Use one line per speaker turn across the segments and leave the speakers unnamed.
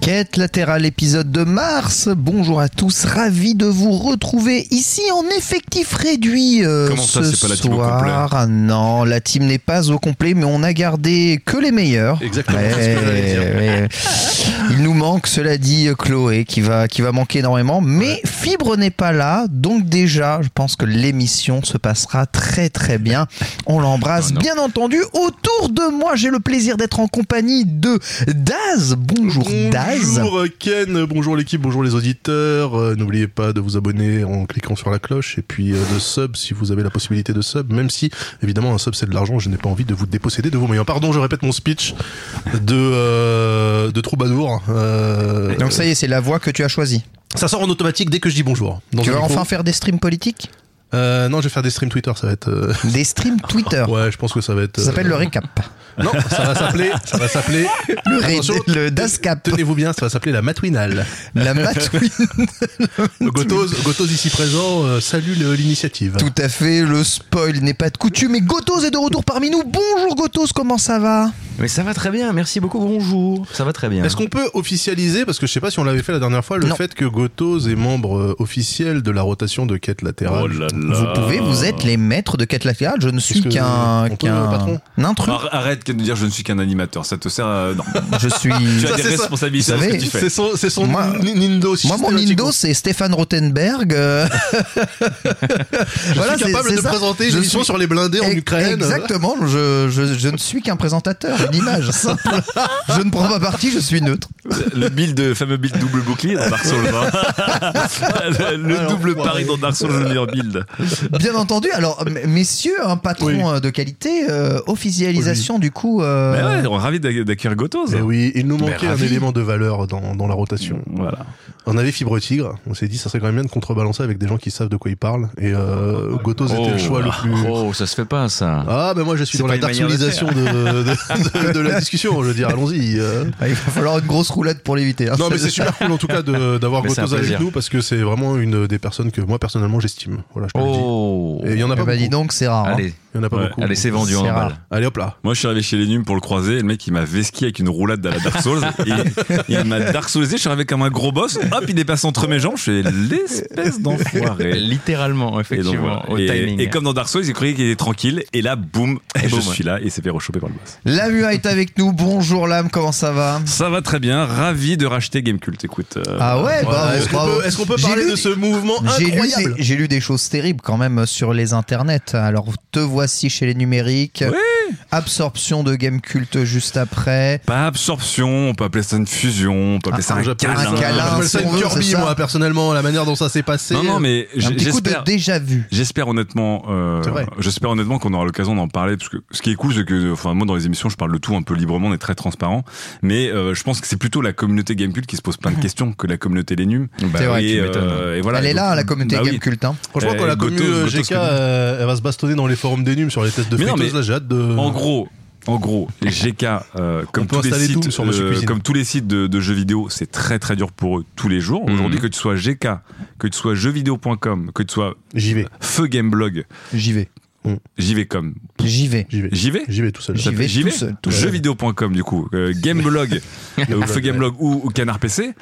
Quête latérale, épisode de mars. Bonjour à tous, ravi de vous retrouver ici en effectif réduit euh,
Comment ça,
ce
c'est pas la team au
soir. Ah non, la team n'est pas au complet, mais on a gardé que les meilleurs.
Exactement,
Ouais,
c'est ce que j'allais dire.
ouais. Il nous manque, cela dit, Chloé, qui va, qui va manquer énormément. Mais Fibre n'est pas là, donc déjà, je pense que l'émission se passera très très bien. On l'embrasse,
Non, non.
bien entendu. Autour de moi, j'ai le plaisir d'être en compagnie de Daz. Bonjour, Daz.
Bonjour Ken, bonjour l'équipe, bonjour les auditeurs. Euh, N'oubliez pas de vous abonner en cliquant sur la cloche et puis euh, de sub si vous avez la possibilité de sub. Même si évidemment un sub c'est de l'argent, je n'ai pas envie de vous déposséder de vos moyens. Pardon, je répète mon speech de euh, de troubadour. Euh,
Donc ça y est, c'est la voix que tu as choisie.
ça sort en automatique dès que je dis bonjour. Dans
Tu
un
vas
micro.
enfin faire des streams politiques
Euh, non, je vais faire des streams Twitter, ça va être. euh,
Des streams Twitter.
Ouais, je pense que ça va être.
Ah. Ça s'appelle le
euh,
récap.
Non, ça va s'appeler. Ça va s'appeler.
Le, ré-
Attention,
le DASCAP.
Tenez-vous bien, ça va s'appeler la matwinale.
La matouille.
Gotos, Gotos ici présent, euh, salue le- l'initiative.
Tout à fait, le spoil n'est pas de coutume. Et Gotos est de retour parmi nous. Bonjour Gotos, comment ça va
Mais ça va très bien, merci beaucoup, bonjour. Ça va très bien.
Est-ce qu'on peut officialiser, parce que je sais pas si on l'avait fait la dernière fois, le
Non.
fait que Gotos est membre euh, officiel de la rotation de quête latérale
Oh Bah,
Vous pouvez, vous êtes les maîtres de Quête latérale. Je ne suis
Est-ce que
qu'un
on peut, euh,
qu'un
patron
un intrus.
Ar- Ah, Arrête de dire je ne suis qu'un animateur, ça te sert à... Non,
Je suis.
Ah. tu as des
c'est ça.
responsabilités
Vous
dans ce que
savez,
tu fais.
C'est son, c'est son
Eh, Moi-
ni- Nindo.
Moi, mon
systématique.
Indo, c'est Stéphane Rothenberg. euh,
Je
voilà,
suis
c'est-
capable
c'est
de
ça.
présenter
Je
une émission
suis-
sur les blindés en
Ex-
Ukraine. euh.
Exactement, je, je- je ne suis qu'un présentateur, une image simple. Je ne prends pas parti, je suis neutre.
Le build, le fameux build double bouclier dans Dark Souls. hein. le le
Alors,
double
ouais.
pari dans Dark Souls Junior Build.
Bien entendu, alors, m- messieurs, un patron
Oui.
euh, de qualité, euh, officialisation du coup. euh,
Mais ouais, on est ravis d'ac- d'accueillir Gotos. hein.
Eh oui, il nous
Mais
manquait un
ravi.
élément de valeur dans, dans la rotation.
Voilà.
On avait Fibre Tigre, on s'est dit ça serait quand même bien de contrebalancer avec des gens qui savent de quoi ils parlent. Et euh, Gotos était le choix le plus.
oh, ça se fait pas ça.
Ah, ben moi je suis
C'est
dans
pas
la
une manière de
darksonisation de, de- de- de la discussion, je veux dire, allons-y. euh.
Il va falloir une grosse roulade pour l'éviter. hein.
Non, mais c'est super cool en tout cas de- d'avoir
Mais c'est un
Gotos avec
plaisir.
nous parce que c'est vraiment une des personnes que moi personnellement j'estime. Voilà, je te
Oh.
le dis. Et il y en a
Eh
pas
ben,
beaucoup.
dis donc, c'est rare. hein.
Allez,
Il y en a pas
ouais,
beaucoup.
allez c'est
hein,
vendu en
C'est
balle.
rare.
Allez, hop là.
Moi, je suis arrivé chez les Num pour le croiser, et le mec, il m'a vesqué avec une roulade à la Dark Souls. et il m'a Dark Soulsé, je suis arrivé comme un gros boss. Hop, il dépasse entre mes jambes, je fais l'espèce d'enfoiré.
Littéralement,
Et, donc,
effectivement, au
et-
timing.
et comme dans Dark Souls, ils croyaient qu'il était tranquille, et là, boum, je
boum.
suis là, et il s'est fait rechoper par le boss.
Lamua est avec nous. Bonjour Lame, comment ça va
Ça va très bien, ravi de racheter Gamecult, écoute. euh,
Ah
Eh
ouais, bravo,
Est-ce qu'on
bravo.
peut, est-ce qu'on peut
J'ai
parler
lu
de ce mouvement
J'ai lu,
incroyable
des, j'ai lu des choses terribles quand même sur les internets. Alors te voici chez les numériques. Absorption de game culte juste après.
Pas absorption, on peut appeler ça une fusion, on peut appeler ça
Ah,
un
j'appelle ça-
câlin.
câlin,
J'appelle ça
si on
une
veut, c'est
Kirby,
ça.
moi, personnellement, la manière dont ça s'est passé.
Non, non, mais
Un
j-
petit coup de
j'espère.
déjà vu.
J'espère honnêtement, euh,
C'est vrai.
j'espère honnêtement qu'on aura l'occasion d'en parler parce que ce qui est cool, c'est que, enfin moi dans les émissions, je parle de tout un peu librement, on est très transparent, mais euh, je pense que c'est plutôt la communauté Gamecult qui se pose plein de questions que la communauté Lenum.
Mhm.
bah,
C'est vrai,
et, euh,
tu m'étonnes. hein.
et voilà.
Elle est
Donc,
là, la communauté
bah
game
oui.
culte. hein.
Franchement, quand
Euh,
la commu
Gotos-
euh,
Gotos
GK,
que-
euh, elle va se bastonner dans les forums des nuls sur les tests de
Mais non,
fritos,
mais-
là, j'ai hâte de.
En gros, en gros, les GK, euh, comme,
peut
tous les
installer
sites, euh,
Doom sur Monsieur Cuisine.
comme tous les sites de, de jeux vidéo, c'est très très dur pour eux tous les jours. Aujourd'hui, que tu sois GK, que tu sois jeuxvideo.com, que tu sois
J'y vais,
Feu Gameblog,
J'y vais.
JVcom,
J'y vais.
j'y vais.
j'y vais.
J'y vais tout seul.
J'y vais tout seul, tout seul.
jeuxvideo.com du coup, euh, Gameblog, euh, ou Feu Gameblog ou, ou Canard PC.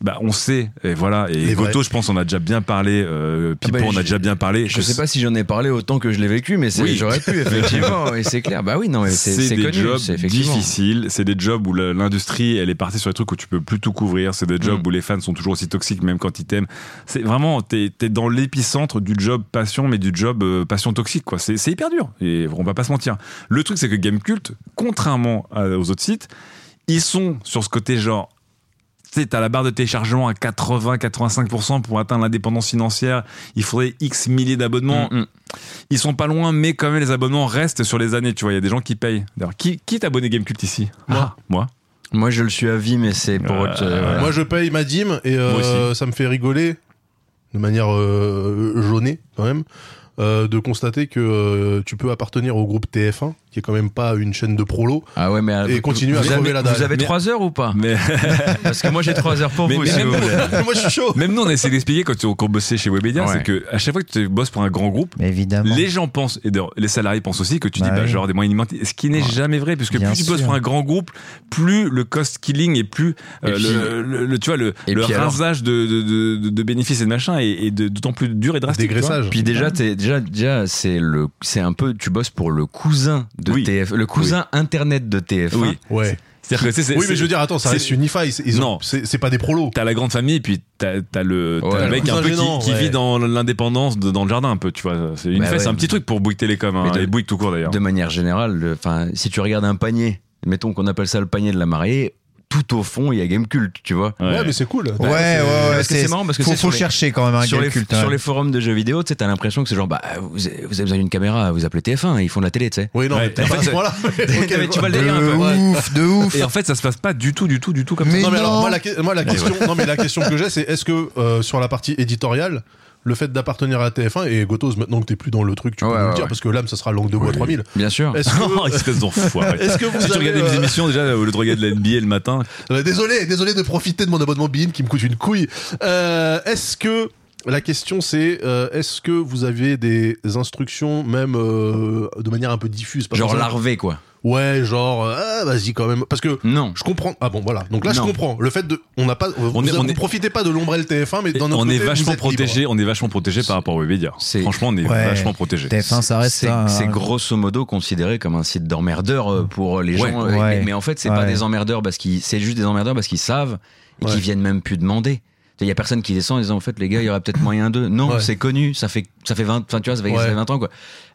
bah, on sait, et voilà. Et
Et
Goto,
vrai.
je pense, on a déjà bien parlé. Euh,
Ah bah,
Pipo, on a
j'ai-
déjà bien parlé.
Je sais pas si j'en ai parlé autant que je l'ai vécu, mais c'est-
Oui.
j'aurais pu, effectivement. et c'est clair. Bah oui, non, mais c'est
C'est
c'est
des
connu.
jobs
c'est effectivement.
difficiles, c'est des jobs où le- l'industrie elle est partie sur des trucs où tu peux plus tout couvrir, c'est des jobs
Mm.
où les fans sont toujours aussi toxiques même quand ils t'aiment. C'est vraiment t'es es dans l'épicentre du job passion mais du job euh, passion toxique quoi. C'est c'est hyper dur et on va pas se mentir. Le truc c'est que Gamecult, contrairement à- aux autres sites, ils sont sur ce côté genre tu sais, t'as la barre de téléchargement à 80-85% pour atteindre l'indépendance financière. Il faudrait X milliers d'abonnements
Mm, mm.
ils sont pas loin, mais quand même, les abonnements restent sur les années. Tu vois, il y a des gens qui payent. D'ailleurs, qui, qui est abonné Gamecult ici
Moi.
Ah, moi.
Moi, je le suis à vie, mais c'est pour
Euh,
autre. euh, voilà.
Moi, je paye ma dîme et euh,
Moi aussi.
ça me fait rigoler de manière euh, jaunée quand même. euh, de constater que euh, tu peux appartenir au groupe TF1, qui est quand même pas une chaîne de prolo.
Ah ouais, mais
Et
vous-
continue à
vous
crever
avez,
la dalle.
Vous avez
Mais-
3 heures ou pas
Ah. Mais,
Parce que moi j'ai 3 heures pour
mais-
vous.
mais
si
même,
vous voulez.
nous,
Moi, je suis chaud.
même nous, on essaie d'expliquer quand on, qu'on bossait chez Webedia,
Ouais.
c'est que à chaque fois que tu bosses pour un grand groupe,
Mais évidemment.
les gens pensent, et d'ailleurs, les salariés pensent aussi que tu dis,
Bah
bah,
oui.
genre des moyens alimentaires, ce qui n'est
Ouais.
jamais vrai, puisque
Bien
plus tu bosses
sûr.
pour un grand groupe, plus le cost killing et plus euh,
Et puis-
le, le- le- tu vois, le,
Et
le
puis alors-
rasage de, de, de- de bénéfices et de machin est, est de- d'autant plus dur et drastique. tu vois.
Dégraissage.
Puis déjà, t'es- déjà, déjà c'est le, c'est un peu, tu bosses pour le cousin de
Oui.
TF, le cousin internet de TF1.
Oui.
Ouais.
C'est-à-dire que c'est- c'est-
Oui, mais je
c'est-
veux dire, attends, ça
c'est-
reste Unify. c'est- ils ont-
Non.
C'est c'est pas des prolos.
t'as la grande famille puis t'as t'as le, t'as
Ouais,
le
le
mec
cousin
un peu qui-
gênant,
qui,
ouais.
vit dans l'indépendance de- dans le jardin un peu tu vois c'est une
Bah
fête,
ouais.
c'est un petit truc pour Bouygues Télécom hein,
Mais de-
et Bouygues tout court d'ailleurs
De manière générale, le- enfin, si tu regardes un panier, mettons qu'on appelle ça le panier de la mariée, tout au fond, il y a Gamecult, tu vois.
Ouais,
Ouais.
mais c'est cool.
Ouais, ouais,
c'est-
ouais.
parce que c'est marrant, parce que
faut,
c'est sur
faut
les-
chercher quand même un hein.
sur, les,
culte.
sur les forums de jeux vidéo, tu sais, t'as l'impression que c'est genre, bah, vous avez, vous avez besoin d'une caméra, vous appelez TF1, ils font de la télé, tu sais.
Oui, non,
Ouais,
mais peut-être
en
pas à
fait,
ce point-là. Ok,
Mais tu
je
vas le
vois.
délire un peu.
de ouf, de ouf.
et en fait ça se passe pas du tout du tout du tout comme
Mais
ça
Non, mais alors,
non.
moi, la, que- moi, la question, non, mais la question que j'ai, c'est est-ce que euh, sur la partie éditoriale, le fait d'appartenir à TF1 et Gotos, maintenant que t'es plus dans le truc, tu
Ouais,
peux nous
ouais,
le dire
ouais.
parce que l'âme, ça sera langue de bois 3000.
Bien sûr.
Est-ce
Oh,
que,
espèce d'enfoiré
est-ce que vous
si tu
avez,
regardais
euh,
mes émissions déjà euh, le drogué de la NBA le matin
Euh, désolé, désolé de profiter de mon abonnement BIM qui me coûte une couille. Euh, est-ce que la question c'est euh, est-ce que vous avez des instructions même euh, de manière un peu diffuse pas
Genre
forcément-
larvé, quoi.
Ouais, genre euh, ah, vas-y quand même parce que
Non.
je comprends. Ah bon voilà. Donc là je
Non.
comprends le fait de on n'a pas euh, on
est- on est-
profitez pas de l'ombrelle TF1 mais dans notre
on est
côté, vous
vachement
êtes libre.
protégé on est vachement protégé par rapport au Webedia
C'est-
franchement on est
Ouais.
vachement protégé
TF1, ça reste
C'est
ça, hein.
c'est grosso modo considéré comme un site d'emmerdeur euh, pour les
Ouais.
gens. euh,
Ouais.
mais- Mais en fait, c'est
Ouais.
pas des emmerdeurs parce qu'ils, c'est juste des emmerdeurs parce qu'ils savent et
Ouais.
qu'ils viennent même plus demander. Il y a personne qui descend en disant en fait les gars il y aurait peut-être moyen de non
Ouais.
c'est connu ça fait ça fait 20 enfin tu vois ça fait,
Ouais.
ça fait 20 ans quoi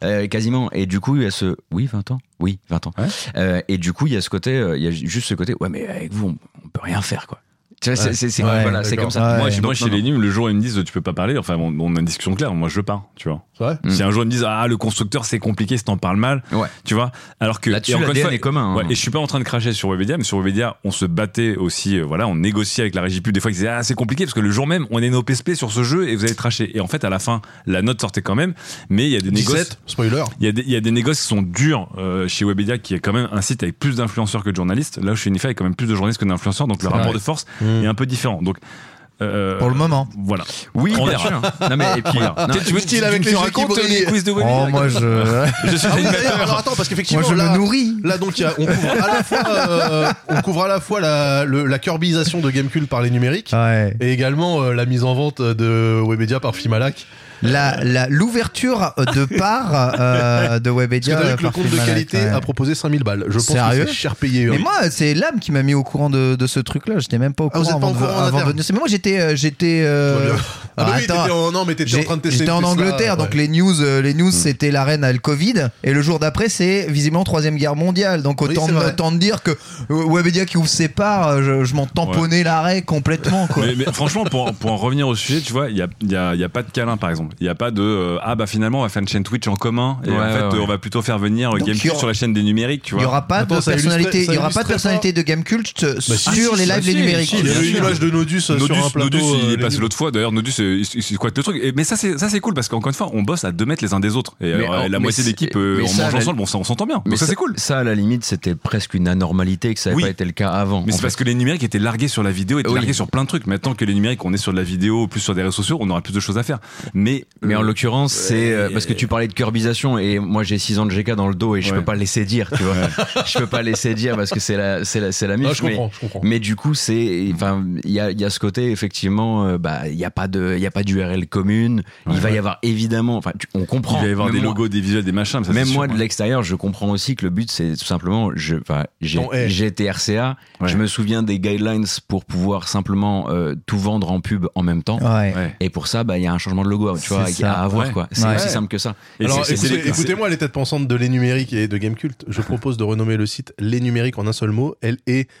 Euh, quasiment et du coup il y a ce oui 20 ans oui 20 ans
Ouais.
Euh, et du coup il y a ce côté euh, il y a juste ce côté ouais mais avec vous on, on peut rien faire quoi tu vois c'est- c'est c'est
Ouais,
voilà, c'est
d'accord.
comme ça
Ouais.
moi, chez- moi,
Donc,
chez
non,
les Nîmes, le jour où ils me disent tu peux pas parler, enfin on, on a une discussion claire, moi je pars, tu vois.
C'est vrai
Mm.
Si un jour ils me disent ah le constructeur c'est compliqué si t'en parles mal,
Ouais.
tu vois, alors que
là-dessus
et encore une
l'ADN
fois,
est commun hein.
Ouais, et je suis pas en train de cracher sur Webedia, mais sur Webedia, on se battait aussi, euh, voilà, on négociait avec la régie pub. Des fois, ils disaient, ah, c'est compliqué parce que le jour même, on est nos PSP sur ce jeu et vous allez tracher. Et en fait, à la fin, la note sortait quand même, mais il y a des négoces.
17 spoiler.
Il y, a des, il y a des négoces qui sont durs euh, chez Webedia, qui est quand même un site avec plus d'influenceurs que de journalistes. Là où chez Unify, il y a quand même plus de journalistes que d'influenceurs, donc
C'est
le rapport
vrai. Mmh.
de force
Mm.
est un peu différent. Donc, euh,
Pour le Ah, moment.
Voilà.
oui
on
bien
verra.
sûr hein. non mais et puis non,
Peut-être tu veux
style
tu
avec
me
les
fais
yeux qui
raconter les
brillent.
quiz de Webedia
Oh, moi, je,
Je suis
Ah oui,
animateur.
d'ailleurs, alors attends parce
moi,
qu'effectivement
je
là-
me nourris.
Là donc il y a- on couvre à la fois euh, on couvre à la fois la le- la curbisation de Gamecube par les numériques
Ouais.
Et également euh, la mise en vente de Webedia par Fimalac.
La, la- l'ouverture de part euh, de
Parce
Webedia.
que t'as vu que le
par
compte de
Filmalec,
qualité
ouais.
a proposé 5000 balles. Je pense
Sérieux
que c'est cher payé. hein.
Mais
Oui.
moi, c'est l'âme qui m'a mis au courant de, de ce truc-là. J'étais même pas au
Ah,
courant
vous êtes pas
avant,
au
de-
courant en
avant de
interne
venir. C'est- Mais moi, j'étais, euh, j'étais. euh,
Très bien. Ah bah oui,
attends,
t'étais en, non, mais t'étais en
j'ai-
train de tester.
J'étais en
tout ça,
Angleterre,
ouais. Hmm.
donc les news, euh, les news, c'était la reine à le Covid, et le jour d'après, c'est visiblement troisième guerre mondiale. Donc
Oui,
autant,
c'est vrai.
autant de dire que euh, Webedia qui ouvre ses parts, euh, je, je m'en tamponnais l'arrêt complètement. Quoi.
Mais, mais franchement, pour, en- pour en revenir au sujet, tu vois, il n'y a, il y a, il y a pas de câlin, par exemple. Il n'y a pas de euh, ah bah finalement on va faire une chaîne Twitch en commun et
Ouais,
en fait
ouais, ouais.
euh, on va plutôt faire venir
Donc, il y
GameCube
aura-
sur la chaîne des numériques, tu
Il
vois.
y aura pas
Attends,
de
ça illustrait-
personnalité,
ça
il y aura pas de
illustrait
personnalité de Game Cult sur
si, bah,
les
si,
lives
si,
des
si,
numériques.
Il
si,
y a
Bien
eu
sûr.
l'image de Nodus, euh,
Nodus,
sur un plateau.
Nodus, il
euh,
est passé l'autre fois. D'ailleurs, Nodus, euh, se, ils se- ils se squattent le truc. Et- mais ça, c'est ça, c'est cool parce qu'encore une fois, on bosse à deux mètres les uns des autres. Et
Mais
euh,
en-
la
mais
moitié
c'est-
d'équipe, euh,
mais
on
ça,
mange
la-
ensemble, on s'en- on s'entend bien.
Mais
Donc ça,
ça-
c'est cool.
Ça, à la limite, c'était presque une anormalité et que ça n'avait
Oui.
pas été le cas avant.
Mais
en
c'est parce
fait.
que les numériques étaient largués sur la vidéo, étaient
Oui.
largués sur plein de trucs. Maintenant que les numériques, on est sur de la vidéo, plus sur des réseaux sociaux, on aura plus de choses à faire. Mais,
Mais en
euh,
l'occurrence, c'est euh,
Ouais.
parce que tu parlais de curbisation et moi j'ai 6 ans de GK dans le dos et je
Ouais.
peux pas laisser dire, tu vois. je peux pas laisser dire parce que c'est la, c'est la, c'est la
Ah,
mif,
je
mais-
comprends, je comprends.
Mais du coup, c'est, enfin, il y a, il y a ce côté effectivement, euh, bah, il y a pas de, il y a pas d'URL commune.
Ouais,
il va
ouais.
y avoir évidemment, enfin, tu- on
il
comprend.
va y avoir
Même
des
moi-
logos, des visuels, des machins. mais ça,
Même
c'est
moi
sûr, hein.
de l'extérieur, je comprends aussi que le but c'est tout simplement, je, enfin, j'ai-
Ton air.
j'étais RCA,
Ouais.
je me souviens des guidelines pour pouvoir simplement euh, tout vendre en pub en même temps.
Ouais.
Ouais.
Et pour ça, bah, il y a un changement de logo, tu
C'est
vois,
ça.
à avoir
Ah. Ouais.
quoi. C'est
Ouais.
aussi simple que ça.
Et
Alors,
c'est- c'est-
écoutez-
c'est-
écoutez-moi les têtes pensantes de Les Numériques et de Gamekult. Je propose de renommer le site Les Numériques en un seul mot, L-E-N-U-M-R-I-K.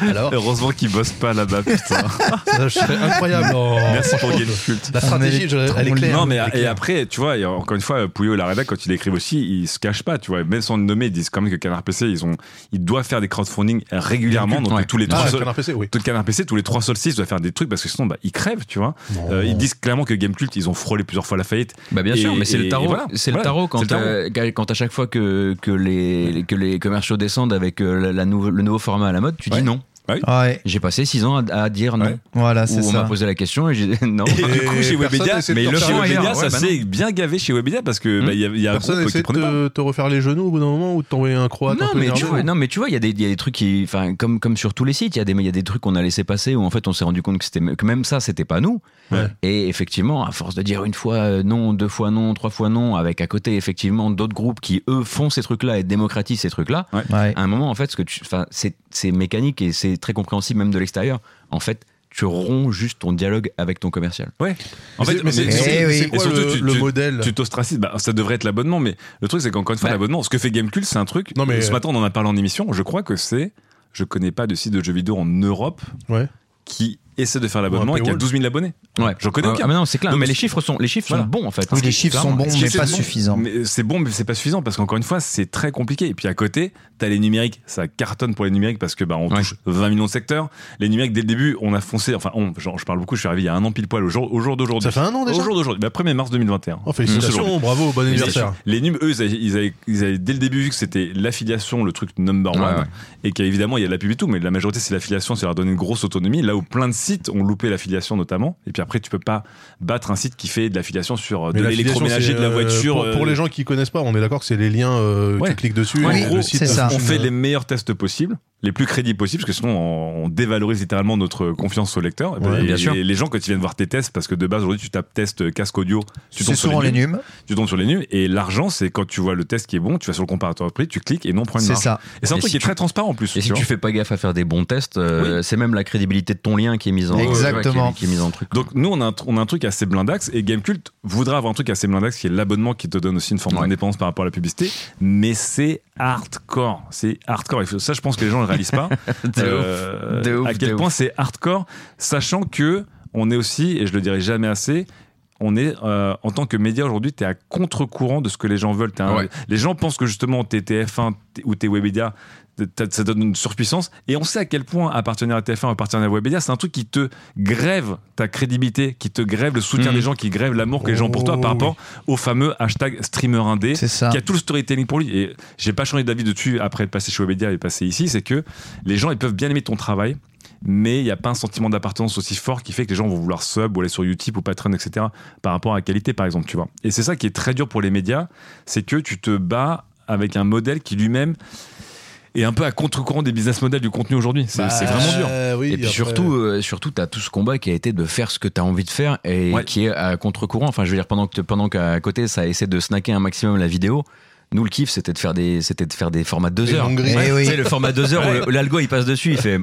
Alors,
Heureusement qu'ils bossent pas là-bas, putain.
Oh, ça serait incroyable.
Merci pour
Franchement,
Gamecult.
La stratégie, je- oh, elle est claire.
Non, mais
elle est
et
claire.
après, tu vois, et encore une fois, Pouillot et la rédac, quand ils écrivent aussi, ils se cachent pas, tu vois. Même sans le nommer, ils disent quand même que Canard PC, ils, ont, ils doivent faire des crowdfunding régulièrement. Donc,
Ouais.
tous les
Ah,
trois
le
sols-
canard PC, oui.
tout le Canard PC, tous les trois solstices doivent faire des trucs parce que sinon, bah, ils crèvent, tu vois. Euh, ils disent clairement que Gamecult, ils ont frôlé plusieurs fois la faillite.
Bah bien
Et-
sûr, mais c'est
et-
le tarot.
et voilà.
c'est
Voilà,
le tarot quand
c'est le tarot.
euh, quand- quand à chaque fois que que les que les commerciaux descendent avec euh, la, la nouveau- le nouveau format à la mode, tu
Ouais.
dis non.
Ouais.
J'ai passé 6 ans à, à dire non.
Ouais.
Voilà,
Ou
c'est
on m'a
ça.
posé la question et j'ai dit non.
Et du coup, chez
personne
Webedia,
essaie de
mais
te
le
refaire
chez
ailleurs.
Webedia, ça
Ouais, bah non.
s'est bien gavé chez Webedia parce que bah, il y a- il y a un
Personne
groupe qui
essaie
prenait pas.
de te refaire les genoux au bout d'un moment ou de t'envoyer un croate un
Non
peu
mais, tu
énervé.
vois, non mais tu vois, il y, a des- il y a des trucs qui, enfin, comme, comme sur tous les sites, il y, a des- il y a des trucs qu'on a laissé passer où en fait on s'est rendu compte que, c'était- que même ça, c'était pas nous.
Ouais.
Et effectivement, à force de dire une fois euh, non, deux fois non, trois fois non, avec à côté effectivement d'autres groupes qui eux font ces trucs-là et démocratisent ces trucs-là,
Ouais.
Ah,
à un moment, en fait, ce que tu, enfin, c'est, c'est mécanique et c'est très compréhensible même de l'extérieur. En fait, tu romps juste ton dialogue avec ton commercial.
En
Mais
fait,
c'est- mais c'est
mais surtout-
Eh oui.
c'est
et
quoi
surtout,
le
tu-
le
tu-
modèle
Tu t'ostracises, bah, ça devrait être l'abonnement, mais le truc c'est qu'encore une fois,
Bah.
l'abonnement, ce que fait Gamecult, c'est un truc.
Non, mais- euh,
ce matin, on en a parlé en émission. Je crois que c'est. Je connais pas de site de jeux vidéo en Europe
Ouais.
qui essaie de faire l'abonnement
Un
et qui a
paywall. Euh,
12 000 abonnés.
Ouais,
J'en connais
Ah,
aucun.
ah, mais non, c'est clair.
Donc,
mais les chiffres sont, les chiffres
voilà.
sont bons en fait.
Oui, les chiffres sont bons,
Ce qui
mais
fait-
pas
c'est-
suffisants.
mais C'est bon, mais c'est pas suffisant parce qu'encore une fois, c'est très compliqué. Et puis à côté, t'as les numériques, ça cartonne pour les numériques parce que bah on
Ouais.
touche 20 millions de secteurs. Les numériques dès le début, on a foncé. Enfin, on, genre, je parle beaucoup. Je suis arrivé il y a un an pile poil au jour, au jour d'aujourd'hui.
Ça fait un an déjà
Au jour d'aujourd'hui, bah, 1er mars 2021.
Oh,
Mmh.
félicitations, bravo, bon anniversaire.
Les NUM, eux, ils avaient, ils avaient- ils avaient dès le début vu que c'était l'affiliation, le truc number
Ouais,
one,
ouais.
et qu'évidemment, il y a de la pub et tout, mais la majorité, c'est l'affiliation, ça leur donne une grosse autonomie. Là où plein de sites ont loupé l'affiliation, notamment, et puis après, tu peux pas battre un site qui fait de l'affiliation sur euh, de
Mais l'affiliation,
l'électroménager,
c'est,
de la
euh,
voiture.
Pour, pour
euh,
les gens qui connaissent pas, on est d'accord que c'est les liens, euh,
Ouais.
tu cliques dessus,
en
Oui,
et le
gros,
site euh,
c'est ça.
on
fonctionne.
fait les meilleurs tests possibles, les plus crédibles possibles, parce que sinon on, on dévalorise littéralement notre confiance au lecteur. Et ben,
Ouais,
et-
bien sûr.
et les gens, quand ils viennent voir tes tests, parce que de base aujourd'hui tu tapes test casque audio, tu
C'est
tombes sur
souvent les
les nuls,
numes.
tu tombes sur les nuls. Et l'argent, c'est quand tu vois le test qui est bon, tu vas sur le comparateur de prix, tu cliques et non prends une
C'est
marge.
ça.
Et c'est un
Et
truc
si
qui est
tu-
très transparent en plus.
Et si
tu
tu
vois.
fais pas gaffe à faire des bons tests, euh, c'est même la crédibilité de ton lien qui est mise en,
Exactement.
ouais, qui est- qui est mise en truc.
Donc nous, on a, un, tr- on a un truc assez blindax et Gamecult voudra avoir un truc assez blindax qui est l'abonnement qui te donne aussi une forme
Ouais.
d'indépendance par rapport à la publicité, mais c'est hardcore. C'est hardcore. Il faut- Ça, je pense que les gens ne le réalisent pas.
De
Euh,
ouf, de ouf,
à quel
de
point c'est hardcore, sachant que on est aussi, et je le dirai jamais assez, on est euh, en tant que média aujourd'hui, t'es à contre-courant de ce que les gens veulent. T'es un-
Ouais.
Les gens pensent que justement t'es TF1 t'es- ou t'es Webedia, t'as- ça donne une surpuissance. Et on sait à quel point appartenir à TF1 ou appartenir à Webedia, c'est un truc qui te grève ta crédibilité, qui te grève le soutien
Mhm.
des gens, qui grève l'amour que les gens ont pour toi par
Oh,
rapport au fameux hashtag streamer indé
C'est ça.
qui a tout le storytelling pour lui. Et j'ai pas changé d'avis dessus après être passé chez Webedia et passer ici, c'est que les gens ils peuvent bien aimer ton travail, mais il n'y a pas un sentiment d'appartenance aussi fort qui fait que les gens vont vouloir sub ou aller sur Utip ou Patreon, etc. par rapport à la qualité, par exemple, tu vois. Et c'est ça qui est très dur pour les médias, c'est que tu te bats avec un modèle qui lui-même est un peu à contre-courant des business models du contenu aujourd'hui. C'est
Bah,
c'est vraiment dur.
euh, oui,
Et puis
après-
surtout, euh, surtout, t'as tout ce combat qui a été de faire ce que t'as envie de faire et
Ouais.
qui est à contre-courant. Enfin, je veux dire, pendant que pendant qu'à côté, ça essaie de snacker un maximum la vidéo. Nous, le kiff, c'était de faire des, c'était de faire des formats 2
Des
heures.
longues griffes.
Eh oui.
Tu sais, le format 2 heures, où le- l'algo il passe dessus, il fait.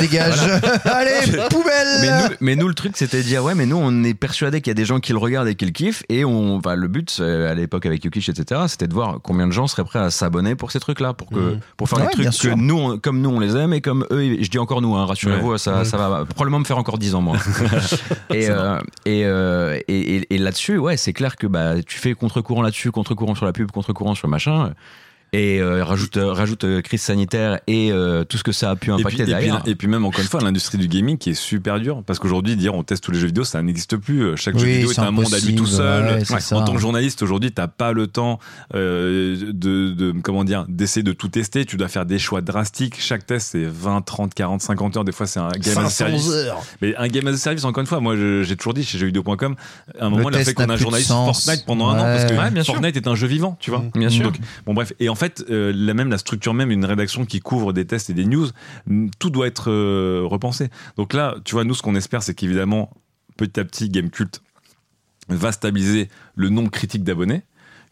Dégage. Allez, poubelle.
Mais nous, mais nous, le truc, c'était de dire ouais, mais nous, on est persuadé qu'il y a des gens qui le regardent et qui le kiffent. Et on, enfin, le but c'est, à l'époque avec Yukish, etc., c'était de voir combien de gens seraient prêts à s'abonner pour ces trucs-là, pour que,
Mhm.
pour faire
Mm. Ouais,
des trucs
bien
que
sûr.
nous, on- comme nous, on les aime et comme eux, ils- je dis encore nous, hein, rassurez-vous, ça,
Ouais.
ça va probablement me faire encore 10 ans moi. et, euh, et, euh, et, et- et là-dessus, ouais, c'est clair que bah, tu fais contre-courant là-dessus, contre-courant sur la pub, contre-courant sur machin. et euh, rajoute, euh, rajoute euh, crise sanitaire et euh, tout ce que ça a pu
Et
impacter
puis, et, puis,
derrière.
et puis même encore une fois l'industrie du gaming qui est super dure parce qu'aujourd'hui dire on teste tous les jeux vidéo ça n'existe plus chaque jeu
Oui,
vidéo est
c'est
un monde à lui tout
impossible,
seul
ouais, c'est ça.
en tant que journaliste aujourd'hui t'as pas le temps euh, de, de comment dire d'essayer de tout tester tu dois faire des choix drastiques chaque test c'est 20 30 40 50 heures des fois c'est un game as
500
a service
heures.
mais un game as a service encore une fois moi je- j'ai toujours dit chez jeuxvideo.com à un
Le
moment il a
test
fait qu'on
n'a
a un
plus de
journaliste
sens.
Fortnite pendant un an parce que
Ouais. Mm.
Ouais, bien sûr.
Fortnite est un jeu vivant tu vois
Bien sûr.
Donc, Bon bref, et en fait, euh, la même la structure même, une rédaction qui couvre des tests et des news, m- tout doit être euh, repensé. Donc là, tu vois, nous ce qu'on espère, c'est qu'évidemment, petit à petit, Game Cult va stabiliser le nombre critique d'abonnés,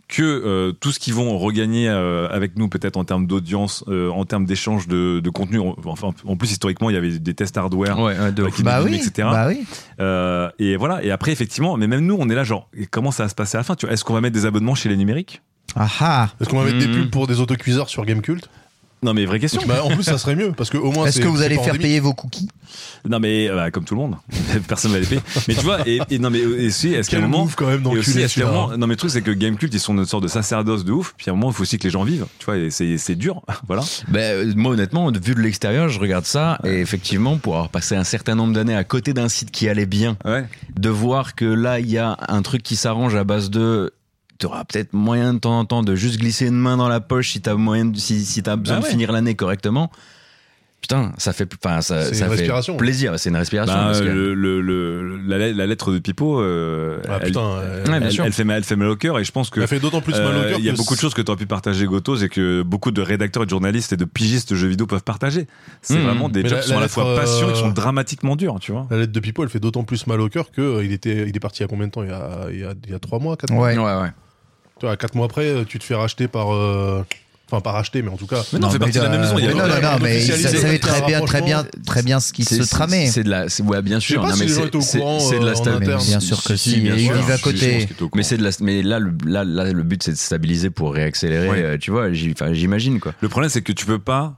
que euh, tout ce qu'ils vont regagner euh, avec nous, peut-être en termes d'audience, euh, en termes d'échange de, de contenu. On- Enfin, en plus historiquement, il y avait des tests hardware.
Ouais, ouais, de ouf.
Qui
Bah oui,
domine, etc.
bah oui.
Euh, et voilà. Et après, effectivement, mais même nous, on est là, genre, et comment ça va se passer à la fin Tu vois, est-ce qu'on va mettre des abonnements chez les numériques
Ah ah.
Est-ce qu'on va mettre des
Hmm.
pubs pour des autocuiseurs sur Gamecult
Non, mais vraie question.
bah, En plus, ça serait mieux parce que au moins.
Est-ce
c'est-
que vous
c'est
allez
pas
faire
endémique.
payer vos cookies
Non mais euh, bah, comme tout le monde, personne ne l'a fait. Mais tu vois, et, et non mais euh, et si, est-ce qu'à un
Quel
moment,
move quand même
et
d'enculé,
aussi, est-ce qu'à
celui-là.
un
hein.
moment- non mais le truc c'est que Gamecult ils sont une sorte de sacerdoce de ouf. Puis à un moment il faut aussi que les gens vivent, tu vois, et c'est c'est dur, voilà.
Ben, euh, moi, honnêtement, vu de l'extérieur, je regarde ça. Et effectivement, pour avoir passé un certain nombre d'années à côté d'un site qui allait bien,
Ouais.
de voir que là, il y a un truc qui s'arrange à base de. T'auras peut-être moyen de temps en temps de juste glisser une main dans la poche si t'as moyen de- si, si t'as besoin
Bah
de
ouais.
finir l'année correctement. Putain, ça fait, enfin, ça,
C'est
ça
une
fait
respiration.
plaisir. C'est une respiration. Ah, parce que-
Bah, euh, le, le- le- la, lettre- la lettre de Pipo, euh,
Ah,
elle,
putain, euh,
elle-
Ouais, bien sûr.
elle fait mal, elle fait mal au cœur et je pense que
Ça fait d'autant plus mal au
euh,
cœur.
il y a
que
beaucoup de choses que tu as pu partager Gotos et que beaucoup de rédacteurs et de journalistes et de pigistes de jeux vidéo peuvent partager. C'est
Mmh.
vraiment des
Mais
jobs
la-
qui
la
sont à la
lettre,
fois
euh,
passionnés et qui sont dramatiquement durs, tu vois.
La lettre de Pipo, elle fait d'autant plus mal au cœur que euh, il était, il est parti il y a combien de temps il y a, il y a, il y a trois mois, quatre mois.
Ouais.
Ouais, ouais.
Tu vois, quatre mois après, euh, tu te fais racheter par, euh, enfin par racheter, mais en tout cas.
Mais non, on fait partie de la
euh,
même maison. Il y
mais
a
non,
pas-
non, non,
on
mais ils
officialise
savaient
les
très bien, très
rapprochements.
bien, très bien ce qui
C'est-
se
c'est-
tramait.
C'est de la, c'est- ouais, bien sûr.
pas
Non,
si
mais
les gens
c'est-
étaient au
c'est-
courant,
c'est de
euh,
la
en
stabilité.
Mais
interne.
bien sûr que si,
bien
il y a eu
sûr.
vive à côté.
Mais c'est de la, mais là, le, là, là, le but c'est de stabiliser pour réaccélérer.
Ouais.
euh, tu vois, j'y- enfin, j'imagine quoi.
Le problème, c'est que tu peux pas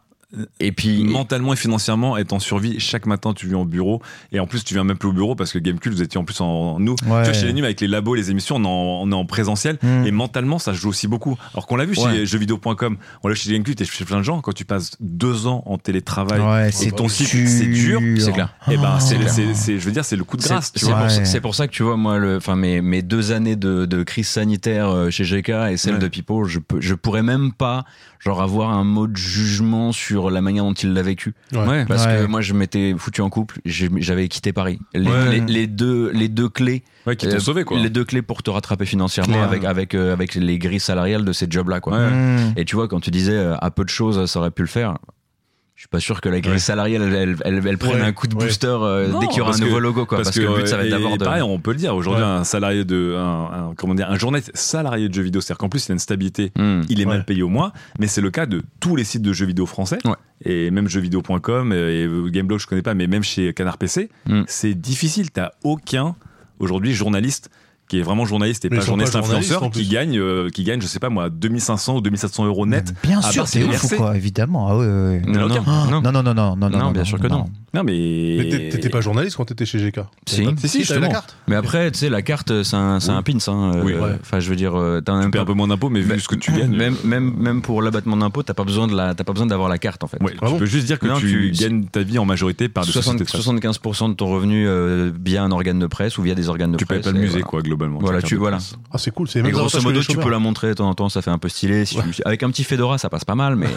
Et puis,
mentalement et financièrement être en survie. Chaque matin, tu viens au bureau et en plus, tu viens même plus au bureau parce que Gamecube, vous étiez en plus en, en- nous.
Ouais.
Tu vois, chez les nuls, avec les labos, les émissions, on est en, on est en présentiel
Mm.
et mentalement, ça se joue aussi beaucoup. Alors qu'on l'a vu
Ouais.
chez jeuxvideo.com, on l'a vu chez Gamecube et chez plein de gens. Quand tu passes deux ans en télétravail
Ouais,
et ton site, c'est dur,
c'est clair.
et ben, c'est,
Oh.
c'est- c'est- je veux dire, c'est le coup de
C'est
grâce, tu
c'est
vois.
pour, ça-
Ouais.
c'est pour ça que tu vois, moi, le, enfin, mes, mes deux années de, de crise sanitaire euh, chez GK et celle
Ouais.
de Pipo, je, peux, je pourrais même pas genre, avoir un mot de jugement sur la manière dont il l'a vécu.
Ouais.
Ouais.
Parce que
Ouais.
moi, je m'étais foutu en couple, j'ai- j'avais quitté Paris. Les,
Ouais.
les- les deux, les deux clés.
Ouais, qui t'ont
euh,
sauvé, quoi.
Les deux clés pour te rattraper financièrement
Clair.
avec, avec, euh, avec les grilles salariales de ces jobs-là, quoi.
Ouais.
Mmh.
Et tu vois, quand tu disais euh, à peu de choses, ça aurait pu le faire. Je suis pas sûr que la grille
Ouais.
salariale, elle, elle, elle- elle prenne
Ouais,
un coup de
ouais.
booster euh,
Non,
dès qu'il y aura un
parce
nouveau
que-
logo, quoi. Parce, que, le but, ça va être
euh, et-
d'avoir
et
de.
pareil, on peut le dire. Aujourd'hui,
Ouais.
un salarié de, un, un- comment dire, un journaliste salarié de jeux vidéo, c'est-à-dire qu'en plus, il a une stabilité
Hmm.
il est
Ouais.
mal payé au moins, mais c'est le cas de tous les sites de jeux vidéo français,
Ouais.
et même jeuxvideo.com, euh, et Gameblog je connais pas, mais même chez Canard PC,
Mm.
c'est difficile, t'as aucun aujourd'hui journaliste qui est vraiment journaliste et
Mais
pas
ils sont pas
journaliste
journalistes,
influenceur
en
qui
plus.
gagne, euh, qui gagne, je sais pas moi, 2500 ou 2700 euros
Mm.
net.
Bien
Ah,
sûr,
bah,
c'est
c'est
ouf ou
versé.
quoi, évidemment. Ah ouais, ouais, ouais.
non,
Non, non.
Ah,
non.
Non, non, non, non, non,
Non, bien sûr que non.
Non
Mais
mais.
t'é- t'étais pas journaliste quand t'étais chez GK.
Si.
T'as-
Si, si,
t'avais la
justement.
carte.
Mais après, tu sais, la carte, c'est un, c'est un pins. hein, euh,
Oui, ouais.
Enfin, je veux dire, euh, t'as un
Tu perds un peu moins d'impôts, mais vu
Mais-
ce que tu gagnes.
Même, même, même pour l'abattement d'impôt, t'as pas besoin de la, t'as pas besoin d'avoir la carte en fait.
euh, Ouais,
Ah
tu
bon
peux juste dire que
Non,
tu,
tu-
gagnes ta vie en majorité par des
60
sociétés de presse.
75% de ton revenu euh, via un organe de presse ou via des organes de
Tu payes
presse.
pas le
et
musée,
voilà.
quoi, globalement.
Voilà,
Chacun
tu-
de
voilà.
presse.
Ah, c'est cool, c'est les
Et
mêmes
grosso
avantages que
modo,
les
tu peux
chômeurs.
la montrer de temps en temps, ça fait un peu stylé. Si tu- avec un petit fedora, ça passe pas mal, mais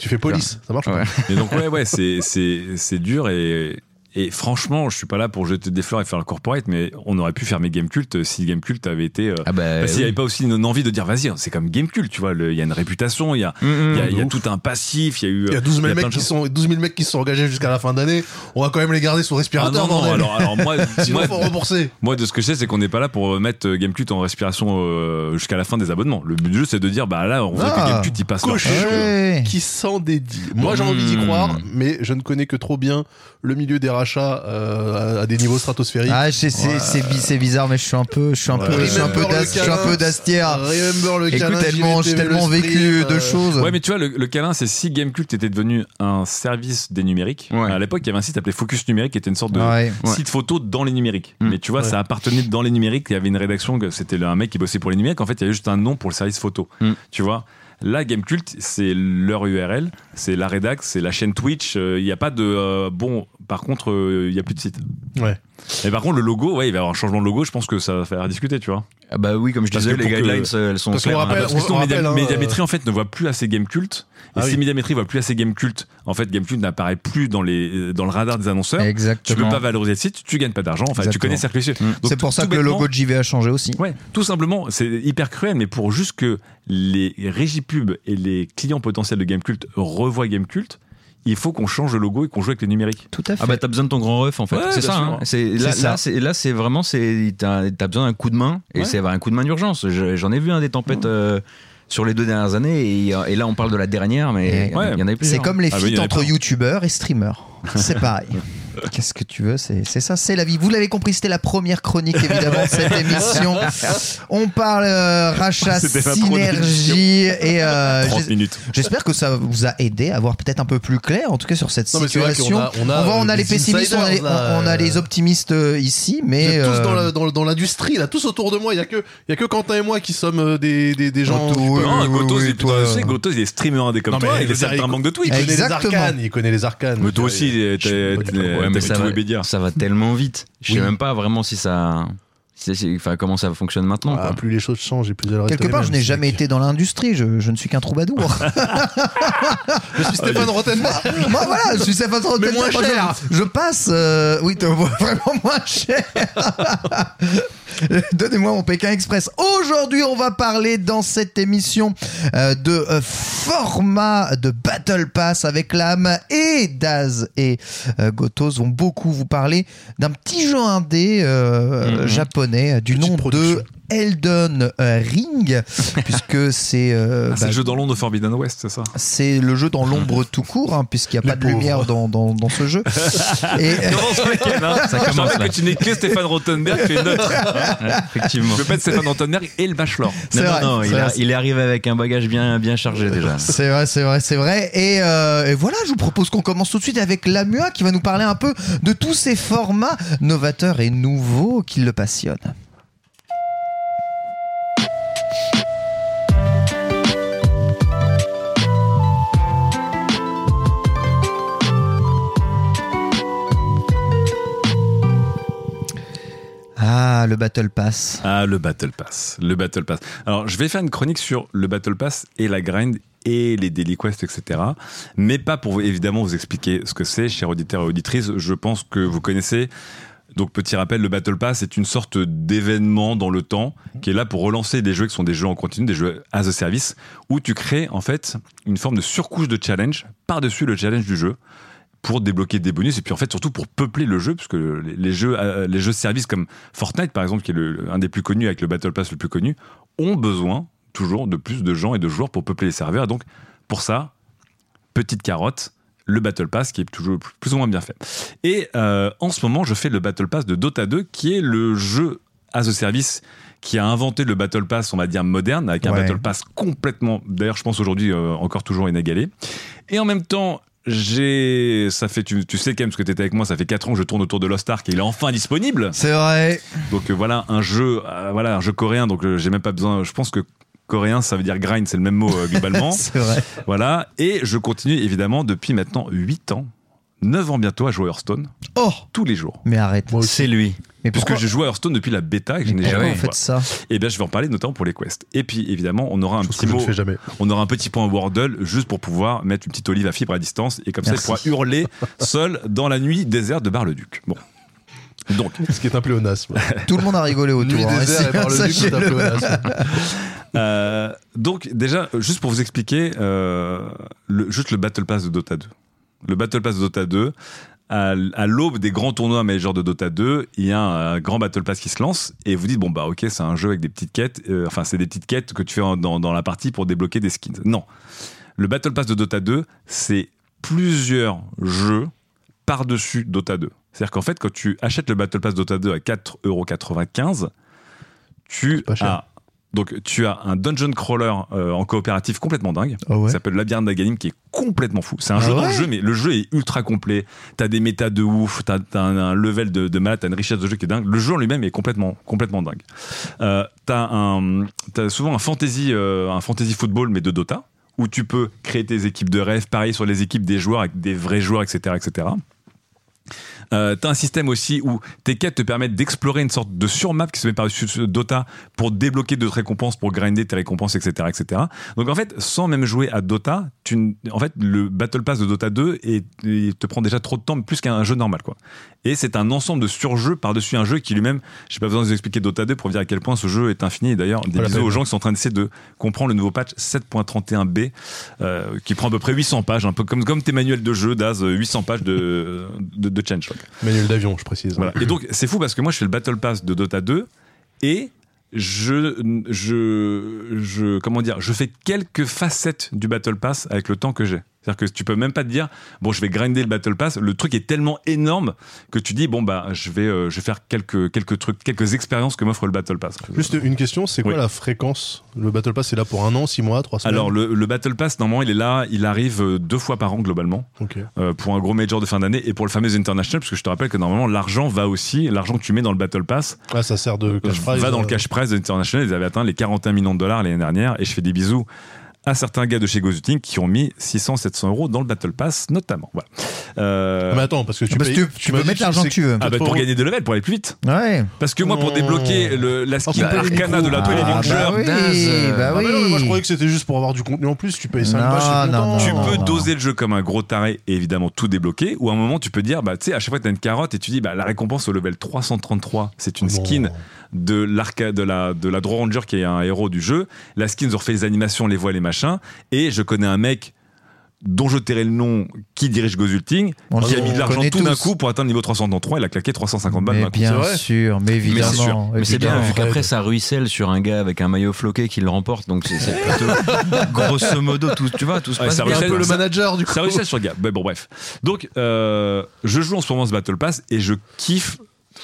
Tu fais police, ça marche. ou pas
Ouais.
Et donc ouais, ouais, c'est c'est c'est dur et et franchement, je suis pas là pour jeter des fleurs et faire le corporate, mais on aurait pu faire mes game cultes si game culte avait été. euh,
ah bah,
bah, S'il
oui.
n'y avait pas aussi une, une envie de dire, vas-y, hein, c'est comme game cult, tu vois, le- il y a une réputation, il y a,
Mm, mm.
il y a, il y a
de ouf.
tout un passif, il y a eu.
Il y a 12 000,
plein
mecs
de
qui
choses.
sont, 12 000 mecs qui se sont engagés jusqu'à la fin d'année. On va quand même les garder sous
Ah
respirateur.
non, non,
bordel.
alors, alors moi,
Sinon,
moi,
faut rembourser.
moi, de ce que je sais, c'est qu'on n'est pas là pour mettre euh, Gamecult en respiration euh, jusqu'à la fin des abonnements. Le but du jeu, c'est de dire, bah là, on veut
Ah,
que Gamecult, il passe leur
coche.
truc.
Ouais.
Qui s'en dédie. Moi, j'ai
Hmm.
envie d'y croire, mais je ne connais que trop bien le milieu des rachats euh, à- à des niveaux stratosphériques.
Ah, je sais, c'est- c'est bi- c'est bizarre, mais je suis un peu, je suis un peu, je suis un peu
Remember
d'as-
le euh,
je suis un peu
câlin.
d'astière.
Ah, Remember le
Écoute,
câlin,
tellement,
JVT,
j'ai
le
tellement
strip,
vécu
euh,
de choses.
Ouais, mais tu vois, le, le câlin, c'est si Gamecult était devenu un service des numériques.
Ouais.
À l'époque, il y avait un site appelé Focus Numérique qui était une sorte de
Ouais.
Ouais.
site photo dans les numériques.
Mm.
Mais tu vois,
Ouais.
ça appartenait dans les numériques. Il y avait une rédaction, que c'était le- un mec qui bossait pour les numériques. En fait, il y avait juste un nom pour le service photo.
Mm.
Tu vois Là, Game Cult, c'est leur URL, c'est la rédac, c'est la chaîne Twitch. Il n'y a pas de. euh, bon, par contre, euh, il y n'y a plus de site.
Ouais.
Et par contre, le logo, ouais, il va y avoir un changement de logo. Je pense que ça va faire discuter, tu vois.
Ah bah oui, comme je
Parce
disais,
que
les
pour que-
guidelines, euh, elles sont
parce qu'on
claires. hein.
rappelle-
Parce que
on-
sinon,
on
Média-
rappelle, hein,
euh,
Médiamétrie, en fait, ne voit plus assez Game Cult. Et
Ah
si
oui.
Médiamétrie ne voit plus assez Game Cult, en fait, Game Cult n'apparaît plus dans, les, euh, dans le radar des annonceurs. Tu
Exactement.
peux pas valoriser le site, tu gagnes pas d'argent. Enfin, tu
Exactement.
connais Cercle Vicieux.
Mm.
Donc,
C'est pour
tout-
ça
tout
que le
bêtement-
logo de JV a changé aussi.
Ouais, tout simplement, c'est hyper cruel, mais pour juste que les régies pubs et les clients potentiels de Gamecult revoient Gamecult, il faut qu'on change le logo et qu'on joue avec les numériques.
Tout à fait.
Ah bah t'as besoin de ton grand ref en fait.
Ouais,
c'est
bien
ça.
sûr.
hein. C'est là,
C'est ça.
là, c'est là c'est vraiment c'est t'as t'as besoin d'un coup de main et
Ouais.
c'est un coup de main d'urgence. Je- J'en ai vu un des tempêtes euh, sur les deux dernières années et, et là on parle de la dernière mais il
Ouais.
y en avait
c'est
plusieurs.
comme les
Ah bah, il y
feats
en a
entre
plein.
youtubeurs et streamers. C'est pareil. Qu'est-ce que tu veux C'est c'est ça, c'est la vie. Vous l'avez compris, c'était la première chronique évidemment de cette émission. On parle euh, rachat,
C'était la première
synergie et euh,
30
j'ai-
minutes.
J'espère que ça vous a aidé à voir peut-être un peu plus clair, en tout cas sur cette
Non, mais c'est vrai
situation.
qu'on a- on a,
voit, on a
euh,
les
des
pessimistes, on a les,
insiders, là,
on- on a
euh,
les optimistes euh, ici,
Vous
mais
êtes tous dans
euh,
la- dans le- dans l'industrie, là, tous autour de moi. Il y a que, il y a que Quentin et moi qui sommes euh, des, des, des gens.
Autour,
qui peuvent-
oui,
Non, Gotos,
oui,
il est-
toi,
tu sais, Gotos, il est streamer indé comme
Non, mais
toi, il
je veux
est
dire,
certain
il-
manque de
Il
tweets.
connaît les
Exactement.
arcanes. Il connaît les arcanes.
Mais toi aussi, t'es- t'es
pas du tout.
t'es-
Ouais, mais
t'as
ça,
tout
va,
Webedia.
ça va tellement vite. Je sais
Oui.
même pas vraiment si ça. si- si- Enfin, comment ça fonctionne maintenant.
Ah,
quoi.
plus les choses changent et plus elles restent
quelque
les
part, je
mêmes,
n'ai
c'est
jamais
clair.
été dans l'industrie, je, je ne suis qu'un troubadour.
Je suis Stéphane Rothenberg.
Moi, voilà, je suis Stéphane Trottel.
Ah. Mais moins
Moi, je-
cher.
Je, passe, euh, oui, t'as- vraiment moins cher. Donnez-moi mon Pékin Express. Aujourd'hui, on va parler dans cette émission euh, de euh, format de Battle Pass avec l'âme et Daz et euh, Gotos vont beaucoup vous parler d'un petit jeu indé euh,
Mhm.
japonais euh, du
Petite
nom
production.
de Elden Ring, puisque c'est euh,
Ah, C'est
bah,
le jeu dans l'ombre de Forbidden West, c'est ça
c'est le jeu dans l'ombre tout court, hein, puisqu'il n'y a
Les
pas de lumière dans, dans, dans ce jeu. Et, euh,
Ça
Je
commence
rappelle
là.
que tu n'es que Stéphane Rottenberg, tu es neutre.
Effectivement.
bah. Je peux pas être Stéphane Rottenberg et le Bachelor.
C'est
non,
vrai,
non, non,
c'est
il,
vrai,
a-
c'est-
il est arrivé avec un bagage bien, bien chargé déjà.
c'est vrai, c'est vrai, c'est vrai. Et, euh, et voilà, je vous propose qu'on commence tout de suite avec Lamua qui va nous parler un peu de tous ces formats novateurs et nouveaux qui le passionnent. Ah, le Battle Pass.
Ah, le Battle Pass. Le Battle Pass. Alors, je vais faire une chronique sur le Battle Pass et la grind et les daily quests, etc. Mais pas pour vous- évidemment vous expliquer ce que c'est, chers auditeurs et auditrices. Je pense que vous connaissez. Donc, petit rappel, le Battle Pass est une sorte d'événement dans le temps qui est là pour relancer des jeux qui sont des jeux en continu, des jeux as a service, où tu crées en fait une forme de surcouche de challenge par-dessus le challenge du jeu pour débloquer des bonus et puis en fait surtout pour peupler le jeu parce que les les jeux euh, les jeux services comme Fortnite par exemple qui est le- un des plus connus avec le Battle Pass le plus connu ont besoin toujours de plus de gens et de joueurs pour peupler les serveurs et donc pour ça petite carotte le Battle Pass qui est toujours plus ou moins bien fait et euh, en ce moment je fais le Battle Pass de Dota 2 qui est le jeu as a service qui a inventé le Battle Pass on va dire moderne avec un
Ouais.
Battle Pass complètement d'ailleurs je pense aujourd'hui euh, encore toujours inégalé et en même temps, j'ai. Ça fait, tu, tu sais quand même, parce que t'étais avec moi, ça fait 4 ans que je tourne autour de Lost Ark et il est enfin disponible.
C'est vrai.
Donc euh, voilà, un jeu, euh, voilà, un jeu coréen, donc euh, j'ai même pas besoin. Je pense que coréen, ça veut dire grind, c'est le même mot euh, globalement.
C'est vrai.
voilà. Et je continue évidemment depuis maintenant 8 ans, 9 ans bientôt à jouer à Hearthstone,
Oh
tous les jours.
Mais arrête.
C'est lui.
Mais
Parce que
pourquoi,
j'ai joué à Hearthstone depuis la bêta et que je n'ai
pourquoi
jamais
vous faites ça
Et bien, je vais en parler notamment pour les quests. Et puis, évidemment, on aura un
Chose
petit
que je ne
mot.
fais jamais.
on aura un petit point Wordle juste pour pouvoir mettre une petite olive à fibre à distance et comme
Merci.
ça il pourra hurler seul dans la nuit déserte de Bar-le-Duc. Bon. Donc,
Ce qui est un pléonasme.
Tout le monde a rigolé autour.
Nuit
hein,
désert et
c'est-
par le duc, c'est un
sachez-le.
pléonasme.
euh, donc déjà, euh, juste pour vous expliquer, euh, le- juste le Battle Pass de Dota 2. Le Battle Pass de Dota 2, à, l- à l'aube des grands tournois majors de Dota 2, il y a un, un grand Battle Pass qui se lance et vous dites, bon bah ok, c'est un jeu avec des petites quêtes, euh, enfin c'est des petites quêtes que tu fais en- dans, dans la partie pour débloquer des skins. Non. Le Battle Pass de Dota 2, c'est plusieurs jeux par-dessus Dota 2. C'est-à-dire qu'en fait, quand tu achètes le Battle Pass Dota 2 à 4,95€, tu
pas cher.
as Donc tu as un dungeon crawler euh, en coopératif complètement dingue.
Ah ouais.
Ça s'appelle Labyrinthe d'Aganim qui est complètement fou. C'est un
Ah
jeu dans
ouais
le jeu, mais le jeu est ultra complet. T'as des méta de ouf, t'as t'as un, un level de, de maths, t'as une richesse de jeu qui est dingue. Le jeu en lui-même est complètement, complètement dingue. Euh, t'as un, t'as souvent un fantasy, euh, un fantasy football mais de Dota où tu peux créer tes équipes de rêve, parier sur les équipes des joueurs avec des vrais joueurs, etc., etc. Euh, t'as un système aussi où tes quêtes te permettent d'explorer une sorte de surmap qui se met par-dessus ce Dota pour débloquer d'autres récompenses, pour grinder tes récompenses, etc., etc. Donc en fait, sans même jouer à Dota, tu, n- en fait, le Battle Pass de Dota 2 est, il te prend déjà trop de temps, plus qu'un jeu normal, quoi. Et c'est un ensemble de surjeux par-dessus un jeu qui lui-même, j'ai pas besoin de vous expliquer Dota 2 pour dire à quel point ce jeu est infini. Et d'ailleurs, des
la
bisous
peine.
aux gens qui sont en train d'essayer de comprendre le nouveau patch 7.31b euh, qui prend à peu près 800 pages, un peu comme, comme tes manuels de jeu, Daz, euh, 800 pages de, de, de change. quoi.
Manuel d'avion, je précise.
Voilà. Et donc, c'est fou parce que moi, je fais le Battle Pass de Dota 2 et je, je, je, comment dire, je fais quelques facettes du Battle Pass avec le temps que j'ai. C'est-à-dire que tu peux même pas te dire, bon, je vais grinder le Battle Pass. Le truc est tellement énorme que tu dis, bon, bah, je vais, euh, je vais faire quelques, quelques trucs, quelques expériences que m'offre le Battle Pass.
Juste une question, c'est quoi
Oui.
la fréquence Le Battle Pass est là pour un an, six mois, trois semaines
Alors, le, le Battle Pass, normalement, il est là, il arrive euh, deux fois par an globalement.
Ok.
euh, pour un gros major de fin d'année et pour le fameux international, parce que je te rappelle que normalement l'argent va aussi, l'argent que tu mets dans le Battle Pass
Ah, ça sert de cash prize.
va dans le
euh,
cash prize de l'international. Ils avaient atteint les 41 millions de dollars l'année dernière et je fais des bisous à certains gars de chez Gozuting qui ont mis 600-700 euros dans le Battle Pass notamment. Voilà. Euh,
Mais attends, parce que tu,
Ah, Parce
payes-
que tu, tu
m'as
peux
dit
mettre l'argent
c'est
que tu veux.
ah bah,
80
pour gagner des levels, pour aller plus vite.
Ouais.
Parce que moi, pour
Non.
débloquer le, la skin
bah, les
Arcana de la Tony
Ah,
Launcher,
bah oui,
Daz.
bah
Ah bah
oui.
non, moi je croyais que c'était juste pour avoir du contenu en plus, tu payes 5
Non,
balles, c'est
non,
content.
tu
non,
peux
non.
doser le jeu comme un gros taré et évidemment tout débloquer ou à un moment tu peux dire bah tu sais à chaque fois tu as une carotte et tu dis bah la récompense au level 333 c'est une
Non.
skin de l'arca de la de la Draw Ranger qui est un héros du jeu la skin ils ont refait les animations les voix les machins et je connais un mec dont je tairai le nom qui dirige Gozulting
On
qui
le-
a mis
on
de l'argent
connaît
tout d'un
tous.
coup pour atteindre le niveau 333 il a claqué 350 balles
Mais
d'un coup.
c'est
bien
vrai.
sûr, mais évidemment.
sûr.
Mais c'est bien,
évidemment.
vu qu'après ça ruisselle sur un gars avec un maillot floqué qui le remporte, donc c'est- c'est plutôt grosso modo, tout, tu vois, tout se
Ouais,
passe
ça
bien.
ruisselle,
quoi.
ça-
manager du
Ça réussit sur le gars. Mais bon, bref. Donc, euh, je joue en ce moment ce Battle Pass et je kiffe.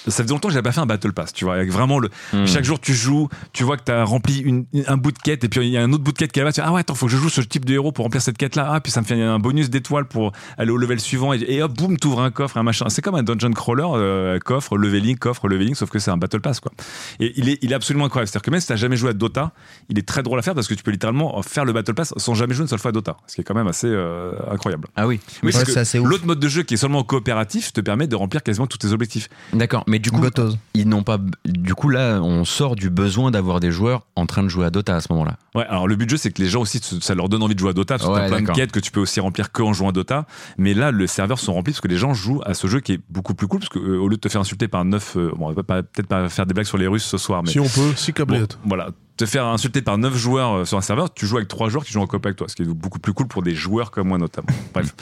Ça faisait longtemps que j'avais pas fait un Battle Pass, tu vois. Avec vraiment le.
Hmm.
Chaque jour, tu joues, tu vois que t'as rempli une, un bout de quête et puis il y a un autre bout de quête qui est là-bas. Tu dis, ah ouais, attends, faut que je joue ce type de héros pour remplir cette quête-là. Ah, puis ça me fait un bonus d'étoiles pour aller au level suivant et, et hop, boum, t'ouvres un coffre, un machin. C'est comme un dungeon crawler, euh, coffre, leveling, coffre, leveling, sauf que c'est un Battle Pass, quoi. Et il est, il est absolument incroyable. C'est-à-dire que même si t'as jamais joué à Dota, il est très drôle à faire parce que tu peux littéralement faire le Battle Pass sans jamais jouer une seule fois à Dota, ce qui est quand même assez euh, incroyable.
Ah oui,
Oui,
Ouais,
parce
c'est assez
que
ouf.
l'autre mode de jeu qui est seulement coopératif te permet de remplir quasiment tous tes objectifs.
d'accord. Mais du coup,
Gotos.
ils n'ont pas. Du coup, là, on sort du besoin d'avoir des joueurs en train de jouer à Dota à ce moment-là.
Ouais, alors le but du jeu, c'est que les gens aussi, ça leur donne envie de jouer à Dota, parce que
Ouais,
t'as plein de
d'accord.
quêtes que tu peux aussi remplir que en jouant à Dota. Mais là, les serveurs sont remplis parce que les gens jouent à ce jeu qui est beaucoup plus cool, parce que euh, au lieu de te faire insulter par un neuf, euh, bon, on va pas- peut-être pas faire des blagues sur les Russes ce soir, mais
Si on peut, si
Bon,
câblette.
voilà, te faire insulter par 9 joueurs euh, sur un serveur, tu joues avec 3 joueurs qui jouent en coop avec toi, ce qui est beaucoup plus cool pour des joueurs comme moi notamment. Bref.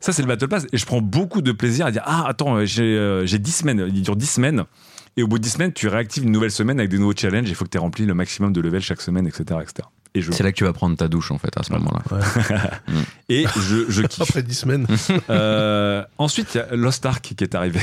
Ça, c'est le Battle Pass et je prends beaucoup de plaisir à dire Ah, attends, euh, j'ai euh, j'ai 10 semaines, il dure 10 semaines. Et au bout de 10 semaines, tu réactives une nouvelle semaine avec des nouveaux challenges. Il faut que tu aies rempli le maximum de levels chaque semaine, etc. etc. Et je,
C'est là que tu vas prendre ta douche en fait à ce moment-là.
et je, je kiffe.
Après 10 semaines.
Euh, ensuite, il y a Lost Ark qui est arrivé.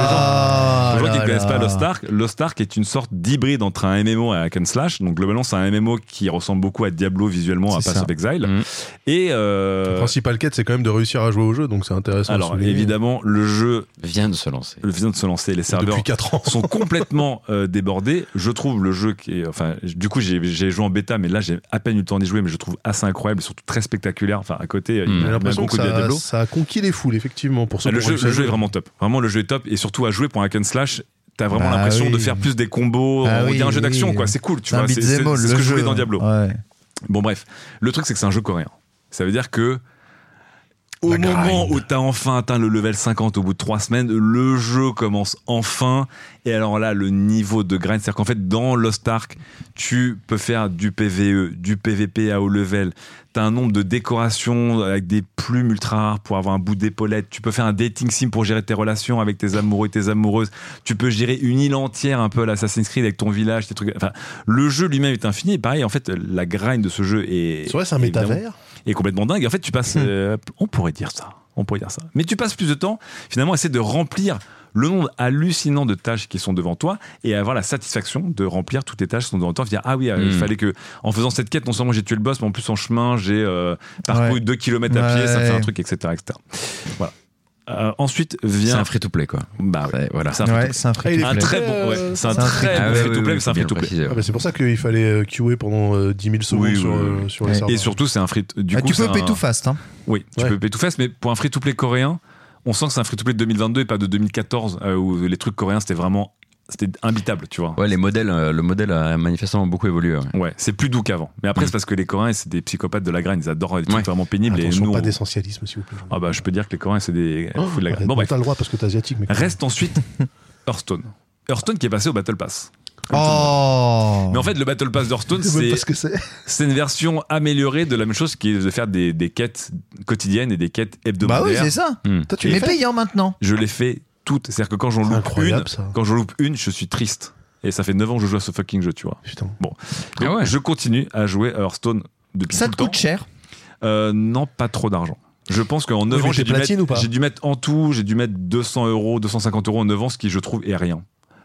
Ah,
Pour les gens qui ne
là
connaissent
là.
pas Lost Ark, Lost Ark est une sorte d'hybride entre un MMO et un hack and slash. Donc globalement, c'est un MMO qui ressemble beaucoup à Diablo visuellement, à
C'est
Pass
ça.
of Exile.
Mm.
Mhm.
Et
La
euh,
principale quête, c'est quand même de réussir à jouer au jeu, donc c'est intéressant. de
alors
souligner.
évidemment, le jeu
Vient de se lancer.
vient de se lancer, les serveurs
Depuis 4 ans.
sont complètement euh, débordés. Je trouve le jeu qui est, enfin, du coup, j'ai j'ai joué en bêta, mais là, j'ai à peine eu le temps d'y jouer, mais je le trouve assez incroyable, et surtout très spectaculaire. Enfin, à côté, il
Mhm.
met
Mm. J'ai
un
l'impression
bon
que
coup de pied à
ça,
Diablo.
ça a conquis les foules, effectivement, pour ça.
Ah, le, jeu, le jeu est vraiment top. Vraiment, le jeu est top. Et surtout, à jouer pour un hack and slash, t'as vraiment
Bah
l'impression de
oui.
faire plus des combos.
Ah
on
oui,
dirait un jeu
oui.
d'action, quoi. C'est cool, tu
C'est un
vois. C'est c'est-
beat'em all,
c'est
le
ce que je
jeu.
voulais dans Diablo.
Ouais.
Bon, bref. Le truc, c'est que c'est un jeu coréen. Ça veut dire que. Au
La
moment
grind.
où t'as enfin atteint le level 50 au bout de trois semaines, le jeu commence enfin. Et alors là, le niveau de grind, c'est-à-dire qu'en fait, dans Lost Ark, tu peux faire du PVE, du PVP à haut level. T'as un nombre de décorations avec des plumes ultra rares pour avoir un bout d'épaulette. Tu peux faire un dating sim pour gérer tes relations avec tes amoureux et tes amoureuses. Tu peux gérer une île entière un peu à l'Assassin's Creed avec ton village, tes trucs. Enfin, le jeu lui-même est infini. Et pareil, en fait, la grind de ce jeu est.
C'est vrai, c'est un
évidemment,
métavers.
est complètement dingue. En fait, tu passes. euh, on pourrait dire ça. On pourrait dire ça. Mais tu passes plus de temps, finalement, à essayer de remplir le nombre hallucinant de tâches qui sont devant toi et avoir la satisfaction de remplir toutes les tâches qui sont devant toi. Dire, ah oui, euh, il
Mm.
fallait que, en faisant cette quête, non seulement j'ai tué le boss, mais en plus en chemin, j'ai euh,
Ouais.
parcouru 2 km à pied, ça me fait
Ouais.
un truc, etc. etc. Voilà. Euh, ensuite
C'est
vient.
un free to play quoi.
Bah, ouais.
Ouais, voilà.
C'est un
Ouais, c'est un
Ah, il est
un
free-to-play.
free-to-play.
très bon, ouais. C'est un très
Ah
bon
ouais,
free to
ouais,
play,
ouais,
mais c'est un
faut bien
free to play.
préciser, ouais.
Ah bah, c'est pour ça qu'il fallait euh, queuer pendant euh, 10 000 secondes
Oui,
sur,
oui,
euh, sur les
Et
serveurs.
Et surtout, c'est un free. Du
Ah,
coup,
tu peux
c'est un-
payer tout fast. Hein.
Oui, tu
Ouais.
peux payer tout fast, mais pour un free to play coréen, on sent que c'est un free to play de 2022 et pas de 2014 euh, où les trucs coréens c'était vraiment c'était imbitable, tu vois.
Ouais, les modèles, euh, le modèle a manifestement beaucoup évolué. ouais.
Ouais, c'est plus doux qu'avant. Mais après, c'est parce que les Coréens, c'est des psychopathes de la graine. Ils adorent les trucs
Ouais.
vraiment pénibles.
Attention,
et nous,
pas
on-
d'essentialisme, s'il vous plaît.
ah bah, je peux dire que les Coréens, c'est des
Oh,
fous de la graine. Bon,
arrête,
bref.
T'as le droit parce que t'es asiatique, mais.
Reste ensuite Hearthstone. Hearthstone qui est passé au Battle Pass. Comme tout le monde.
Oh
Mais en fait, le Battle Pass d'Hearthstone,
Je sais même
c'est
pas ce que c'est.
c'est une version améliorée de la même chose qui est de faire des, des quêtes quotidiennes et des quêtes
bah
hebdomadaires.
oui, c'est ça.
Hmm.
Toi, tu
Mais
l'as fait
payant maintenant.
je les fais toutes. C'est-à-dire que quand j'en
C'est
loupe
incroyable,
une,
ça.
quand je loupe une, je suis triste. Et ça fait 9 ans que je joue à ce fucking jeu, tu vois.
Putain.
Donc,
Ah ouais.
Je continue à jouer à Hearthstone depuis
Ça te
tout le temps.
coûte cher.
Euh, non, pas trop d'argent. Je pense qu'en 9
mais
ans,
t'es
j'ai dû,
platine ou pas
mettre, j'ai dû mettre en tout, j'ai dû mettre 200 euros, 250 euros en 9 ans, ce qui, je trouve, est rien.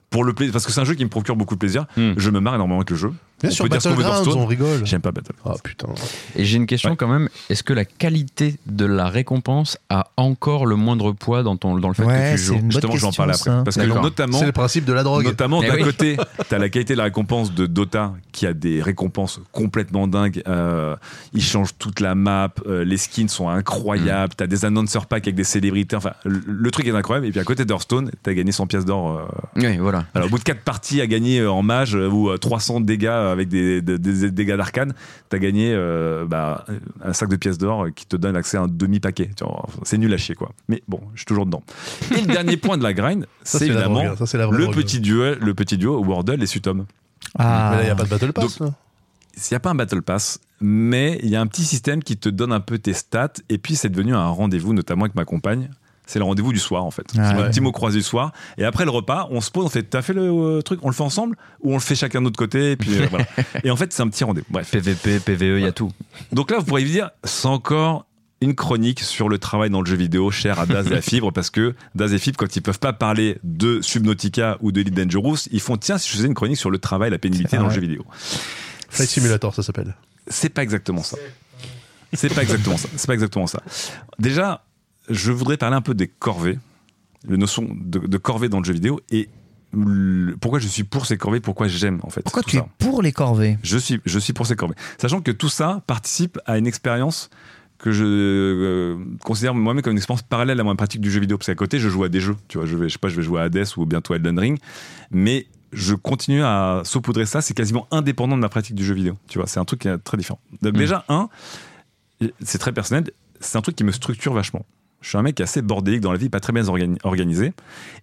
Pour le plaisir, parce que c'est un jeu qui me procure beaucoup de plaisir.
Hmm.
Je me marre énormément avec le jeu.
Bien
On
sûr,
peut dire ce qu'on veut
Battlegrounds,
d'Hearthstone.
on rigole.
J'aime pas Battle.
Ah putain.
Et j'ai une question
Ouais.
quand même. Est-ce que la qualité de la récompense a encore le moindre poids dans, ton, dans le fait
Ouais,
que tu
c'est
joues
une bonne
Justement, je vais en
question,
parler
ça.
après. Parce que,
D'accord.
notamment,
C'est le principe de la drogue.
Notamment,
Eh
d'un
oui.
côté, t'as la qualité de la récompense de Dota, qui a des récompenses complètement dingues. Euh, ils changent toute la map, euh, les skins sont incroyables, t'as des announcer packs avec des célébrités. Enfin, le, le truc est incroyable. Et puis à côté d'Hearthstone, t'as gagné 100 pièces d'or. euh,
Oui, voilà.
alors, au bout de 4 parties à gagner euh, en mage euh, ou euh, 300 dégâts avec des, des- des dégâts d'arcane, t'as gagné euh, bah, un sac de pièces d'or euh, qui te donne accès à un demi-paquet. Tu vois, enfin, C'est nul à chier, quoi. Mais bon, je suis toujours dedans. Et le dernier point de la grind,
Ça,
c'est
la
évidemment
drogue, hein. Ça, c'est la vraie
le
drogue.
petit, duel, le petit duo Wordle et Sutom.
Mais là, il n'y a
Ah.
pas de Battle Pass. là.
Il n'y a pas un Battle Pass, mais il y a un petit système qui te donne un peu tes stats. Et puis, c'est devenu un rendez-vous, notamment avec ma compagne. C'est le rendez-vous du soir, en fait.
Ah
c'est
ouais.
le petit mot croisé du soir. Et après le repas, on se pose, on fait T'as fait le euh, truc On le fait ensemble Ou on le fait chacun de notre côté Et, puis, euh, voilà. et en fait, c'est un petit rendez-vous. Bref.
PVP, PVE, E, il y a
Voilà.
tout.
Donc là, vous pourriez vous dire, c'est encore une chronique sur le travail dans le jeu vidéo cher à Daz et à Fibre, parce que Daz et Fibre, quand ils peuvent pas parler de Subnautica ou de Elite Dangerous, ils font, tiens, si je faisais une chronique sur le travail, la pénibilité
Ah
dans
ouais.
le jeu vidéo.
Flight Simulator, ça s'appelle.
C'est pas exactement ça. C'est pas exactement ça. C'est pas exactement ça. Déjà, je voudrais parler un peu des corvées, la notion de, de corvée dans le jeu vidéo et le- pourquoi je suis pour ces corvées, pourquoi j'aime en fait.
Pourquoi
tout
tu es
ça.
pour les corvées
Je suis, je suis pour ces corvées. Sachant que tout ça participe à une expérience que je euh, considère moi-même comme une expérience parallèle à ma pratique du jeu vidéo. Parce qu'à côté, je joue à des jeux. Tu vois, je, vais, je sais pas, je vais jouer à Hades ou bientôt à Elden Ring. Mais je continue à saupoudrer ça. C'est quasiment indépendant de ma pratique du jeu vidéo. Tu vois, c'est un truc qui est très différent. Donc,
Mm.
Déjà, un, c'est très personnel. C'est un truc qui me structure vachement. Je suis un mec assez bordélique dans la vie, pas très bien organi- organisé.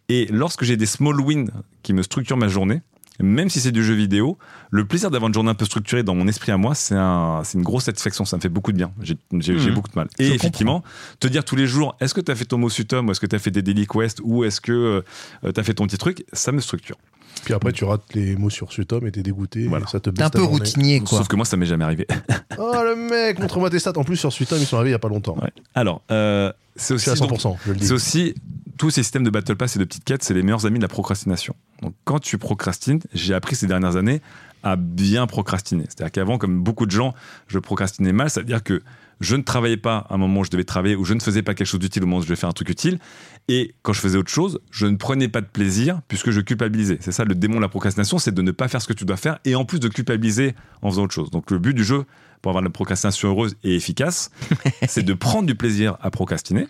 Et lorsque j'ai des small wins qui me structurent ma journée, même si c'est du jeu vidéo, le plaisir d'avoir une journée un peu structurée dans mon esprit à moi, c'est un, c'est une grosse satisfaction. Ça me fait beaucoup de bien. J'ai j'ai-
Mhm.
j'ai beaucoup de mal. Et
comprends.
effectivement, te dire tous les jours, est-ce que tu as fait ton Mosutum, ou est-ce que tu as fait des Daily Quest, ou est-ce que tu as fait ton petit truc, ça me structure.
Puis après, tu rates les mots sur ce tome et t'es dégoûté.
Voilà.
et Ça te
T'es
baisse
un
ta
peu
journée.
routinier, quoi.
Sauf que moi, ça m'est jamais arrivé.
Oh le mec, montre-moi tes stats. En plus, sur ce tome, ils sont arrivés il n'y a pas longtemps.
Ouais. Alors, euh, Ah, c'est
Je suis
aussi
à
donc,
100%, je le dis.
C'est aussi tous ces systèmes de battle pass et de petites quêtes, c'est les meilleurs amis de la procrastination. Donc quand tu procrastines, j'ai appris ces dernières années à bien procrastiner. C'est-à-dire qu'avant, comme beaucoup de gens, je procrastinais mal, c'est-à-dire que je ne travaillais pas à un moment où je devais travailler ou je ne faisais pas quelque chose d'utile au moment où je devais faire un truc utile. Et quand je faisais autre chose, je ne prenais pas de plaisir puisque je culpabilisais. C'est ça le démon de la procrastination, c'est de ne pas faire ce que tu dois faire et en plus de culpabiliser en faisant autre chose. Donc le but du jeu pour avoir une procrastination heureuse et efficace, c'est de prendre du plaisir à procrastiner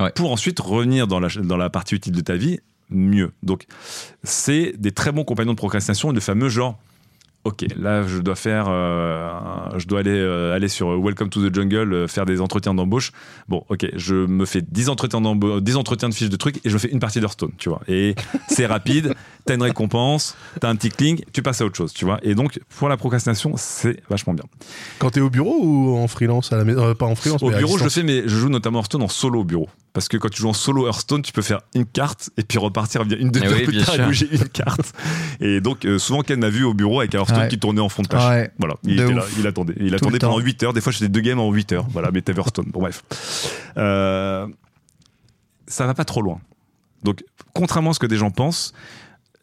Ouais.
pour ensuite revenir dans la, dans la partie utile de ta vie mieux. Donc, c'est des très bons compagnons de procrastination et de fameux genre. Ok, là je dois faire, euh, un- je dois aller euh, aller sur Welcome to the Jungle, euh, faire des entretiens d'embauche. Bon, ok, je me fais 10 entretiens d'embauche, 10 entretiens de fiches de trucs et je me fais une partie d'Hearthstone, tu vois. Et c'est rapide, t'as une récompense, t'as un petit cling, tu passes à autre chose, tu vois. Et donc pour la procrastination, c'est vachement bien.
Quand t'es au bureau ou en freelance à la maison Euh, Pas en freelance,
Au
mais à
bureau, je le
distance.
fais, mais je joue notamment Hearthstone en solo au bureau. Parce que quand tu joues en solo Hearthstone, tu peux faire une carte et puis repartir bien une demi-heure
Eh oui,
plus
bien
tard et
sûr.
bouger une carte. Et donc, euh, souvent, Ken m'a vu au bureau avec un Hearthstone
Ouais.
qui tournait en fond de tâche.
Ouais.
Voilà, il
De
était là,
ouf.
il attendait. Il
Tout
attendait
le temps.
pendant 8 heures. Des fois, je faisais deux games en 8 heures. Voilà, mais t'avais Hearthstone. Bon, bref. Euh, ça va pas trop loin. Donc, contrairement à ce que des gens pensent,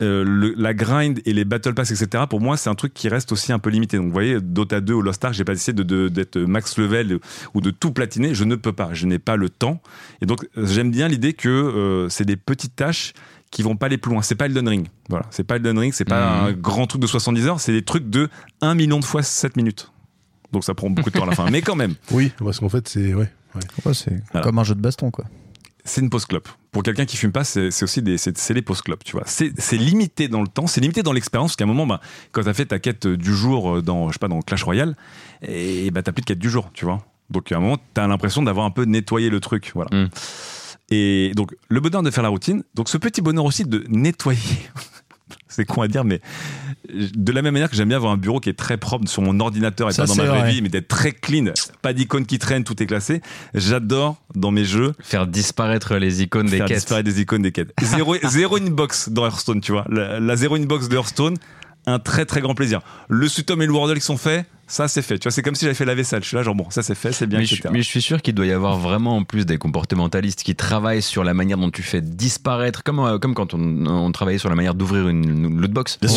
euh, le- la grind et les battle pass, etc., pour moi, c'est un truc qui reste aussi un peu limité. Donc, vous voyez, Dota 2 ou Lost Ark, j'ai pas essayé de- de- d'être max level ou de tout platiner. Je ne peux pas. Je n'ai pas le temps. Et donc, euh, j'aime bien l'idée que euh, c'est des petites tâches qui vont pas aller plus loin. C'est pas Elden Ring. Voilà. C'est pas Elden Ring. C'est pas
Mhm.
un grand truc de 70 heures. C'est des trucs de 1 million de fois 7 minutes. Donc, ça prend beaucoup de temps à la fin. Mais quand même.
Oui, parce qu'en fait, c'est. Ouais.
Ouais, c'est
Voilà.
comme un jeu de baston, quoi.
c'est une pause clope. Pour quelqu'un qui fume pas, c'est c'est aussi des, c'est c'est les pauses clopes, tu vois. C'est c'est limité dans le temps, c'est limité dans l'expérience, parce qu'à un moment, bah, quand t'as fait ta quête du jour euh, dans, je sais pas, dans Clash Royale, et bah, t'as plus de quête du jour, tu vois. Donc à un moment, t'as l'impression d'avoir un peu nettoyé le truc, voilà.
Mm.
Et donc, le bonheur de faire la routine, donc ce petit bonheur aussi de nettoyer. C'est con à dire, mais de la même manière que j'aime bien avoir un bureau qui est très propre sur mon ordinateur et
Ça,
pas dans
c'est
ma vraie
vrai.
vie, mais d'être très clean, pas d'icônes qui traînent, tout est classé. J'adore dans mes jeux
Faire disparaître les icônes des
faire
quêtes.
disparaître des icônes des quêtes. Zéro, zéro inbox dans Hearthstone, tu vois. La, la zéro inbox de Hearthstone, un très très grand plaisir. Le Sutom et le Wordle qui sont faits, ça c'est fait. Tu vois, c'est comme si j'avais fait la vaisselle. Je suis là, genre bon, ça c'est fait, c'est bien,
Mais je,
etc.
mais je suis sûr qu'il doit y avoir vraiment en plus des comportementalistes qui travaillent sur la manière dont tu fais disparaître, comme, euh, comme quand on, on travaillait sur la manière d'ouvrir une, une lootbox.
Oui,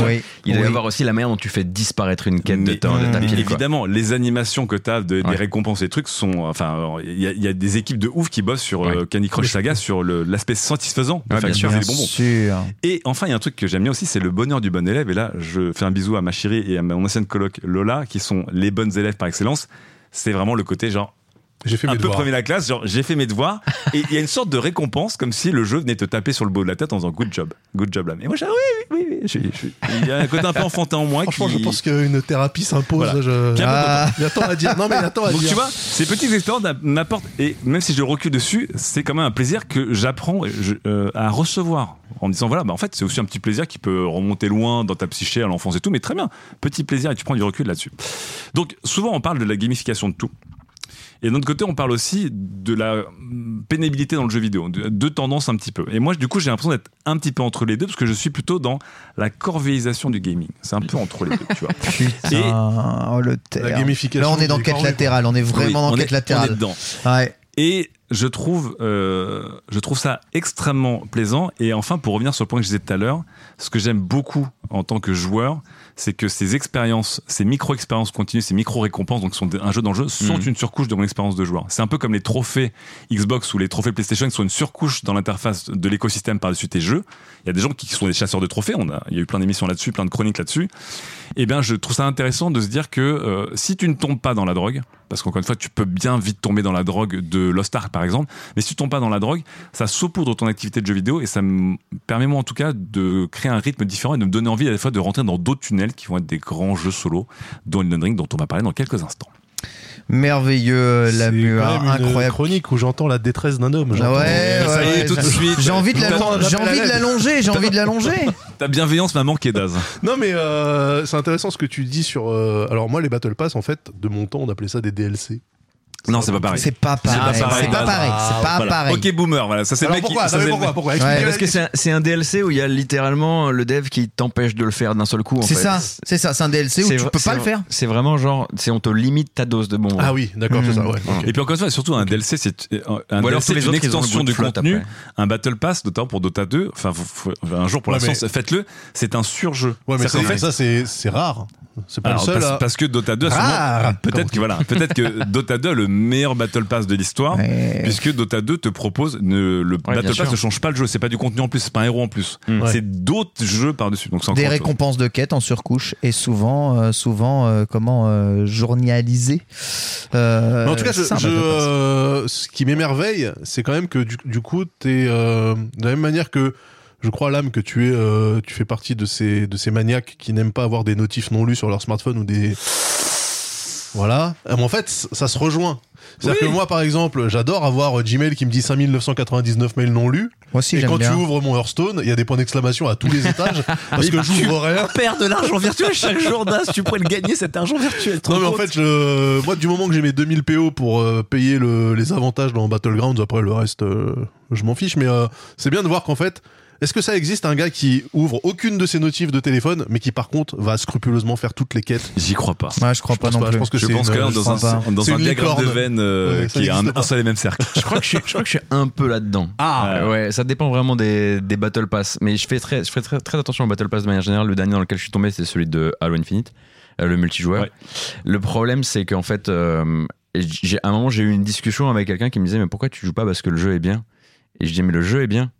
Il
oui.
doit y avoir aussi la manière dont tu fais disparaître une quête de
Mais-
ta, de ta
mais
pile, quoi.
évidemment, les animations que tu as, des
Ouais.
récompenses, des trucs sont. Enfin, il y, a- il y a des équipes de ouf qui bossent sur euh, Candy Crush Saga sur le- l'aspect satisfaisant de
Ouais,
faire
bien sûr.
exploser
Bien
les bonbons.
sûr.
Et enfin, il y a un truc que j'aime bien aussi, c'est le bonheur du bon élève. Et là, je fais un bisou à ma chérie et à mon ancienne coloc Lola, qui sont les bonnes élèves par excellence. C'est vraiment le côté genre
J'ai fait
un
mes
peu
devoirs.
premier de la classe, genre j'ai fait mes devoirs. et il y a une sorte de récompense, comme si le jeu venait te taper sur le beau de la tête en disant good job, good job là. Et moi, j'ai oui, oui, oui, oui. je suis- je suis- Il y a un côté un peu enfantin en moi.
Franchement,
qui-
je pense qu'une thérapie s'impose.
Voilà.
là, je-
Qui a
Ah.
Il y a tant à dire. Non, mais il y a tant à
Donc
dire.
tu vois, ces petites expériences m'apportent, et même si je recule dessus, c'est quand même un plaisir que j'apprends je- euh, à recevoir. En me disant, voilà, bah, en fait, c'est aussi un petit plaisir qui peut remonter loin dans ta psyché, à l'enfance et tout, mais très bien. Petit plaisir, et tu prends du recul là-dessus. Donc souvent, on parle de la gamification de tout. Et d'un autre côté, on parle aussi de la hum, pénibilité dans le jeu vidéo, de- deux tendances un petit peu. Et moi, du coup, j'ai l'impression d'être un petit peu entre les deux, parce que je suis plutôt dans la corvéisation du gaming. C'est un peu entre les deux, tu vois.
Putain, oh le
La
terme.
gamification.
Là, on est dans
des
quête
corvées.
latérale. On est vraiment
Oui,
dans
on
quête
est- On est
latérale.
dedans.
Ouais.
Et je trouve, euh, je trouve ça extrêmement plaisant. Et enfin, pour revenir sur le point que je disais tout à l'heure, ce que j'aime beaucoup en tant que joueur, c'est que ces expériences, ces micro-expériences continues, ces micro-récompenses, donc qui sont des- un jeu dans le jeu, sont
Mhm.
une surcouche de mon expérience de joueur. C'est un peu comme les trophées Xbox ou les trophées PlayStation qui sont une surcouche dans l'interface de l'écosystème par-dessus tes jeux. Il y a des gens qui sont des chasseurs de trophées. On a, il y a eu plein d'émissions là-dessus, plein de chroniques là-dessus. Eh bien, je trouve ça intéressant de se dire que euh, si tu ne tombes pas dans la drogue, parce qu'encore une fois, tu peux bien vite tomber dans la drogue de Lost Ark, par exemple, mais si tu tombes pas dans la drogue, ça saupoudre ton activité de jeu vidéo et ça me permet, moi, en tout cas, de créer un rythme différent et de me donner envie, à la fois, de rentrer dans d'autres tunnels qui vont être des grands jeux solo, dont Elden Ring, dont on va parler dans quelques instants.
Merveilleux, Euh, la
C'est
mue, hein.
quand même une
incroyable.
chronique où j'entends la détresse d'un homme.
Ah
j'entends-
ouais,
Ça y est,
ouais,
tout de
j'ai-
suite.
J'ai envie de la-
J'entends un
j'ai
appel à
envie de
l'aide.
l'allonger, j'ai envie de l'allonger.
Ta bienveillance m'a manqué, Daz.
Non mais euh, c'est intéressant ce que tu dis sur. euh, alors moi les battle pass en fait de mon temps on appelait ça des DLC.
Non, c'est pas pareil.
C'est pas pareil, c'est pas pareil,
pareil,
c'est pas
bah,
pareil.
Voilà. Ok, boomer, voilà. Ça, c'est le
Alors
mec qui.
pourquoi
ça,
Non, mais
c'est le
pourquoi,
mec-
pourquoi
Ouais.
Explique-
Parce que c'est un, c'est un DLC où il y a littéralement le dev qui t'empêche de le faire d'un seul coup. en
C'est
fait.
ça, c'est ça, c'est un DLC où
C'est
tu
vra-
peux
c'est
pas le
vra-
faire.
C'est vraiment genre, c'est on te limite ta dose de bon.
Ah oui, d'accord, c'est ça. Ouais. ok.
Et puis encore une fois, surtout un DLC, c'est euh, un
Ou alors
DLC,
tous les
c'est
autres, ils
une
ont le
extension
goût de
du
flotte
contenu.
après.
un battle pass, notamment pour Dota 2, enfin vous- faut- enfin, un jour pour
Ouais,
la
mais-
science, faites-le, c'est un surjeu.
Ouais, mais
C'est-à-dire
c'est-
qu'en fait-
ça c'est c'est rare. C'est pas
alors,
le seul. hein.
parce,
à-
parce que Dota 2, à ce
Rare,
moment- peut-être que voilà, peut-être que Dota 2 a le meilleur battle pass de l'histoire,
Ouais.
puisque Dota 2 te propose ne- le
bien
battle pass
sûr. Mm.
ne change pas le jeu, c'est pas du contenu en plus, c'est pas un héros en plus,
Ouais.
c'est d'autres jeux par dessus. Donc
Des
c'est encore autre chose.
récompenses de quête en surcouche et souvent, euh, souvent, euh, comment euh, journalisées. Euh,
Mais en tout cas, je-
ça,
je,
bah, de passe.
euh, ce qui m'émerveille, c'est quand même que du, du coup, t'es euh, de la même manière que je crois l'âme que tu es, euh, tu fais partie de ces de ces maniaques qui n'aiment pas avoir des notifs non lus sur leur smartphone ou des voilà. Euh, mais en fait, c- ça se rejoint. C'est-à-dire
Oui.
que moi, par exemple, j'adore avoir euh, Gmail qui me dit 5999 mails non lus.
Moi aussi,
et
j'aime
quand
bien.
tu ouvres mon Hearthstone, il y a des points d'exclamation à tous les étages parce que j'ouvre rien.
Perdre de l'argent virtuel chaque jour, Daz, tu pourrais le gagner cet argent virtuel.
Non mais en fait, je- moi du moment que j'ai mes 2000 PO pour euh, payer le- les avantages dans Battlegrounds, après le reste, euh, je m'en fiche, mais euh, c'est bien de voir qu'en fait, Est-ce que ça existe un gars qui ouvre aucune de ses notifs de téléphone, mais qui par contre va scrupuleusement faire toutes les quêtes
J'y crois pas.
Ouais, je crois
Je
pas
pense
non
pas, je
plus.
pense que
Je
c'est
pense
une-
que là, on est
je
dans
crois
un,
pas.
dans
C'est
un
une
diagramme de
licorne.
veine euh,
Ouais, ça
qui a un,
n'existe pas.
un seul et même cercle.
Je crois que je, suis- je crois que je suis un peu là-dedans.
Ah.
Euh, ouais, ça dépend vraiment des, des battle pass. Mais je fais très, je fais très, très attention aux battle pass de manière générale. Le dernier dans lequel je suis tombé, c'est celui de Halo Infinite, euh, le multijoueur.
Ouais.
Le problème, c'est qu'en fait, euh, j'ai, à un moment, j'ai eu une discussion avec quelqu'un qui me disait mais pourquoi tu joues pas parce que le jeu est bien Et je dis mais le jeu est bien.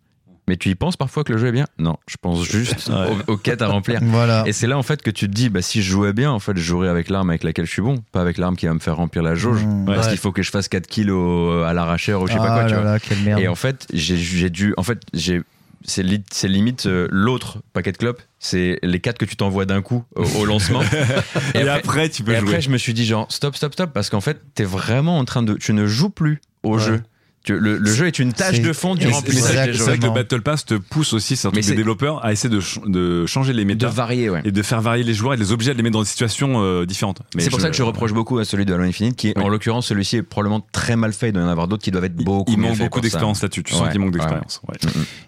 Mais tu y penses parfois que le jeu est bien Non, je pense juste
Ouais.
aux, aux quêtes à remplir.
Voilà.
Et c'est là en fait que tu te dis bah si je jouais bien en fait je jouerais avec l'arme avec laquelle je suis bon pas avec l'arme qui va me faire remplir la jauge
Mmh.
Ouais.
parce qu'il faut que je fasse 4 kills au- euh, à l'arracheur ou je sais pas
Ah
quoi tu
là
vois.
là, quelle merde.
Et en fait, j'ai- j'ai dû. En fait, j'ai. C'est li- c'est limite euh, l'autre paquet de clopes, c'est les quatre que tu t'envoies d'un coup au, au lancement.
Et, après, tu peux
et
jouer.
après, je me suis dit genre stop, stop, stop, parce qu'en fait, t'es vraiment en train de. Tu ne joues plus au
Ouais.
jeu. Tu- le, le jeu est une tâche
C'est-
de fond
mais
du
Mais c'est
remplissage
vrai
des jeux.
que- c'est vrai que le
Exactement.
Battle Pass te pousse aussi, c'est un
Mais
truc des
c'est-
développeurs, à essayer de, ch- de changer les
De
méta
varier, ouais.
et de faire varier les joueurs et de les obliger à les mettre dans des situations euh, différentes. Mais
C'est pour ça que je reproche beaucoup à celui de Halo Infinite, qui
Oui.
en l'occurrence, celui-ci est probablement très mal fait. Il doit y en avoir d'autres qui doivent être
Il-
beaucoup
Il
mieux
manque
faits
beaucoup
pour ça.
d'expérience là-dessus. Tu
Ouais,
sens qu'il manque
ouais,
d'expérience. ouais.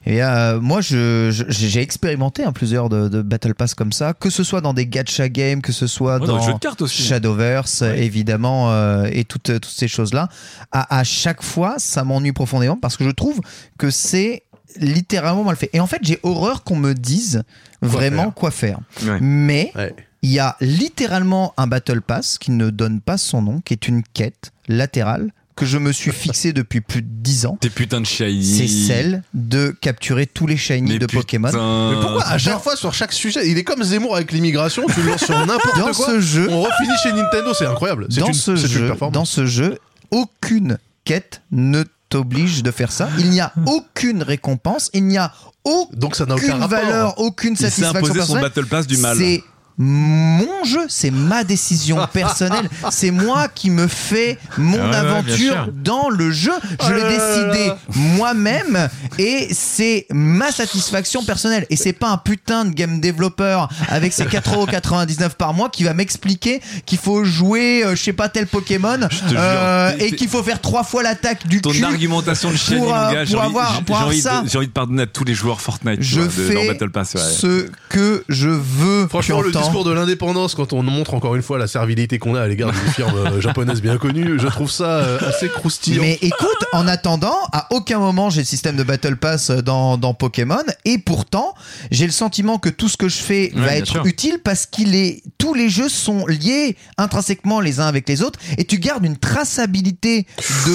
Et euh, moi, je, je- j'ai expérimenté hein, plusieurs de, de Battle Pass comme ça, que ce soit dans des gacha games, que ce soit
Ouais, Dans le jeu
dans
de cartes aussi.
Shadowverse,
Ouais.
évidemment, euh, et toutes, toutes ces choses-là. À, à chaque fois, ça m'ennuie profondément parce que je trouve que c'est littéralement mal fait. Et en fait, j'ai horreur qu'on me dise vraiment
faire.
quoi faire.
Ouais.
Mais
Ouais.
il y a littéralement un Battle Pass qui ne donne pas son nom, qui est une quête latérale que je me suis fixée depuis plus de 10 ans.
Tes putains de shiny.
C'est celle de capturer tous les shiny
Mais
de Pokémon.
putain.
Mais pourquoi à chaque fois sur chaque sujet Il est comme Zemmour avec l'immigration, tu le lances sur n'importe
Dans
quoi.
ce jeu,
On refinit chez Nintendo, c'est incroyable. C'est
dans,
une,
ce
c'est une
jeu
performance.
dans ce jeu, aucune quête ne t'oblige de faire ça. Il n'y a aucune récompense, il n'y a aucune
Donc ça n'a aucun rapport.
valeur, aucune
Il s'est
satisfaction
imposé son
personnelle.
Battle Pass du mal.
C'est mon jeu, c'est ma décision personnelle, c'est moi qui me fais mon
Ah ouais, ouais, bien
aventure
sûr.
dans le jeu. Je
Oh
l'ai
là là là
décidé
là.
moi-même et c'est ma satisfaction personnelle. Et c'est pas un putain de game développeur avec ses 4,99€ par mois qui va m'expliquer qu'il faut jouer, euh, je sais pas, tel Pokémon
te
euh,
jure, t'es-
et
t'es-
qu'il faut faire trois fois l'attaque du
Ton
cul.
argumentation de shiny,
pour,
mon
euh,
gars,
pour
j'ai envie-
avoir-
j'ai-
pour
j'ai
avoir
envie
ça.
de- j'ai envie de pardonner à tous les joueurs Fortnite tu
Je
vois, de- dans
fais
Battle Pass. ouais.
ce que je veux.
Franchement,
tu
le
entends
discours de l'indépendance, quand on montre encore une fois la servilité qu'on a à l'égard des firmes euh, japonaises bien connues, je trouve ça euh, assez croustillant.
Mais écoute, en attendant, à aucun moment j'ai le système de Battle Pass euh, dans, dans Pokémon, et pourtant, j'ai le sentiment que tout ce que je fais
Ouais,
va
bien
être
sûr.
utile parce qu'il est, tous les jeux sont liés intrinsèquement les uns avec les autres, et tu gardes une traçabilité de,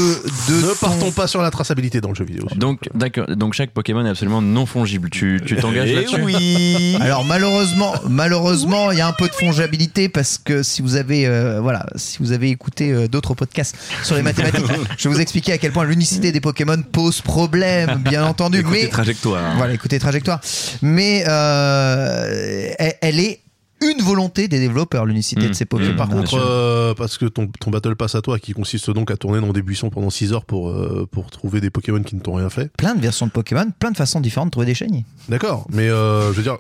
de
Ne
ton-
partons pas sur la traçabilité dans le jeu vidéo.
Donc, d'accord. Donc, chaque Pokémon est absolument non fongible. Tu
Eh
tu t'engages là-dessus. Oui.
Alors malheureusement, malheureusement, il y a un peu de fongibilité parce que si vous avez, euh, voilà, si vous avez écouté euh, d'autres podcasts sur les mathématiques, je vais vous expliquer à quel point l'unicité des Pokémon pose problème, bien entendu.
Écoute
mais
tes trajectoires. hein.
Voilà, écoutez, trajectoire. Mais euh, elle, elle est une volonté des développeurs, l'unicité
Mmh.
de ces Pokémon.
Mmh.
Par
Bien
contre,
sûr.
euh, parce que ton, ton battle pass à toi, qui consiste donc à tourner dans des buissons pendant 6 heures pour, euh, pour trouver des Pokémon qui ne t'ont rien fait,
plein de versions de Pokémon, plein de façons différentes de trouver des shiny.
d'accord, mais euh, je veux dire,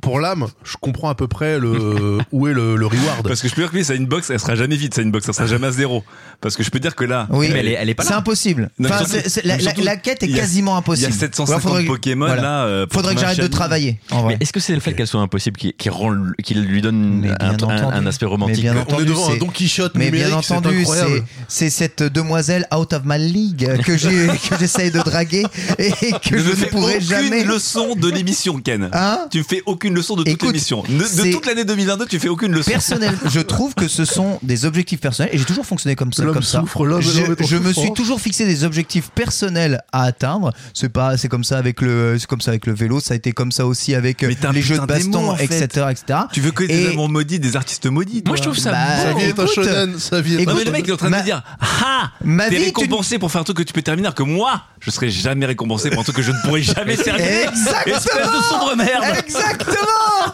pour l'âme, je comprends à peu près le, où est le, le reward.
Parce que je peux dire que lui, sa inbox, elle sera jamais vide, sa inbox, elle sera jamais à zéro. Parce que je peux dire que là,
Oui,
Mais elle est- elle est pas
c'est
là.
impossible.
Non, mais
Enfin,
surtout-
c'est- c'est- la,
mais
la-
surtout,
la quête est
il y a-
quasiment
il y
impossible.
a 750
Ouais, faudrait-
Pokémon
voilà.
là. euh, pour
Faudrait que
trouver un
j'arrête de
shiny.
travailler. En vrai.
Mais est-ce que c'est le fait qu'elle soit impossible qui, qui rend le- qui lui donne
Mais
un,
bien
un-
entendu.
un aspect
Mais
romantique
bien
On est
entendu,
devant un
c'est-
Don Quichotte
Mais
numérique,
bien
c'est
entendu,
incroyable.
c'est c'est cette demoiselle out of my league que j'ai que j'essaye de draguer et que
ne
je
me
ne
fais
pourrai
aucune
jamais.
leçon de l'émission, Ken.
Hein
tu me fais aucune leçon de toute
Écoute,
l'émission. Ne-
c'est-
De toute l'année 2022, tu fais aucune leçon.
personnel, je trouve que ce sont des objectifs personnels et j'ai toujours fonctionné comme ça.
L'homme
Comme ça.
souffre, l'homme-
je
l'homme est en
je me
souffrance.
suis toujours fixé des objectifs personnels à atteindre. C'est pas, c'est comme ça avec le, c'est comme ça avec le vélo. Ça a été comme ça aussi avec euh,
Mais t'as un
les jeux de
putain d'aimant,
baston,
en fait.
etc., etc.
Tu veux que des
Et-
amants maudits, des artistes maudits.
Moi,
toi.
je trouve ça
Bah,
Sa
beau.
vie est un
écoute,
shonen, sa vie est
Non,
un
écoute,
mais le mec il est en train de
ma-
me dire Ah
ma vie
T'es
est une-
récompensé pour faire un truc que tu peux terminer, alors que moi, je serai jamais récompensé pour un truc que je ne pourrai jamais terminer.
Exactement.
Espèce de sombre merde
Exactement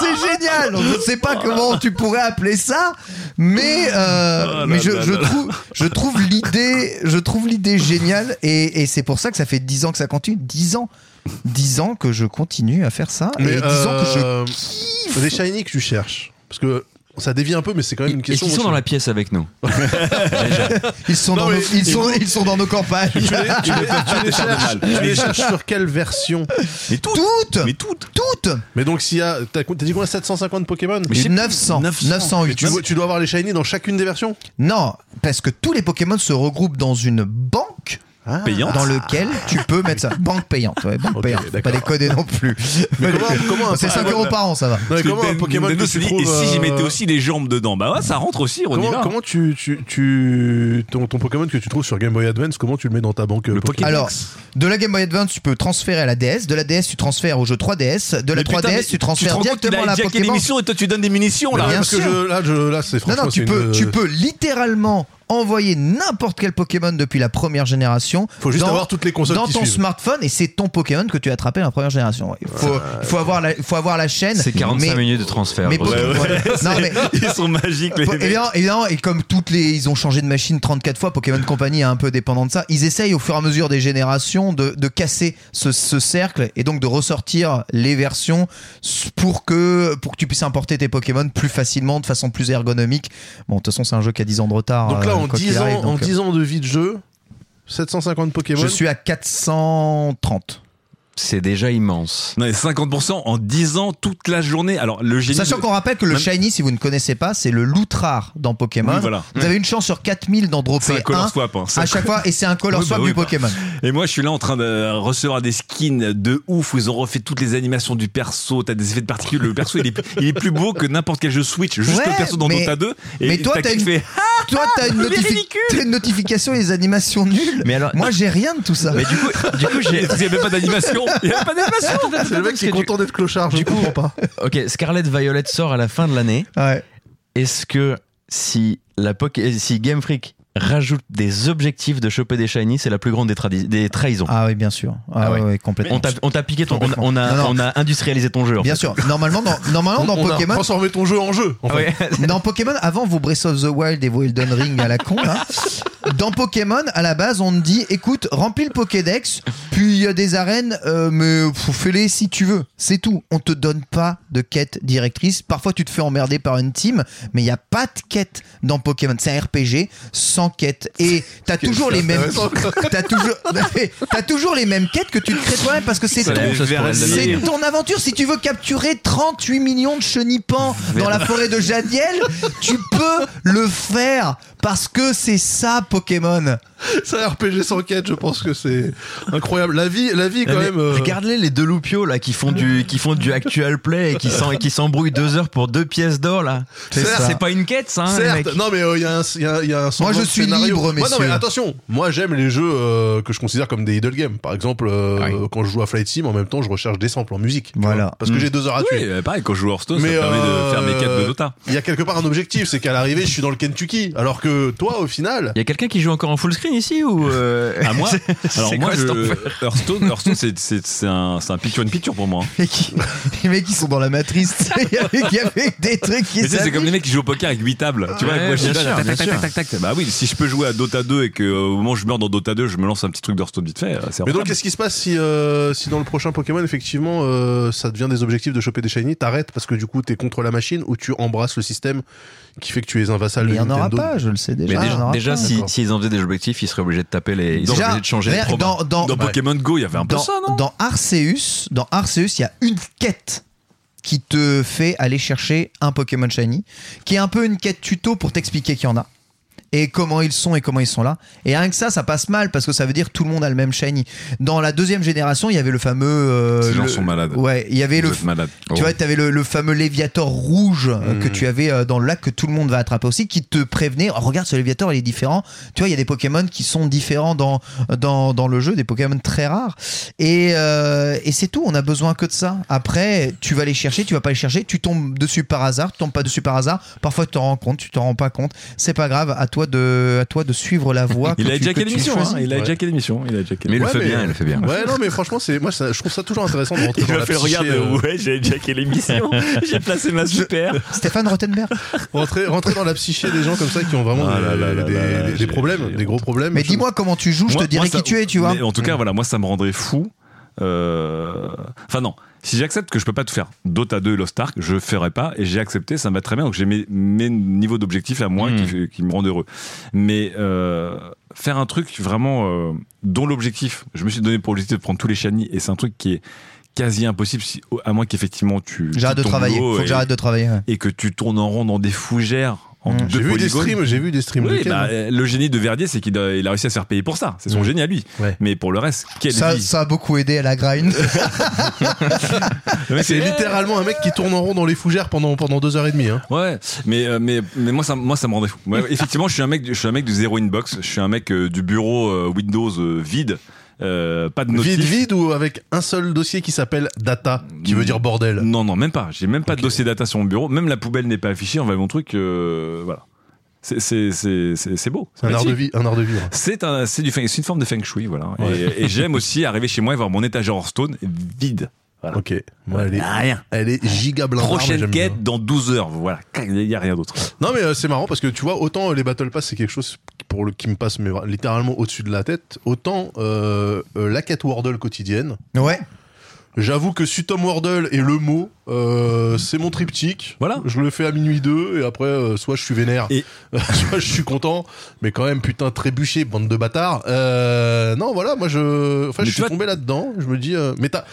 C'est génial Je ne sais pas comment tu pourrais appeler ça, mais, euh,
Oh là
mais je,
là
je
là là.
trouve, je trouve l'idée, je trouve l'idée géniale et, et c'est pour ça que ça fait 10 ans que ça continue. 10 ans 10 ans que je continue à faire ça et 10 ans que je
euh,
que je... Les shiny que tu cherches. Parce que Ça dévie un peu, mais c'est quand même une
Est-ce
question.
qu'ils sont
moi,
dans la pièce avec nous
Ils sont,
Non,
dans,
mais-
nos, ils, sont, ils sont dans nos campagnes.
je- Tu les, tu les- tu les cherches, tu les cherches ah, sur quelle version
Mais toutes
Toutes
Mais toutes
Toutes
Mais donc, s'il y a. T'as t'as dit combien 750 Pokémon
Mais je sais plus.
900, 908.
tu, vois- tu dois avoir les shiny dans chacune des versions
Non, parce que tous les Pokémon se regroupent dans une banque. hein,
Payante.
Dans lequel tu peux mettre ça. Banque payante. Ouais, banque
Ah. Ok,
payante. Faut Pas
d'accord.
déconner non plus.
Mais comment- comment un
C'est 5
Pokémon-
euros par an, ça va.
Non, mais
Parce que
comment un
Dan-
Pokémon
Nintendo
que
se
tu
dit,
trouves,
et si j'y
euh,
mettais aussi les jambes dedans Bah ouais, ça rentre aussi, on y
Comment,
va.
comment tu, tu, tu ton, ton Pokémon que tu trouves sur Game Boy Advance, comment tu le mets dans ta banque euh,
Le
Poké-
Pokédex.
Alors, de la Game Boy Advance, tu peux transférer à la DS. De la DS, tu transfères au jeu 3DS. De la
Mais
3DS,
putain, mais
tu transfères
te rends compte qu'il
directement à
a
la
hijacké
Pokémon.
l'émission et toi tu donnes des munitions
Mais
là.
ouais,
bien
Ah, parce que
sûr.
je, là, je, là, c'est
Non,
franchement.
non, tu
c'est
peux,
une-
tu peux littéralement envoyer n'importe quel Pokémon depuis la première génération
Faut juste
dans,
avoir toutes les consoles
dans
qui
ton
suivent.
smartphone et c'est ton Pokémon que tu as attrapé dans la première génération. Il faut, faut, avoir, la, faut avoir la chaîne.
C'est 45
mais-
minutes de transfert.
mais
grosso
Pokémon-
modo.
Non, mais
Ils sont magiques les
Po- Évidemment, évidemment, et comme toutes les. Ils ont changé de machine 34 fois, Pokémon Company est un peu dépendant de ça. Ils essayent au fur et à mesure des générations de, de casser ce, ce cercle et donc de ressortir les versions s- pour que, pour que tu puisses importer tes Pokémon plus facilement, de façon plus ergonomique. Bon, de toute façon, c'est un jeu qui a 10 ans de retard.
Donc là,
euh,
en
quoi qu'il
10 ans,
arrive,
en
donc,
10 ans de vie de jeu, 750
euh,
Pokémon.
Je suis à 430.
C'est déjà immense.
Non, et 50% en 10 ans toute la journée. Alors le génie.
Sachant
de-
qu'on rappelle que le
Même-
Shiny, si vous ne connaissez pas, c'est le loot rare dans Pokémon.
Oui, voilà.
Vous avez une chance sur 4000 d'en
C'est
dropper
un color
un
swap. hein. C'est un
à chaque fois, et c'est un color
Oui, bah
swap
oui,
du
bah.
Pokémon.
Et moi, je suis là en train de recevoir des skins de ouf où ils ont refait toutes les animations du perso. T'as des effets de particules. Le perso, il est, il est plus beau que n'importe quel jeu Switch. Juste
Ouais,
le perso dans
mais-
Dota 2. Et
mais toi, t'as une-
kiffé.
Toi, t'as une,
Mais
notifi-
ridicule.
t'as une notification et des animations nulles.
Mais alors,
Moi, j'ai rien de tout ça.
mais du coup, du coup, j'ai.
Il n'y avait pas d'animation. Il n'y avait pas d'animation.
C'est le mec qui est
Parce que tu-
content d'être clochard, je
du coup-
comprends pas.
Ok, Scarlet Violet sort à la fin de l'année.
Ouais.
Est-ce que si la Poké- eh, si Game Freak rajoute des objectifs de choper des shiny, c'est la plus grande des, tradi- des trahisons.
Ah oui, bien sûr. Ah,
Ah
ouais,
ouais.
ouais, complètement.
On t'a- on t'a piqué ton, on, on a,
Non, non.
on a industrialisé ton jeu. en
Bien
fait.
sûr. Normalement, dans, normalement,
On,
dans
on a
Pokémon.
transformé ton jeu en jeu. en
Ah
fait.
ouais.
Dans Pokémon, avant vos Breath of the Wild et vos Elden Ring à la con, là, dans Pokémon, à la base, on te dit écoute, remplis le Pokédex, puis il y a des arènes, euh, mais pff, fais-les si tu veux. C'est tout. On te donne pas de quête directrice. Parfois, tu te fais emmerder par une team, mais il n'y a pas de quête dans Pokémon. C'est un RPG sans quête. Et t'as toujours les mêmes. T'as toujours, t'as toujours les mêmes quêtes que tu te crées toi-même parce que c'est
Ça
ton
les verra
c'est
jamais.
ton aventure. Si tu veux capturer 38 millions de chenipans dans la forêt de Jadiel, tu peux le faire parce que c'est ça Pokémon.
C'est un RPG sans quête, je pense que c'est incroyable. La vie, la vie quand
Mais
même. euh,
Regarde-les les deux loupios là qui font du qui font du actual play et qui s'en- et qui s'embrouillent deux heures pour deux pièces d'or là.
C'est ça.
C'est pas une quête ça. hein, les
Certes,
mecs.
non mais euh, il y, a un- y a- y a un semblant
je
de
suis
scénario.
libre,
Moi, non mais
messieurs.
attention, moi j'aime les jeux euh, que je considère comme des idle games. Par exemple, euh,
Oui.
quand je joue à Flight Sim, en même temps je recherche des samples en musique. Ah, tu
Voilà.
vois, Parce que j'ai deux heures à
Oui,
tuer.
euh, pareil, quand je joue à Hearthstone,
Mais,
ça me permet
euh,
de faire mes quêtes de Dota.
Il y a quelque part un objectif, c'est qu'à l'arrivée je suis dans le Kentucky. Alors que toi au final,
Il y a quelqu'un qui joue encore en full screen ici ou euh,
À moi, alors
c'est
moi,
quoi cet
je-
enfer
Hearthstone, Hearthstone, c'est- c'est c'est un, c'est un picture in picture pour moi. hein.
Les mecs, les mecs, ils sont dans la matrice. tu sais, Il y avait- il y avait des trucs qui
Mais tu sais, c'est
s'affichent.
comme les mecs qui jouent au poker avec 8 tables. Tu vois,
Ouais,
moi, je suis
bien
là,
sûr,
tac,
bien
tac, tac,
sûr.
tac, tac, tac. Bah oui, si je peux jouer à Dota 2 et que euh, au moment où je meurs dans Dota 2, je me lance un petit truc d'Hearthstone vite fait, euh, c'est
Mais donc,
rentable.
qu'est-ce qui se passe si, euh, si dans le prochain Pokémon, effectivement, euh, ça devient des objectifs de choper des shiny, t'arrêtes parce que du coup, t'es contre la machine ou tu embrasses le système qui fait que tu es un vassal
Mais il
de
y en aura
Nintendo
pas, je le sais déjà.
Mais
il y en
déjà,
aura
déjà
pas.
si, s'ils en faisaient des objectifs, ils seraient obligés de taper les. Ils seraient
Déjà,
obligés de changer les
rien-
programmes.
dans, dans,
Dans Pokémon Go, il y avait un peu
dans,
ça, non
dans Arceus, dans Arceus, il y a une quête qui te fait aller chercher un Pokémon shiny, qui est un peu une quête tuto pour t'expliquer qu'il y en a et comment ils sont et comment ils sont là. Et rien que ça, ça passe mal parce que ça veut dire que tout le monde a le même shiny. Dans la deuxième génération, il y avait le fameux. euh,
Ces gens
le-
sont malades.
Ouais, il y avait
Vous
le.
êtes malade. Oh.
Tu vois, tu avais le, le fameux Léviator rouge euh,
Hmm.
que tu avais euh, dans le lac que tout le monde va attraper aussi, qui te prévenait, Oh, regarde ce Léviator, il est différent. Tu vois, il y a des Pokémon qui sont différents dans, dans, dans le jeu, des Pokémon très rares. Et, euh, et c'est tout, on a besoin que de ça. Après, tu vas les chercher, tu vas pas les chercher, tu tombes dessus par hasard, tu tombes pas dessus par hasard. Parfois, tu t'en rends compte, tu t'en rends pas compte. C'est pas grave, à toi de, à toi de suivre la voie. que
il a
tu-
déjà
que
quelle
tu
émission
choisis.
hein, Il a
Ouais.
déjà quelle émission Il a déjà quelle
Mais il le
Ouais,
fait
mais-
bien, il le fait bien.
Ouais, non, mais franchement, c'est moi, ça- je trouve ça toujours intéressant de rentrer
Il
dans
m'a
la
fait le
psyché,
regard de
euh,
ouais, j'ai déjà quelle émission J'ai placé ma super.
Stéphane Rottenberg.
rentrer, rentrer dans la psyché des gens comme ça qui ont vraiment
Ah
des,
là là là
des-
là là,
des- des
j'ai-
problèmes,
j'ai
des gros problèmes.
Mais
Je-
dis-moi comment tu joues, je
Moi-
te dirai
moi, ça-
qui tu es, tu vois.
mais en tout cas, voilà, moi, ça me rendrait fou. euh, Enfin, non. Si j'accepte que je peux pas tout faire, Dota 2 et Lost Ark, je ferai pas et j'ai accepté, ça me va très bien. Donc j'ai mes, mes niveaux d'objectifs à moi
Hmm.
Mm.
qui, qui me rendent heureux. Mais euh, faire un truc vraiment euh, dont l'objectif, je me suis donné pour objectif de prendre tous les shiny et c'est un truc qui est quasi impossible si, à moins qu'effectivement tu
J'arrête de
quittes ton
travailler.
boulot
Faut que
et-
j'arrête de travailler. ouais.
et que tu tournes en rond dans des fougères en
Mm.
deux
J'ai vu des
polygones.
streams, j'ai vu des streams.
Oui,
de Ken.
bah, euh, le génie de Verdier, c'est qu'il a, il a réussi à se faire payer pour ça. C'est son
hein. Ouais.
génie à lui.
Ouais.
Mais pour le reste, quelle
Ça,
vie
ça a beaucoup aidé à la grind.
Le mec,
C'est littéralement un mec qui tourne en rond dans les fougères pendant, pendant deux heures et demie. Hein.
Ouais, mais euh, mais mais moi ça moi ça me rendait fou. Ouais, effectivement, je suis un mec du- je suis un mec du zéro inbox. Je suis un mec euh, du bureau euh, Windows euh, vide, euh, pas de notif.
Vide, vide ou avec un seul dossier qui s'appelle data, qui
Mm.
veut dire bordel.
Non non même pas. J'ai même pas de
Ok.
dossier data sur mon bureau. Même la poubelle n'est pas affichée. On va mon truc. euh, voilà. C'est c'est c'est c'est c'est beau.
C'est un art
magnifique.
de vie, un art de vivre.
C'est un, c'est du, feng- c'est une forme de feng shui, voilà. Et- Et, j'aime aussi arriver chez moi et voir mon étagère en stone vide. Voilà.
Ok, moi elle est,
Rien.
elle est giga blindée.
Ah. Prochaine quête dans 12 heures. Voilà. Il n'y a rien d'autre.
Non mais euh, c'est marrant parce que tu vois autant euh, les battle pass c'est quelque chose pour le qui me passe mais vra- littéralement au-dessus de la tête autant euh, euh, la quête Wordle quotidienne
ouais.
j'avoue que Sutom Wordle et le mot euh, c'est mon triptyque
Voilà.
je le fais à minuit 2 et après euh, soit je suis vénère
Et-
soit je suis content mais quand même putain trébucher bande de bâtards Euh, non voilà moi je enfin
Mais
je
tu
suis
vois-
tombé là-dedans je me dis euh, mais t'as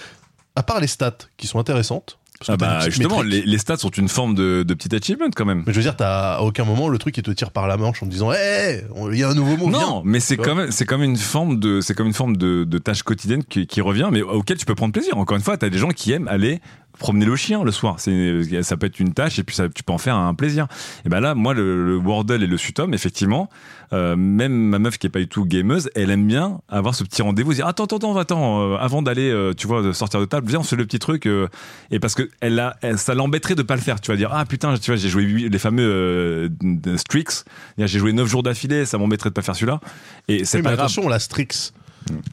à part les stats qui sont intéressantes parce que
Ah
t'as des
bah,
petites
justement,
métriques.
les, les stats sont une forme de, de petit achievement quand même.
Mais je veux dire, t'as à aucun moment le truc qui te tire par la manche en te disant, hé, il y a un nouveau mot. viens.
Non, mais c'est
Ouais.
quand même, c'est comme une forme de, c'est comme une forme de, de tâche quotidienne qui, qui revient, mais auquel tu peux prendre plaisir. Encore une fois, t'as des gens qui aiment aller promener le chien le soir. C'est, ça peut être une tâche et puis ça, tu peux en faire un plaisir. Et ben là, moi, le, le Wordle et le Sutom, effectivement, euh, même ma meuf qui est pas du tout gameuse, elle aime bien avoir ce petit rendez-vous, dire attends, attends, attends, attends, euh, avant d'aller, euh, tu vois, de sortir de table, viens, on se fait le petit truc. euh, et parce que elle a, elle- ça l'embêterait de pas le faire. Tu vas dire ah putain, tu vois, j'ai joué huit- les fameux euh, streaks. J'ai joué 9 jours d'affilée, ça m'embêterait de pas faire celui-là. Et c'est
Oui,
pas
mais
grave. Mm.
attention, la Strix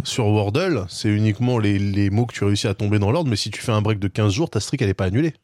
sur Wordle, c'est uniquement les, les mots que tu réussis à tomber dans l'ordre, mais si tu fais un break de 15 jours, ta Strix, elle est pas annulée.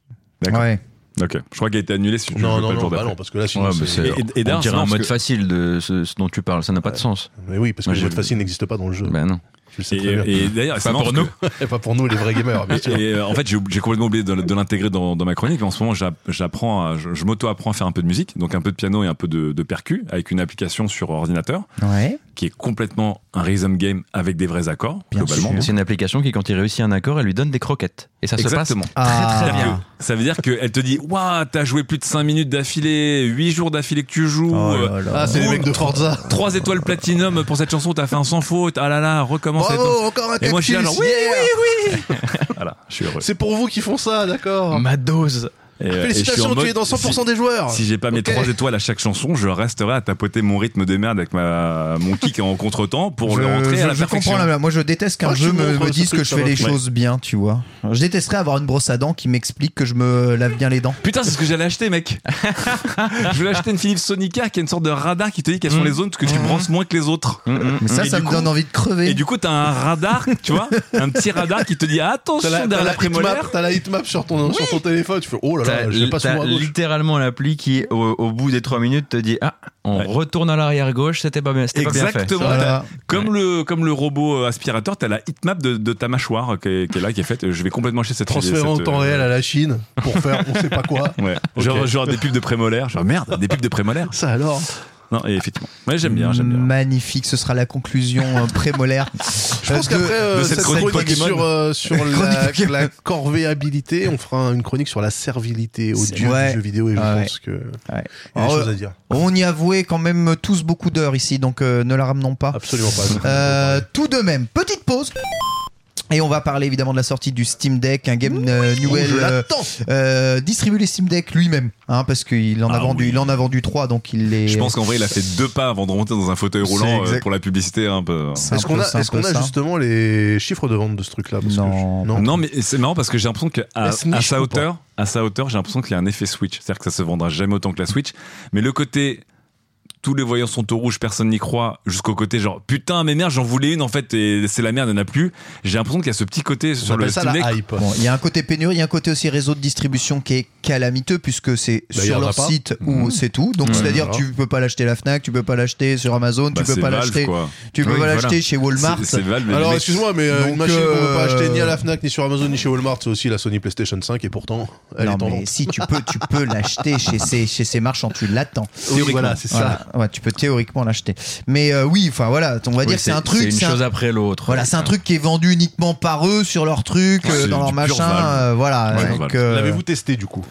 D'accord.
Ouais.
Ok. Je crois qu'il a été annulé si tu veux
non,
pas
non,
le
non,
jour
bah
d'après.
non, parce que là, sinon,
Ouais, mais
c'est-
c'est-
Et- et- et
on
d'ailleurs,
dirait
non,
un
parce
mode
que-
facile de ce, ce dont tu parles, ça n'a pas de sens.
Mais oui, parce que
Moi,
le
j'ai-
mode facile n'existe pas dans le jeu.
Ben non.
Tu le sais très bien.
Et, et d'ailleurs, c'est
Pas
marrant
pour
parce
nous.
Et pas pour nous, les vrais gamers, bien sûr.
que- et, euh, en fait, j'ai j'ai complètement oublié de, de l'intégrer dans, dans ma chronique. En ce moment, j'app- j'apprends, à- je, je m'auto-apprends à faire un peu de musique, donc un peu de piano et un peu de, de percu, avec une application sur ordinateur
Ouais.
qui est complètement un rhythm game avec des vrais accords,
Bien
globalement.
sûr.
C'est une application qui, quand il réussit un accord, elle lui donne des croquettes. Et ça
Exactement.
se passe
Ah.
très très bien.
Ça veut dire qu'elle te dit Waouh, t'as joué plus de 5 minutes d'affilée, 8 jours d'affilée que tu joues.
Oh là
euh,
là.
Ah, c'est les
Cool.
mecs de Forza.
3 étoiles platinum pour cette chanson, t'as fait un sans faute. Ah là là, recommence à être-
Bravo, encore un
Et moi, je suis là,
cactus,
genre, oui,
yeah.
Voilà, je suis heureux.
C'est pour vous qui font ça, d'accord.
Ma dose.
Et, euh, et je suis en
Félicitations,
mode,
tu es dans 100% des joueurs.
Si, si j'ai pas mes
Oh. Ok.
trois étoiles à chaque chanson, je resterai à tapoter mon rythme de merde avec ma, mon kick en contretemps pour
je,
le rentrer
je-
à la
je
perfection.
comprends la- moi je déteste qu'un
Moi, je
jeu
suis
me,
contre
me
ce
dise
truc,
que je
ça
fais
va.
les
Ouais.
choses bien, tu vois. Je détesterais avoir une brosse à dents qui m'explique que je me lave bien les dents.
Putain, c'est ce que j'allais acheter, mec. je voulais acheter une Philips Sonica qui est une sorte de radar qui te dit quelles sont les zones que tu
Mm.
branches moins que les autres.
Mais ça,
Et
ça
du
me
coup-
donne envie de crever.
Et du coup, t'as un radar, tu vois, un petit radar qui te dit ah,
T'as
attention
la, t'as
derrière
la
la prémolaire.
hitmap, t'as la hitmap sur ton, sur ton téléphone. Tu fais, oh là là, j'ai
T'as
pas ce mot
t'as
à gauche.
littéralement l'appli qui, au, au bout des 3 minutes, te dit Ah, on
Ouais.
retourne à l'arrière gauche, c'était pas bien. c'était pas bien fait.
Exactement.
Voilà.
Comme, le, comme le robot euh, aspirateur, t'as la hitmap de, de ta mâchoire qui est, qui est là, qui est faite. Je vais complètement acheter cette
Transféré en
cette,
temps
euh,
réel à la Chine pour faire on sait pas quoi.
Ouais. Genre, genre des pubs de prémolaire. Genre merde, des pubs de prémolaire.
Ça alors
Non, et effectivement. Ouais, j'aime bien, j'aime bien.
Magnifique, ce sera la conclusion euh, prémolaire.
Je
Euh,
pense
de-
qu'après euh,
de cette
cette
chronique
chronique
Pokémon.
sur, euh, sur
Chronique
la,
Pokémon.
la corvéabilité, on fera une chronique sur la servilité au
C'est-
dieu
ouais.
du jeu vidéo et je
Ah ouais.
pense que il
Ouais.
y a des
Oh,
choses à dire.
On y avouait quand même tous beaucoup d'heures ici, donc euh, ne la ramenons pas.
Absolument pas.
Euh, tout de même, petite pause. Et on va parler évidemment de la sortie du Steam Deck, un game euh,
je
Newell euh,
l'attends.
euh, distribue les Steam Deck lui-même, hein, parce qu'il en a
Ah
vendu,
oui.
il en a vendu trois, donc il les.
Je pense qu'en vrai, il a fait deux pas avant de remonter dans un fauteuil
C'est
roulant euh,
exact.
pour la publicité un peu.
C'est un
Est-ce
peu-
qu'on a,
c'est un
est-ce
peu
qu'on a
ça.
justement les chiffres de vente de ce truc-là Parce que
Non.
je-
Non, mais c'est marrant parce que j'ai l'impression qu'à à
La snitch ou
sa
pas
hauteur, à sa hauteur, j'ai l'impression qu'il y a un effet Switch. C'est-à-dire que ça se vendra jamais autant que la Switch. Mais le côté tous les voyants sont au rouge, personne n'y croit, jusqu'au côté genre putain, mais merde, j'en voulais une en fait, et c'est la merde, il n'y en a plus. J'ai l'impression qu'il y a ce petit côté
On
sur le
appelle ça
Steam Deck.
la hype.
Bon, il y a un côté pénurie, il y a un côté aussi réseau de distribution qui est calamiteux puisque c'est
il y en
sur
a
leur
pas.
site où
Mmh.
c'est tout. Donc
Ouais,
c'est-à-dire
voilà.
tu peux pas l'acheter à la Fnac, tu peux pas l'acheter sur Amazon,
Bah,
tu peux
c'est
pas
Valve,
l'acheter,
quoi.
tu peux
Oui,
pas
voilà.
l'acheter chez Walmart.
C'est- C'est Valve, mais
Alors
les mecs-
excuse-moi, mais euh,
Donc,
une machine qu'on peut pas
euh,
acheter ni à la Fnac, ni sur Amazon, ni chez Walmart, c'est aussi la Sony PlayStation 5 et pourtant elle
non
est en
mais
vente.
si tu peux, tu peux l'acheter chez ces chez ces marchands, tu l'attends.
Oui, voilà, c'est ça.
Voilà. Ouais, tu peux théoriquement l'acheter. Mais euh, oui, enfin voilà, on va
Oui,
dire que c'est un truc,
C'est une
c'est un-
chose après l'autre.
voilà, c'est un truc qui est vendu uniquement par eux sur leur truc,
Ouais,
euh,
c'est
dans leur
du pur
machin,
Valve.
euh, voilà.
Ouais,
donc,
Valve.
euh,
L'avez-vous testé du coup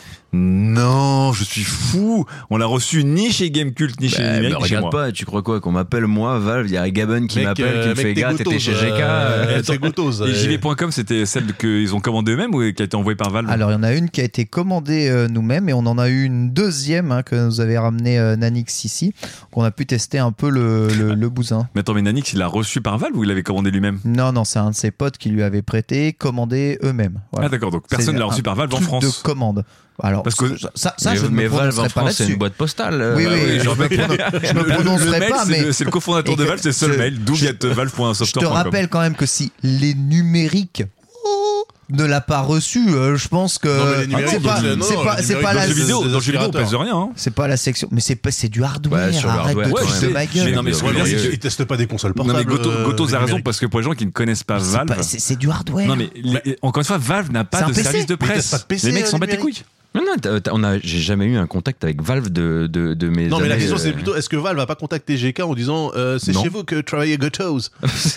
Non, je suis fou. On l'a reçu ni chez Gamecult, ni
Bah,
chez
bah,
Numérique, ni chez
regarde
moi.
pas, tu crois quoi Qu'on m'appelle moi, Valve, il y a Gaben qui
Mec,
m'appelle, qui
euh,
me fait
mec, t'es
gars, t'étais
goutteuse,
chez GK.
euh,
euh,
t'es goutteuse,
Et
euh,
JV.com, c'était celle qu'ils ont commandée eux-mêmes ou qui a été envoyée par Valve
Alors, il y en a une qui a été commandée euh, nous-mêmes et on en a eu une deuxième hein, que nous avait ramené euh, Nanix ici. qu'on a pu tester un peu le, le, le bousin.
Mais attends, mais Nanix, il l'a reçu par Valve ou il l'avait commandé lui-même
Non, non, c'est un de ses potes qui lui avait prêté, commandé eux-mêmes. Voilà.
Ah d'accord, donc personne ne l'a
un
reçu par Valve en
Truc
France.
de commande. Alors,
Parce que-
ça, ça
mais-
je ne
mais
me
Valve en
prononcerai pas
France, c'est
là-dessus.
une boîte postale. euh,
Oui,
bah
oui,
oui,
je
genre,
me pronon- je me
Le- le
prononcerai
mail,
pas,
c'est
mais
le- C'est le cofondateur de
Et-
Valve, c'est le seul
je-
mail. D'où vient
je te rappelle quand même que si les numériques oh, ne l'a pas reçu, euh, je pense que
Non, mais les numériques,
c'est pas,
donc, euh, non,
c'est
non,
pas-
les
c'est pas
numériques,
Dans
la
le jeu vidéo,
c'est des
dans le jeu vidéo, on
aspirateurs.
pèse de rien. hein.
c'est pas la section, mais c'est pas- c'est du hardware.
Ouais, sur le
arrête
hardware,
de
ouais,
te
je
foutre de
sais.
ma
Mais
gueule.
non, mais
sur-
Ouais, mais
mais-
ils ils testent pas des consoles
euh, Non
portables.
mais Goto-
euh,
Gotos a raison
numériques.
parce que pour les gens qui ne connaissent pas
C'est
Valve,
pas- C'est c'est du hardware.
non mais les- encore une fois, Valve n'a
C'est
pas
un
de
PC.
service de
Mais
presse.
t'as pas de PC,
les mecs s'en
euh,
battent les
numérique.
couilles.
Non, non, t'as- t'as- on a- j'ai jamais eu un contact avec Valve de, de, de mes.
Non mais la
années,
question
euh,
c'est plutôt est-ce que Valve va pas contacter GK en disant euh, c'est
Non.
chez vous que travaillez Gotos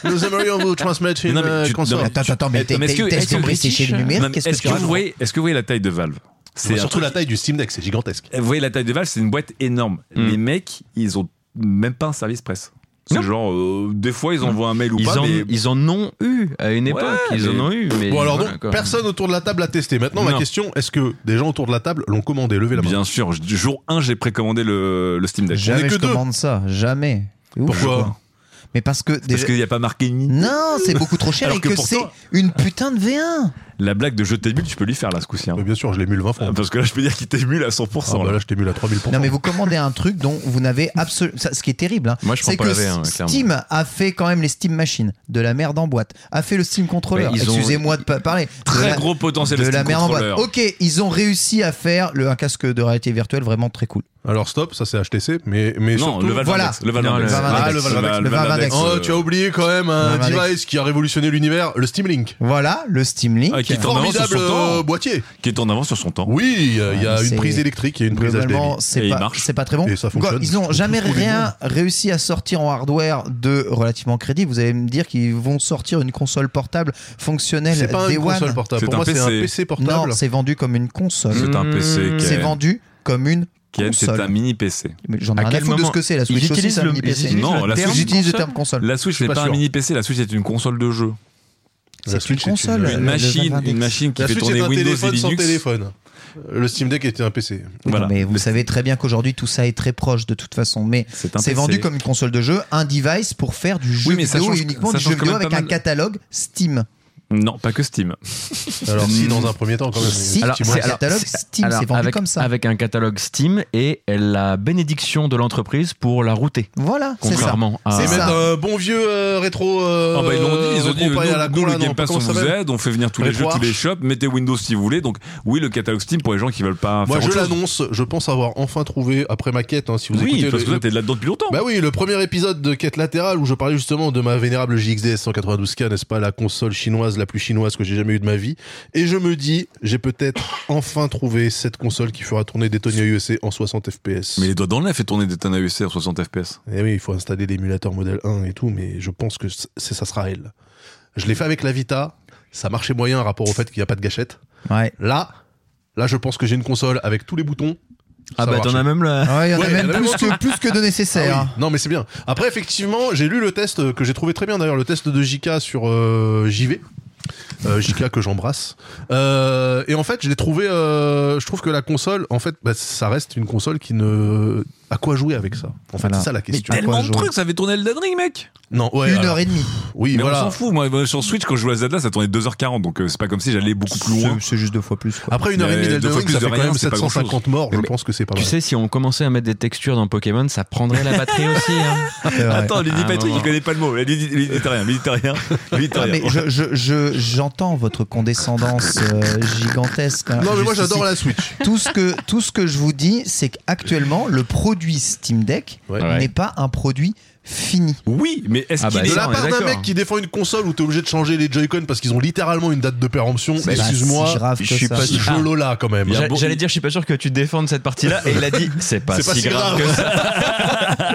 Nous aimerions vous transmettre une
Non, mais
euh,
tu- non,
console.
mais-
Attends, attends, mais t'es-
Mais est-ce
t'es
que-
t'es
est-ce que- euh,
escroqué, c'est chez le
Non,
Non,
numérique
mais
Qu'est-ce que
Est-ce
tu
que vous
racontes
voyez est-ce que vous voyez la taille de Valve
Mais
C'est un
surtout
truc-
la taille du Steam Deck, c'est gigantesque.
Vous voyez la taille de Valve, c'est une boîte énorme.
Mm.
Les mecs, ils ont même pas un service presse. C'est
Non.
genre, euh, des fois, ils envoient un mail ou
Ils,
pas,
en,
mais
ils en ont eu à une époque,
Ouais,
ils en
mais-
ont eu. Mais
Bon alors
voilà,
donc
quoi.
personne autour de la table a testé. Maintenant la
Non.
question est-ce que des gens autour de la table l'ont commandé Levez la main.
bien sûr, je- jour 1, j'ai précommandé le, le Steam Deck.
On
Jamais
est que
je
deux.
commande ça, jamais. C'est ouf,
Pourquoi
quoi. Mais parce que
Parce
déjà.
qu'il n'y a pas marqué ni.
Non, c'est beaucoup trop cher
Alors
et
que
que
pour
c'est
toi-
une putain de V1.
La blague de je t'émule, tu peux lui faire là ce coup-ci. hein.
Mais Euh, bien sûr, je l'ai mis le 20 francs.
Parce que là, je peux dire qu'il t'émule à
Ah
100%.
bah
là.
là, je t'ai mis la 3000
Non, mais vous commandez un truc dont vous n'avez absolument. Ce qui est terrible, hein,
Moi, je prends
c'est
pas
que
la V1, ouais, clairement.
Steam a fait quand même les Steam Machines, de la merde en boîte, a fait le Steam Controller.
Mais ils ont-
Excusez-moi de pas parler. De
Très
la-
gros potentiel
De la
Steam
merde en boîte.
controller.
Ok, ils ont réussi à faire le, un casque de réalité virtuelle vraiment très cool.
Alors stop, ça c'est HTC, mais mais
Non,
surtout-
le Valve
voilà.
Index, Le Valve
Non,
Index.
le Valve
Index. Ah, le Valve
Index. Le Valve Index.
Oh, tu as oublié quand même un
Valve Index.
device qui a révolutionné l'univers, le Steam Link.
Voilà, le Steam Link.
Ah, qui est en avance sur
Formidable
son temps.
euh, boîtier.
Qui est en avance sur son temps.
Oui, euh, il y
Ouais,
a
mais
une
c'est-
prise électrique et une prise HDMI.
Globalement, c'est
Et il
pas,
marche.
c'est pas très bon.
Et ça fonctionne.
Quoi, Ils n'ont
Faut
jamais
trouver
rien réussi à sortir en hardware de relativement crédible. Vous allez me dire qu'ils vont sortir une console portable fonctionnelle
C'est pas
Day
une console
One.
portable.
C'est
Pour
un
moi, c'est un
PC.
PC
Non,
portable.
c'est vendu comme une console.
C'est un PC.
Mmh.
Ken.
C'est vendu comme une
Ken, c'est
console.
un mini PC.
Mais j'en ai
À
rien à
quel
foutre de
moment
ce que c'est la Switch
Ils
aussi,
utilisent
c'est un
le-
mini
ils
PC.
utilisent
Non,
le
la
terme
Switch-
Ils utilisent le
console
terme console.
La Switch
suis
n'est
pas
pas un
sûr.
mini PC, la Switch est une console de jeu.
La
c'est
Switch
une
est
console.
Une
Le- le
machine,
Valve
une
Index.
machine qui
La
fait
Switch est
tourner
un
Windows et
téléphone sans
Linux.
téléphone. Euh, Le Steam Deck était un PC.
Oui,
Voilà.
non, mais vous savez très bien qu'aujourd'hui tout ça est très proche de toute façon. Mais
C'est un
c'est
PC.
vendu comme une console de jeu, un device pour faire du jeu
Oui, mais ça
vidéo
change-
et uniquement
ça
du
change
jeu
quand
vidéo
même
avec
pas
un
mal.
catalogue Steam.
Non, pas que Steam.
Alors si, dans un premier temps, quand même.
Si,
Alors,
tu vois,
c'est-
le
alors,
catalogue
c'est-
Steam,
alors,
c'est vendu
avec-
comme ça.
Avec un catalogue Steam et la bénédiction de l'entreprise pour la router.
Voilà, c'est ça.
Contrairement à.
C'est
C'est
mettre
ça.
un bon vieux euh, rétro. euh,
Ah bah ils l'ont dit, ils ont dit,
rétro paille à la
nous, nous,
con, là,
le
non,
Game
pas
Pass on
comment ça
vous
s'appelle
aide, on fait venir tous les
Retro
jeux, tous les
Arch.
shops, mettez Windows si vous voulez. Donc oui, le catalogue Steam pour les gens qui veulent pas
Moi,
faire
je
autre chose.
l'annonce. Je pense avoir enfin trouvé après ma quête. hein, si vous
Oui,
écoutez
parce
le-
que toi
le-
t'es là-dedans depuis longtemps.
Bah oui, le premier épisode de Quête latérale où je parlais justement de ma vénérable JXDS 192K, n'est-ce pas, la console chinoise la plus chinoise que j'ai jamais eue de ma vie. Et je me dis, j'ai peut-être enfin trouvé cette console qui fera tourner des Tony USA en 60 FPS.
Mais les doigts dans le nez fait tourner des tonnes AEC à 60 FPS.
Et Eh oui, il faut installer l'émulateur modèle 1 et tout, mais je pense que c'est- ça sera elle. Je l'ai fait avec la Vita, ça marchait moyen par rapport au fait qu'il n'y a pas de gâchette.
Ouais.
Là, là, je pense que j'ai une console avec tous les boutons.
Ah
Ça
bah
va
t'en
marcher.
as même la.
Ouais, il y en a
Ouais,
même
vraiment.
plus que, plus que de nécessaire.
Ah oui. Non mais c'est bien. Après effectivement, j'ai lu le test euh, que j'ai trouvé très bien d'ailleurs, le test de JK sur euh, JV. Euh, JK que j'embrasse. Euh, et en fait, je l'ai trouvé. euh, je trouve que la console, en fait, bah, ça reste une console qui ne À quoi jouer avec ça En fait,
Voilà.
c'est ça la
Mais
question. À
tellement
quoi
de
jouer
trucs, ça fait tourner Elden Ring, mec.
Non,
Ah
ouais.
Une
alors,
heure et demie.
Oui,
Mais on
voilà.
s'en fout. Moi, sur Switch, quand je jouais à Zelda, ça tournait 2h40, donc euh, c'est pas comme si j'allais beaucoup plus loin.
C'est- C'est juste deux fois plus. quoi.
Après une heure et demie
Mais deux
d'Elden
fois
Ring,
plus
ça
de
fait quand
rien,
même
c'est pas
750 morts. Je
Mais-
pense que c'est pas
Tu
mal.
sais, si on commençait à mettre des textures dans Pokémon, ça prendrait la batterie aussi. hein.
C'est vrai.
Attends, Lydie
Ah,
Patrick,
bon.
il connaît pas le mot. Lydie- Militaire, militaire,
Ah,
militaire.
mais je- je- je- j'entends votre condescendance euh, gigantesque. hein,
Non, mais
juste
moi
ici.
j'adore la Switch.
tout ce que tout ce que je vous dis, c'est qu'actuellement le produit Steam Deck
Ouais.
Ouais.
n'est pas un produit fini.
Oui, mais est-ce
Ah
qu'il
bah,
est.
De
ça,
la
on est
part d'un
d'accord.
mec qui défend une console où t'es obligé de changer les Joy-Con parce qu'ils ont littéralement une date de péremption,
C'est pas si
excuse-moi,
grave
je
que
suis
ça.
pas-
c'est
Ah.
jolo là quand même.
J'a- J'allais dire, je suis pas sûr que tu défendes cette partie-là. Et il a dit, c'est pas,
C'est pas si
si grave,
grave.
que ça.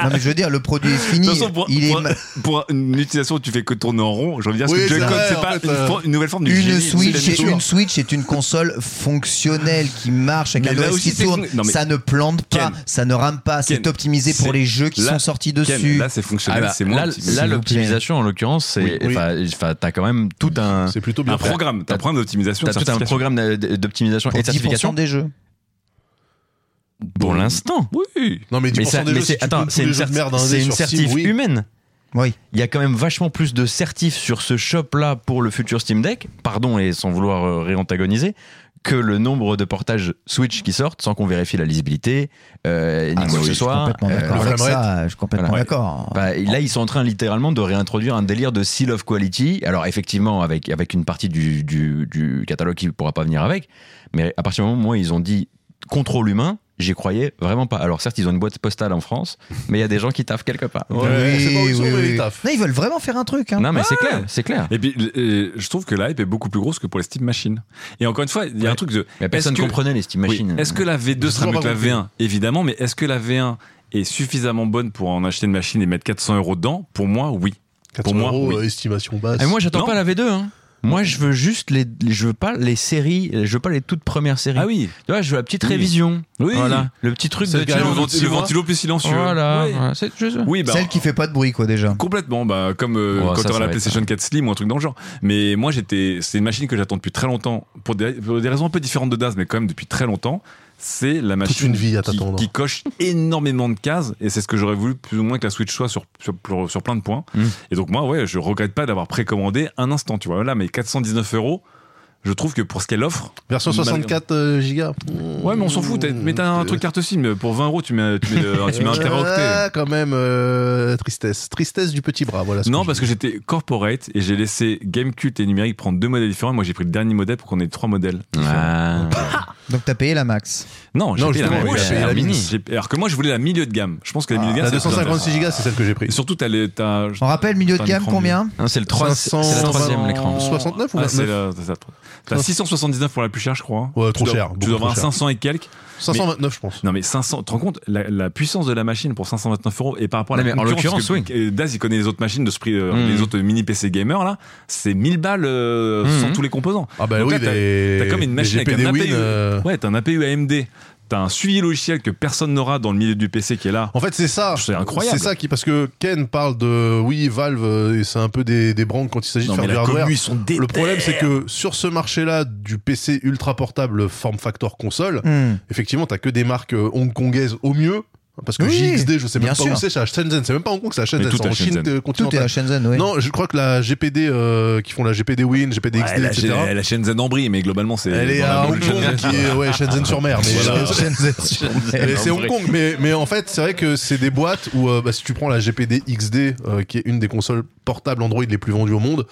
Non mais je veux dire, le produit est
De
fini.
toute façon, pour,
il est
pour-
ma-
pour une utilisation où tu fais que tourner en rond, j'ai envie de dire,
Oui,
c'est que
c'est
Joy-Con,
vrai,
c'est
en
pas
fait,
une,
euh,
for- une nouvelle forme du
une
génie, c'est la
Switch, est,
nature.
une Switch est une console fonctionnelle qui marche avec
Mais
un
là
OS
aussi,
qui
c'est-
tourne.
non, mais-
ça ne plante pas,
Ken.
ça ne rame pas. C'est
Ken.
optimisé pour
C'est-
les jeux qui
là-
sont sortis
Ken,
dessus.
là, c'est fonctionnel,
Ah bah,
c'est moins.
là,
optimisé.
là,
S'il vous
l'optimisation en l'occurrence, c'est,
Oui, oui.
enfin, enfin, t'as quand même tout
Hein.
un,
C'est plutôt bien.
un programme, t'as un programme d'optimisation.
t'as tout un
certification.
programme d'a- d'optimisation
pour
et de
10%
certification
des jeux.
pour l'instant.
Oui.
Non mais 10%
Mais, ça-
des
mais
jeux, si
c'est
tu
attends,
comptes tous
c'est
les
une,
jeux de
cer-
merde indés
c'est une
sur Steam,
certif
oui.
humaine.
Oui.
Il y a quand même vachement plus de certifs sur ce shop-là pour le futur Steam Deck, pardon et sans vouloir euh, réantagoniser, que le nombre de portages Switch qui sortent sans qu'on vérifie la lisibilité, euh, ni
Ah,
quoi
oui,
que
je
ce
suis
soit.
complètement
Euh,
d'accord
le
avec
Flamme
ça. Je suis complètement
Voilà.
d'accord.
Bah, et là, ils sont en train littéralement de réintroduire un délire de seal of quality. Alors, effectivement, avec, avec une partie du, du, du catalogue qui ne pourra pas venir avec. Mais à partir du moment où ils ont dit contrôle humain, j'y croyais vraiment pas. Alors, certes, ils ont une boîte postale en France, mais il y a des gens qui taffent quelque part.
Bah,
Ouais, c'est pas où ils sont, mais ils taffent.
Non, ils veulent vraiment faire un truc. hein.
Non, mais c'est clair, c'est clair.
Et puis, euh, je trouve que la hype est beaucoup plus grosse que pour les Steam Machines. Et encore une fois, il y a un
Ouais.
truc de.
Mais personne
est-ce que-
comprenait les Steam
Oui.
Machines.
Est-ce que la V2
J'ai
sera mieux
toujours
que la
pas compris.
V1 Évidemment, mais est-ce que la V1 est suffisamment bonne pour en acheter une machine et mettre 400 euros dedans Pour moi, oui.
400
Pour moi,
euros,
oui.
euh, estimation basse.
Ah, mais moi, j'attends
Non.
pas la V2. hein. Moi, je veux juste les, je veux pas les séries, je veux pas les toutes premières séries.
Ah oui.
Tu vois, je veux la petite
Oui.
révision.
Oui.
Voilà. Le petit truc
C'est
de
le
Le,
gars,
tiens,
le
venti- le ventilo plus silencieux.
Voilà.
Oui.
voilà. C'est juste ça.
Oui, bah,
Celle qui fait pas de bruit, quoi, déjà.
Complètement, bah, comme euh,
Oh,
quand
ça, ça
t'auras la
va être
PlayStation 4 Slim ou un truc dans le genre. Mais moi, j'étais, c'est une machine que j'attends depuis très longtemps, pour des, pour des raisons un peu différentes de Daz, mais quand même depuis très longtemps. C'est la machine
une vie à
qui,
t'attendre.
qui coche énormément de cases, et c'est ce que j'aurais voulu plus ou moins que la Switch soit sur, sur, sur- sur plein de points.
Mm.
Et donc, moi, ouais, je regrette pas d'avoir précommandé un instant, tu vois. Là, mais 419 euros, je trouve que pour ce qu'elle offre.
Version 64 euh, gigas.
Ouais, mais on s'en fout, t'as- mais t'as un
Euh,
truc carte SIM, pour 20 euros, tu mets, tu mets, euh, tu mets un teraoctet.
Ah, quand même, euh, tristesse. Tristesse du petit bras, voilà. ce
Non,
je
parce que j'étais corporate et j'ai laissé Gamecult et numérique prendre deux modèles différents. Moi, j'ai pris le dernier modèle pour qu'on ait trois modèles.
Ah.
Donc t'as payé la max.
Non, j'ai
Non,
pris la,
justement,
j'ai
oui, j'ai
pris
payé
la
la
mini.
mini.
J'ai- Alors que moi, je voulais la milieu de gamme. Je pense que la milieu de
dis.
gamme,
Ah, La
c'est plus intéressant.
256 gigas, c'est celle que j'ai
Et
prise.
surtout, t'as les- t'as-
On rappelle milieu de
Un
gamme
écran
combien
Non, c'est le 3 c'est la
500,
troisième l'écran.
69 ou
Ah, c'est
29?
la- c'est ça. T'as 679 pour la plus chère, je crois.
Ouais, trop
Tu dois-
cher,
Tu
beaucoup
dois
trop
avoir un
cher.
500 et quelques.
529, je pense.
Non, mais 500, tu te rends compte, la, la puissance de la machine pour 529 euros et par rapport à la
Non, mais en
concurrence, parce
l'occurrence,
que, euh, Daz, il connaît les autres machines de ce prix, euh,
Hmm.
Mm.
les autres mini PC gamers, là, c'est 1000 balles euh,
Mm.
sans tous les composants.
Ah, bah
Donc
oui,
là, t'as-
les-
t'as comme une
les
machine avec
GPD
un
Win,
APU.
euh,
Ouais, t'as un APU AMD, t'as un suivi logiciel que personne n'aura dans le milieu du PC qui est là.
En fait, c'est ça.
C'est incroyable.
C'est ça qui, parce que Ken parle de oui, Valve, euh, et c'est un peu des, des branques quand il s'agit de faire du hardware.
ils sont dé-
Le problème, c'est que sur ce marché-là du PC ultra portable form factor console,
Hmm.
effectivement, t'as que des marques euh, hongkongaises au mieux. Parce que
Oui,
JXD, je sais même
bien
pas où
sûr.
c'est, c'est à Shenzhen. C'est même pas à Hong Kong, c'est à Shenzhen.
tout
C'est
est
en
à
Chine
Shenzhen.
euh,
Tout est à
continentale.
Shenzhen, oui.
Non, je crois que la GPD, euh, qui font la GPD Win, GPD
Ouais,
XD,
la,
etc.
la, la chaîne Zen en brie, mais globalement, c'est.
Elle est
dans la
à Hong
boucle de
Kong,
Shenzhen.
qui est ouais, Shenzhen sur mer. Mais
Voilà.
euh, mais Eh, c'est Hong Kong. Mais, mais en fait, c'est vrai que c'est des boîtes où, euh, bah, si tu prends la GPD XD, euh, qui est une des consoles portables Android les plus vendues au monde,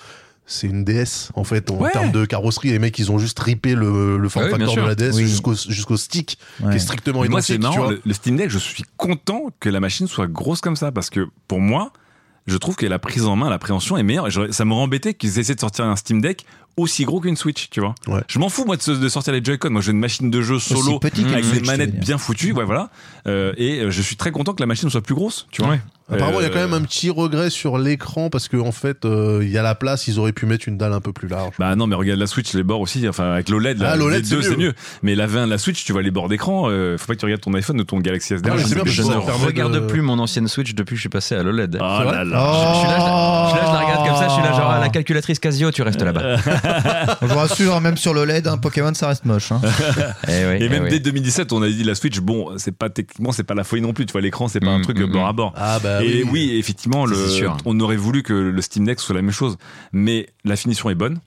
c'est une DS en fait en
Ouais.
termes de carrosserie. Les mecs, ils ont juste ripé le, le form
Ah oui, bien
factor
sûr.
de la DS
Oui.
jusqu'au jusqu'au stick, qui
Ouais.
est strictement
Mais Moi,
identique.
c'est
tu
marrant.
vois.
Le, le Steam Deck, je suis content que la machine soit grosse comme ça parce que pour moi, je trouve que la prise en main, l'appréhension est meilleure. Et j'aurais- ça m'aurait embêté qu'ils essaient de sortir un Steam Deck aussi gros qu'une Switch, tu vois.
Ouais.
Je m'en fous, moi, de, se- de sortir les Joy-Con. Moi, j'ai une machine de jeu solo
petit
Mmh,
qu'une
avec
Switch,
des
tu veux
manettes
dire.
bien foutues, ouais, voilà. Euh, et euh, je suis très content que la machine soit plus grosse, tu vois.
Ouais.
Apparemment, il y a
Euh,
quand même un petit regret sur l'écran parce qu'en en fait, euh, il y a la place, ils auraient pu mettre une dalle un peu plus large.
Bah non, mais regarde la Switch, les bords aussi. Enfin, avec l'OLED, là,
Ah, l'OLED,
les
c'est
deux, c'est
mieux.
mieux. Mais la 20, la Switch, tu vois les bords d'écran. euh, faut pas que tu regardes ton iPhone ou ton Galaxy S
Ah,
derrière.
mais c'est bien
Je
parce
ne
que ça permet
regarde
de-
plus mon ancienne Switch depuis que je suis passé à E l'OLED.
Ah
C'est vrai
là
Oh.
là.
Ah.
Je, suis là, je, la- je suis là, je la regarde comme ça, je suis là, genre, ah, la calculatrice Casio, tu restes là-bas.
Je vous rassure, même sur le LED, un Pokémon, ça reste moche.
Euh,
hein.
Eh oui,
Et
eh
même
oui.
dès 2017, on a dit la Switch, bon, c'est pas techniquement, c'est pas la folie non plus. Tu vois, l'écran, c'est pas un
Mm,
truc
mm,
bord
mm.
à bord.
Ah bah
Et oui, effectivement,
Ça,
le-
c'est sûr.
on aurait voulu que le Steam Deck soit la même chose. Mais la finition est bonne.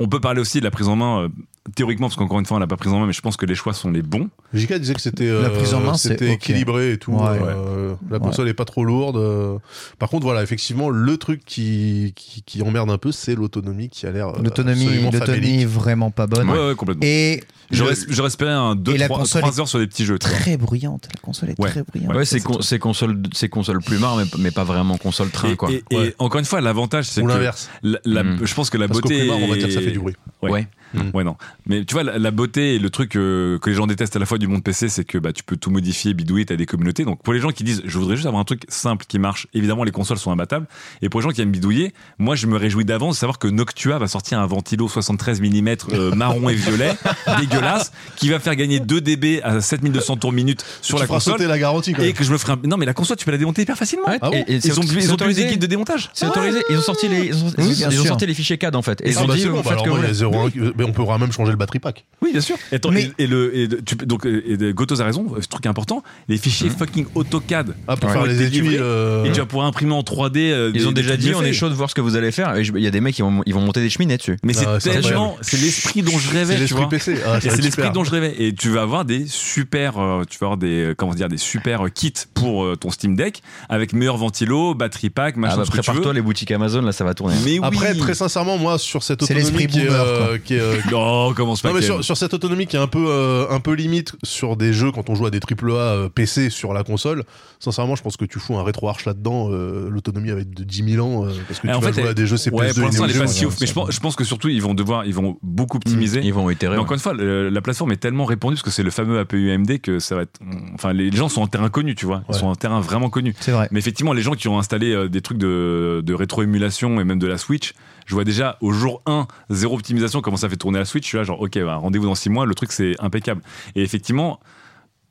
On peut parler aussi de la prise en main, euh, théoriquement, parce qu'encore une fois, on l'a pas prise en main, mais je pense que les choix sont les bons.
JK disait que c'était euh,
La prise en main,
c'était
c'est ok.
équilibré et tout.
Ouais.
euh, La console est pas trop lourde. euh. Par contre, voilà, effectivement, le truc qui, qui, qui emmerde un peu, c'est l'autonomie qui a l'air euh,
L'autonomie
absolument
l'autonomie est
famélique.
vraiment pas bonne.
Ouais, ouais, complètement.
Et
J'aurais
le-
j'aurais espéré un
Et la
2-3
console est
heures sur des petits jeux. tu vois.
très bruyante, la console est
Ouais.
très bruyante.
Ouais, c'est
Ça,
con- c'est console, c'est console plumard, mais, mais pas vraiment console train,
Et,
quoi.
et- et
Ouais.
encore une fois, l'avantage, c'est
Ou
que
l'inverse.
la- la-
Mm.
je pense que la
Parce qu'au
beauté.
primaire, on va
est-
dire que ça fait du bruit.
Ouais.
Ouais.
Mm.
Ouais, non. Mais tu vois, la, la beauté et le truc euh, que les gens détestent à la fois du monde PC, c'est que bah, tu peux tout modifier, bidouiller, t'as des communautés. Donc pour les gens qui disent, je voudrais juste avoir un truc simple qui marche, évidemment, les consoles sont imbattables. Et pour les gens qui aiment bidouiller, moi, je me réjouis d'avance de savoir que Noctua va sortir un ventilo 73 mm euh, marron et violet, dégueulasse, qui va faire gagner 2 dB à 7200 tours minute sur
Tu
la
feras
console.
sauter la garantie quand
Et
même.
que je me ferai un... Non, mais la console, tu peux la démonter hyper facilement.
Ouais,
Ah bon
et- et c'est-
Ils ont,
c'est
ils ont plus
autorisé.
des guides de démontage.
C'est autorisé. Ils ont sorti les, ils ont,
Oui,
ils
bien
ont
sûr.
sorti les fichiers CAD en fait. Et ils
Ah
ont
bah
dit
c'est bon,
vous
bah
faites
alors
que
moi,
vous
il y a
voulez.
0,1, euh, mais on peut même changer le batterie pack.
Oui, bien sûr. Attends,
Mais-
et, et le, et le- tu peux- donc, euh, et- et Gotos a raison, ce truc important, les fichiers fucking AutoCAD.
Ah, pour
Ouais.
faire les
T'es
étuis.
livré.
euh,
Et tu vas pouvoir imprimer en 3D. euh, des-
Ils ont
des
déjà
trucs
dit
bien
on est
faits.
chaud de voir ce que vous allez faire. Et je- Il y a des mecs qui vont, ils vont monter des cheminées dessus.
Mais c'est
Ah ouais, c'est
tellement.
incroyable.
C'est l'esprit dont je rêvais.
C'est
tu
l'esprit
vois.
PC. Ah,
Et
ça va
c'est
être
l'esprit
super.
dont je rêvais. Et tu vas avoir des super, euh, tu vas avoir des, comment dire, des super kits pour euh, ton Steam Deck avec meilleur ventilo, batterie pack,
Ah
machin,
bah,
ce que tu veux.
Prépare-toi les boutiques Amazon, là ça va tourner.
Mais oui.
Après, très sincèrement, moi, sur cette
C'est l'esprit
autonomie qui est,
boomer,
euh, qui est, euh,
Non, commence pas.
Non mais
Ken.
sur, sur cette autonomie qui est un peu euh, un peu limite sur des jeux quand on joue à des AAA euh, PC sur la console, sincèrement je pense que tu fous un rétro arch là-dedans, euh, l'autonomie avec de 10 000 ans euh, parce que
Ah,
tu
Eh, en
vas
fait,
jouer à des jeux CPS2
Ouais, pour l'instant,
et
elle est
Neo Geo,
pas si
hein,
ouf.
ça.
Mais je pense, je pense que surtout, ils vont devoir, ils vont
Mm.
beaucoup optimiser.
Ils vont itérer.
Mais
ouais.
encore une fois, le- la plateforme est tellement répandue parce que c'est le fameux APU AMD que ça va être. Enfin, les gens sont en terrain connu, tu vois. Ils
Ouais.
sont en terrain vraiment connu.
C'est vrai.
Mais effectivement, les gens qui ont installé euh, des trucs de, de rétro-émulation et même de la Switch, je vois déjà au jour 1, zéro optimisation, comment ça fait tourner la Switch. Je suis là, genre, ok, bah, rendez-vous dans 6 mois, le truc c'est impeccable. Et effectivement,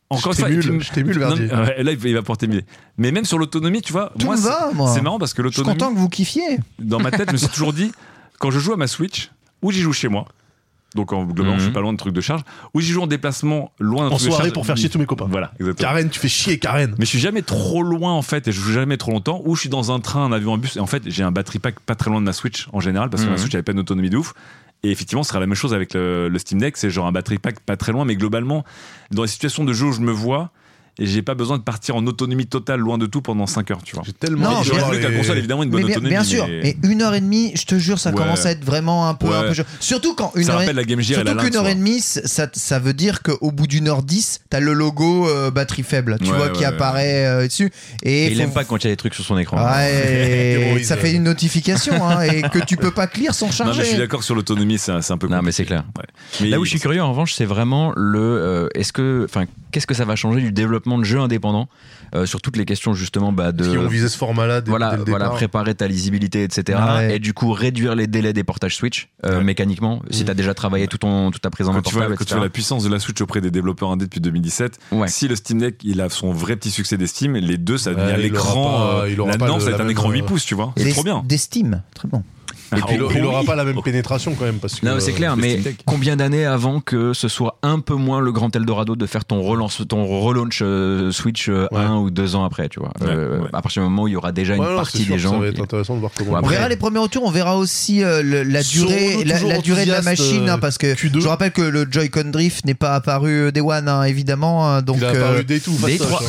encore
Je
une fois.
t'émule,
tu me-
je t'émule,
Non,
Verdier.
mais- euh, ouais, Là, il va- il va porter mieux. Mais même sur l'autonomie, tu vois,
Tout
moi,
me
c'est-
va, moi.
c'est marrant parce que
Je suis
l'autonomie
content que vous kiffiez.
dans ma tête, je me suis toujours dit, quand je joue à ma Switch, ou j'y joue chez moi, donc en globalement,
Mhm.
je suis pas loin de trucs de charge, ou j'y joue en déplacement, loin d'un
En
truc de
soirée
charge.
pour faire chier tous mes copains.
Voilà, exactement.
Karen, tu fais chier Karen.
Mais je suis jamais trop loin en fait, et je joue jamais trop longtemps, ou je suis dans un train, un avion, un bus, et en fait, j'ai un battery pack pas très loin de ma Switch en général, parce que ma
Mhm.
Switch avait pas une autonomie de ouf. Et effectivement, ce sera la même chose avec le, le Steam Deck, c'est genre un battery pack pas très loin, mais globalement, dans les situations de jeu où je me vois, et j'ai pas besoin de partir en autonomie totale loin de tout pendant 5 heures, tu vois.
J'ai tellement
Non,
envie de
J'aurais
mais-
voir
voulu que la
les-
console ait évidemment une bonne
mais bien,
autonomie.
bien sûr,
mais-
mais une heure et demie, je te jure, ça
Ouais.
commence à être vraiment un peu, un
Ouais.
peu chaud. Surtout quand une
ça
heure et
rappelle la Game Gear et la
Surtout qu'une
Lynx, hein.
heure
ouais.
et demie, c- ça, ça veut dire qu'au bout d'une heure dix, t'as le logo euh, batterie faible, tu
Ouais,
vois,
ouais,
qui
ouais.
apparaît euh, dessus. Et,
Et il
faut-
aime pas quand il y a des trucs sur son écran.
Ouais, et
Héroïse.
ça fait une notification hein, et que tu peux pas lire sans
Non, mais je suis
charger.
d'accord sur l'autonomie, c'est un, c'est un peu
Non mais
compliqué.
c'est clair.
Mais
Là où je suis curieux en revanche, c'est vraiment le euh, est-ce que enfin qu'est-ce que ça va changer du développement de jeux indépendants euh, sur toutes les questions justement bah, de
qui ont visé ce format-là dès,
voilà,
dès le
voilà,
départ.
préparer ta lisibilité, etc.
Ah ouais.
Et du coup, réduire les délais des portages Switch euh,
Ouais.
mécaniquement, si
Mmh.
t'as déjà travaillé tout ton, toute ta prise en main
Quand tu, vois,
portable,
quand tu
etc.
vois la puissance de la Switch auprès des développeurs indés depuis 2017,
Ouais.
si le Steam Deck il a son vrai petit succès d'estime, les deux ça va
Ouais,
devenir
il aura
l'écran.
pas-
euh,
il aura
la
pas
norme,
le-
ça va être
la
un
même,
écran 8
euh,
pouces, tu vois.
Des-
C'est trop bien.
Des Steam, très bon.
Et puis, il,
Ah,
il aura
oui.
pas la même pénétration quand même parce que.
Non, c'est clair,
euh,
mais
Steam Deck.
combien d'années avant que ce soit un peu moins le grand Eldorado de faire ton relance, ton relaunch euh, Switch euh,
Ouais.
un ou deux ans après, tu vois.
Ouais,
Euh,
ouais.
À partir du moment où il y aura déjà une
Ouais, non, c'est
partie
sûr
des
que Ça
gens.
va
qui-
être intéressant de voir comment.
Ouais,
On
Après-
verra les premiers retours, on verra aussi euh, le- la
Serons-nous
durée, la,
toujours
la durée de la
enthousiastes,
machine, hein,
euh,
parce que
Q2?
je rappelle que le Joy-Con Drift n'est pas apparu des One, hein, évidemment, hein, donc.
Il a
euh,
apparu des tout.
des
fastoche,
trois.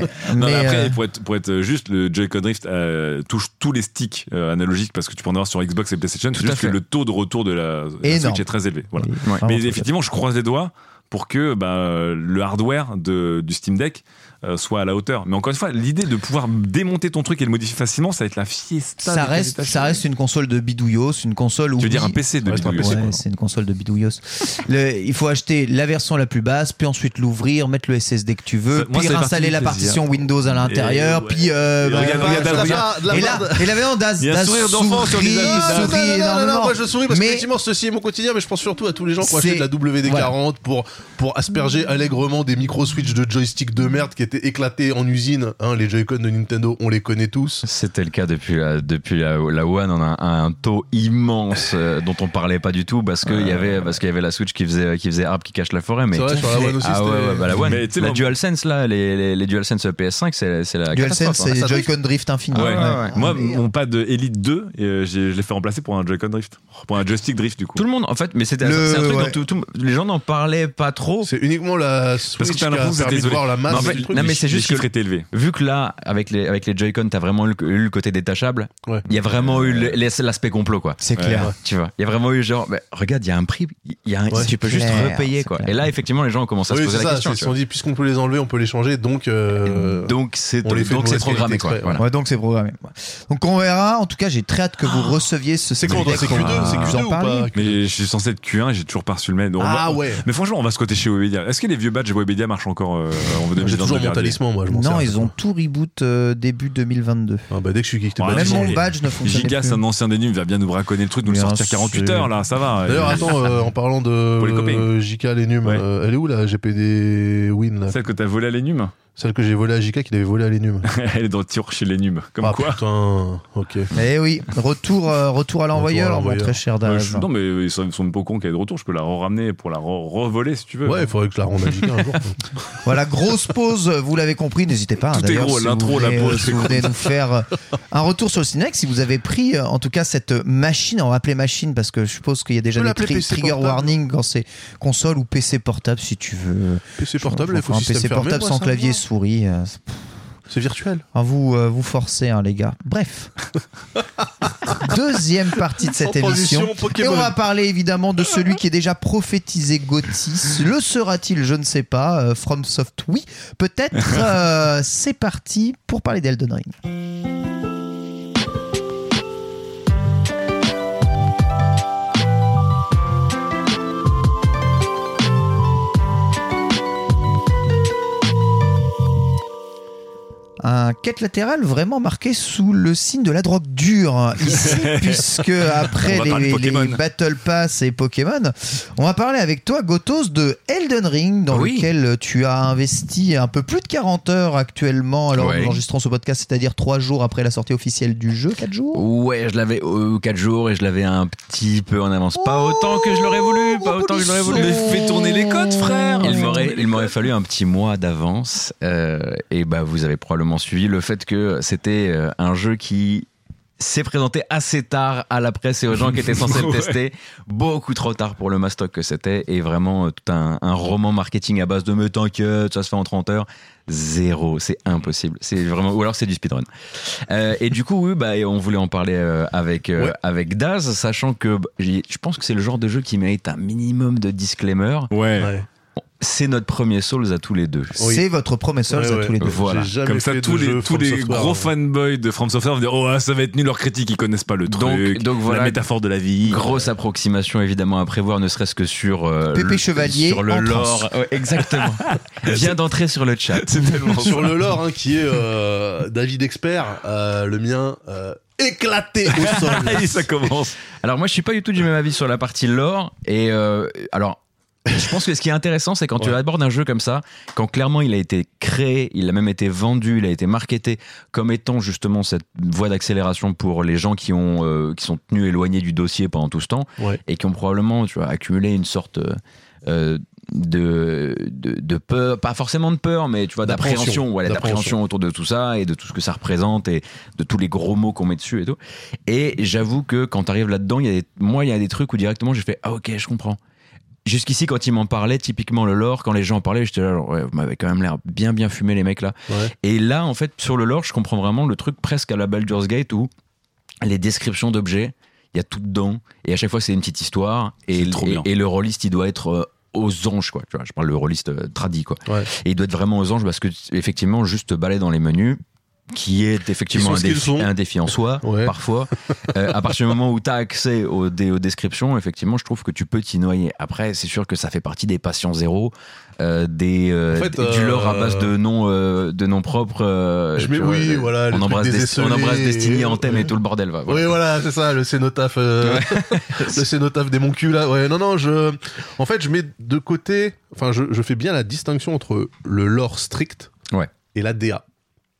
ouais,
Non, mais
mais,
après,
euh,
pour, être, pour être juste, le Joy-Con Drift euh, touche tous les sticks euh, analogiques parce que tu peux en avoir sur Xbox et PlayStation.
Tout
C'est
à
juste que
fait.
le taux de retour de la, la
Énorme.
Switch est très élevé. Voilà.
il-
Ouais.
vraiment,
Mais
très-
effectivement, je croise les doigts pour que bah, le hardware de- du Steam Deck euh, soit à la hauteur. Mais encore une fois, l'idée de pouvoir démonter ton truc et le modifier facilement, ça va être la
ça
fiesta. des
reste,
qualités.
ça reste une console de bidouillos, une console où.
Tu veux dire un
oui,
PC de
Ouais, c'est un
bidouille.
PC,
quoi.
Ouais, c'est une console de bidouillos. Le- il faut acheter la version la plus basse, puis ensuite l'ouvrir, mettre le SSD que tu veux,
Ça- moi,
puis
ça fait
réinstaller la
partie du plaisir.
partition Windows à l'intérieur,
ouais.
puis. euh,
Et
bah,
regarde,
bah,
regarde,
bah,
regarde,
de la
et là,
merde.
et la version d'As
Il y a un
d'As
sourire d'enfant sur
sourit-
le visage de
Ah,
Daz.
non,
sourit
non, non, non, non,
énormément.
moi je souris parce
Mais-
qu'effectivement ceci est mon quotidien mais je pense surtout à tous les gens qui ont
C'est-
acheté de la WD40
voilà.
pour pour asperger allègrement des micro-switch de joystick de merde qui étaient éclatés en usine. Hein, les Joy-Con de Nintendo, on les connaît tous.
C'était le cas depuis la, depuis la, la One, on a un, un taux immense euh, dont on parlait pas du tout parce qu'il y avait parce qu'il y avait la Switch qui faisait qui faisait arbre qui cache la forêt, mais
C'est vrai, sur la One aussi,
ah ouais,
c'était-
ouais, bah, la One,
Mais tu sais,
la
moi-
DualSense là, les, les, les DualSense E PS5, c'est c'est la
DualSense,
catastrophe, hein.
c'est
ça
Joy-Con Drift Infinity.
Ouais.
ouais.
Ah,
Moi, mon pad Elite 2, et, euh, j'ai- je l'ai fait remplacer pour un Joy-Con Drift. Pour un Joystick Drift, du coup.
Tout le monde, en fait, mais c'était
Le-
c'est un truc
ouais.
dont tout- tout- les gens n'en parlaient pas trop.
C'est uniquement la Switch
que
qui
t'as
a
l'impression que c'est
permis de
désolé.
voir la masse
Non, mais-
du truc.
non, mais
Les
c'est juste
chiffres
que-
étaient élevés.
Vu que là, avec les, avec les Joy-Con, t'as vraiment eu le- eu le côté détachable,
Ouais.
il y a vraiment eu le- l'as- l'aspect complot, quoi.
C'est
Ouais.
clair.
Tu vois, il y a vraiment eu genre, bah, regarde, il y a un prix, il y a un-
Ouais,
tu peux juste
clair,
repayer,
c'est
quoi.
clair.
Et là, effectivement, les gens ont commencé à
Oui,
se poser
c'est
la
ça.
question.
Ils
tu
se sont dit, puisqu'on peut les enlever, on peut les changer. Donc, euh,
Donc c'est
on les fait de
donc c'est
mauvaise
programmé
qualité
quoi.
exprès,
Voilà.
Ouais, donc c'est programmé. Ouais. Donc on verra. En tout cas, j'ai très hâte que vous receviez ce
c'est quoi on doit- C'est
Steam Deck,
Q2
on
C'est
va vous en
Q2 ou
parler.
pas
Mais je suis censé être Q1 et j'ai toujours pas reçu le mail. Donc on
Ah
va-
ouais.
Mais franchement, on va se côté chez Webedia. Est-ce que les vieux badges Webedia marchent encore euh, en 2022
J'ai toujours mon talisman, moi. Je m'en
Non,
sers.
ils ont tout reboot euh, début 2022.
Ah bah, dès que je suis geek, t'es
Ouais,
pas
Même
mais-
content.
mon badge ne fonctionne
Giga,
plus.
c'est un ancien dénume, il va bien nous braconner le truc, nous le
Bien
sortir 48
sûr.
heures là, ça va.
D'ailleurs,
Et-
attends, euh, en parlant de
Pour les copains.
euh, JK Lenum,
Ouais.
euh, elle est où la GPD Win là
Celle que t'as volée à l'énume
Celle que j'ai volée à JK qu'il avait volée à Lenum.
Elle est dans le tiroir chez l'énume. Comme
ah,
quoi
Putain, ok.
Eh oui, retour, euh, retour à l'envoyeur, mon
l'envoyeur.
très cher
Euh,
Dave.
je- Non, mais ils sont, ils sont même pas cons qu'elle est de retour, je peux la ramener pour la re- revoler si tu veux.
Ouais, il faudrait que je la rende à JK un jour.
Voilà, grosse pause, vous l'avez compris, n'hésitez pas. hein,
Tout est
d'ailleurs,
gros,
si vous
l'intro, la
voulez,
pause,
euh, Si
c'est
vous voulez nous faire euh, un retour sur le Cinex, si vous avez pris euh, en tout cas cette machine, on va appeler machine parce que je suppose qu'il y a déjà
peux
des
l'appeler
tri-
PC
trigger
portable.
warning quand c'est console ou PC portable si tu veux.
PC portable,
Faut
il faut
faire un
système
PC
fermé,
portable
moi,
sans
ça
clavier
me
souris. euh, c'est-
va. C'est virtuel.
Ah, vous, euh, vous forcez, hein, les gars. Bref. Deuxième partie de cette émission. Et on va parler évidemment de celui qui est déjà prophétisé Gotis. Le sera-t-il Je ne sais pas. Euh, From Soft, oui. Peut-être. Euh, c'est parti pour parler d'Elden Ring. Un quête latérale vraiment marqué sous le signe de la drogue dure hein, ici, puisque après
On va parler
les,
Pokémon.
les Battle Pass et Pokémon, on va parler avec toi, Gotos, de Elden Ring, dans
Oui.
lequel tu as investi un peu plus de 40 heures actuellement. Alors,
Ouais.
nous enregistrons ce podcast, c'est-à-dire 3 jours après la sortie officielle du jeu, 4 jours
Ouais, je l'avais 4 jours et je l'avais un petit peu en avance. Pas
Oh,
autant que je l'aurais voulu, pas autant que je l'aurais voulu.
Mais fais tourner les codes, frère.
Il m'aurait, il m'aurait fallu un petit mois d'avance. euh, et bah, vous avez probablement suivi le fait que c'était euh, un jeu qui s'est présenté assez tard à la presse et aux gens qui étaient censés le
Ouais.
tester. Beaucoup trop tard pour le mastoc que c'était. Et vraiment, euh, tout un, un roman marketing à base de me t'inquiète, ça se fait en 30 heures. Zéro, c'est impossible. C'est vraiment, ou alors c'est du speedrun. Euh, et du coup, oui, bah, et on voulait en parler euh, avec, euh,
Ouais.
avec Daz, sachant que bah, j'ai- je pense que c'est le genre de jeu qui mérite un minimum de disclaimer.
Ouais.
Ouais.
C'est notre premier Souls à tous les deux.
Oui.
C'est votre premier Souls
Ouais,
à
ouais.
tous les deux.
Voilà.
J'ai jamais
Comme ça,
fait
tous
de jeu
les, tous
From
les
Software, euh.
gros
ouais.
fanboys de From Software vont dire Oh, ah, ça va être nul leur critique, ils connaissent pas le truc.
Donc- donc voilà.
La métaphore de la vie.
Grosse approximation évidemment à prévoir, ne serait-ce que sur euh,
Euh, Pépé
le,
Chevalier
sur le
en
lore. Ouais, exactement. Vient d'entrer sur le chat. C'est tellement
Sur le lore, hein, qui est euh, David Expert, euh, le mien, euh, éclaté au sol.
Et ça commence.
Alors moi, je suis pas du tout du même avis sur la partie lore. Et euh, alors, je pense que ce qui est intéressant, c'est quand tu
Ouais.
abordes un jeu comme ça, quand clairement il a été créé, il a même été vendu, il a été marketé comme étant justement cette voie d'accélération pour les gens qui ont euh, qui sont tenus éloignés du dossier pendant tout ce temps
Ouais.
et qui ont probablement, tu vois, accumulé une sorte euh, euh, de, de, de peur, pas forcément de peur, mais tu vois,
D'appréhension.
d'appréhension, voilà,
D'appréhension.
d'appréhension autour de tout ça et de tout ce que ça représente et de tous les gros mots qu'on met dessus et tout. Et j'avoue que quand t'arrives là-dedans, il y a des- moi, il y a des trucs où directement j'ai fait Ah, ok, je comprends. Jusqu'ici, quand ils m'en parlaient, typiquement le lore, quand les gens en parlaient, j'étais là, genre, ouais, vous m'avez quand même l'air bien, bien fumé, les mecs là.
Ouais.
Et là, en fait, sur le lore, je comprends vraiment le truc presque à la Baldur's Gate où les descriptions d'objets, il y a tout dedans. Et à chaque fois, c'est une petite histoire. Et,
C'est trop
et-
bien.
et le rôliste, il doit être euh, aux anges, quoi. Tu vois, je parle le rôliste euh, tradit, quoi.
Ouais.
Et il doit être vraiment aux anges parce que, effectivement, juste te balader dans les menus, qui est effectivement
Ils sont
un
ce qu'ils
défi,
sont.
un défi en soi,
Ouais.
parfois. Euh, à partir du moment où tu as accès aux, dé- aux descriptions, effectivement, je trouve que tu peux t'y noyer. Après, c'est sûr que ça fait partie des patients zéro, euh, des, euh,
En fait,
des- du lore à
euh,
base de noms euh, de noms propres. euh,
Je mets-
tu vois,
oui,
euh,
voilà, le
on,
truc
embrasse
des
Desti- on embrasse
esselés et-
Destiny en thème
Ouais.
et tout le bordel. va, voilà.
Oui, voilà, c'est ça, le cénotaphe. euh, le cénotaphe des mon cul, là. Ouais, non, non, je. En fait, je mets de côté. Enfin, je, je fais bien la distinction entre le lore strict
Ouais.
et la DA.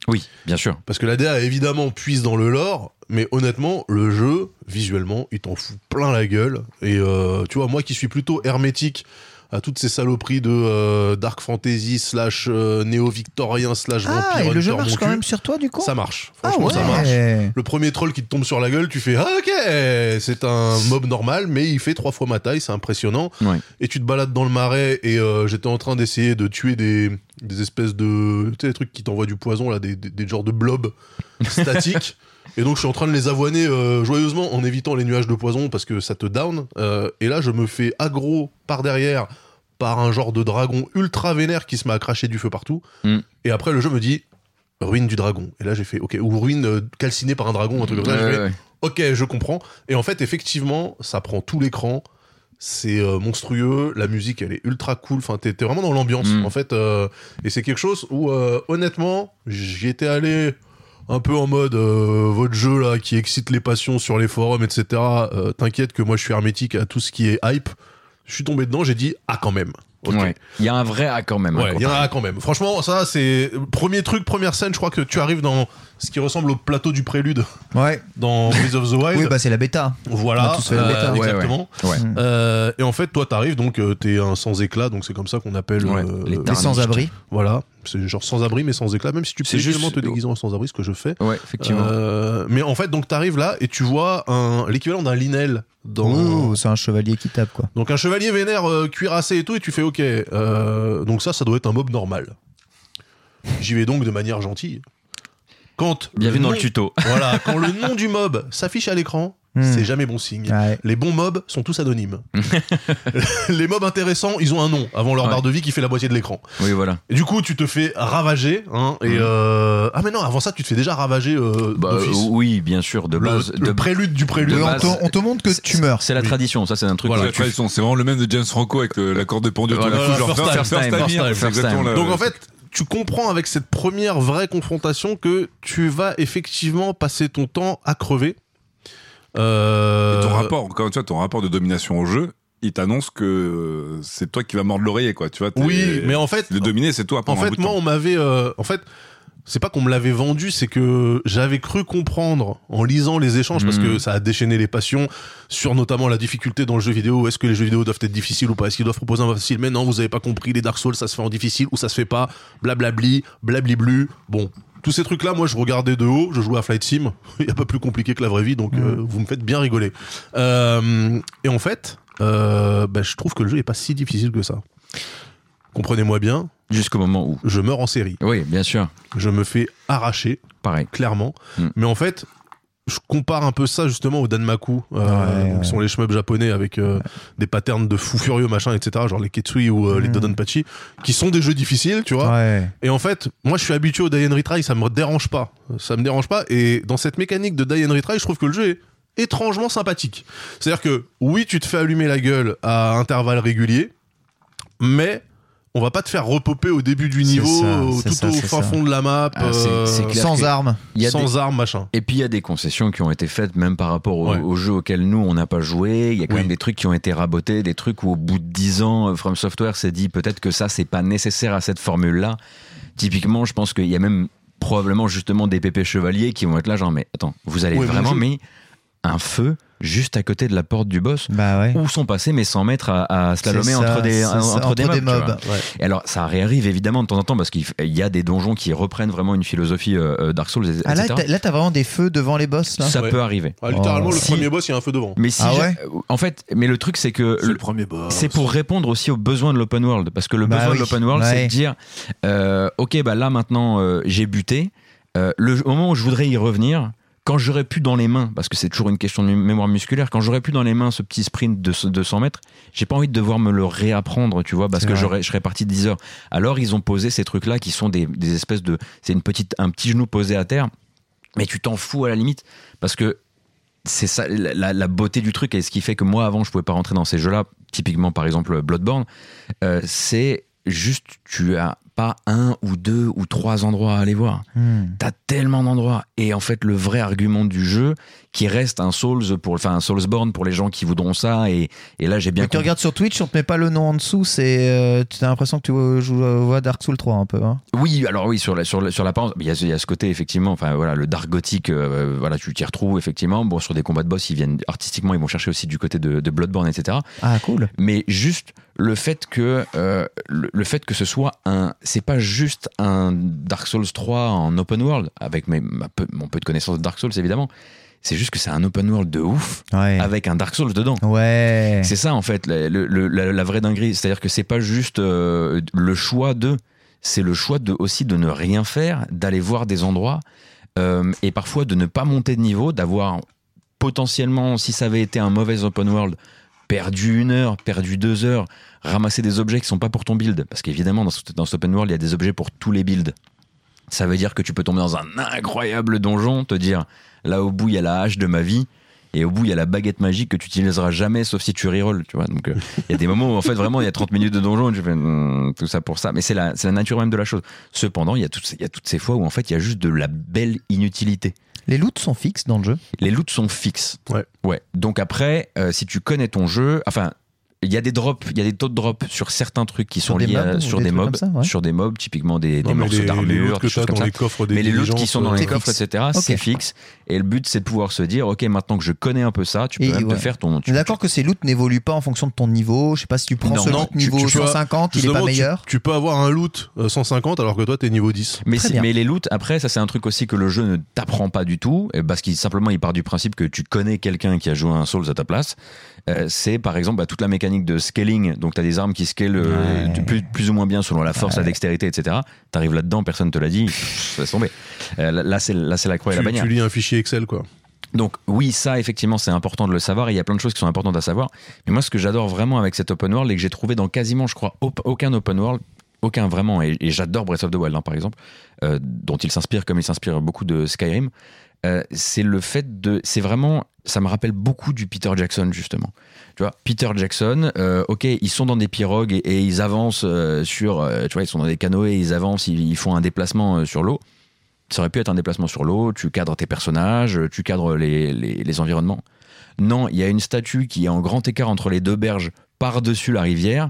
Oui, bien sûr.
Parce que la DA, évidemment, puise dans le lore, mais honnêtement, le jeu, visuellement, il t'en fout plein la gueule. Et euh, tu vois, moi qui suis plutôt hermétique à toutes ces saloperies de euh, Dark Fantasy slash euh, néo-victorien slash vampire
Ah, et le
hunter,
jeu
mon
marche quand
cul,
même sur toi, du coup
Ça marche.
Ah
Franchement, ça marche.
ouais
Le premier troll qui te tombe sur la gueule, tu fais Ah, ok, c'est un mob normal, mais il fait trois fois ma taille, c'est impressionnant.
Ouais.
Et tu te balades dans le marais, et euh, j'étais en train d'essayer de tuer des, des espèces de. Tu sais, les trucs qui t'envoient du poison, là, des, des, des genres de blobs statiques. Et donc, je suis en train de les avoiner euh, joyeusement en évitant les nuages de poison parce que ça te down. Euh, et là, je me fais aggro par derrière par un genre de dragon ultra vénère qui se met à cracher du feu partout.
Mm.
Et après, le jeu me dit ruine du dragon. Et là, j'ai fait ok, ou ruine euh, calcinée par un dragon, un truc comme ça. Je
Ouais,
fais,
ouais.
Ok, je comprends. Et en fait, effectivement, ça prend tout l'écran. C'est euh, monstrueux. La musique, elle est ultra cool. Enfin, t'es t'es vraiment dans l'ambiance,
Mm.
en fait. euh, et c'est quelque chose où, euh, honnêtement, j'y étais allé un peu en mode euh, votre jeu là qui excite les passions sur les forums, etc. euh, T'inquiète que moi, je suis hermétique à tout ce qui est hype. Je suis tombé dedans, j'ai dit ah quand même. Ok.
Ouais. Il y a un vrai A quand même. hein,
Ouais,
quand
il y en a quand même. Franchement, ça, c'est premier truc, première scène. Je crois que tu arrives dans ce qui ressemble au plateau du prélude
Ouais.
dans Breath of the Wild.
Oui, bah c'est la bêta.
Voilà, euh,
On a tous fait la bêta.
Ouais, Mm. ouais.
exactement.
Ouais.
Euh, et en fait, toi, t'arrives donc euh, t'es un sans éclat, donc c'est comme ça qu'on appelle
Ouais,
euh,
les
euh,
Les
tarnistes.
sans-abri.
voilà, c'est genre sans abri mais sans éclat. Même si tu peux
C'est juste-
également te déguiser en sans abri, ce que je fais.
Ouais, effectivement.
Euh, mais en fait, donc t'arrives là et tu vois un l'équivalent d'un linel dans
Ouh, c'est un chevalier qui tape, quoi.
donc un chevalier vénère euh, cuirassé et tout, et tu fais ok. euh, donc ça, ça doit être un mob normal. J'y vais donc de manière gentille. Quand
Bienvenue dans le
nom-
tuto.
Voilà, quand le nom du mob s'affiche à l'écran,
Hmm.
c'est jamais bon signe.
Ouais.
Les bons mobs sont tous anonymes. les mobs intéressants, ils ont un nom avant leur
Ouais.
barre de vie qui fait la moitié de l'écran.
Oui, voilà.
Et Du coup, tu te fais ravager. Hein, et
Mhm.
euh, Ah, mais non, avant ça, tu te fais déjà ravager euh,
Bah,
d'office.
oui, bien sûr, de
le,
base.
le
de
prélude du prélude.
de
on,
base-
te, on te montre que tu meurs.
C'est la
Oui.
tradition, ça c'est un truc
Voilà,
que
la
tu
tradition, c'est vraiment le même de James Franco avec le- la corde de pendu autour de la
Voilà,
cou, genre
first time,
first time,
first
first
time,
time, hein. c'est
first time.
exactement la-
Donc en fait, tu comprends avec cette première vraie confrontation que tu vas effectivement passer ton temps à crever. Euh,
Et ton rapport, encore une fois, ton rapport de domination au jeu, il t'annonce que euh, c'est toi qui vas mordre l'oreiller, quoi. Tu vois, t'es-
Oui, mais en fait,
le dominer, c'est toi.
En
pendant un bout
fait,
de
moi,
temps.
on m'avait. euh, en fait, c'est pas qu'on me l'avait vendu, c'est que j'avais cru comprendre en lisant les échanges,
Hmm.
parce que
Mhm.
ça a déchaîné les passions sur notamment la difficulté dans le jeu vidéo. Est-ce que les jeux vidéo doivent être difficiles ou pas Est-ce qu'ils doivent proposer un mode facile Mais non, vous avez pas compris. Les Dark Souls, ça se fait en difficile ou ça se fait pas. Blablabli, blabliblu. Bon. Tous ces trucs-là, moi, je regardais de haut, je jouais à Flight Sim. Il n'y a pas plus compliqué que la vraie vie, donc euh, vous me faites bien rigoler. Euh, et en fait, euh, bah, je trouve que le jeu est pas si difficile que ça. Comprenez-moi bien,
Jusqu'au moment où.
je meurs en série.
Oui, bien sûr,
Je me fais arracher,
pareil.
clairement.
Hmm.
Mm.
Mais en fait, je compare un peu ça justement au Danmaku, euh,
Ouais,
donc, qui sont les shmups japonais avec euh, des patterns de fou furieux, machin, etc. Genre les Ketsui ou euh, les
Mm.
Dodonpachi, qui sont des jeux difficiles, tu vois.
Ouais.
Et en fait, moi je suis habitué au die and retry, ça me dérange pas. Ça me dérange pas. Et dans cette mécanique de die and retry, je trouve que le jeu est étrangement sympathique. C'est-à-dire que oui, tu te fais allumer la gueule à intervalles réguliers, mais on va pas te faire repopper au début du
C'est
niveau,
ça,
au-
c'est
tout
ça,
au
c'est
fin
ça.
fond de la map,
Ah, c'est-
euh,
c'est clair.
Sans
que-
armes.
Il y a
sans
des-
armes, machin.
Et puis il y a des concessions qui ont été faites même par rapport au-
Ouais.
aux jeux auxquels nous on n'a pas joué. Il y a quand
Oui.
même des trucs qui ont été rabotés, des trucs où au bout de 10 ans, euh, From Software s'est dit peut-être que ça c'est pas nécessaire à cette formule-là. Typiquement, je pense qu'il y a même probablement justement des pépés chevaliers qui vont être là genre mais attends, vous avez
Ouais, mon
vraiment
jeu.
mis un feu juste à côté de la porte du boss
Bah ouais.
où sont passés mes 100 mètres à, à slalomer
C'est
entre
ça,
des,
c'est ça,
entre, des, mobs, tu vois.
Ouais.
Et alors, ça réarrive évidemment de temps en temps parce qu'il f- il y a des donjons qui reprennent vraiment une philosophie euh, euh, Dark Souls, et-
Ah là,
etc.
t'as- là, t'as vraiment des feux devant les boss là.
ça
Ouais.
peut arriver.
Ah, littéralement,
Oh.
le
Si.
premier boss, il y a un feu devant.
Mais si
Ah
j'ai-
ouais euh,
en fait, mais le truc c'est que le-
premier boss.
c'est pour répondre aussi aux besoins de l'open world parce que le
Bah
besoin
oui,
de l'open world c'est
ouais.
de dire euh, ok bah là maintenant euh, j'ai buté Euh, le j- au moment où je voudrais y revenir Quand j'aurais pu dans les mains, parce que c'est toujours une question de mé- mémoire musculaire, quand j'aurais pu dans les mains ce petit sprint de, ce- de 100 mètres, j'ai pas envie de devoir me le réapprendre, tu vois, parce
C'est
que
vrai.
j'aurais- je serais parti de 10 heures. Alors ils ont posé ces trucs-là qui sont des, des espèces de. C'est une petite, un petit genou posé à terre, mais tu t'en fous à la limite, parce que c'est ça la, la- la beauté du truc et ce qui fait que moi avant je pouvais pas rentrer dans ces jeux-là, typiquement par exemple Bloodborne, euh, c'est juste tu as pas un ou deux ou trois endroits à aller voir.
Hmm.
T'as tellement d'endroits. Et en fait, le vrai argument du jeu, qui reste un Souls pour, enfin, un Soulsborne pour les gens qui voudront ça. Et, et là, j'ai bien
Quand tu
compris.
regardes sur Twitch, on te met pas le nom en dessous, c'est euh, tu as l'impression que tu vois- joues, euh, vois Dark Souls 3 un peu. hein.
Oui, alors oui, sur la sur la- sur l'apparence, il y, a ce- il y a ce côté effectivement, enfin voilà, le dark gothique, euh, voilà, tu t'y retrouves effectivement. Bon, sur des combats de boss, ils viennent artistiquement, ils vont chercher aussi du côté de, de Bloodborne, etc.
Ah cool.
mais juste le fait que euh, le, le fait que ce soit un c'est pas juste un Dark Souls 3 en open world avec mes, ma peu- mon peu de connaissances de Dark Souls évidemment c'est juste que c'est un open world de ouf
Ouais.
avec un Dark Souls dedans
Ouais.
Ah, c'est ça en fait le- le- le- la, la vraie dinguerie c'est à dire que c'est pas juste euh, le choix de c'est le choix de aussi de ne rien faire d'aller voir des endroits euh, et parfois de ne pas monter de niveau d'avoir potentiellement si ça avait été un mauvais open world perdu une heure, perdu deux heures, ramasser des objets qui sont pas pour ton build. Parce qu'évidemment, dans, ce- dans cet open world, il y a des objets pour tous les builds. Ça veut dire que tu peux tomber dans un incroyable donjon, te dire là au bout il y a la hache de ma vie. Et au bout, il y a la baguette magique que tu utiliseras jamais, sauf si tu rerolls, tu vois. Donc, euh, il y a des moments où, en fait, vraiment, il y a 30 minutes de donjon, et tu fais Hmm, tout ça pour ça. Mais c'est la, c'est la nature même de la chose. Cependant, il y, a toutes ces- il y a toutes ces fois où, en fait, il y a juste de la belle inutilité
Les loots sont fixes dans le jeu.
les loots sont fixes.
Ouais.
Donc après, euh, si tu connais ton jeu, enfin, il y a des drops, il y a des taux de drops sur certains trucs qui
Sur
sont
des
liés à-
mobs ou
sur
des
des,
trucs
mobs,
comme ça, ouais.
sur des mobs, typiquement des, des
Non, mais
morceaux
les- les
d'armure,
loots que
des choses
t'as
comme
dans
ça.
les coffres des
Mais les loots qui
diligences,
sont dans les
euh,
c'est
coffres,
fixe.
etc., c'est
Ok.
fixe. Et le but, c'est de pouvoir se dire, ok, maintenant que je connais un peu ça, tu peux
Et
même
ouais.
te faire ton.
On
Tu,
est d'accord que ces loots n'évoluent pas en fonction de ton niveau. Je sais pas si tu prends
Non,
ce
non,
loot
tu-
niveau
tu vois,
150, il est pas
Justement, tu-
meilleur.
Tu, peux avoir un loot euh, 150 alors que toi t'es niveau 10.
Mais,
Très
c'est-
bien.
mais les loots, après, ça c'est un truc aussi que le jeu ne t'apprend pas du tout, euh, parce qu'il simplement il part du principe que tu connais quelqu'un qui a joué à un Souls à ta place. Euh, c'est par exemple bah, toute la mécanique de scaling, donc t'as des armes qui scalent euh,
Ouais.
du- plus, plus ou moins bien selon la force, la dextérité, etc. T'arrives là-dedans, personne te l'a dit, pff, laisse tomber. Euh, là, là, c'est là, c'est la croix et
Tu,
la bannière.
tu lis un fichier Excel quoi.
Donc oui, ça effectivement c'est important de le savoir et il y a plein de choses qui sont importantes à savoir. Mais moi ce que j'adore vraiment avec cet open world et que j'ai trouvé dans quasiment je crois op- aucun open world, aucun vraiment, et, et j'adore Breath of the Wild hein, par exemple, euh, dont il s'inspire comme il s'inspire beaucoup de Skyrim, euh, c'est le fait de... C'est vraiment... Ça me rappelle beaucoup du Peter Jackson justement. Tu vois, Peter Jackson, euh, ok, ils sont dans des pirogues et, et ils avancent euh, sur... euh, tu vois, ils sont dans des canoës, et ils avancent, ils, ils font un déplacement euh, sur l'eau ça aurait pu être un déplacement sur l'eau, tu cadres tes personnages, tu cadres les, les- les environnements. Non, il y a une statue qui est en grand écart entre les deux berges par-dessus la rivière.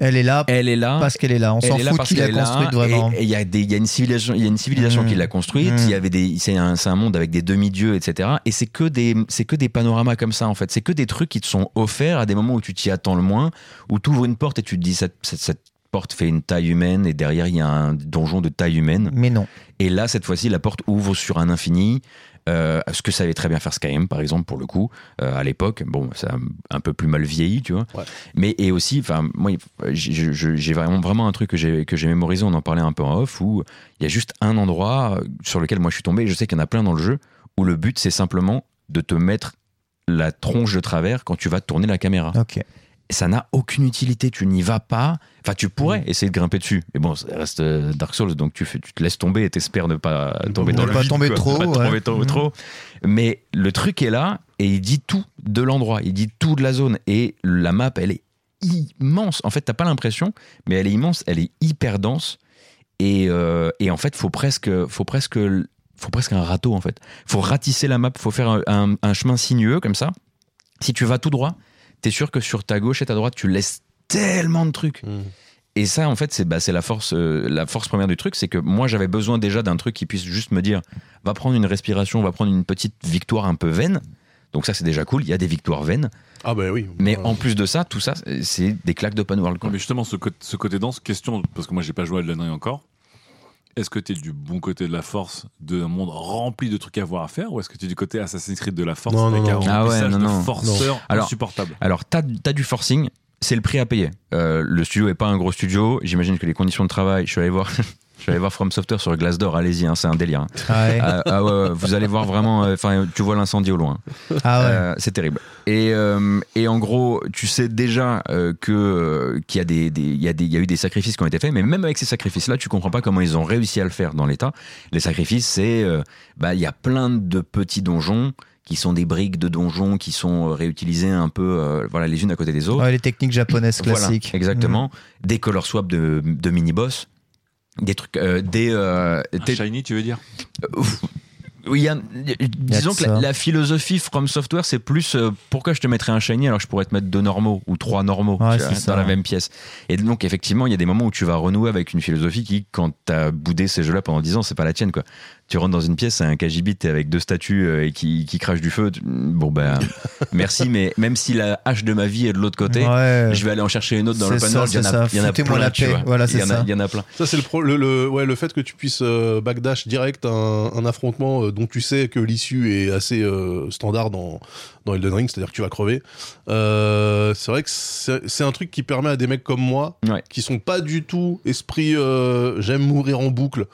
Elle est là
Elle est là.
parce qu'elle est là. On
elle
s'en
est là
fout
parce
qui l'a
qu'elle est là,
construite vraiment.
Et et il y, a des- il y a une civilisation, il y a une civilisation
Mm.
qui l'a construite.
Mm.
Il y avait des, c'est un, c'est un monde avec des demi-dieux, etc. Et c'est que des, c'est que des panoramas comme ça en fait. C'est que des trucs qui te sont offerts à des moments où tu t'y attends le moins, où tu ouvres une porte et tu te dis cette, cette- cette porte fait une taille humaine et derrière il y a un donjon de taille humaine.
Mais non.
Et là, cette fois-ci, la porte ouvre sur un infini. Euh, ce que savait très bien faire Skyrim, par exemple, pour le coup, euh, à l'époque. Bon, ça a un peu plus mal vieilli, tu vois.
Ouais.
Mais et aussi, enfin, moi, il- j'ai j'ai- j'ai vraiment vraiment un truc que j'ai que j'ai mémorisé. On en parlait un peu en off où il y a juste un endroit euh, sur lequel moi je suis tombé. Et je sais qu'il y en a plein dans le jeu où le but c'est simplement de te mettre la tronche de travers quand tu vas tourner la caméra
Ok.
ça n'a aucune utilité. Tu n'y vas pas. Enfin, tu
Mm.
pourrais essayer de grimper dessus. Mais bon, ça reste euh, Dark Souls, donc tu, fais- tu te laisses tomber et t'espères ne pas tomber
Ne
dans le
pas
vide,
tomber
quoi.
trop,
Ne Pas
ouais.
tomber trop,
Mhm.
trop. Mais le truc est là et il dit tout de l'endroit. Il dit tout de la zone. Et la map, elle est immense. En fait, t'as pas l'impression, mais elle est immense. Elle est hyper dense. Et, euh, et en fait, faut presque, faut presque, faut presque un râteau en fait. Faut ratisser la map. Faut faire un- un- un chemin sinueux comme ça. Si tu vas tout droit, t'es sûr que sur ta gauche et ta droite, tu laisses tellement de trucs.
Hmm.
Et ça, en fait, c'est bah, c'est la, force, euh, la force première du truc, c'est que moi, j'avais besoin déjà d'un truc qui puisse juste me dire, va prendre une respiration, va prendre une petite victoire un peu vaine. Donc ça, c'est déjà cool, il y a des victoires vaines.
Ah bah oui.
Mais
Euh,
en plus de ça, tout ça, c'est des claques d'open world. quoi.
Non, mais justement, ce, côté- ce côté danse, question, parce que moi, j'ai pas joué à Elden Ring encore. Est-ce que tu es du bon côté de la force d'un monde rempli de trucs à voir à faire ou est-ce que tu es du côté Assassin's Creed de la force
Non, non,
avec un
non.
Ah ouais,
remplissage
non,
de
non.
forceurs
Alors-
insupportables
Alors, t'as as du forcing, c'est le prix à payer. Euh, le studio est pas un gros studio. J'imagine que les conditions de travail, je suis allé voir. Je vais aller voir From Software sur Glace d'Or, allez-y, hein, c'est un délire. hein.
Ah ouais.
Ah, ah ouais, ouais, vous allez voir vraiment, euh, enfin, tu vois l'incendie au loin.
Ah ouais.
Euh, c'est terrible. Et, euh, et en gros, tu sais déjà euh, que euh, qu'il y a des, des- il y a des il y a eu des sacrifices qui ont été faits, mais même avec ces sacrifices-là, tu comprends pas comment ils ont réussi à le faire dans l'État. Les sacrifices, c'est euh, bah il y a plein de petits donjons qui sont des briques de donjons qui sont euh, réutilisées un peu, euh, voilà, les unes à côté des autres.
Ouais, Mm. les techniques japonaises
Voilà,
classiques.
exactement. Des color swaps de, de mini boss, des trucs, euh, des, euh,
Un
Ah,
des-
Shiny, tu veux dire
Ouf. Oui, il y a- disons
que
que la,
ça.
la philosophie From Software, c'est plus euh, pourquoi je te mettrais un shiny alors que je pourrais te mettre deux normaux ou trois normaux
Ouais,
tu vois,
c'est
dans
ça.
la même pièce. Et donc, effectivement, il y a des moments où tu vas renouer avec une philosophie qui, quand t'as boudé ces jeux-là pendant 10 ans, c'est pas la tienne. quoi. Tu rentres dans une pièce, c'est un Kajibit avec deux statues euh, et qui, qui crachent du feu. tu- Bon, ben, merci, mais même si la hache de ma vie est de l'autre côté.
Ouais.
Je vais aller en chercher une autre dans
C'est
l'open
ça,
world. Il y en
c'est
a-
ça.
il y en a
Foutez-moi
plein.
la
tu
paix.
vois.
Voilà,
Il y
c'est
en a-
ça.
Il y en a plein.
Ça, c'est le, pro- le, le- ouais, le fait que tu puisses euh, backdash direct un, un affrontement euh, dont tu sais que l'issue est assez euh, standard dans, dans Elden Ring, c'est-à-dire que tu vas crever. Euh, c'est vrai que c'est c'est un truc qui permet à des mecs comme moi,
Ouais.
qui sont pas du tout esprit euh, j'aime mourir en boucle.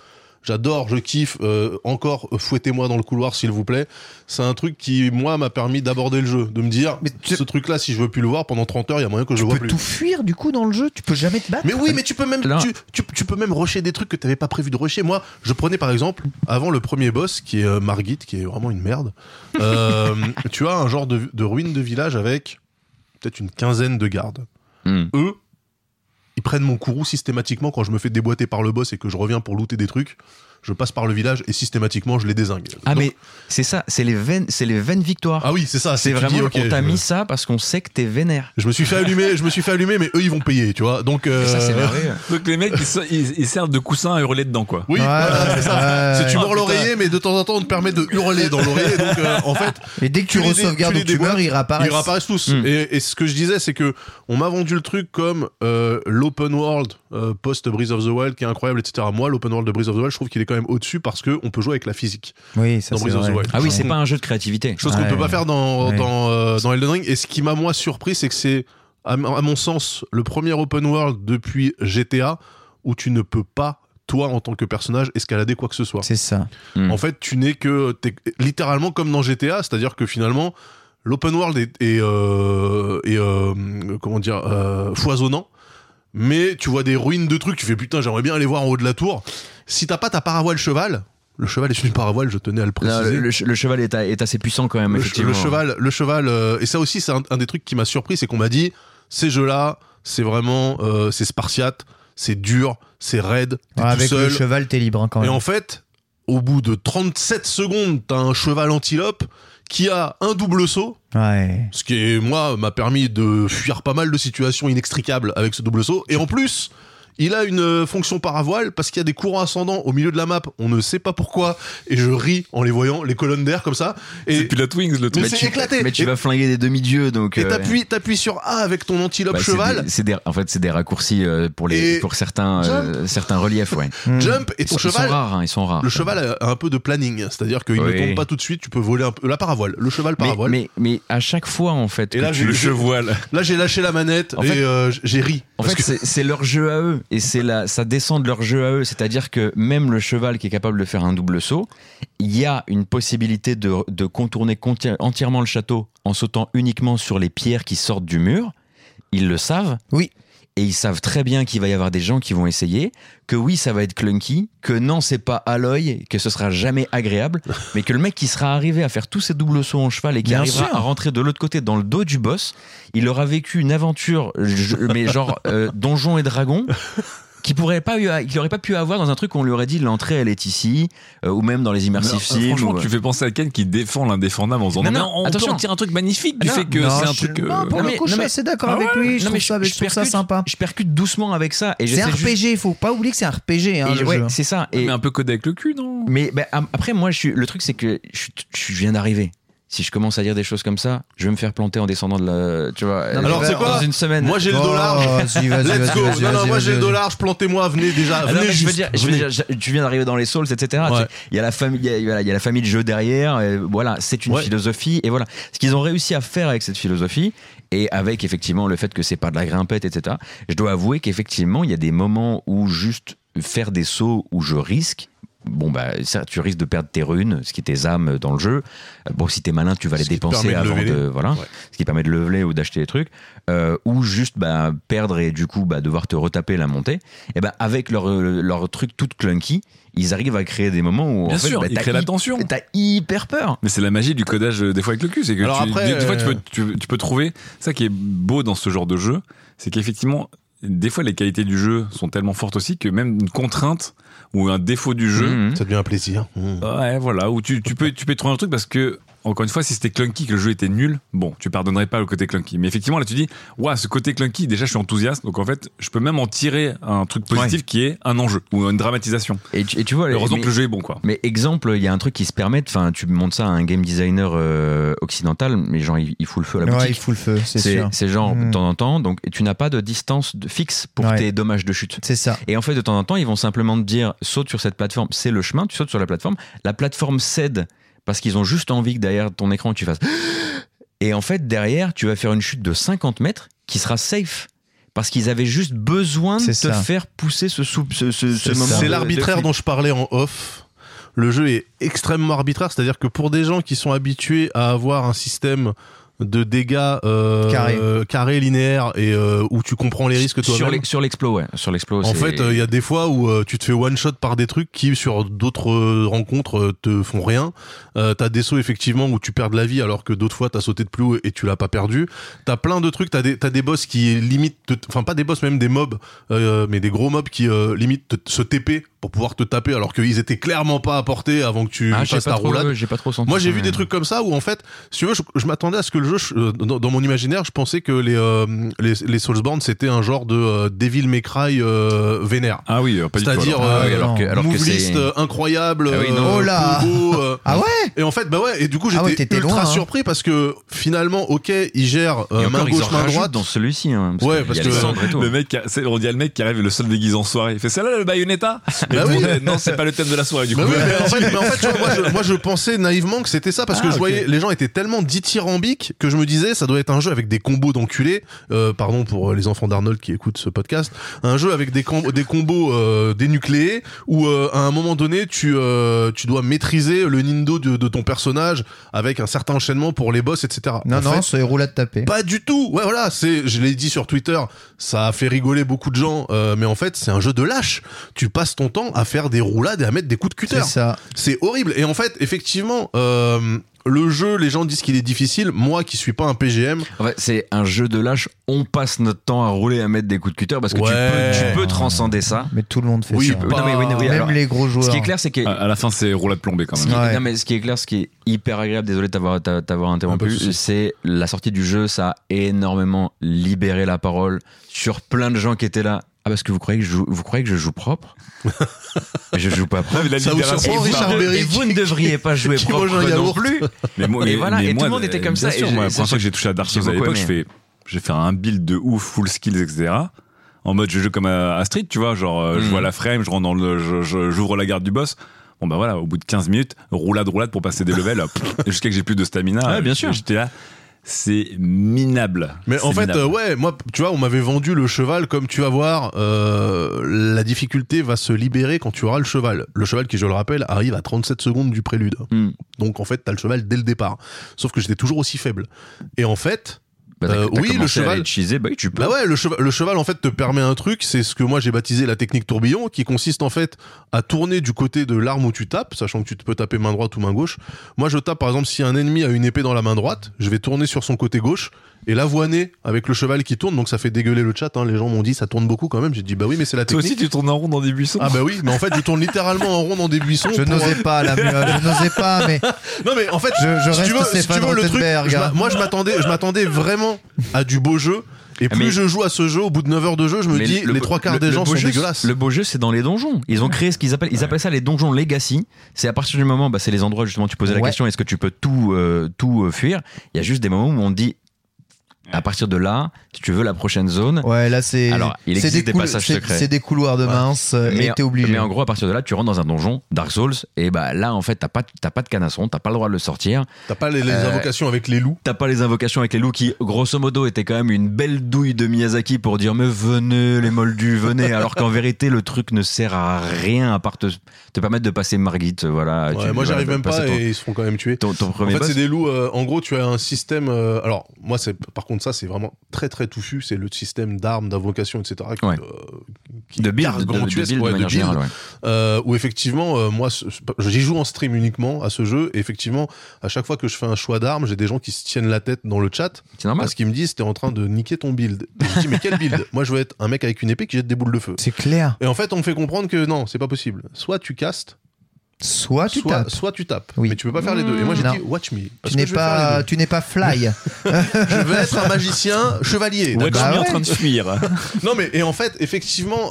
J'adore, je kiffe. euh, encore, euh, fouettez-moi dans le couloir, s'il vous plaît. C'est un truc qui, moi, m'a permis d'aborder le jeu, de me dire,
Mais tu-
ce truc-là, si je veux plus le voir pendant 30 heures, il y a moyen que je
Tu
le vois
peux
plus.
tout fuir du coup dans le jeu, tu peux jamais te battre.
Mais oui, mais tu peux même,
Là-
tu, tu, tu peux même rusher des trucs que t'avais pas prévu de rusher. Moi, je prenais par exemple, avant le premier boss, qui est euh, Margit, qui est vraiment une merde, euh, tu as un genre de, de ruine de village avec peut-être une quinzaine de gardes.
Hmm.
Eux, ils prennent mon courroux systématiquement quand je me fais déboîter par le boss et que je reviens pour looter des trucs. Je passe par le village et systématiquement je les désingue.
Ah,
Donc-
mais c'est ça, c'est les veines, c'est les veines victoires.
ah oui, c'est ça.
C'est
tu dis,
vraiment,
ok,
on t'a
je-
mis ça parce qu'on sait que t'es vénère.
Je me suis fait allumer, je me suis fait allumer, mais eux ils vont payer, tu vois. Donc euh,
Ça, c'est merveilleux.
Donc les mecs, ils, se- ils- ils servent de coussin à hurler dedans, quoi.
Oui,
Ouais,
voilà,
ouais,
c'est ça.
ouais.
C'est tu
Ah,
mords
putain.
l'oreiller, mais de temps en temps, on te permet de hurler dans l'oreiller. Donc, euh, en fait,
Et dès que tu,
tu les dé-
re-sauvegardes
tu
ou
les
tu meurs, ils
ils
réapparaissent.
réapparaissent tous.
Mm.
Et, et ce que je disais, c'est que on m'a vendu le truc comme euh, l'open world euh, post Breath of the Wild qui est incroyable, etc. Moi, l'open world de Breath of the Wild, je trouve qu'il est quand même au-dessus parce que on peut jouer avec la physique
Oui, ça
dans
c'est
Breath of the
vrai.
Wild.
Ah oui, c'est
Ouais.
pas un jeu de créativité.
Chose qu'on
Ouais.
peut pas faire dans,
Ouais.
dans, euh, dans Elden Ring. Et ce qui m'a moi surpris, c'est que c'est, à, m- à mon sens, le premier open world depuis GTA où tu ne peux pas, toi, en tant que personnage, escalader quoi que ce soit.
C'est ça.
Mm.
En fait, tu n'es que t'es littéralement comme dans GTA, c'est-à-dire que finalement, l'open world est, est, euh, est, euh, comment dire euh, foisonnant. Mais tu vois des ruines de trucs, tu fais putain, j'aimerais bien aller voir en haut de la tour. Si t'as pas ta paravoile cheval, le cheval est une paravoile, je tenais à le
Là,
préciser.
le, le che- le cheval est, a- est assez puissant quand même.
Le, che-
effectivement.
le cheval, le cheval, euh, et ça aussi, c'est un, un des trucs qui m'a surpris, c'est qu'on m'a dit, ces jeux-là, c'est vraiment, euh, c'est spartiate, c'est dur, c'est raide, t'es
Ouais,
tout
avec le
seul.
cheval, t'es libre hein, quand
Et
même.
en fait, au bout de 37 secondes, t'as un cheval antilope qui a un double saut,
Ouais.
ce qui, est, moi, m'a permis de fuir pas mal de situations inextricables avec ce double saut. Et en plus, il a une euh, fonction paravoile parce qu'il y a des courants ascendants au milieu de la map. On ne sait pas pourquoi. Et je ris en les voyant, les colonnes d'air comme ça.
C'est
Et
Pilot Wings, le
mais
truc.
c'est
tu,
éclaté.
Mais tu
Et-
vas flinguer des demi-dieux donc.
et
euh,
t'appuies t'appuies sur A avec ton antilope
bah, c'est
cheval.
des- c'est des- en fait, c'est des raccourcis euh, pour, les,
Et-
pour certains, euh, certains reliefs. Ouais.
Mm.
Jump et
Ils,
ton
sont, ils sont
cheval
rares. hein, ils sont rares.
le cheval a un peu de planning, c'est-à-dire qu'il
Oui.
ne tombe pas tout de suite, tu peux voler un peu la paravoile, le cheval
Mais,
paravoile.
mais, mais à chaque fois, en fait,
Et
que
là,
tu-
j'ai-
Le
j'ai-
chevoile.
Là, j'ai lâché la manette
En
et
fait-
euh, j- j'ai ri.
En fait,
Parce que-
c'est- c'est leur jeu à eux, et c'est la, ça descend de leur jeu à eux. C'est-à-dire que même le cheval qui est capable de faire un double saut, il y a une possibilité de, de contourner conti- entièrement le château en sautant uniquement sur les pierres qui sortent du mur. Ils le savent.
Oui.
Et ils savent très bien qu'il va y avoir des gens qui vont essayer, que oui, ça va être clunky, que non, c'est pas à l'œil, que ce sera jamais agréable, mais que le mec qui sera arrivé à faire tous ces doubles sauts en cheval et qui
Bien
arrivera
sûr.
à rentrer de l'autre côté dans le dos du boss, il aura vécu une aventure, je- mais genre euh, donjon et dragon. Qu'il pourrait pas, eu- qu'il aurait pas pu avoir dans un truc où on lui aurait dit l'entrée elle est ici, euh, ou même dans les immersive
Non,
euh,
films.
franchement,
ou- euh.
tu fais penser à Ken qui défend l'indéfendable en disant
Non,
non, mais
non,
on
attention. Ah
peut en tirer un truc magnifique du
Non,
fait que
Non,
c'est un
je-
truc. euh,
Non, pour
Non,
le
mais-
coup, je
non,
suis
mais-
assez d'accord
Ah
avec lui. Je
Non,
trouve
mais
ça, je trouve ça
percute-
sympa.
Je percute doucement avec ça. Et
C'est un
j'essaie juste-
RPG, faut pas oublier que c'est un RPG. hein,
et-
le
ouais,
jeu.
c'est ça. Et,
Mais un peu codé avec le cul, non
Mais ben, am- après, moi, je suis, le truc, c'est que je, suis- je viens d'arriver. Si je commence à dire des choses comme ça, je vais me faire planter en descendant de la. Tu vois,
Non, mais
Alors,
dans
c'est quoi
une semaine.
Moi, j'ai le
Oh,
dollar.
vas-y, vas-y,
Let's
vas-y,
go.
vas-y,
non, non,
vas-y,
moi,
vas-y,
j'ai le
vas-y.
dollar. Je plantez-moi. Venez déjà.
Ah non,
venez
mais je veux
juste.
dire, je veux
venez.
dire, je- tu viens d'arriver dans les Souls, etc.
Ouais.
Tu- Il y a la famille, il y a- voilà, il y a la famille de jeu derrière. et voilà, c'est une
Ouais.
philosophie. Et voilà, ce qu'ils ont réussi à faire avec cette philosophie et avec effectivement le fait que c'est pas de la grimpette, etc. Je dois avouer qu'effectivement, il y a des moments où juste faire des sauts où je risque, bon, bah, ça, tu risques de perdre tes runes, ce qui est tes âmes dans le jeu. Euh, Bon, si t'es malin, tu vas les
Ce qui te
dépenser
permet de
avant
leveler.
de. Voilà.
Ouais.
Ce qui permet de leveler ou d'acheter des trucs. euh, ou juste bah, perdre et du coup bah, devoir te retaper la montée. Et ben avec leur, euh, leur truc tout clunky, ils arrivent à créer des moments où.
Bien
en fait,
sûr,
bah,
ils
t'as
créent la
hy-
tension.
T'as hyper peur.
Mais c'est la magie du codage euh, des fois avec le cul. C'est que
Alors
tu-
après,
des, des fois, tu
euh,
peux, tu, tu peux trouver. Ça qui est beau dans ce genre de jeu, c'est qu'effectivement, des fois, les qualités du jeu sont tellement fortes aussi que même une contrainte ou un défaut du jeu,
Mhm.
Ça devient un plaisir. Mmh.
ouais, voilà, où tu, tu peux, tu peux trouver un truc parce que. Encore une fois, si c'était clunky, que le jeu était nul, bon, tu pardonnerais pas le côté clunky. Mais effectivement, là, tu dis, ouah, ce côté clunky, déjà, je suis enthousiaste. Donc, en fait, je peux même en tirer un truc positif qui est un enjeu ou une dramatisation.
Et, tu- et tu vois, les-
Heureusement
mais-
que le jeu est bon, quoi.
Mais exemple, il y a un truc qui se permet, enfin, tu montes ça à un game designer euh, occidental, mais genre, il, il fout le feu à la
Ouais, il
boutique.
fout le feu, c'est sûr.
C'est genre
Mm.
de temps en temps, donc tu n'as pas de distance de- fixe pour
Ouais.
tes dommages de chute.
C'est ça.
Et en fait, de temps en temps, ils vont simplement te dire saute sur cette plateforme, c'est le chemin, tu sautes sur la plateforme, la plateforme cède parce qu'ils ont juste envie que derrière ton écran tu fasses. Et en fait, derrière, tu vas faire une chute de 50 mètres qui sera safe parce qu'ils avaient juste besoin de
C'est ça.
te
faire
faire pousser ce, ce,
C'est moment ça.
moment.
de-
C'est l'arbitraire
dont
dont je parlais en off. Le jeu est extrêmement arbitraire, c'est-à-dire que pour des gens qui sont habitués à avoir un système de dégâts euh,
Carré.
euh, carré, linéaire et euh, où tu comprends les risques
sur
toi-même.
les- sur l'explo, ouais. Sur l'explo, c'est-
En fait, il y a des fois où euh, tu te fais one shot par des trucs qui sur d'autres euh, rencontres euh, te font rien. Euh, t'as des sauts effectivement où tu perds de la vie alors que d'autres fois t'as sauté de plus haut et tu l'as pas perdu. T'as plein de trucs, t'as des t'as des boss qui limite, te- enfin pas des boss même des mobs, euh, mais des gros mobs qui euh, limite te- se TP pour pouvoir te taper alors qu'ils étaient clairement pas à portée avant que tu
Ah, j'ai
fasses ta
pas, trop,
roulade.
euh, j'ai pas trop senti.
Moi,
ça,
j'ai vu
mais-
des trucs comme ça où, en fait, si tu veux, je, je m'attendais à ce que le jeu, je- euh, dans, dans mon imaginaire, je pensais que les, euh, les, les Soulsborne, c'était un genre de euh, Devil May Cry euh, vénère.
Ah oui, euh, pas du tout.
C'est-à-dire,
alors.
euh,
Ah oui, alors que, alors que
Move
c'est.
list, euh, incroyable,
Ah oui, non.
euh,
Oh là
combo, euh,
Ah ouais
et en fait, bah ouais, et du coup,
Ah ouais,
j'étais
t'étais
ultra
loin, hein.
surpris parce que finalement, ok, il gère
Et
euh, main
encore, ils en
gauche, main
rajoutent
droite.
dans celui-ci. hein, parce
Ouais,
qu'il
parce
y a
que-
les cendres et tout. hein.
Le mec, qui a- c'est- on dit à le mec qui arrive le seul déguisé en soirée. Il fait celle-là le Bayonetta Et
Bah
tout le
oui.
monde, Non, c'est pas le thème de la soirée du coup.
Bah oui, mais en fait, mais en fait, tu vois, moi, je, moi, je pensais naïvement que c'était ça parce
Ah,
que je voyais les gens étaient tellement dithyrambiques que je me disais ça doit être un jeu avec des combos d'enculés. Euh, pardon pour euh, les enfants d'Arnold qui écoutent ce podcast. Un jeu avec des, com- des combos euh, dénucléés où euh, à un moment donné tu, euh, tu dois maîtriser le nindo de, de ton personnage avec un certain enchaînement pour les boss, etc.
Non,
En
non,
fait,
c'est roulade tapée.
pas du tout. Ouais, voilà, c'est, je l'ai dit sur Twitter, ça a fait rigoler beaucoup de gens, euh, mais en fait, c'est un jeu de lâche. Tu passes ton temps à faire des roulades et à mettre des coups de cutter.
C'est ça.
C'est horrible. Et en fait, effectivement, euh, le jeu, les gens disent qu'il est difficile. Moi qui suis pas un PGM,
En fait, c'est un jeu de lâche. On passe notre temps à rouler, à mettre des coups de cutter parce que
Ouais.
tu, peux, tu peux transcender ça.
Mais tout le monde fait
oui,
ça.
peux-
pas-
non, mais oui, non, oui,
Même
alors,
les gros joueurs.
Ce qui est clair, c'est que.
À,
Ah,
à la fin, c'est roulade plombée quand
ce
même.
qui,
Ouais.
non, mais ce qui est clair, ce qui est hyper agréable, désolé de t'avoir- t'a- t'avoir
Ah, pas de
interrompu,
souci.
c'est la sortie du jeu, ça a énormément libéré la parole sur plein de gens qui étaient là. Ah, parce que vous croyez que je joue, vous croyez que je joue propre Je joue pas propre.
Ah, mais la
Ça vous
libération,
surprend,
c'est
Richard
pas-
Berry
Et vous ne devriez pas jouer
qui
propre
mange un
non
yaourt.
plus.
Mais moi,
Et
mais-
voilà,
mais
et tout
moi,
le monde était
euh,
comme ça,
bien sûr,
et
moi,
j'ai-
la
ça,
première
j'ai-
fois que j'ai touché à Dark
j'ai
Souls à
beaucoup
l'époque, je
aimé.
fais, je vais faire un build de ouf, full skills, etc. En mode, je joue comme à, à Street, tu vois, genre, euh, je
Mm.
vois la frame, je rentre dans le, je- je- j'ouvre la garde du boss. Bon, bah voilà, au bout de 15 minutes, roulade, roulade pour passer des levels, pff, et jusqu'à que j'ai plus de stamina.
Ouais, bien sûr.
J'étais là. C'est minable.
mais en
C'est
fait,
minable.
euh, ouais, moi, tu vois, on m'avait vendu le cheval comme tu vas voir, euh, la difficulté va se libérer quand tu auras le cheval. Le cheval qui, je le rappelle, arrive à 37 secondes du prélude.
Hmm.
Donc en fait, t'as le cheval dès le départ. Sauf que j'étais toujours aussi faible. Et en fait,
Bah, t'as-
Euh,
t'as
oui, le
commencé à
cheval-
aller cheeser, bah oui, tu peux.
Bah ouais, le cheval, le cheval en fait te permet un truc, c'est ce que moi j'ai baptisé la technique tourbillon, qui consiste en fait à tourner du côté de l'arme où tu tapes, sachant que tu te peux taper main droite ou main gauche. Moi je tape par exemple si un ennemi a une épée dans la main droite, je vais tourner sur son côté gauche et l'avoiner avec le cheval qui tourne, donc ça fait dégueuler le chat, hein. les gens m'ont dit ça tourne beaucoup quand même, j'ai dit bah oui mais c'est la
Toi
technique.
aussi, tu tournes en rond dans des buissons.
Ah bah oui, mais en fait je tourne littéralement en rond dans des buissons.
Je
pour-
n'osais pas, la mule. Je n'osais pas, mais
Non mais en fait
je, je
si
reste
tu veux, si
Stéphane
tu veux le truc,
Rothenberg,
je
hein.
m'a- moi je m'attendais, je m'attendais vraiment à du beau jeu. Et plus
Ah, Mais-
je joue à ce jeu, au bout de 9 heures de jeu, je me
Mais
dis
le-
les
le-
trois quarts
le-
des
le
gens
beau
sont
jeu,
dégueulasses.
Le beau jeu, c'est dans les donjons. Ils ont créé ce qu'ils appellent, ils appellent ça les donjons legacy. C'est à partir du moment, bah, c'est les endroits justement. Tu posais la
Ouais.
question, est-ce que tu peux tout, euh, tout euh, fuir Il y a juste des moments où on dit. À partir de là, si tu veux la prochaine zone,
Ouais, là, c'est.
Alors, il
c'est
existe des
coul-
passages
c'est-
secrets.
C'est des couloirs de
Ouais.
mince, euh, et t'es obligé.
mais en gros, à partir de là, tu rentres dans un donjon, Dark Souls, et bah là, en fait, t'as pas, t'as pas de canasson, t'as pas le droit de le sortir.
T'as pas les, les
Euh,
invocations avec les loups
T'as pas les invocations avec les loups qui, grosso modo, étaient quand même une belle douille de Miyazaki pour dire mais venez les moldus, venez. Alors qu'en vérité, le truc ne sert à rien à part te, te permettre de passer Margit. Voilà. Ah,
Ouais,
Tu-
Moi,
voilà,
j'arrive
de
même pas
passer ton-
et ils se font quand même tuer.
Ton, ton
En
premier
fait,
boss.
c'est des loups. euh, en gros, tu as un système. euh, alors, moi, c'est par contre ça, c'est vraiment très très touffu. C'est le système d'armes, d'invocations, etc. Qui,
Ouais.
euh, qui
de build,
garde
de, de
grandiosque,
build
ouais,
de manière
build.
générale. ouais.
Euh, où effectivement, euh, moi, ce- ce- j'y joue en stream uniquement à ce jeu. Et effectivement, à chaque fois que je fais un choix d'armes, j'ai des gens qui se tiennent la tête dans le chat
C'est normal.
parce qu'ils me disent t'es en train de niquer ton build. Et je dis mais quel build Moi, je veux être un mec avec une épée qui jette des boules de feu.
C'est clair.
Et en fait, on me fait comprendre que non, c'est pas possible. Soit tu castes,
Soit tu
soit,
tapes.
soit tu tapes.
Oui.
Mais tu peux pas faire les deux. Et moi, j'ai
Non.
dit watch me. Parce
Tu
que
n'es
je vais faire
pas,
les deux.
tu n'es pas fly.
Je veux être un magicien chevalier.
Ouais,
Watch
bah
me en
ouais.
train de fuir.
Non mais et en fait effectivement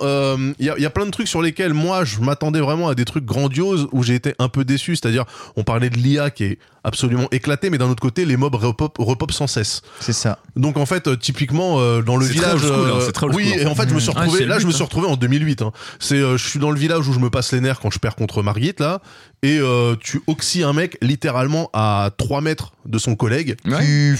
il y, a, y a plein de trucs sur lesquels moi je m'attendais vraiment à des trucs grandioses où j'ai été un peu déçu c'est-à-dire on parlait de l'IA qui est absolument éclatée mais d'un autre côté les mobs repop, repop sans cesse
c'est ça.
donc en fait euh, typiquement euh, dans le
C'est très
village euh,
old school, hein, c'est très old
oui
school,
et en fait je me suis
Ah,
retrouvé
c'est le
là je
but,
me
hein.
suis retrouvé en 2008 hein. c'est euh, je suis dans le village où je me passe les nerfs quand je perds contre Margit là et euh, tu oxy un mec littéralement à 3 mètres de son collègue
Ouais.
Tu-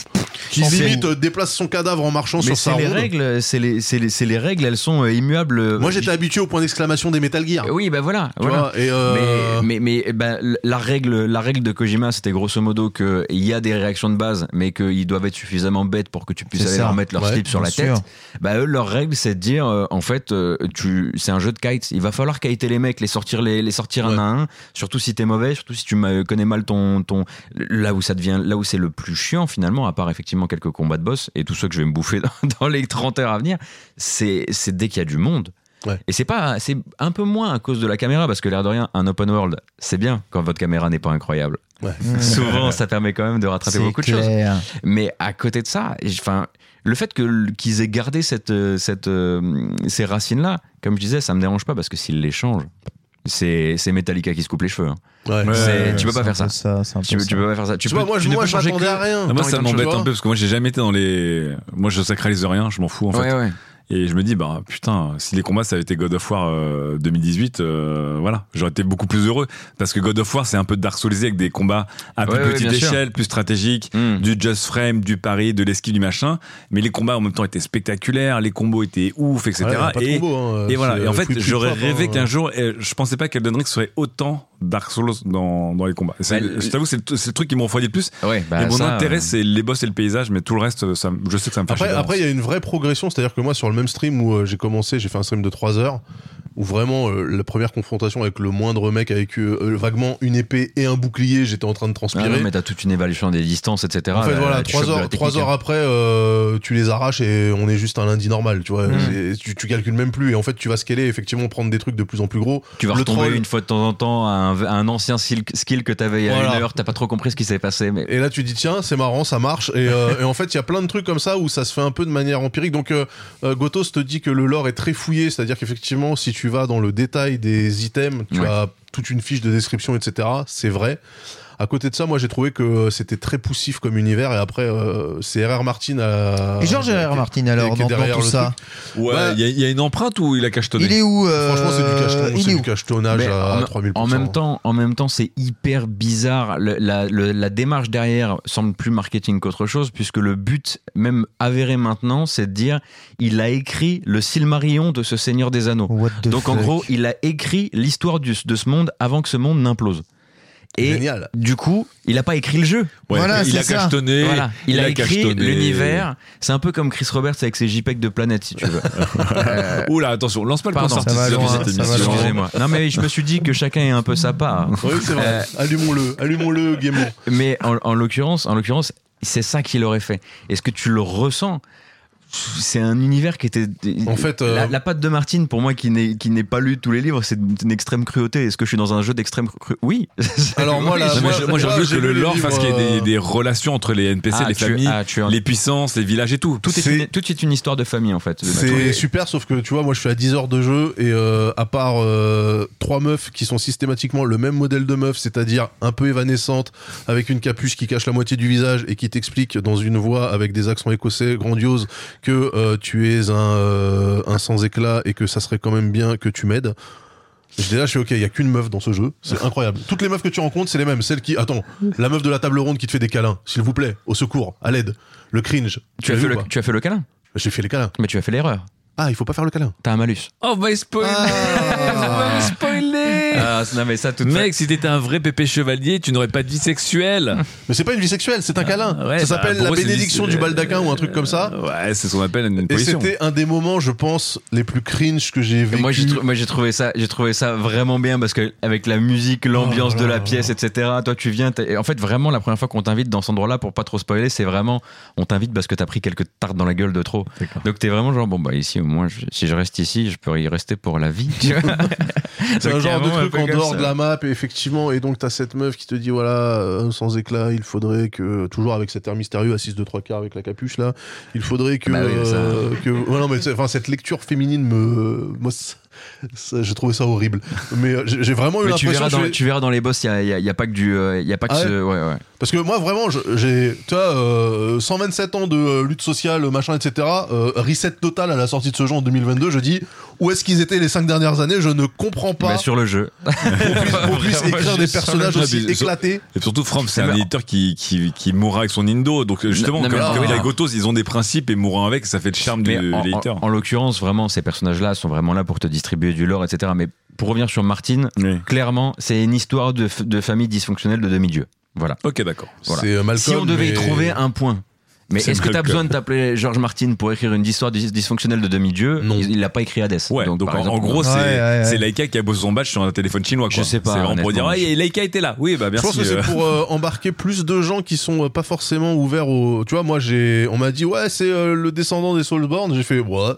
qui
Sans
limite euh, déplace son cadavre en marchant
Mais
sur sa
c'est les
ronde.
règles, c'est les, c'est les, c'est les règles, elles sont euh, immuables. euh,
moi j'étais habitué au point d'exclamation des Metal Gear
Euh, Oui, ben voilà.
Tu
voilà.
vois, et euh,
Mais, mais, mais, eh ben, l- la, règle, la règle de Kojima, c'était grosso modo qu'il y a des réactions de base, mais qu'ils doivent être suffisamment bêtes pour que tu puisses
C'est
aller
ça.
leur mettre leur
Ouais,
slip sur
bien
la
sûr.
tête. Bah, eux, leur règle, c'est de dire, euh, en fait, euh, tu, c'est un jeu de kites. Il va falloir kiter les mecs, les sortir, les, les sortir un
Ouais.
à un, surtout si t'es mauvais, surtout si tu ma- connais mal ton, ton. Là où ça devient, là où c'est le plus chiant, finalement, à part effectivement quelques combats de boss et tout ceux que je vais me bouffer dans, dans les 30 heures à venir, c'est c'est dès qu'il y a du monde. Et c'est pas, c'est un peu moins à cause de la caméra, parce que l'air de rien, un open world, c'est bien quand votre caméra n'est pas incroyable.
Mmh.
Souvent, ça permet quand même de rattraper
C'est
beaucoup de choses.
clair.
Mais à côté de ça, et j- enfin, le fait que l- qu'ils aient gardé cette, euh, cette, euh, ces racines-là, comme je disais, ça me dérange pas parce que s'ils les changent, c'est c'est Metallica qui se coupe les cheveux. hein.
ouais.
Ouais.
C'est- tu peux
C'est
pas
un
faire
peu
ça.
c'est un peu
Tu, tu
ça.
peux pas faire ça. Tu,
Tu
peux,
vois, moi,
tu
je,
ne
moi,
peux
je
changer
m'attendais
que-
à rien.
moi,
T'as
ça
envie de-
m'embête
tu
un
vois
peu parce que moi, j'ai jamais été dans les. Moi, je sacralise rien, je m'en fous en fait.
Ouais, ouais.
Et je me dis, bah putain, si les combats ça avait été God of War euh, 2018, euh, voilà, j'aurais été beaucoup plus heureux. Parce que God of War, c'est un peu Dark Soulsé avec des combats à plus
Ouais, ouais,
petite
bien sûr.
échelle, plus stratégiques,
Hmm.
du just frame, du pari, de l'esquive, du machin. Mais les combats en même temps étaient spectaculaires, les combos étaient ouf, etc.
Ouais, y a pas de
et,
combo, hein,
et voilà,
c'est,
et en
euh,
fait,
tweet, tweet,
j'aurais
tweet,
rêvé
hein.
qu'un jour, euh, je pensais pas qu'Elden Ring serait autant Dark Souls dans, dans les combats. C'est-
Bah,
je t'avoue, c'est le, c'est le truc qui m'a refroidi le plus.
Ouais, bah,
et mon
ça,
intérêt,
euh,
c'est les boss et le paysage, mais tout le reste, ça, me- je sais que ça me fait
Après,
chier
après, il y a une vraie progression, c'est-à-dire que moi, sur le même stream où euh, j'ai commencé, j'ai fait un stream de 3 heures, où vraiment euh, la première confrontation avec le moindre mec avec euh, euh, vaguement une épée et un bouclier, j'étais en train
ah
de
non,
transpirer.
mais t'as toute une évaluation des distances, etc.
en fait,
Là,
voilà,
tu
3
chopes de la
heures, trois
technique,
heures
hein.
après, euh, tu les arraches et on est juste un lundi normal, tu vois.
Mm.
C'est- Tu, tu calcules même plus et en fait, tu vas scaler, effectivement, prendre des trucs de plus en plus gros.
Tu vas
Le
retomber
troll.
une fois de temps en temps à un, à un ancien sil- skill que t'avais il y a
Voilà.
une heure, t'as pas trop compris ce qui s'est passé, mais
Et là, tu dis, tiens, c'est marrant, ça marche. Et, euh, et en fait, il y a plein de trucs comme ça où ça se fait un peu de manière empirique. Donc, euh, euh, Gotos te dit que le lore est très fouillé, c'est-à-dire qu'effectivement, si tu vas dans le détail des items, tu
Ouais.
as toute une fiche de description, etc. C'est vrai. À côté de ça, moi, j'ai trouvé que c'était très poussif comme univers. Et après, euh, c'est R.R. Martin à...
Et Georges R.R. Martin, alors,
qui est
dans, dans
derrière
tout
le
ça.
Ouais,
Ouais.
il y a- il y, a une empreinte ou il a cachetonné
Il est où euh,
Franchement, c'est du cacheton,
Il
c'est
est
du
où
cachetonnage
Mais
à
en-
3000%.
En même temps, en même temps, c'est hyper bizarre. Le- la, le- la démarche derrière semble plus marketing qu'autre chose, puisque le but, même avéré maintenant, c'est de dire il a écrit le Silmarillion de ce Seigneur des Anneaux.
What the
Donc en
fuck
gros, il a écrit l'histoire du- de ce monde avant que ce monde n'implose. Et
Génial.
du coup, il a pas écrit le jeu.
Ouais,
Voilà,
il
c'est
a
ça.
cachetonné.
Voilà. Il, a, écrit
cachetonné.
l'univers. C'est un peu comme Chris Roberts avec ses JPEG de planète, si tu veux.
Euh, Oula, attention, lance pas le
Pardon,
concert
ça va
artistique
loin,
de cette
ça va
émission.
loin.
Excusez-moi. Non mais je me suis dit que chacun ait un peu hein. sa part.
Oui, c'est vrai.
Euh,
Allumons-le, allumons-le, Guémon.
Mais en, en l'occurrence, en l'occurrence, c'est ça qu'il aurait fait. Est-ce que tu le ressens c'est un univers qui était.
En fait, euh,
la, la patte de Martine, pour moi, qui n'ai qui n'ai pas lu tous les livres, c'est une extrême cruauté. Est-ce que je suis dans un jeu d'extrême cruauté Oui.
Alors, moi, là,
Non, moi, j'ai- moi, j'ai
moi,
envie
Ah, j'ai
que le
lu les
lore fasse qu'il y ait des,
livres,
des relations entre les NPC,
Ah,
les
tu-
familles,
ah, tu as-
les puissances, les villages et tout.
Tout est,
C'est-
une, tout est une histoire de famille en fait.
C'est super, sauf que tu vois, moi je suis à 10 heures de jeu et euh, à part euh, trois meufs qui sont systématiquement le même modèle de meuf, c'est-à-dire un peu évanescente, avec une capuche qui cache la moitié du visage et qui t'explique dans une voix avec des accents écossais grandioses que euh, tu es un, euh, un sans éclat et que ça serait quand même bien que tu m'aides. J'étais là, je suis ok, il y a qu'une meuf dans ce jeu, c'est incroyable. Toutes les meufs que tu rencontres, c'est les mêmes. Celle qui, attends, la meuf de la table ronde qui te fait des câlins, s'il vous plaît, au secours, à l'aide, le cringe.
Tu as, fait
l'as vu
le,
ou pas
tu as fait le câlin,
J'ai fait les câlins.
mais tu as fait l'erreur.
Ah, il faut pas faire le câlin.
T'as un malus.
Oh, bah, spoiler
Ah.
spoiler
Ah, non mais ça tout de
Mec, si t'étais un vrai pépé chevalier, tu n'aurais pas de vie sexuelle.
Mais c'est pas une vie sexuelle, c'est
Ah,
un câlin.
ouais,
ça
bah,
s'appelle
pour
la
moi, c'est
bénédiction
une-
du baldaquin ou un truc comme ça.
Ouais, c'est ce qu'on appelle une
Et
position.
c'était un des moments, je pense, les plus cringe que j'ai
Et
vécu.
Moi j'ai trou- moi, j'ai trouvé ça j'ai trouvé ça vraiment bien parce que avec la musique l'ambiance
Oh
de
là
la
là.
pièce etc toi tu viens t'es- et en fait vraiment la première fois qu'on t'invite dans cet endroit là pour pas trop spoiler c'est vraiment on t'invite parce que t'as pris quelques tartes dans la gueule de trop donc t'es vraiment genre bon bah ici au moins je- si je reste ici je peux y rester pour la vie tu vois.
c'est un
Donc,
genre de
carrément, un
truc
peu
en
comme
dehors
ça.
de la map, et effectivement. Et donc, t'as cette meuf qui te dit voilà, euh, sans éclat, il faudrait que. Toujours avec cet air mystérieux à 6 de 3 quarts avec la capuche là, il faudrait que.
Bah oui, ça-
euh, que- ouais, non, mais c'est- enfin, cette lecture féminine me. euh, Moi, c'est- ça- j'ai trouvé ça horrible. Mais euh, j'ai j'ai vraiment eu
Mais tu
l'impression.
verras,
que je
dans,
vais-
tu verras dans les boss il y a, il y a- il y a pas que du euh, il y a pas que
Ah ouais
ce- ouais, ouais.
Parce que moi, vraiment, je- j'ai, tu vois, euh, 127 ans de euh, lutte sociale, machin, etc. euh, reset total à la sortie de ce jeu en 2022. Je dis, où est-ce qu'ils étaient les cinq dernières années Je ne comprends
Bah,
pas
sur le jeu
qu'on puisse, qu'on puisse
Vraiment,
écrire
je sens le
des personnages
jeu
aussi
des-
éclatés.
Et surtout, From, c'est
Mais
un
en-
éditeur qui, qui, qui mourra avec son Indo. Donc, justement,
Eh ben, non, mais
comme,
alors,
comme
oui,
les
alors.
Gotos, ils ont des principes et mourra avec, ça fait le charme
Mais
de
en,
l'éditeur.
en- en l'occurrence, vraiment, ces personnages-là sont vraiment là pour te distribuer du lore, etc. Mais pour revenir sur Martine,
Oui.
clairement, c'est une histoire de, f- de famille dysfonctionnelle de demi-dieu. Voilà.
Ok, d'accord.
Voilà.
C'est euh,
si
Malcolm.
on devait y
mais-
trouver un point. Mais
C'est
est-ce que t'as
Malcolm.
besoin de t'appeler George Martin pour écrire une histoire dys- dysfonctionnelle de demi-dieu
Non.
Il il l'a pas écrit Hades.
Ouais, donc,
par
en,
exemple,
en gros,
Ouais,
c'est
ouais, ouais.
c'est Laika qui a bossé son badge sur un téléphone chinois.
Je
quoi.
sais pas,
C'est vraiment pour dire,
honnêtement,
ouais, et Laika était là. Oui, bah
Je
merci.
pense que
euh.
c'est pour euh, embarquer plus de gens qui sont euh, pas forcément ouverts au. Tu vois, moi, j'ai. On m'a dit, ouais, c'est euh, le descendant des Soulsborne. J'ai fait, ouais.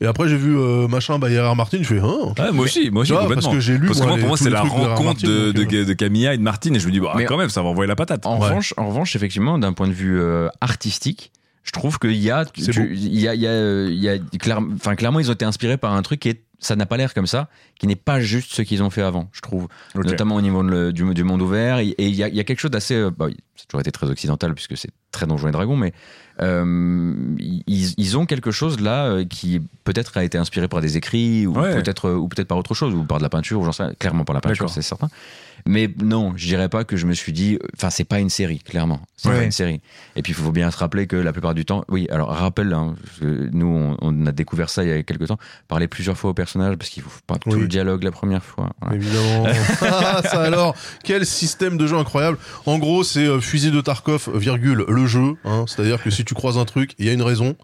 Et après, j'ai vu euh, machin, bah, R.R. Martin. Je fais, hein.
Ouais, moi aussi, moi aussi,
Tu vois,
complètement.
parce que j'ai lu,
Parce que
moi,
moi,
les-
pour moi,
tous
c'est
les
la
trucs de Gérard
rencontre
Martin,
de,
donc, euh,
de- de Camilla et de Martine. Et je me dis, bah,
Mais-
quand même, ça va envoyer la patate.
En
Ouais.
revanche, en revanche, effectivement, d'un point de vue euh, artistique, je trouve qu'il y a, tu-
C'est beau.
il y a, il y a, euh, il y a clair- enfin, clairement, ils ont été inspirés par un truc qui est, ça n'a pas l'air comme ça, qui n'est pas juste ce qu'ils ont fait avant, je trouve.
Ok.
Notamment au niveau de le- du, du monde ouvert. Et et il y a, il y a quelque chose d'assez, euh, bah, oui, ça a toujours été très occidental puisque c'est très Donjons et Dragons, mais euh, ils, ils ont quelque chose là euh, qui peut-être a été inspiré par des écrits ou
Ouais.
peut-être euh, ou peut-être par autre chose ou par de la peinture ou j'en sais rien. clairement par la peinture,
D'accord.
c'est certain. Mais non, je dirais pas que je me suis dit. Enfin, c'est pas une série, clairement. C'est
Ouais.
pas une série. Et puis, il faut bien se rappeler que la plupart du temps. Oui, alors, rappel, hein, parce que nous, on, on a découvert ça il y a quelques temps. Parler plusieurs fois au personnage, parce qu'il faut pas tout
Oui.
le dialogue la première fois. Voilà.
Évidemment. Ah, ça alors, quel système de jeu incroyable. En gros, c'est euh, fusil de Tarkov, virgule, le jeu. hein. C'est-à-dire que si tu croises un truc, il y a une raison.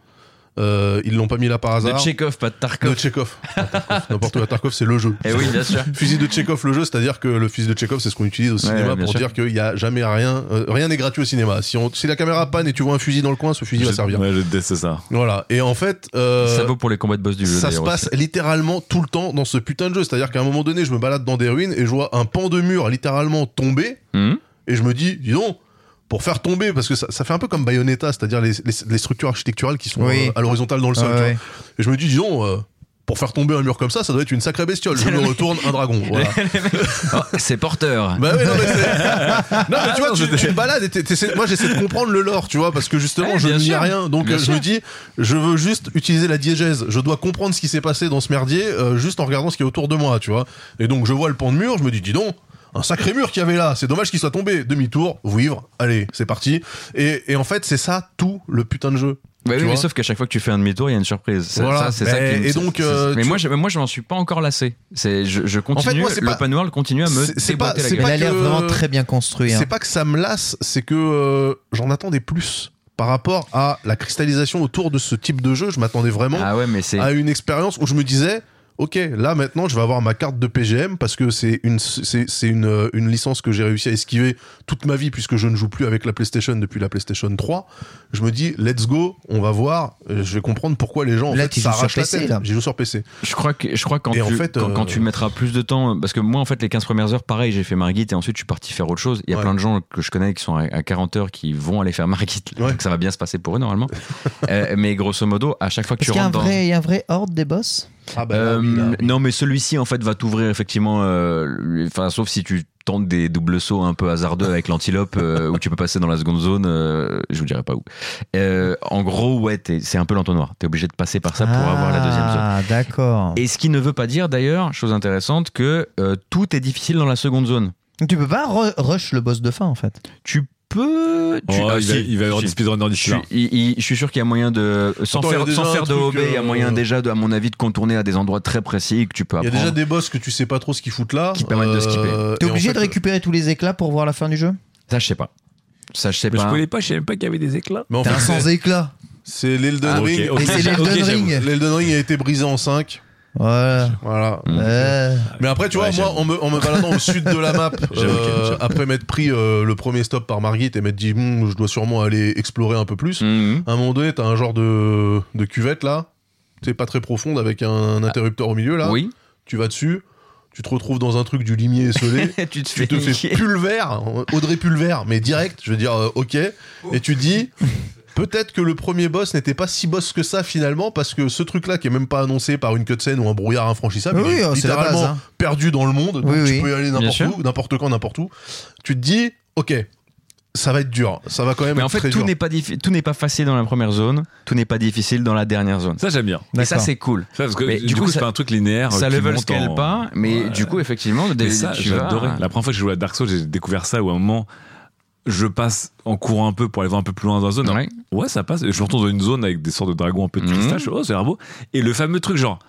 Euh, ils l'ont pas mis là par
De
hasard.
Tchekhov, pas de
De
Tarkov.
Tchekhov. Ah, Tarkov. N'importe quoi. Tarkov, c'est le jeu.
Eh oui, bien sûr.
Fusil de Tchekhov, le jeu, c'est-à-dire que le fusil de Tchekhov, c'est ce qu'on utilise au cinéma
ouais, bien
pour
sûr.
dire qu'il n'y a jamais rien, euh, rien n'est gratuit au cinéma. Si, on, si la caméra panne et tu vois un fusil dans le coin, ce fusil va
Je-
servir.
ouais, je déteste ça.
Voilà. Et en fait, euh,
Ça vaut pour les combats de boss du jeu.
ça se
d'ailleurs,
passe
aussi.
littéralement tout le temps dans ce putain de jeu. C'est-à-dire qu'à un moment donné, je me balade dans des ruines et je vois un pan de mur littéralement tomber.
Hum
Et je me dis, dis donc, pour faire tomber, parce que ça, ça fait un peu comme Bayonetta, c'est-à-dire les, les- les structures architecturales qui sont
Oui.
euh, à l'horizontale dans le sol.
Ouais,
tu vois.
ouais.
Et je me dis, dis donc, euh, pour faire tomber un mur comme ça, ça doit être une sacrée bestiole. Je me retourne un dragon. Voilà. Ah,
Oh, c'est porteur.
Bah oui, non, mais c'est. Non,
Ah
mais tu vois,
non,
tu,
c'était-
tu te balades et t'es- t'essaies- moi j'essaie de comprendre le lore, tu vois, parce que justement,
Eh,
je
bien
n'y ai
sûr.
rien. Donc
Bien
euh, je
sûr.
me dis, je veux juste utiliser la diégèse. Je dois comprendre ce qui s'est passé dans ce merdier, euh, juste en regardant ce qui est autour de moi, tu vois. Et donc je vois le pan de mur, je me dis, dis donc. Un sacré mur qu'il y avait là, c'est dommage qu'il soit tombé. Demi-tour, vous vivre, allez, c'est parti. Et, et en fait, c'est ça tout le putain de jeu.
Bah
Tu
oui, mais
vois
sauf qu'à chaque fois que tu fais un demi-tour, il y a une surprise. Ça-
Voilà.
ça, c'est ça
Mais-
qui me-
et
c'est-
donc,
c'est-
euh,
mais
tu-
moi, je, moi, je m'en suis pas encore lassé. C'est, je, je continue.
moi, c'est pas-
l'open world continue à me
C'est- c'est pas-
déboîter la
c'est
Il
gueule.
pas
a l'air
que-
vraiment très bien construit. hein.
C'est pas que ça me lasse, c'est que euh, j'en attendais plus. Par rapport à la cristallisation autour de ce type de jeu, je m'attendais vraiment
Ah ouais, mais c'est.
à une expérience où je me disais ok, là maintenant je vais avoir ma carte de PGM parce que c'est une, c'est, c'est une, euh, une licence que j'ai réussi à esquiver toute ma vie puisque je ne joue plus avec la PlayStation depuis la PlayStation 3. Je me dis, let's go, on va voir, euh, je vais comprendre pourquoi les gens en
Là,
fait,
tu joues sur
s'arrachent la
PC,
tête.
là.
J'y joue sur PC.
Je crois que je crois quand
Et
tu,
en fait,
quand,
euh,
quand tu mettras plus de temps parce que moi en fait les 15 premières heures pareil j'ai fait Margit et ensuite je suis parti faire autre chose. Il y a
Ouais.
plein de gens que je connais qui sont à- à 40 heures qui vont aller faire Margit
Ouais.
donc ça va bien se passer pour eux normalement. Euh, mais grosso modo à chaque fois que
Est-ce
tu
qu'il y a un
rentres dans
vrai, il y a un vrai horde des boss
bah,
Ah
Euh, non mais celui-ci en fait va t'ouvrir effectivement euh, le- enfin sauf si tu tentes des doubles sauts un peu hasardeux avec l'antilope euh, où tu peux passer dans la seconde zone euh, je vous dirai pas où Euh, en gros ouais t'es- c'est un peu l'entonnoir t'es obligé de passer par ça pour avoir la deuxième zone
Ah, d'accord.
et ce qui ne veut pas dire d'ailleurs, chose intéressante, que euh, tout est difficile dans la seconde zone.
Donc, Tu peux pas re- rush le boss de fin en fait.
Tu peux. tu-
Oh,
ah,
il,
si,
va, il va y avoir
si.
des speedrunners d'ici
Je
là.
suis, il- il- je suis sûr qu'il y a moyen de. Sans
Attends, il y a
faire,
déjà
sans
un
faire de
truc,
OB, il y a
euh,
moyen déjà, de, à mon avis, de contourner à des endroits très précis que tu peux
Il y a
apprendre.
déjà des boss que tu sais pas trop ce qu'ils foutent là.
Qui te permettent de skipper.
Euh,
T'es
et en
obligé
fait,
de récupérer tous les éclats pour voir la fin du jeu
Ça, je sais pas. Ça, je sais
Mais je
pas.
connais pas, je savais même pas qu'il y avait des éclats.
Mais en
T'es un
fait,
sans
c'est-
éclat.
c'est l'Elden
Ah, ok,
Ring.
ok.
Et c'est
j'avoue.
l'Elden
Ok, j'avoue.
Ring.
L'Elden Ring a été brisé en 5.
Voilà.
Voilà.
Mm.
Euh,
Ah, Mais après, tu
Ouais,
vois, moi, en me, en me baladant au sud de la map,
J'avoue que-
euh,
j'avoue.
après m'être pris euh, le premier stop par Margit et m'être dit, Hum, je dois sûrement aller explorer un peu
Mm.
plus.
Mhm.
À un moment donné, t'as un genre de, de cuvette là, t'es pas très profonde avec un
Ah.
interrupteur au milieu là.
Oui.
Tu vas dessus, tu te retrouves dans un truc du limier esselé.
tu te
Tu te fais
niquer.
pulvère, Audrey Pulvère, mais direct, je veux dire, euh, ok. Et tu dis, peut-être que le premier boss n'était pas si boss que ça finalement, parce que ce truc-là qui est même pas annoncé par une cutscene ou un brouillard infranchissable,
Eh. Oui,
il est
oui, c'est la
littéralement
base, hein.
perdu dans le monde, donc
Oui,
tu
oui.
peux y aller
Bien
n'importe
sûr.
où, n'importe quand, n'importe où. Tu te dis, ok, ça va être dur, ça va quand même
Mais en
être
fait,
très
tout
dur.
n'est pas, diffi- tout n'est pas facile dans la première zone, tout n'est pas difficile dans la dernière zone.
Ça, j'aime bien.
Et ça,
D'accord.
c'est cool. Ah,
Ça, parce que
Mais
du, coup, c'est
ça-
pas un truc linéaire.
ça
euh, qui
level
monte
scale
en-
pas, mais
Ouais.
du coup, effectivement, dès
Mais ça,
tu
j'ai
vas-
adoré. La première fois que j'ai joué à Dark Souls, j'ai découvert ça où à un moment, je passe en courant un peu pour aller voir un peu plus loin dans la zone.
Ouais.
Ouais, ça passe. Et Je me retrouve dans une zone avec des sortes de dragons un peu de
Mhm.
pistache. Oh, c'est l'air beau. Et le fameux truc, genre,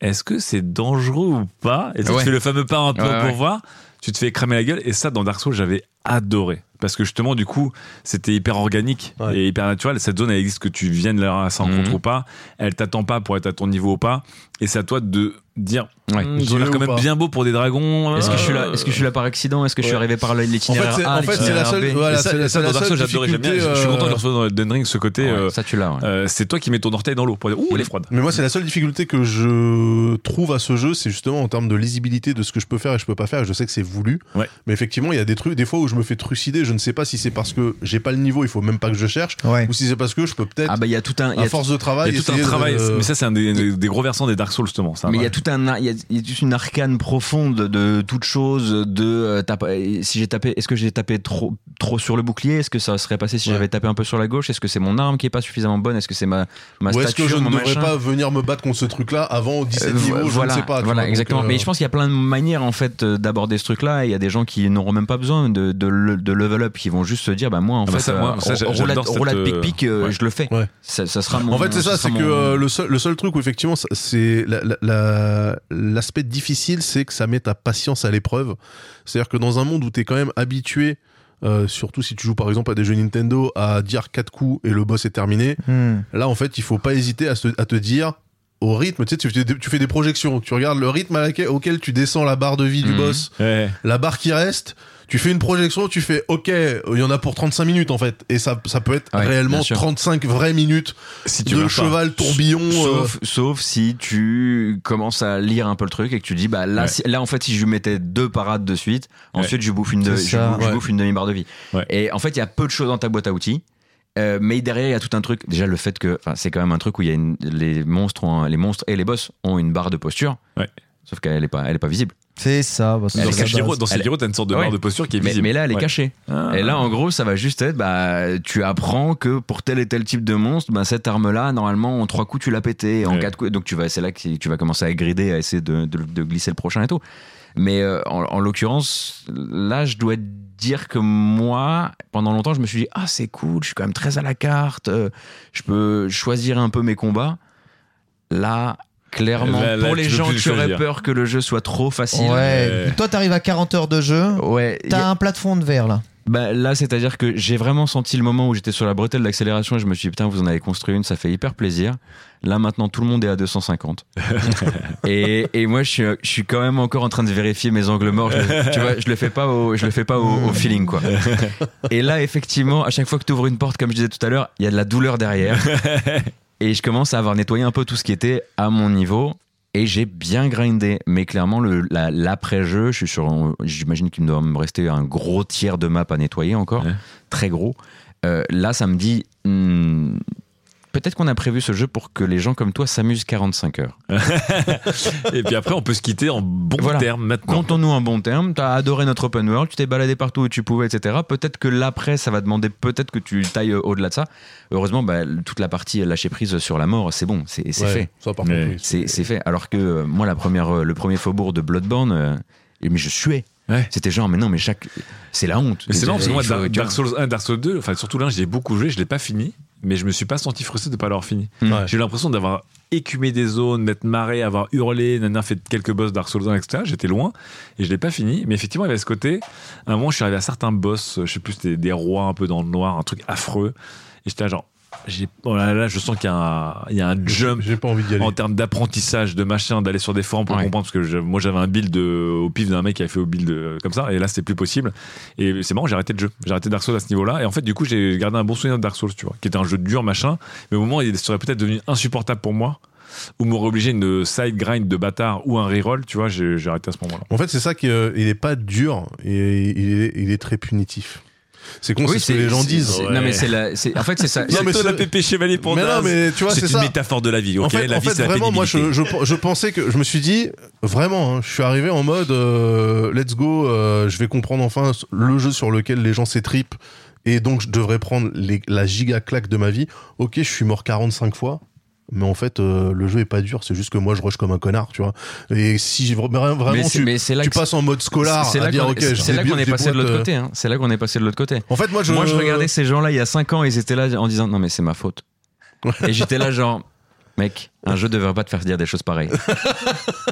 est-ce que c'est dangereux ou pas Et tu sais,
Ouais.
tu fais le fameux pas un peu
Ouais, ouais.
pour voir, tu te fais cramer la gueule. Et ça, dans Dark Souls, j'avais adoré. Parce que justement, du coup, c'était hyper organique
Ouais.
et hyper naturel. Cette zone, elle existe que tu viennes là à sa rencontre
Mhm.
ou pas. Elle t'attend pas pour être à ton niveau ou pas. Et c'est à toi de dire,
Ouais.
Mmh, ils
J'y
ont
vais
l'air
ou
quand même
pas
bien beaux pour des dragons.
Est-ce que je suis là Est-ce que je suis là par accident Est-ce que je suis
Ouais.
arrivé par
En fait,
l'itinéraire
c'est-
A
en fait, c'est la
l'itinéraire
seule.
B
voilà,
ça,
c'est la-
ça,
c'est la
dans Dark Souls,
seule
j'adorais, j'aime bien.
difficulté,
Je suis content de le
euh,
retrouver dans Elden Ring, ce côté.
Ouais,
euh,
Ça tu l'as. ouais.
euh, c'est toi qui mets ton orteil dans l'eau pour dire Ouh, elle est froide.
Mais moi, c'est la seule difficulté que je trouve à ce jeu, c'est justement en termes de lisibilité de ce que je peux faire et je peux pas faire. Je sais que c'est voulu,
Ouais.
mais effectivement, il y a des trucs, des fois où je me fais trucider. Je ne sais pas si c'est parce que j'ai pas le niveau, il faut même pas que je cherche,
Ouais.
ou si c'est parce que je peux peut-être,
Ah bah il y a tout un. il y
à
a
force de travail,
Il y a tout un
essayer de-
travail. Mais ça, c'est un des, des- des gros versants des Dark Souls, justement. ça,
Mais il y a
ouais.
tout un, il y a, il y a toute une arcane profonde de toute chose. De euh, t'as pas- si j'ai tapé, est-ce que j'ai tapé trop, trop sur le bouclier Est-ce que ça serait passé si
Ouais.
j'avais tapé un peu sur la gauche Est-ce que c'est mon arme qui est pas suffisamment bonne Est-ce que c'est ma, ma
Ou est-ce
stature,
que je ne
mon
devrais
machin
pas venir me battre contre ce truc-là avant 17
Euh, vo-
niveaux
voilà,
Je ne sais pas. tu vois,
voilà
donc,
exactement.
euh,
Mais je pense qu'il y a plein de manières en fait euh, d'aborder ce truc-là. Il y a des gens qui n'auront même pas besoin de, de, le- de level up, qui vont juste se dire, bah moi en
Ah bah
fait,
ça, moi, ça, j'a- j'adore cette,
roulade
euh,
pic-pic, euh,
ouais.
je le fais.
Ouais.
Ça, ça sera mon.
En fait, c'est ça,
sera
c'est que
mon-
euh, le, seul, le seul truc où effectivement, ça- c'est la- la- la- l'aspect difficile, c'est que ça met ta patience à l'épreuve. C'est-à-dire que dans un monde où t'es quand même habitué, euh, surtout si tu joues par exemple à des jeux Nintendo, à dire quatre coups et le boss est terminé,
Hmm.
là en fait, il faut pas hésiter à, se- à te dire au rythme, tu sais, tu, fais des- tu fais des projections, tu regardes le rythme à laquelle- auquel tu descends la barre de vie du
Mhm.
boss,
Ouais.
la barre qui reste, tu fais une projection, tu fais OK, il y en a pour 35 minutes en fait, et ça, ça peut être
Ouais,
réellement
bien sûr.
35 vraies minutes
Si tu
de
meurs pas.
cheval tourbillon. euh,
Sauf,
euh,
sauf si tu commences à lire un peu le truc et que tu dis, bah là,
Ouais.
si- là en fait, si je lui mettais deux parades de suite, ensuite je bouffe une, de-
C'est
je
ça,
bouffe- je
ouais.
bouffe une demi-barre de vie.
Ouais.
Et en fait, il y a peu de choses dans ta boîte à outils. euh, mais derrière, il y a tout un truc. Déjà, le fait que, enfin, c'est quand même un truc où il y a une- les monstres, ont un- les monstres et les boss ont une barre de posture.
Ouais.
Sauf qu'elle est pas, elle est pas visible.
C'est ça. bah, c'est
Elle
Dans
est
ça,
cachée.
Sekiro,
base.
dans
Elle-
Sekiro, t'as une sorte de
Ouais.
barre de posture qui est
Mais,
visible.
mais là, elle est
Ouais.
cachée.
Ah.
Et là, en gros, ça va juste être, bah, tu apprends que pour tel et tel type de monstre, bah, cette arme-là, normalement, en trois coups, tu l'as pété, en
Ouais.
quatre coups, donc tu vas, c'est là que tu vas commencer à grider, à essayer de, de- de glisser le prochain et tout. Mais euh, en, en l'occurrence, là, je dois dire que moi, pendant longtemps, je me suis dit, ah, c'est cool, je suis quand même très à la carte, euh, je peux choisir un peu mes combats. Là, clairement,
Là, là,
pour les
tu peux
gens
plus
qui auraient
choisir.
peur que le jeu soit trop facile.
Ouais.
euh,
Ouais.
Toi, t'arrives à 40 heures de jeu.
Ouais, y a-
T'as un plafond de verre là.
Bah, là, c'est-à-dire que j'ai vraiment senti le moment où j'étais sur la bretelle d'accélération et je me suis dit, putain, vous en avez construit une, ça fait hyper plaisir. Là, maintenant, tout le monde est à 250. et, et moi, je suis, je suis quand même encore en train de vérifier mes angles morts. Je, tu vois, je le fais pas au, je le fais pas au, au feeling, quoi. Et là, effectivement, à chaque fois que tu ouvres une porte, comme je disais tout à l'heure, il y a de la douleur derrière. Et je commence à avoir nettoyé un peu tout ce qui était à mon niveau. Et j'ai bien grindé. Mais clairement, le- la- l'après-jeu, je suis sur. J'imagine qu'il me doit me rester un gros tiers de map à nettoyer encore.
Ouais.
Très gros. Euh, là, ça me dit. hmm, Peut-être qu'on a prévu ce jeu pour que les gens comme toi s'amusent 45 heures.
Ah.
Et puis après, on peut se quitter en bon
Voilà.
terme maintenant.
Comptons-nous un bon terme. T'as adoré notre open world, tu t'es baladé partout où tu pouvais, etc. Peut-être que l'après, ça va demander peut-être que tu tailles euh, au-delà de ça. Heureusement, bah, toute la partie lâcher prise sur la mort, c'est bon, c'est c'est
Ouais,
fait.
Ça, par
Mais
contre, oui.
C'est c'est fait. Alors que euh, moi, la première, euh, le premier faubourg de Bloodborne, euh, mais je suais.
Ouais.
C'était genre, mais non, mais chaque. C'est la honte.
Mais c'est marrant parce que moi,
Il faut-
Dark,
tu vois.
Dark Souls 1, Dark Souls 2, enfin surtout l'un, j'ai beaucoup joué, je l'ai pas fini, mais je me suis pas senti frustré de pas l'avoir fini.
Mm.
Ouais.
J'ai eu l'impression d'avoir écumé des zones, d'être marré, avoir hurlé, nanana, fait quelques boss Dark Souls 1, etc. J'étais loin et je l'ai pas fini, mais effectivement, il y avait ce côté. À un moment, je suis arrivé à certains boss, euh, je sais plus, c'était des rois un peu dans le noir, un truc affreux, et j'étais là, genre, j'ai- oh là là, je sens qu'il y, a un- il y a un jump
J'ai pas envie d'y aller.
en termes d'apprentissage, de machin, d'aller sur des forums pour
Ouais.
comprendre, parce que je- moi j'avais un build euh, au pif d'un mec qui avait fait au build euh, comme ça, et là c'est plus possible. Et c'est marrant, j'ai arrêté le jeu, j'ai arrêté Dark Souls à ce niveau-là, et en fait du coup j'ai gardé un bon souvenir de Dark Souls, tu vois, qui était un jeu dur, machin, mais au moment où il serait peut-être devenu insupportable pour moi, ou m'aurait obligé une side grind de bâtard ou un reroll, tu vois, j'ai j'ai arrêté à ce moment-là.
En fait, c'est ça qu'il est pas dur et il est, il est très punitif. C'est con, c'est ce que les gens
c'est-
disent.
c'est-
Ouais.
Non, mais c'est la. c'est- En fait, c'est ça.
Non, mais
Toi,
c'est-
la PP chez Valet pour
Mais non,
Daz,
mais tu vois, c'est
c'est une
ça.
métaphore de la vie, ok
en fait,
La
en
vie
fait,
c'est la
vraiment, moi, je,
pénibilité.
je, je pensais que je me suis dit vraiment, hein, je suis arrivé en mode euh, let's go, euh, je vais comprendre enfin le jeu sur lequel les gens s'étripent et donc je devrais prendre les- la giga claque de ma vie. Ok, je suis mort 45 fois. Mais en fait, euh, le jeu est pas dur, c'est juste que moi je rush comme un connard, tu vois. Et si vra- vraiment
Mais c'est-
tu,
mais c'est là
tu
que-
passes en mode scolaire
c'est
à
là
dire
qu'on
ok, je
c'est là
débile,
qu'on est
j'ai
passé de
beau
l'autre
être, euh,
côté. hein. C'est là qu'on est passé de l'autre côté.
En fait, moi je,
Moi, je regardais ces gens-là il y a 5 ans, ils étaient là en disant non, mais c'est ma faute. Et j'étais là, genre, mec, un jeu devrait pas te faire dire des choses pareilles.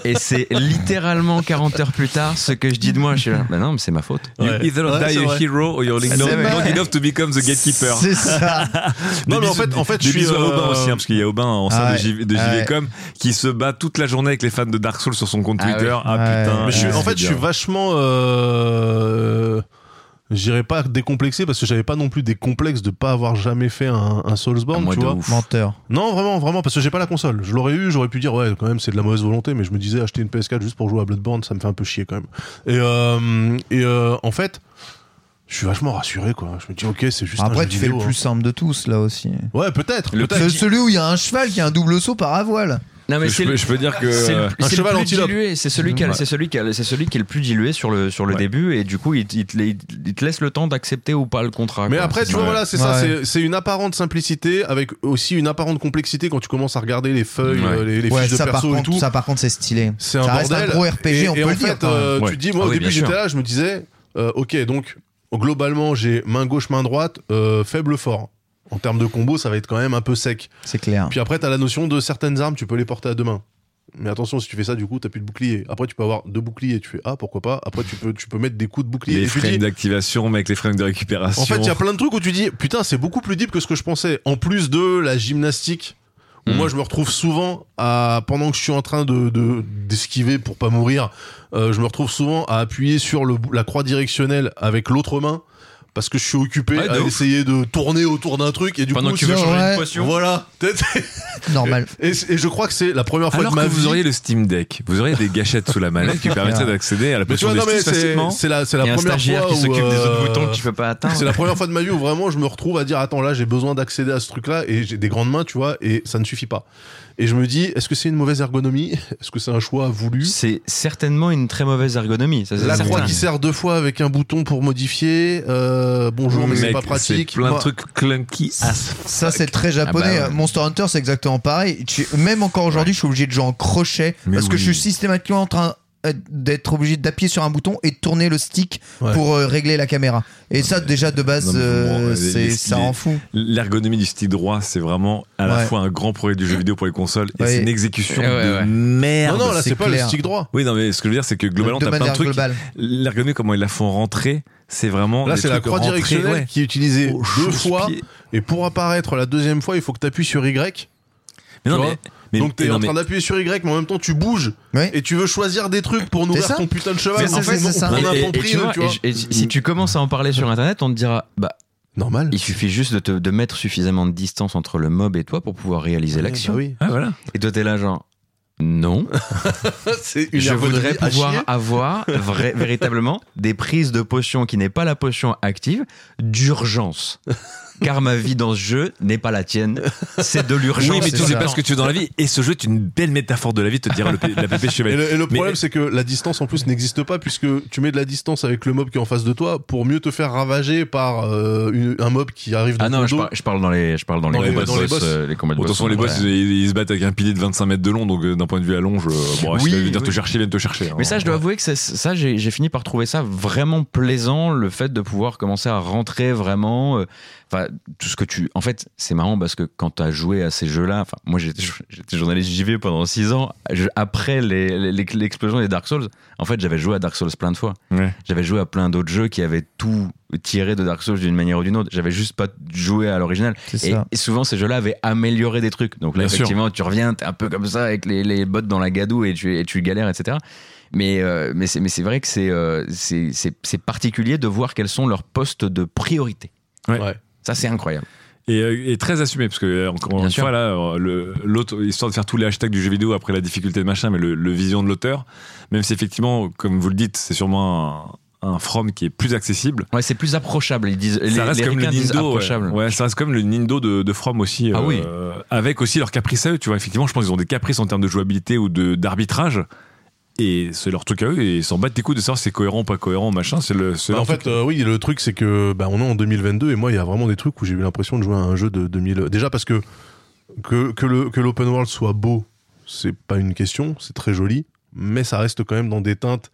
Et c'est littéralement 40 heures plus tard ce que je dis de moi. Je suis là, bah non, mais c'est ma faute.
You
Ouais.
either
Ouais,
die
c'est
a
vrai.
hero or you're
C'est
long,
vrai.
long enough to become the gatekeeper.
C'est ça.
Non, mais
Des
en
bisous-
fait, en fait,
des
je suis.
bisous à
euh,
Aubin aussi, hein, parce qu'il y a Aubin en salle
Ah
de
ouais.
JV de
Ah ouais.
JVcom qui se bat toute la journée avec les fans de Dark Souls sur son compte
Ah
Twitter.
ouais.
Ah
Ouais.
putain.
Mais je suis-
Ouais.
en fait, je suis vachement. Euh, J'irais pas décomplexé parce que j'avais pas non plus des complexes de pas avoir jamais fait un, un Soulsborne,
Moi,
tu
de
vois.
ouf.
Menteur.
Non, vraiment, vraiment, parce que j'ai pas la console. Je l'aurais eu, j'aurais pu dire, ouais, quand même, c'est de la mauvaise volonté, mais je me disais, acheter une PS4 juste pour jouer à Bloodborne, ça me fait un peu chier quand même. Et, euh, et euh, en fait, je suis vachement rassuré, quoi. Je me dis, ok, c'est juste un
Après,
jeu
tu fais le
vidéo,
plus simple de tous, là aussi.
hein. Ouais, peut-être,
Le
peut-être.
C'est celui où il y a un cheval qui a un double saut par à voile.
Non, mais
je,
c'est
peux,
le-
je peux dire que.
c'est le,
euh,
c'est le
cheval
plus
antilope.
dilué, c'est celui qui a-
Ouais.
c'est celui qui a- c'est celui qui est le plus dilué sur le sur le
Ouais.
début et du coup il, te- il te, il te laisse le temps d'accepter ou pas le contrat.
Mais
quoi.
après, tu vois,
Ouais.
voilà, c'est
Ouais.
ça, c'est- c'est une apparente simplicité avec aussi une apparente complexité quand tu commences à regarder les feuilles,
Ouais.
euh, les, les
Ouais,
fiches de
ça par,
perso et
contre,
tout.
ça par contre, c'est stylé.
C'est
ça
un
reste
bordel.
un gros RPG,
et,
on
et
peut
en
le
fait,
dire. quand même.
euh,
Ouais.
tu te dis, moi
Ah
au
oui,
début
bien sûr.
j'étais là, je me disais, euh, ok, donc globalement j'ai main gauche, main droite, euh, faible, fort. En termes de combo, ça va être quand même un peu sec.
C'est clair.
Puis après, t'as la notion de certaines armes, tu peux les porter à deux mains. Mais attention, si tu fais ça, du coup, t'as plus de bouclier. Après, tu peux avoir deux boucliers, tu fais ah pourquoi pas. Après, tu peux, tu peux mettre des coups de bouclier.
les
Et tu dis,
frames d'activation, mec, les frames de récupération.
en fait, il y a plein de trucs où tu dis putain, c'est beaucoup plus deep que ce que je pensais. En plus de la gymnastique, où
Mm.
moi je me retrouve souvent à pendant que je suis en train de de- d'esquiver pour pas mourir, euh, je me retrouve souvent à appuyer sur le, bou- la croix directionnelle avec l'autre main parce que je suis occupé
Ouais, de
à
ouf.
essayer de tourner autour d'un truc et du
Pendant
coup
que tu veux
tiens,
changer
ouais.
de potion.
voilà.
Normal.
Et, c- et je crois que c'est la première fois
Alors
de
que
ma
vous
vie.
auriez le Steam Deck, vous auriez des gâchettes sous la manette qui permettraient d'accéder à la
Mais tu
potion
vois,
de
non, mais
justice
c'est
facilement.
c'est la, c'est la
il y a un
première
stagiaire
fois
qui
où,
s'occupe des
euh,
autres boutons que tu peux pas atteindre.
C'est la première fois de ma vie où vraiment je me retrouve à dire attends là j'ai besoin d'accéder à ce truc là et j'ai des grandes mains tu vois et ça ne suffit pas. Et je me dis est-ce que c'est une mauvaise ergonomie Est-ce que c'est un choix voulu
C'est certainement une très mauvaise ergonomie. Ça, c'est
La
certain.
croix qui sert deux fois avec un bouton pour modifier. euh, bonjour mais c'est
Mec,
pas pratique. Bah,
plein de
Moi-
trucs clunky as
Ça, c'est très japonais.
Ah bah ouais.
Monster Hunter, c'est exactement pareil. Tu- Même encore aujourd'hui, je suis obligé de jouer en crochet
Mais
parce que
oui.
je suis systématiquement en train euh, d'être obligé d'appuyer sur un bouton et de tourner le stick
Ouais.
pour euh, régler la caméra. Et ça, déjà, de base,
non, mais
euh,
vraiment, les-
c'est-
les-
ça
les-
rend fou.
L'ergonomie du stick droit, c'est vraiment à la
Ouais.
fois un grand progrès du jeu vidéo pour les consoles et
Ouais.
c'est une exécution
Ouais, ouais,
de
ouais.
merde.
Non non là
c'est
c'est pas le
clair.
stick droit.
Oui, non, mais ce que je veux dire, c'est que globalement,
de
t'as plein de
manière
trucs.
globale.
L'ergonomie, comment ils la font rentrer c'est vraiment.
Là,
des
c'est la
trucs
croix
rentrés,
directionnelle
ouais.
qui est utilisée
Au
deux
chausse-pied.
fois. Et pour apparaître la deuxième fois, il faut que tu appuies sur Y.
Mais non,
tu
mais,
vois.
mais-
Donc t'es
non,
en
mais-
train d'appuyer sur Y, mais en même temps tu bouges.
Oui.
Et tu veux choisir des trucs pour nourrir
C'est ça.
ton putain de cheval.
Mais c'est- c'est-
on
c'est ça.
prend
Et-
un
et- et
pompier,
tu vois,
tu vois.
et- et si tu commences à en parler sur internet, on te dira bah
Normal.
il suffit juste de, te- de mettre suffisamment de distance entre le mob et toi pour pouvoir réaliser l'action.
Bah oui.
Ah, voilà.
Et toi t'es là genre non,
C'est une
je voudrais
ergonomie à
pouvoir
chier.
avoir vrai- véritablement des prises de potion qui n'est pas la potion active d'urgence. Car ma vie dans ce jeu n'est pas la tienne, c'est de l'urgence.
Oui, mais
c'est
tu sais
ça.
pas ce que tu veux dans la vie. Et ce jeu est une belle métaphore de la vie, te dira le, P- la pépé
Et
chevalier.
le, et le
Mais-
problème, c'est que la distance en plus n'existe pas puisque tu mets de la distance avec le mob qui est en face de toi pour mieux te faire ravager par euh, une- un mob qui arrive dans
Ah
ton
non, je
dos.
parle, je parle dans les, je parle dans,
Dans
les,
les-
combats de
dans les
boss,
boss.
euh, les combats de
Bon, de toute
boss.
façon, les boss,
Ouais.
ils, ils se battent avec un pilier de 25 mètres de long, donc euh, d'un point de vue à longe, euh, bon,
Oui,
s'ils veulent venir
oui,
te
oui.
chercher, ils viennent te chercher. hein.
Mais ça, je dois
Ouais.
avouer que c'est- ça, j'ai j'ai fini par trouver ça vraiment plaisant, le fait de pouvoir commencer à rentrer vraiment. euh, Enfin, tout ce que tu. En fait, c'est marrant parce que quand tu as joué à ces jeux-là, enfin, moi j'étais j'étais journaliste JV pendant 6 ans. Je- après les- les- les- l'explosion des Dark Souls, en fait, j'avais joué à Dark Souls plein de fois.
Ouais.
J'avais joué à plein d'autres jeux qui avaient tout tiré de Dark Souls d'une manière ou d'une autre. J'avais juste pas joué à l'original.
C'est
Et,
ça.
et souvent, ces jeux-là avaient amélioré des trucs. Donc là,
Bien sûr.
effectivement, tu reviens, t'es un peu comme ça avec les, les bottes dans la gadoue et tu, et tu galères, etc. Mais, euh, mais c'est mais c'est vrai que c'est euh, c'est- c'est- c'est particulier de voir quels sont leurs postes de priorité.
Ouais.
Ouais.
Ça, c'est incroyable.
Et, euh, et très assumé, parce que, euh, encore
Bien
une
sûr.
fois, là, euh, le- l'autre, histoire de faire tous les hashtags du jeu vidéo après la difficulté de machin, mais le, le vision de l'auteur, même si effectivement, comme vous le dites, c'est sûrement un, un From qui est plus accessible.
Ouais, c'est plus approchable. Ils disent, les,
ça reste
les
comme le
Ricains disent
Nindo. Ouais.
approchable.
Ouais, ça reste comme le Nindo de, de From aussi. euh,
Ah oui.
Avec aussi leurs caprices à eux, tu vois. Effectivement, je pense qu'ils ont des caprices en termes de jouabilité ou de- d'arbitrage. Et c'est leur truc à eux. Et ils s'en battent les coups de savoir si c'est cohérent ou pas cohérent, machin. C'est le. c'est
Bah, en
leur
fait,
truc.
euh, oui, le truc, c'est que bah, on est en 2022 et moi, il y a vraiment des trucs où j'ai eu l'impression de jouer à un jeu de 2000. Déjà parce que que, que le- que l'open world soit beau, c'est pas une question, c'est très joli, mais ça reste quand même dans des teintes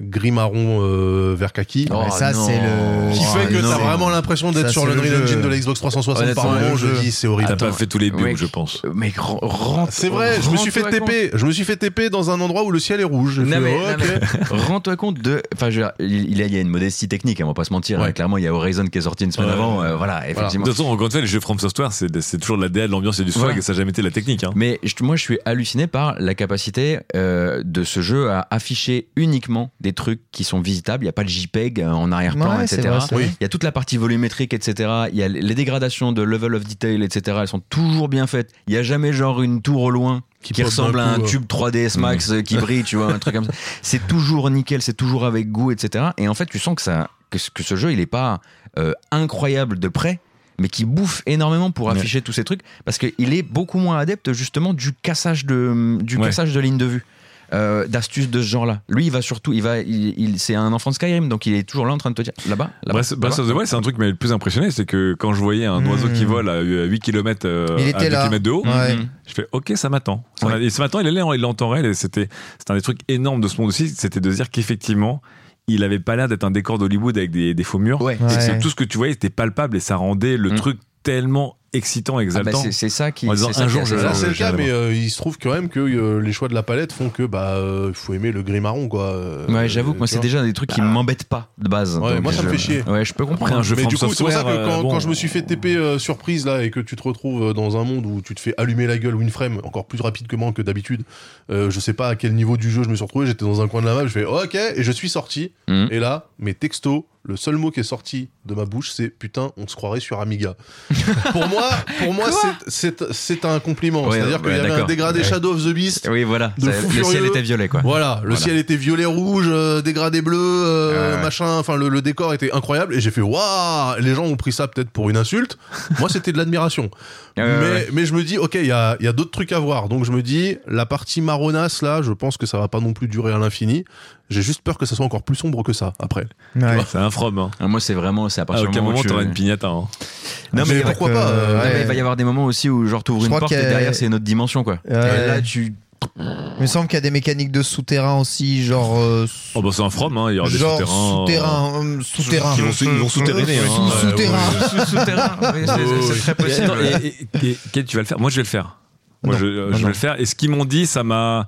gris-marron euh, vert kaki.
Oh, mais ça,
non.
c'est le-
Qui fait
Oh,
que
non.
t'as vraiment l'impression d'être
Ça,
sur
c'est
le
le
Unreal
jeu.
Engine de la Xbox 360 par
Honnêtement,
moment,
le
je
jeu.
dis c'est horrible.
T'as pas fait tous les bugs,
Ouais.
je pense.
Mais grand- rentre-
Ah, C'est vrai, je me suis fait
rends-toi compte.
TP, je me suis fait TP dans un endroit où le ciel est rouge. J'ai
Non,
fait,
mais-
oh,
non,
ok.
mais- Rends-toi compte de. Enfin, je veux dire, il, il y a- il y a une modestie technique, hein, on va pas se mentir.
Ouais.
hein. Clairement, il y a Horizon qui est sorti une semaine
Ouais.
avant. euh, voilà,
De
effectivement.
toute façon, encore une fois, les jeux From Software, c'est c'est toujours de la DA, de l'ambiance et du swag,
Ouais.
et ça n'a jamais été de la technique. hein.
Mais je- moi, je suis halluciné par la capacité euh, de ce jeu à afficher uniquement des trucs qui sont visitables. Il n'y a pas de JPEG euh, en arrière-plan,
Ouais, c'est
etc.
vrai, c'est
Oui.
vrai.
Il y a toute la partie volumétrique, etc. Il y a les dégradations de level of detail, etc. Elles sont toujours bien faites. Il n'y a jamais genre une tour au loin qui,
pop
ressemble
d'un
à un
coup, euh.
tube 3DS Max euh, qui brille, tu vois, un truc comme ça. C'est toujours nickel, c'est toujours avec goût, etc. Et en fait, tu sens que ça, que, ce- que ce jeu, il n'est pas euh, incroyable de près, mais qui bouffe énormément pour
Ouais.
afficher tous ces trucs, parce qu'il est beaucoup moins adepte justement du cassage de, du
Ouais.
cassage de ligne de vue. euh, d'astuces de ce genre-là. Lui, il va surtout, il va, il, il- c'est un enfant de Skyrim, donc il est toujours là en train de te dire là-bas, là-bas.
Breath, Breath of the Wild, c'est un truc qui m'a le plus impressionné, c'est que quand je voyais un
Mmh.
oiseau qui vole à euh, 8 km,
Il
à
était
2
là.
km de haut,
Ouais.
Mhm.
je fais OK, ça m'attend. Ça
Ouais.
m'a- Et ce matin, il allait, en- il l'entend réel, et c'était c'était un des trucs énormes de ce monde aussi, c'était de se dire qu'effectivement, il avait pas l'air d'être un décor d'Hollywood avec des, des faux murs.
Ouais.
Et que c'est-
Ouais.
tout ce que tu voyais était palpable et ça rendait le
Mmh.
truc tellement excitant,
Ah bah,
exaltant.
c'est c'est ça qui.
En disant,
c'est ça
un
qui
jour,
est
je-
assez
Ça,
Alors,
c'est le
j'ai
cas,
rien à
mais euh, il se trouve quand même que euh, les choix de la palette font que bah euh, faut aimer le gris marron quoi. euh,
Ouais, j'avoue que moi,
tu
c'est
vois.
déjà un des trucs qui m'embêtent pas de base.
Ouais,
Donc,
moi, ça me
je-
fait chier.
Ouais, Hein, je peux comprendre.
Après, un jeu
Mais
From
du coup, c'est pour ça que
Software,
quand,
euh, bon,
quand je me suis fait TP euh, surprise là et que tu te retrouves euh, dans un monde où tu te fais allumer la gueule Winframe encore plus rapide que moi que d'habitude, euh, je sais pas à quel niveau du jeu je me suis retrouvé, j'étais dans un coin de la map, je fais ok et je suis sorti.
Mhm.
Et là, mes textos, le seul mot qui est sorti de ma bouche, c'est putain, on se croirait sur Amiga. pour moi, pour moi, c'est- c'est c'est un compliment.
Ouais,
C'est-à-dire
ouais,
qu'il y avait un
d'accord.
dégradé
Ouais.
Shadow of the Beast.
Oui, voilà.
De
Ça-
fou
le ciel
furieux.
était violet, quoi.
Voilà, le
Voilà.
ciel était violet rouge, euh, dégradé bleu, euh,
Ouais.
machin. Enfin, le, le décor était incroyable et j'ai fait waouh. Les gens ont pris ça peut-être pour une insulte. Moi, c'était de l'admiration.
Ouais, ouais,
mais,
ouais.
mais je me dis, ok, il y a, il y a d'autres trucs à voir. Donc je me dis, la partie marronasse là, je pense que ça va pas non plus durer à l'infini. J'ai juste peur que ça soit encore plus sombre que ça après.
Ouais.
C'est un From. hein.
Ah, Moi, c'est vraiment, c'est à
À
partir du
aucun
moment,
moment,
où tu-
t'auras une pignata. hein.
Non, mais,
Mais
il va-
pourquoi
que-
pas euh,
non, mais
ouais.
il va y avoir des moments aussi où, genre, t'ouvres
Je
une
crois
porte et
qu'il y a-
derrière, c'est une autre dimension, quoi.
Ouais.
Et là, tu.
Il me semble qu'il y a des mécaniques de souterrain aussi, genre. euh,
Oh, bah, c'est un From, hein, il y aura des
genre
souterrains.
souterrain, euh, souterrain.
Qui vont sou- ils vont souterrainer, hein.
Sous-
Ouais,
souterrain.
Souterrain. Oui, c'est- C'est très
Et
possible.
attends, et- et- et- Kate, tu vas le faire Moi, je vais le faire. Moi,
Non.
je,
Non,
je
non.
vais le faire. Et ce qu'ils m'ont dit, ça m'a.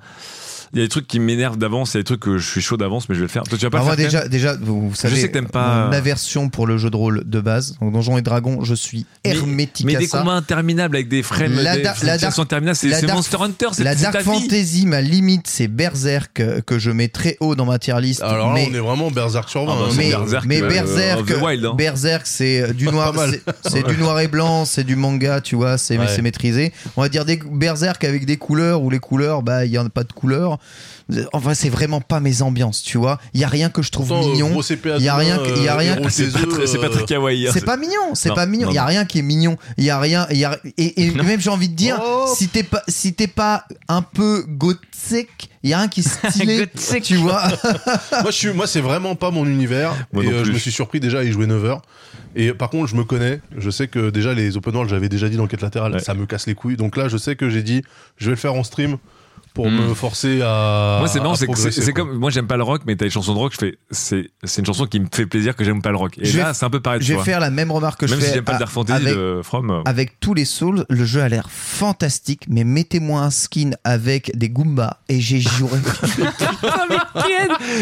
Il y a des trucs qui m'énervent d'avance, il y a des trucs que je suis chaud d'avance, mais je vais le faire. Toi, tu vas
Bah,
pas
Alors
le
moi
faire, Ken
déjà, déjà, vous, vous savez,
sais que t'aimes pas-
mon aversion pour le jeu de rôle de base, donc Donjons et Dragons, je suis hermétique
mais
à
des
ça.
combats interminables avec des frames,
La
des
da- la
fluctuations interminables, c'est
la
c'est
dark-
Monster Hunter, c'est
La
c'est
Dark
ta vie.
Fantasy, ma limite, c'est Berserk que, que je mets très haut dans ma tier list.
Alors là,
mais
on est vraiment Berserk sur 20.
Ah bah,
hein.
c'est
mais
Berserk.
mais
euh,
Berserk,
of the Wild, hein.
Berserk, c'est euh, du noir,
Pas mal.
c'est- c'est du noir et blanc, c'est du manga, tu vois, c'est
Ouais.
c'est maîtrisé. On va dire des Berserk avec des couleurs où les couleurs, bah il y en a pas de couleurs. En vrai, c'est vraiment pas mes ambiances, tu vois. Il y a rien que je trouve
Pourtant, euh,
mignon.
gros CP à
Il y a
deux
rien
mains,
que- il y a
euh,
rien
héros
que-
C'est
des
pas,
œufs,
très- c'est pas très
euh,
kawaii. hein.
C'est pas mignon, c'est
Non,
pas mignon.
non,
Il y a rien qui est mignon. Il y a rien, il y a et, et même j'ai envie de dire
Oh.
si t'es pas si t'es pas un peu gothique, il y a rien qui est stylé, tu vois.
moi, je suis, moi, c'est vraiment pas mon univers.
Moi
et
non
euh, je
plus.
me suis surpris déjà à y jouer 9 heures. Et euh, par contre, je me connais. Je sais que déjà les open world, j'avais déjà dit dans quête latérale,
Ouais.
ça me casse les couilles. Donc là, je sais que j'ai dit, je vais le faire en stream pour
Mm.
me forcer à.
Moi, c'est marrant,
à
c'est que c'est
progresser,
c'est
Ah, quoi.
comme. Moi, j'aime pas le rock, mais t'as des chansons de rock, je fais. C'est c'est une chanson qui me fait plaisir que j'aime pas le rock. Et
Je vais-
là, c'est un peu pareil. tu
je vais
vois.
faire la même remarque que
Même
je
si
fais
j'aime pas
à-
le Dark Fantasy
avec,
de From. euh,
avec tous les souls, le jeu a l'air fantastique, mais mettez-moi un skin avec des Goombas et j'ai juré.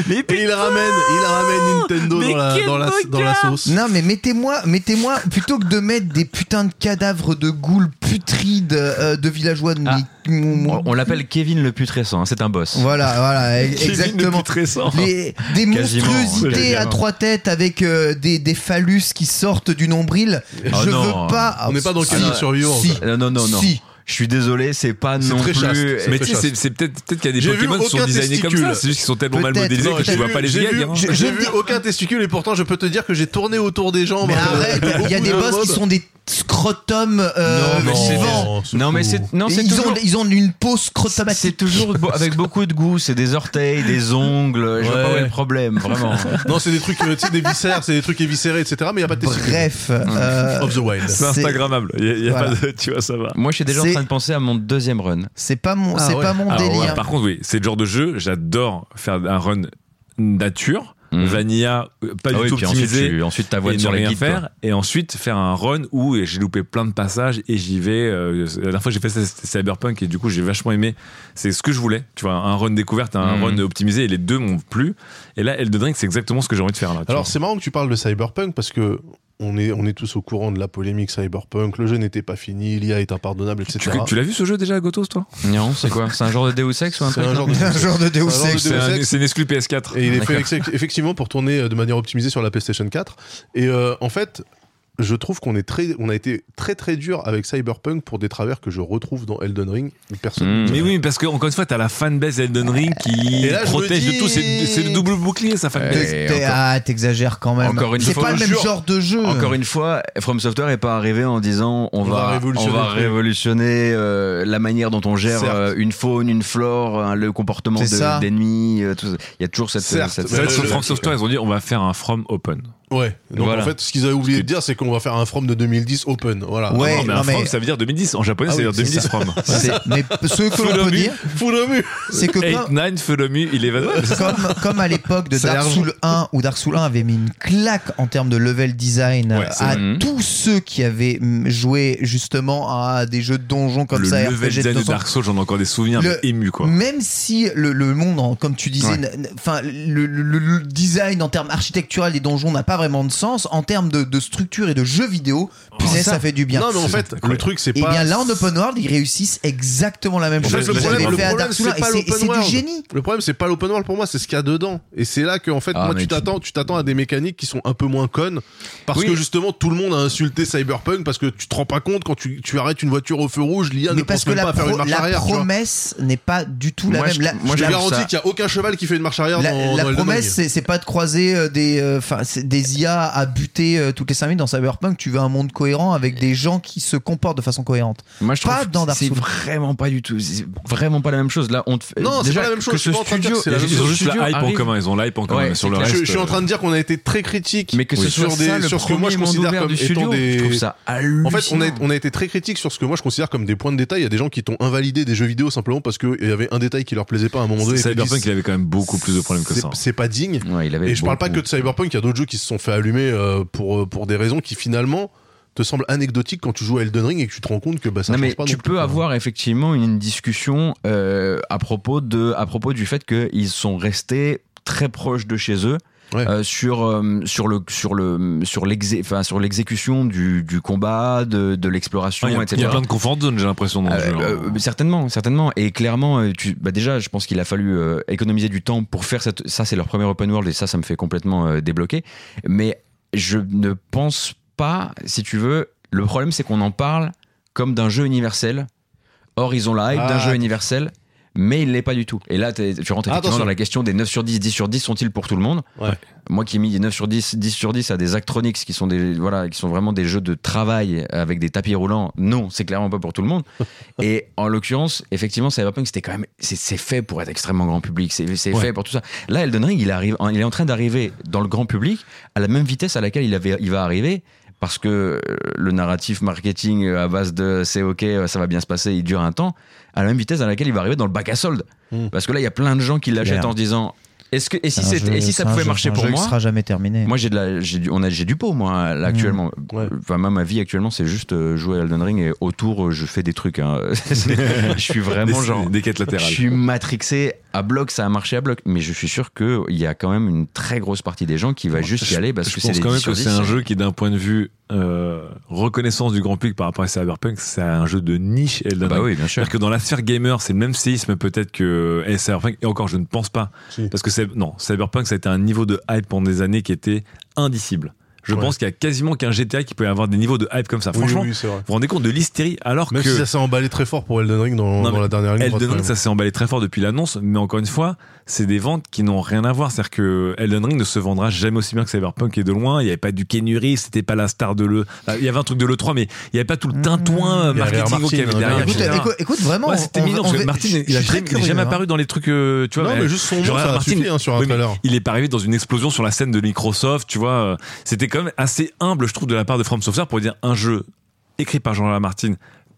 Et il ramène, il ramène Nintendo
Mais
dans la,
quel
dans, la,
beau
dans la
gars
sauce.
non mais mettez-moi, mettez-moi plutôt que de mettre des putains de cadavres de ghouls putrides euh, de villageois de
Ah.
mi-
On, on l'appelle Kevin le plus récent, hein, c'est un boss.
Voilà, voilà, e-
Kevin le
exactement.
plus récent.
Les- des
Quasiment,
monstruosités
quasiment.
à trois têtes avec euh, des, des phallus qui sortent du nombril.
Oh
je
non.
veux pas.
On n'est pas dans le
Si,
Casier survivant,
Si,
en
Euh, Non, non, non, non.
si.
Je suis désolé, c'est pas
C'est
non
très
plus.
chaste. C'est
Mais
très
tu sais,
chaste.
c'est c'est peut-être peut-être qu'il y a des
J'ai vu
Pokémon qui sont
aucun
designés comme
testicule.
ça, c'est juste qu'ils sont tellement mal
Peut-être.
modélisés
Non,
que tu
j'ai
vois
vu-
pas les
j'ai
dégâts.
vu-
hein.
J'ai
Je
j'ai
dis-
vu aucun testicule et pourtant je peux te dire que j'ai tourné autour des gens.
Mais
bah,
arrête, il y a des
beaucoup de
boss qui
mobs.
sont des scrotums euh,
Non, mais c'est
vivants.
Non, mais c'est non,
Et
c'est
ils,
toujours.
ont, ils ont une peau scrotomatique.
C'est toujours bo- avec beaucoup de goût, c'est des orteils, des ongles, je vois pas
Ouais.
où est le problème, vraiment.
Non, c'est des trucs, euh, tu sais, des viscères, c'est des trucs éviscérés, etc. Mais il n'y a pas de testicules.
Bref, euh,
Of the Wild.
C'est
c'est-
Instagrammable. Il y a- il y a
Voilà.
pas de- Tu vois, ça va.
Moi je suis déjà en
C'est-
train de penser à mon deuxième run.
c'est pas mon,
Ah
c'est
ouais.
pas mon
Alors, ouais,
délire.
par contre, oui, c'est le genre de jeu, j'adore faire un run nature,
Mhm.
vanilla, euh, pas
Ah
du
oui,
tout
puis ensuite,
optimisé.
tu, ensuite ta voix
et ne
sur les
rien
guides,
faire
quoi.
et ensuite faire un run où j'ai loupé plein de passages et j'y vais euh, la dernière fois j'ai fait ça, c'était Cyberpunk et du coup j'ai vachement aimé c'est ce que je voulais tu vois un run découverte un
Mhm.
run optimisé et les deux m'ont plu et là Elden Ring c'est exactement ce que j'ai envie de faire là tu
Alors
vois.
c'est marrant que tu parles de Cyberpunk parce que on est, on est tous au courant de la polémique Cyberpunk, le jeu n'était pas fini, l'IA est impardonnable, etc.
tu, tu l'as vu ce jeu déjà à Gotos toi
Non, c'est quoi C'est un genre de Deus Ex ou un
C'est
truc
un
non
genre de-
Un genre de Deus
Un genre de
Ex.
Deus
c'est un-
Ex.
c'est une exclu PS4
Et il est fait
D'accord.
ex- effectivement pour tourner euh, de manière optimisée sur la PlayStation 4. Et euh, en fait, je trouve qu'on est très, on a été très très dur avec Cyberpunk pour des travers que je retrouve dans Elden Ring. Personne.
Mmh.
ne dit
mais
rien.
oui parce que encore une fois t'as la fanbase Elden Ring qui
Et là, je me
protège
dis-
de tout c'est c'est le double bouclier sa fanbase
Ouais.
T'es-
Et
t'es-
encore-
Ah, t'exagères quand même.
Encore une
C'est
fois,
pas le
je
même
jure.
genre de jeu.
Encore
Euh.
une fois, From Software n'est pas arrivé en disant on, va, révolutionner, on va
le truc.
révolutionner euh, la manière dont on gère
Certes.
euh, une faune, une flore, hein, le comportement
C'est ça.
de- d'ennemis. euh, tout ça. Il y a toujours cette.
Certes,
cette-
mais
Ça,
le-
sur
le-
From Software, ils ont dit on va faire un From Open.
Ouais. Donc
Voilà.
en fait, ce qu'ils avaient oublié de dire, c'est qu'on va faire un From de 2010 open. Voilà.
Ouais.
non, mais un
non, mais-
From, ça veut dire 2010. En japonais,
Eh, Ah
ça veut
oui,
dire
c'est
2010 From.
C'est- Mais ce que l'on peut
Fudomu.
dire,
Fou de mu.
c'est que quand-
8, 9, Fudomu, il est
comme, comme à l'époque de
Ça a
Dark
l'air
Souls 1 où Dark Souls 1 avait mis une claque en termes de level design
Ouais, c'est
à
vrai.
tous ceux qui avaient mm, joué justement à des jeux de donjons comme
le
ça
level
RPG de
design de
donjons.
Dark Souls, j'en ai encore des souvenirs
Le-
mais émus quoi.
Même si le, le monde, en- comme tu disais,
Ouais.
n- n- enfin le, le- le- le design en termes architecturaux des donjons n'a pas vraiment de sens, en termes de, de structure et de jeux vidéo, punaise, ça. fait du bien.
Oh, Non, mais en
C'est
fait,
incroyable.
le truc, c'est
Et
pas.
bien là, en open world, ils réussissent exactement la même
En
chose.
fait,
Je
le problème,
l'avais pas
le
fait à
problème,
Dark Souls,
c'est
et
pas
c'est- et c'est
l'open
du
world.
génie.
Le problème, c'est pas l'open world pour moi, c'est ce qu'il y a dedans. Et c'est là que, en fait,
Ah,
moi,
mais
tu
tu-
t'attends, tu t'attends à des mécaniques qui sont un peu moins connes, parce
Oui.
que justement, tout le monde a insulté Cyberpunk parce que tu te rends pas compte quand tu, tu arrêtes une voiture au feu rouge, l'IA ne
Mais parce
pense
que la,
même pas à faire
pro-
une marche
la
arrière. tu vois.
promesse n'est pas du tout la
Moi,
même.
je-
La-
moi,
Je
la-
trouve
garantis
ça-
qu'il y a aucun cheval qui fait une marche arrière
La,
dans,
la
dans Elden
promesse,
Ring.
c'est, c'est pas de croiser euh, des, euh, 'fin, c'est des IA à buter euh, toutes les 5 minutes dans Cyberpunk. Tu veux un monde cohérent avec des gens qui se comportent de façon cohérente.
Moi, je
Pas
trouve que
dans Dark
c'est
Souls.
vraiment pas du tout, c'est vraiment pas la même chose. Là, on te fait-
Non, c'est
déjà,
pas la même chose,
que
je suis
ce
pas en train de dire
studio-
que c'est la même
ce
Ils ont
chose.
juste
studio
la hype en
arrive-
commun, ils ont la hype en commun.
Ouais,
mais sur
c'est
le
clair.
reste,
Je, je suis en train de dire qu'on a été très critique
Mais que ce
oui,
soit
sur, des-
ça, le
sur ce que moi je
premier monde
considère
ouvert
comme
du
étant
studio,
des.
je trouve ça hallucinant.
En fait, on a, on a été très critique sur ce que moi je considère comme des points de détail. Il y a des gens qui t'ont invalidé des jeux vidéo simplement parce qu'il y avait un détail qui leur plaisait pas à un moment donné.
C'est
et tu
Cyberpunk,
dis,
il avait quand même beaucoup plus de problèmes que
c'est-
ça.
C'est pas digne.
Ouais, il avait
Et je parle pas
beaucoup.
euh, que de Cyberpunk, il y a d'autres jeux qui se sont fait allumer euh, pour, pour des raisons qui finalement te semble anecdotique quand tu joues à Elden Ring et que tu te rends compte que bah, ça
Non,
change
mais
pas.
tu
non plus,
peux
quoi.
avoir effectivement une discussion euh, à propos de à propos du fait qu'ils sont restés très proches de chez eux.
Ouais.
euh, sur euh, sur le sur le sur l'exé enfin sur l'exécution du, du combat de, de l'exploration
Ah, Il y a- il
etc
y a plein de confort zones, j'ai l'impression, dans le
Euh,
jeu. hein.
euh, certainement, certainement. Et clairement, euh, tu, bah déjà, je pense qu'il a fallu euh, économiser du temps pour faire cette. Ça, c'est leur premier open world et ça, ça me fait complètement euh, débloquer. Mais je ne pense pas, si tu veux, le problème, c'est qu'on en parle comme d'un jeu universel. Or, ils ont la hype
Ah.
d'un jeu universel, mais il l'est pas du tout. Et là, t'es- tu rentres effectivement
Attention.
dans la question des 9 sur 10, 10 sur 10 sont-ils pour tout le monde
Ouais.
Moi qui ai mis 9 sur 10, 10 sur 10 à des Actronics qui sont, des, voilà, qui sont vraiment des jeux de travail avec des tapis roulants, non, c'est clairement pas pour tout le monde. Et en l'occurrence, effectivement, Cyberpunk, c'était quand même. C'est c'est fait pour être extrêmement grand public, c'est c'est
Ouais.
fait pour tout ça. Là, Elden Ring, il, arrive, il est en train d'arriver dans le grand public à la même vitesse à laquelle il, avait, il va arriver. Parce que euh, le narratif marketing euh, à base de c'est ok, euh, ça va bien se passer, il dure un temps, à la même vitesse à laquelle il va arriver dans le bac à solde.
Mm.
Parce que là, il y a plein de gens qui l'achètent
Hmm. Clair.
en se disant est-ce que et si,
C'est un
c'est-
jeu-
et si
c'est
ça
un
pouvait
jeu-
marcher
un
pour
jeu Hmm. qui
moi
sera jamais terminé.
moi, j'ai de la, j'ai du, on a, j'ai du pot, moi, là, actuellement.
Ouais.
Enfin, ma, ma vie actuellement, c'est juste euh, jouer à Elden Ring et autour, euh, je fais des trucs. hein. je suis vraiment
des,
genre.
des quêtes latérales.
Je suis matrixé à bloc, ça a marché à bloc, mais je suis sûr qu'il y a quand même une très grosse partie des gens qui va juste y aller parce
je
que c'est
pense
des
quand
10
même
sur
que
10.
c'est un jeu qui, d'un point de vue euh, reconnaissance du grand public par rapport à Cyberpunk, c'est un jeu de niche Elden
Bah
Ring.
oui, bien sûr.
C'est-à-dire que dans la sphère gamer, c'est le même séisme peut-être que eh, Cyberpunk. Et encore, je ne pense pas.
Si.
Parce que c'est- non, Cyberpunk, ça a été un niveau de hype pendant des années qui était indicible. Je
Ouais.
pense qu'il y a quasiment qu'un GTA qui peut avoir des niveaux de hype comme ça.
Oui,
Franchement,
oui, c'est vrai.
vous vous rendez compte de l'hystérie alors
Même
que
si ça s'est emballé très fort pour Elden Ring dans,
Non,
dans
mais
la dernière ligne. droite,
Elden Ring,
quand même.
ça s'est emballé très fort depuis l'annonce, mais encore une fois, c'est des ventes qui n'ont rien à voir. C'est-à-dire que Elden Ring ne se vendra jamais aussi bien que Cyberpunk et de loin. Il n'y avait pas du Kenuri, c'était pas la star de le. Il y avait un truc de l'E3, mais il n'y avait pas tout le tintouin
Mmh. Il y avait
marketing qu'il y
Martin,
avait
hein,
derrière.
écoute,
etc.
écoute, écoute, vraiment.
Ouais, c'était
on-
mignon
on-
parce
on-
que Martin,
je-
il
je
a
suis
jamais,
très
il est jamais
curieux, hein.
apparu dans les trucs, euh, tu vois.
Non,
mais
mais juste son nom,
Genre,
ça a
Martin-
suffi hein, sur un
oui, mais bah
trailer.
il est pas arrivé dans une explosion sur la scène de Microsoft, tu vois. euh, C'était quand même assez humble, je trouve, de la part de From Software pour dire un jeu écrit par Jean-Laurent Martin,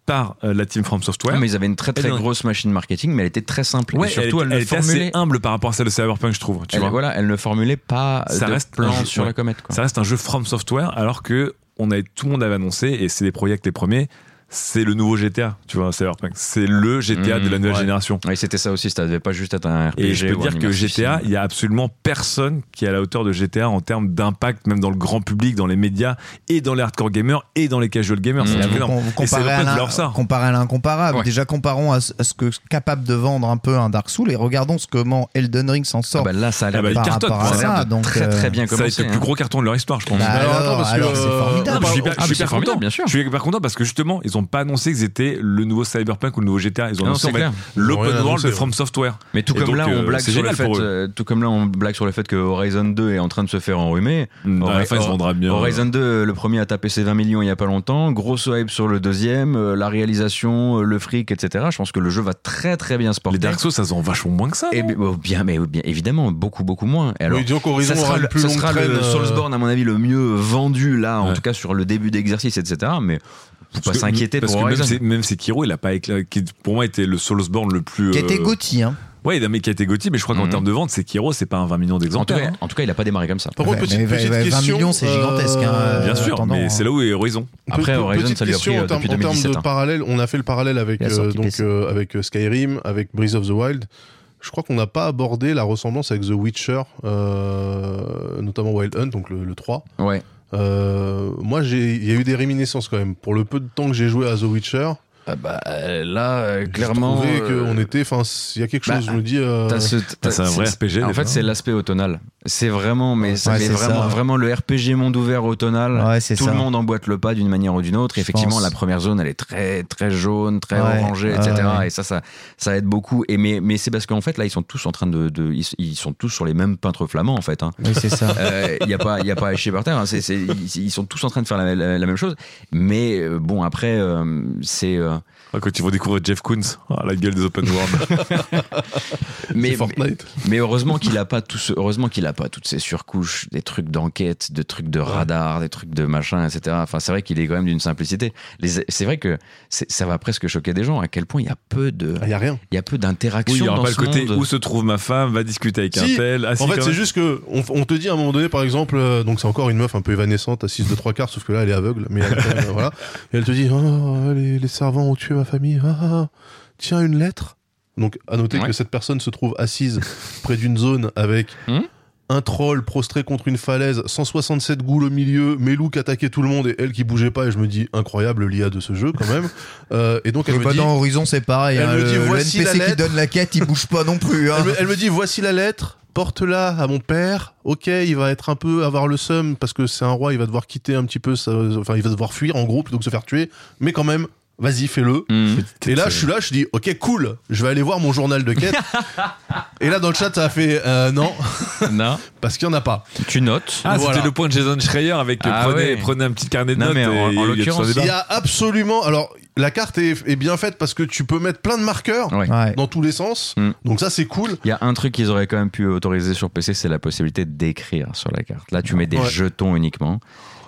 par euh, la team From Software.
Ah, mais ils avaient une très très
Elden Ring.
grosse machine marketing, mais elle était très simple.
Ouais,
et surtout, elle,
elle
ne
était assez
formulait.
humble par rapport à celle de Cyberpunk, je trouve. Tu
elle-
vois.
voilà, elle ne formulait pas
Ça
de
reste un
plan
jeu,
sur
ouais.
la comète. Quoi.
Ça reste un jeu From Software, alors que on a, tout le monde avait annoncé, et c'est des projets les premiers, c'est le nouveau GTA, tu vois, Cyberpunk. C'est le GTA de
Mmh,
la nouvelle
ouais.
génération.
Ouais, c'était ça aussi, ça devait pas juste être un RPG.
Et je peux
ou un
dire que
immersif
GTA,
cinéma.
il y a absolument personne qui est à la hauteur de GTA en termes d'impact, même dans le grand public, dans les médias, et dans les hardcore gamers, et dans les casual gamers.
Mmh.
C'est un truc
Vous
énorme.
Com- vous
Et
comparez à
Cyberpunk,
l'in-
leur ça.
comparez à l'incomparable.
Ouais.
Déjà, comparons à ce à ce que est capable de vendre un peu un Dark Souls et regardons ce comment Elden Ring s'en
Ah
sort
bah là, ça a l'air
Ah bah,
de-
par
il cartonne,
rapport
ça
à
a l'air
ça.
de
Donc,
très
euh,
très bien
Ça a
commencé.
été le plus
hein.
gros carton de leur histoire, je pense.
Bah,
Mais alors,
alors,
attends, parce que,
alors, c'est
euh,
formidable.
Ah, mais je suis hyper-
Ah, mais
je suis
c'est
hyper
formidable,
content.
bien sûr.
Je suis hyper content parce que justement, ils ont pas annoncé que c'était le nouveau Cyberpunk ou le nouveau GTA. Ils ont
Non,
annoncé
c'est
en fait,
clair.
Ils ont
l'open
rien
world
annoncé,
de From Software.
Mais tout
Et
comme
donc,
là, on
euh,
blague
c'est
sur le
génial
fait,
pour eux.
euh, tout comme là, on blague sur le fait que Horizon 2 est en train de se faire enrhumer.
À la
Hori-
fin, ils Mm, se
Hor-
vendra bien.
euh,
euh,
Horizon 2, le premier a tapé ses 20 millions il y a pas longtemps. Grosse hype sur le deuxième, euh, la réalisation, euh, le fric, etc. Je pense que le jeu va très très bien se porter.
Les Dark Souls, ça se vend vachement moins que ça.
Et bi- oh, bien, mais bien évidemment, beaucoup beaucoup moins. Et alors,
Oui, disons qu'Horizon
ça sera,
aura
le,
une plus
ça
longue
sera le
traîne, euh,
Soulsborne, à mon avis, le mieux vendu là, en
Ouais.
tout cas sur le début d'exercice, etc. Mais faut pas
Parce que-
s'inquiéter
parce
pour
que même
Horizon.
c'est- même Sekiro, il a pas éclaté, qui pour moi était le Soulsborne le plus.
qui a été
euh,
Gauthier. Hein.
Ouais, non, mais qui a été Gauthier, mais je crois qu'en
Mhm.
termes de vente, Sekiro, c'est pas un 20 millions
En tout,
d'exemplaires.
cas, en tout cas, il a pas démarré comme ça.
Par contre,
Ouais,
petite,
mais
petite
20
question, euh,
millions, c'est gigantesque, hein,
hein. Bien
Euh,
sûr,
attendant,
mais
hein.
c'est là où est Horizon.
Après,
Pe- pe-
Horizon,
petite
ça lui a
question
pris, euh,
en termes-
depuis
en termes
2017,
de
hein.
parallèle, on a fait le parallèle avec,
La
euh,
sortie
donc,
PC.
euh, avec euh, Skyrim, avec Breath of the Wild. Je crois qu'on n'a pas abordé la ressemblance avec The Witcher, euh, notamment Wild Hunt, donc le, le 3.
Ouais.
Euh, moi, j'ai- il y a eu des réminiscences quand même. Pour le peu de temps que j'ai joué à The Witcher,
Ah bah, euh, là, euh,
j'ai
clairement.
trouvé
euh,
qu'on était. Enfin, il y a quelque
bah,
chose, je me dis. euh,
t'as ce- t'as-
Ah, C'est un vrai RPG.
En
des
fait,
fois.
c'est l'aspect automnal. C'est vraiment, mais, ça,
Ouais,
mais
c'est
vraiment,
ça.
vraiment le RPG monde ouvert automnal.
Ouais, c'est
Tout
ça.
le monde emboîte le pas d'une manière ou d'une autre.
Je
Effectivement,
pense.
la première zone, elle est très, très jaune, très
Ouais,
orangée,
ouais,
etc.
ouais.
Et ça, ça, ça aide beaucoup. Et mais, mais c'est parce qu'en fait, là, ils sont tous en train de, de- ils, ils sont tous sur les mêmes peintres flamands, en fait. hein.
Oui, c'est ça.
Euh, Il n'y a pas, il y a pas à chier par terre. hein. C'est- c'est- ils, ils sont tous en train de faire la, la- la même chose. Mais euh, bon, après, euh, c'est, euh,
Ah, Quand ils vont découvrir Jeff Koons, ah, la gueule des open world.
C'est
Mais,
Fortnite.
mais heureusement qu'il a pas tout ce- heureusement qu'il a pas toutes ces surcouches, des trucs d'enquête, de trucs de radar, des trucs de machin, etc. Enfin, c'est vrai qu'il est quand même d'une simplicité. Les- C'est vrai que c'est- ça va presque choquer des gens à quel point il y a peu de,
Il y a rien.
il y a peu
oui, il
d'interaction
n'y aura
dans
pas le
ce
côté
monde.
où se trouve ma femme, va discuter avec
Si.
un tel. Ah, si,
en fait,
quand
c'est
même.
juste que on, on te dit à un moment donné, par exemple, euh, donc c'est encore une meuf un peu évanescente, assise de trois quarts, sauf que là, elle est aveugle, mais elle, euh, voilà. Et elle te dit, oh, les, les servants ont tué ma famille. Ah, ah, tiens, une lettre. Donc, à noter
Ouais.
que cette personne se trouve assise près d'une zone avec
Hmm.
un troll prostré contre une falaise, 167 goules au milieu, Melouk attaquait tout le monde et elle qui bougeait pas. Et je me dis, incroyable l'IA de ce jeu quand même. Euh, et donc, elle
Euh,
me
bah,
dit,
dans Horizon, c'est pareil.
Elle
hein,
me dit,
le, le
voici la
NPC qui
lettre.
donne la quête, il bouge pas non plus. hein.
Elle me, elle me dit voici la lettre, porte-la à mon père. Ok, il va être un peu avoir le seum parce que c'est un roi, il va devoir quitter un petit peu, sa- enfin il va devoir fuir en gros plutôt que se faire tuer, mais quand même. Vas-y, fais-le.
Mhm.
Et là, je suis là, je dis, ok, cool, je vais aller voir mon journal de quête. et là, dans le chat, ça a fait, euh, non,
Non,
parce qu'il n'y en a pas.
tu notes.
Ah,
Voilà.
c'était le point de Jason Schreier avec euh,
Ah
prenez,
ouais.
prenez un petit carnet de
Non,
notes.
mais en- en
et- et
l'occurrence,
il y a
Il
de
y
ça
a absolument. Alors, la carte est, est bien faite parce que tu peux mettre plein de marqueurs
Ouais.
Ouais.
dans tous les sens.
Mm.
Donc, ça, c'est cool.
Il y a un truc qu'ils auraient quand même pu autoriser sur PC, c'est la possibilité d'écrire sur la carte. Là, tu mets des
Ouais.
jetons uniquement.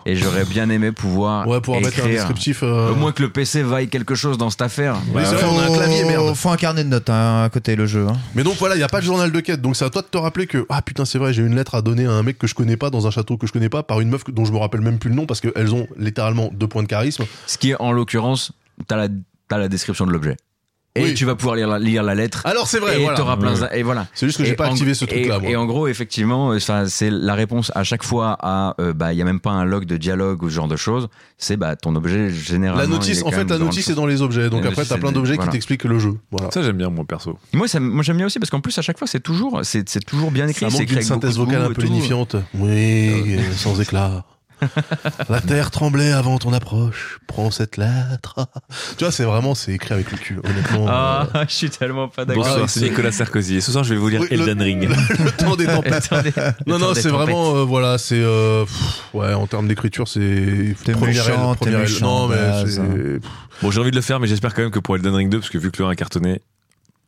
Et j'aurais bien aimé pouvoir.
Ouais, pour mettre un
écrire.
descriptif. euh,
Au moins que le PC vaille quelque chose dans cette affaire.
Oui,
Bah,
c'est vrai, on a un clavier, merde.
Faut un carnet de notes hein, à côté le jeu. hein.
Mais donc voilà, il n'y a pas de journal de quête. Donc c'est à toi de te rappeler que, ah putain, c'est vrai, j'ai une lettre à donner à un mec que je connais pas dans un château que je connais pas par une meuf que- dont je me rappelle même plus le nom parce qu'elles ont littéralement deux points de charisme.
Ce qui est en l'occurrence, t'as la, t'as la description de l'objet. Et
Oui.
tu vas pouvoir lire la, lire la lettre.
Alors c'est vrai,
et
voilà.
t'auras plein de- Et voilà.
C'est juste que j'ai
Et
pas
en-
activé ce
et-
truc-là, moi.
Et en gros, effectivement, euh, ça, c'est la réponse à chaque fois à euh, bah il y a même pas un log de dialogue ou ce genre de choses. C'est bah ton objet généralement.
La
il
notice,
est
en
quand
fait,
même
la
dans le
notice
champ.
est dans les objets. Donc
La
après,
notice,
t'as
c'est
plein
des-
d'objets
voilà.
qui t'expliquent le jeu. Voilà.
Ça, j'aime bien, moi, perso.
Moi, ça, me- moi j'aime bien aussi parce qu'en plus à chaque fois c'est toujours c'est, c'est toujours bien écrit.
Ça
c'est
manque
écrit
d'une
avec
synthèse
beaucoup de
vocale
goût et
un peu
tout.
lénifiante. Oui, euh, sans éclat. La terre tremblait avant ton approche. Prends cette lettre. tu vois, c'est vraiment, c'est écrit avec le cul, honnêtement.
Ah,
euh,
je suis tellement pas d'accord.
Bonsoir,
oui,
c'est
c'est-
Nicolas Sarkozy. Et ce soir, je vais vous lire
oui, le-
Elden Ring.
le temps des tempêtes.
Attendez,
Non, non,
attendez,
c'est
tempête.
vraiment, euh, voilà, c'est. euh, pff, ouais, en termes d'écriture, c'est.
T'es méchant, t'es
première L.
méchant,
Non, mais
base,
c'est.
hein.
pff,
Bon, j'ai envie de le faire, mais j'espère quand même que pour Elden Ring 2, parce que vu que le 1 a cartonné,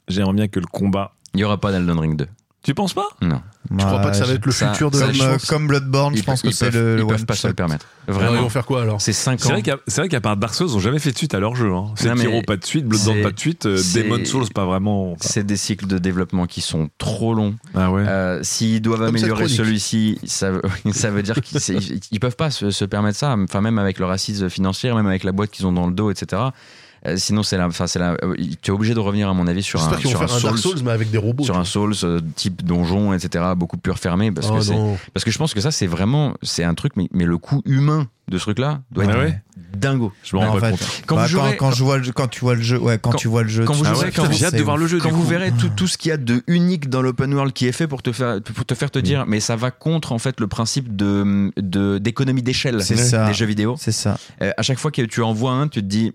j'aimerais bien que le combat.
Il n'y aura pas d'Elden Ring 2.
Tu penses pas
Non.
Tu crois
Ouais,
pas que ça va
je-
être le
ça-
futur de
ça
la
me-
comme, euh,
licence
comme Bloodborne, je
Ils-
pense que
ils
c'est
peuvent-
le, le
Ils
one
peuvent pas se le
shot.
permettre.
Alors, Ah, ils
Vraiment.
vont faire quoi alors
C'est 5
C'est
ans.
vrai qu'à c'est vrai qu'à part Dark Souls, ils ont jamais fait de suite à leur jeu. Hein.
Non,
C'est
mais-
Pyro, pas de suite, Bloodborne,
c'est-
pas de suite, euh,
c'est-
Demon's Souls, pas vraiment. enfin.
C'est des cycles de développement qui sont trop longs.
Ah ouais.
Euh, S'ils doivent
Comme cette
améliorer
chronique.
celui-ci, ça, veut- ça veut dire qu'ils c'est- ils- ils peuvent pas se, se permettre ça. Enfin, même avec leur assise financière, même avec la boîte qu'ils ont dans le dos, etc. Euh, sinon, c'est la, enfin, c'est la, euh, tu es obligé de revenir à mon avis sur un,
J'espère qu'ils vont
sur un
faire un Dark
Souls,
Souls, mais avec des robots.
sur un
tu
Souls euh, type donjon, etc. Beaucoup plus refermé parce
vois.
que
Oh,
c'est
non.
Parce que je pense que ça, c'est vraiment, c'est un truc, mais, mais le coût humain de ce truc-là doit être
Ah Ouais, ouais.
dingo.
Je me
Mais
rends
en
pas
fait,
compte.
Quand
bah,
vous jouerez-
quand je vois le jeu- quand tu vois le jeu, ouais, quand,
Quand-
tu vois le jeu,
quand
tu
vous
te
Ah
jouerez,
dis,
ouais,
quand
putain,
c'est
j'ai hâte de
ouf.
voir le jeu.
Quand
du
vous
coup.
verrez tout, tout ce qu'il y a de unique dans l'open world qui est fait pour te faire, pour te faire te dire, mais ça va contre en fait le principe de de- d'économie d'échelle
C'est
des
ça.
jeux vidéo.
C'est ça.
Euh, à chaque fois que tu en vois un, tu te dis.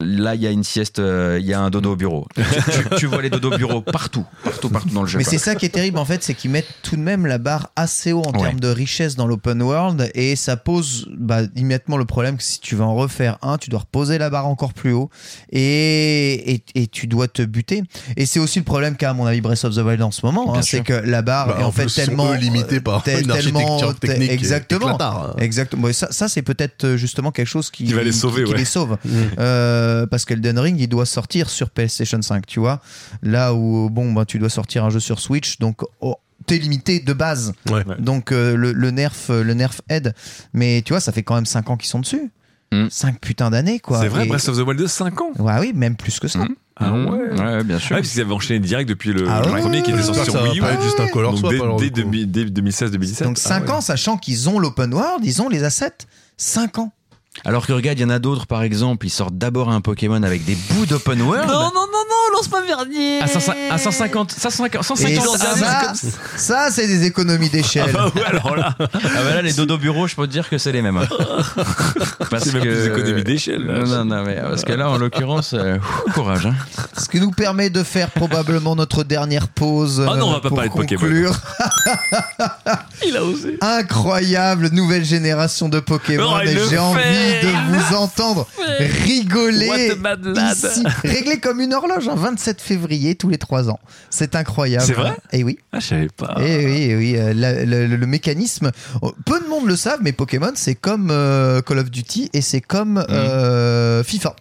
Là, il y a une sieste, euh, il y a un dodo au bureau. tu, tu- tu vois les dodo au bureau partout, partout, partout dans le jeu.
Mais
quoi.
c'est ça qui est terrible en fait, c'est qu'ils mettent tout de même la barre assez haut en
Ouais.
termes de richesse dans l'open world et ça pose bah, immédiatement le problème que si tu veux en refaire un, tu dois reposer la barre encore plus haut et, et, et tu dois te buter. Et c'est aussi le problème qu'a à mon avis Breath of the Wild en ce moment,
Bien
hein,
sûr.
c'est que la barre
Bah,
est en fait
plus, sont,
tellement
eux, limités par
tel-
une
tellement-
architecture
tel-
technique. euh,
exactement.
éclatard.
Exactement. Et ça, ça c'est peut-être euh, justement quelque chose qui,
Qui va les sauver,
qui
ouais.
les sauve.
Mm.
Euh, parce qu'Elden Ring, il doit sortir sur PlayStation 5, tu vois. Là où, bon, bah, tu dois sortir un jeu sur Switch, donc oh, t'es limité de base.
Ouais.
Ouais.
Donc euh, le, le nerf euh, le nerf aide. Mais tu vois, ça fait quand même 5 ans qu'ils sont dessus.
Mm.
5 putains d'années, quoi.
C'est vrai,
Et-
Breath of the Wild 2, 5 ans. Ah
Ouais, oui, même plus que ça.
Mm. ouais, bien sûr.
Ouais, parce qu'ils avaient enchaîné direct depuis le,
Ah
le
ouais.
premier qui était
J'espère
sorti
que
sur
ça
Wii
va
U.
pas être juste un
Donc
color swap.
dès,
alors,
dès
du coup.
2000 dès 2016-2017.
Donc 5
Ah ouais.
ans, sachant qu'ils ont l'open world, ils ont les assets. 5 ans.
Alors que regarde, il y en a d'autres, par exemple, ils sortent d'abord un Pokémon avec des bouts d'open world. Non, non, non, non, lance pas Verdier À 150, 150,
Et
150
ça, ça c'est des économies
Ah
d'échelle.
bah ouais, alors là,
Ah bah là, les dodo bureaux, je peux te dire que c'est les mêmes. Parce
c'est même plus économie d'échelle.
Non, non, non, mais euh, parce que là, en l'occurrence, euh, ouh, courage. Hein.
Ce qui nous permet de faire probablement notre dernière pause.
Ah non, on va
euh,
pas
pour
parler de Pokémon.
conclure.
Il a osé.
Incroyable nouvelle génération de Pokémon
Oh, il
et
le
j'ai
fait
envie de vous entendre rigoler
What a bad lad.
ici. Réglé comme une horloge, hein, 27 février tous les 3 ans. C'est incroyable.
C'est vrai
Et oui.
Ah, je savais pas.
Eh oui, eh oui, euh, la- le, le- le mécanisme. oh, Peu de monde le savent, mais Pokémon, c'est comme euh, Call of Duty et c'est comme
Mm.
euh, FIFA.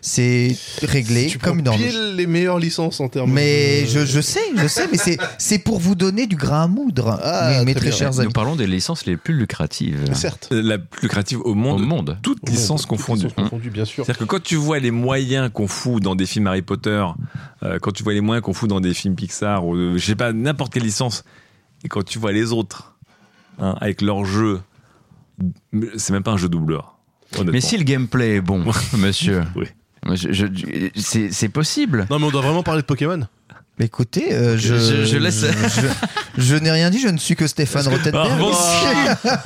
C'est réglé
Tu
comme une
prends
horloge.
pile les meilleures licences en termes
Mais
de-
je, je sais, je sais, mais c'est- c'est pour vous donner du grain à moudre,
Ah,
mes, mes
très
très
bien.
chers
Nous
amis.
parlons des licences les plus lucratives
Certes.
La plus lucrative au
au
monde.
monde.
Toutes licences
Toutes
confondues.
licences confondues, bien sûr.
C'est-à-dire que quand tu vois les moyens qu'on fout dans des films Harry Potter, euh, quand tu vois les moyens qu'on fout dans des films Pixar, ou euh, je sais pas, n'importe quelle licence, et quand tu vois les autres, hein, avec leur jeu, c'est même pas un jeu doubleur. honnêtement.
Mais si le gameplay est bon, monsieur.
Oui.
je- je- je- c'est c'est possible.
Non, mais on doit vraiment parler de Pokémon.
Mais Écoutez, euh, je,
Je- je laisse-
je- je n'ai rien dit, je ne suis que Stéphane Rottenberg.
Bravo.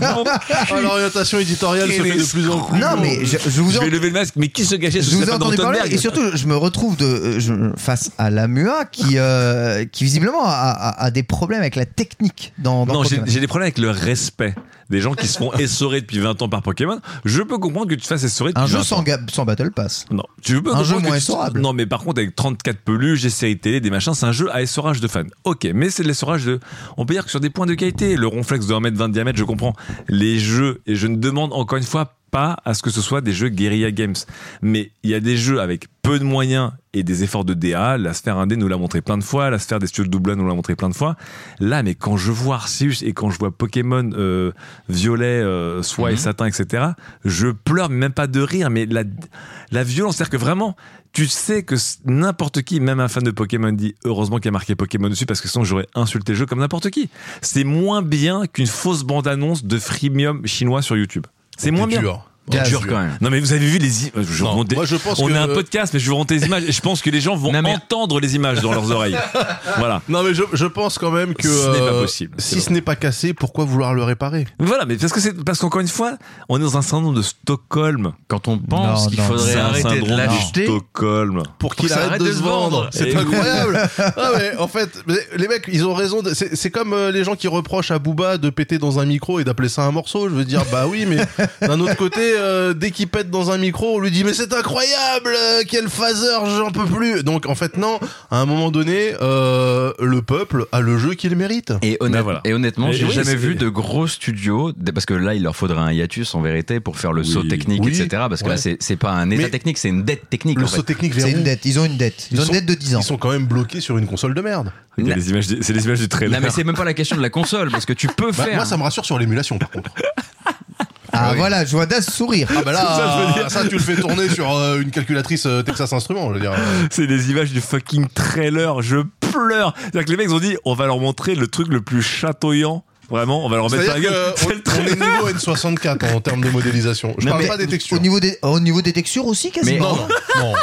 Ah, L'orientation éditoriale se
Quel
fait de plus en plus.
Non, mais je, je vous
Je
en
vais lever le masque, mais qui se cachait sous
Je vous ai
Stéphane
entendu parler
Rothenberg
et surtout je me retrouve de, euh, je- face à la MUA qui, euh, qui visiblement a, a- a des problèmes avec la technique dans, dans
Non, j'ai
Pokémon.
j'ai des problèmes avec le respect des gens qui se font essorer depuis 20 ans par Pokémon. Je peux comprendre que tu te fasses essorer depuis
Un jeu
20 ans.
sans, ga- sans Battle Pass.
Non, tu veux pas
Un
comprendre
jeu
que
moins
tu-
essorable.
Non, mais par contre, avec 34 peluches, des séries télé, des machins, c'est un jeu à essorage de fans. Ok, mais c'est de l'essorage de. On peut dire que sur des points de qualité, le ronflex de 1m20 de diamètre, je comprends. Les jeux, et je ne demande encore une fois pas à ce que ce soit des jeux guérilla games. Mais il y a des jeux avec peu de moyens et des efforts de DA. La sphère indé nous l'a montré plein de fois. La sphère des studios de Dublin nous l'a montré plein de fois. Là, mais quand je vois Arceus et quand je vois Pokémon euh, Violet, euh, Soie et
Mhm.
Satin, etc., je pleure, mais même pas de rire, mais la, la violence. C'est-à-dire que vraiment, tu sais que s- n'importe qui, même un fan de Pokémon, dit heureusement qu'il y a marqué Pokémon dessus parce que sinon j'aurais insulté le jeu comme n'importe qui. C'est moins bien qu'une fausse bande-annonce de freemium chinois sur YouTube. C'est moins bien.
Oh, dur.
Gaz.
Oh, Dur quand même.
Non, mais vous avez vu les. i- Je
Non,
remonte des-
moi, je pense
on
que-
a un podcast, mais je vous montre les images. Et je pense que les gens vont
Non, mais-
entendre les images dans leurs oreilles. Voilà.
Non, mais je, je pense quand même que.
Ce n'est pas
euh,
possible. C'est
Si ce n'est pas cassé, pourquoi vouloir le réparer
Voilà, mais parce que c'est parce qu'encore une fois, on est dans un syndrome de Stockholm.
Quand on pense
Non,
qu'il
non,
faudrait
C'est un
arrêter de
syndrome de
l'acheter,
Stockholm.
Pour qu'il
ça
arrête de se vendre. C'est
Et oui.
incroyable. ah ouais, en fait, mais les mecs, ils ont raison. de- C'est c'est comme euh, les gens qui reprochent à Booba de péter dans un micro et d'appeler ça un morceau. Je veux dire, bah oui, mais d'un autre côté, euh, dès qu'il pète dans un micro, on lui dit, mais c'est incroyable, euh, quel phaser, j'en peux plus. Donc en fait, non, à un moment donné, euh, le peuple a le jeu qu'il mérite.
Et, honnête-
Ben voilà.
et honnêtement,
Et
j'ai
oui,
jamais
c'est-
vu de gros studios, d- parce que là, il leur faudrait un hiatus en vérité pour faire le
Oui.
saut technique,
Oui.
etc. Parce que
Ouais.
là, c'est c'est pas un état
Mais
technique, c'est une dette technique.
Le
en
saut
fait.
technique vers
C'est une dette, ils ont une dette. Ils,
Ils
ont
sont-
une dette de 10 ans.
Ils sont quand même bloqués sur une console de merde.
Il y a
Non.
les images des- C'est les images du trailer.
Non, mais c'est même pas la question de la console, parce que tu peux
Bah,
faire.
moi, ça me rassure sur l'émulation, par contre.
Ah
oui.
voilà, je vois Daz sourire.
Ah, bah là,
Ça, je veux dire.
ça, tu le fais tourner sur euh, une calculatrice euh, Texas Instruments, je veux dire. euh.
C'est des images du fucking trailer. Je pleure. C'est-à-dire que les mecs ils ont dit, on va leur montrer le truc le plus chatoyant. Vraiment, on va leur mettre
C'est-à-dire
la gueule.
que
C'est
on-
le
on est
trailer.
niveau N64 en termes de modélisation. Je
Non,
parle
mais
pas des textures.
Au niveau des, au niveau des textures aussi,
Mais-
quasiment.
Non, non.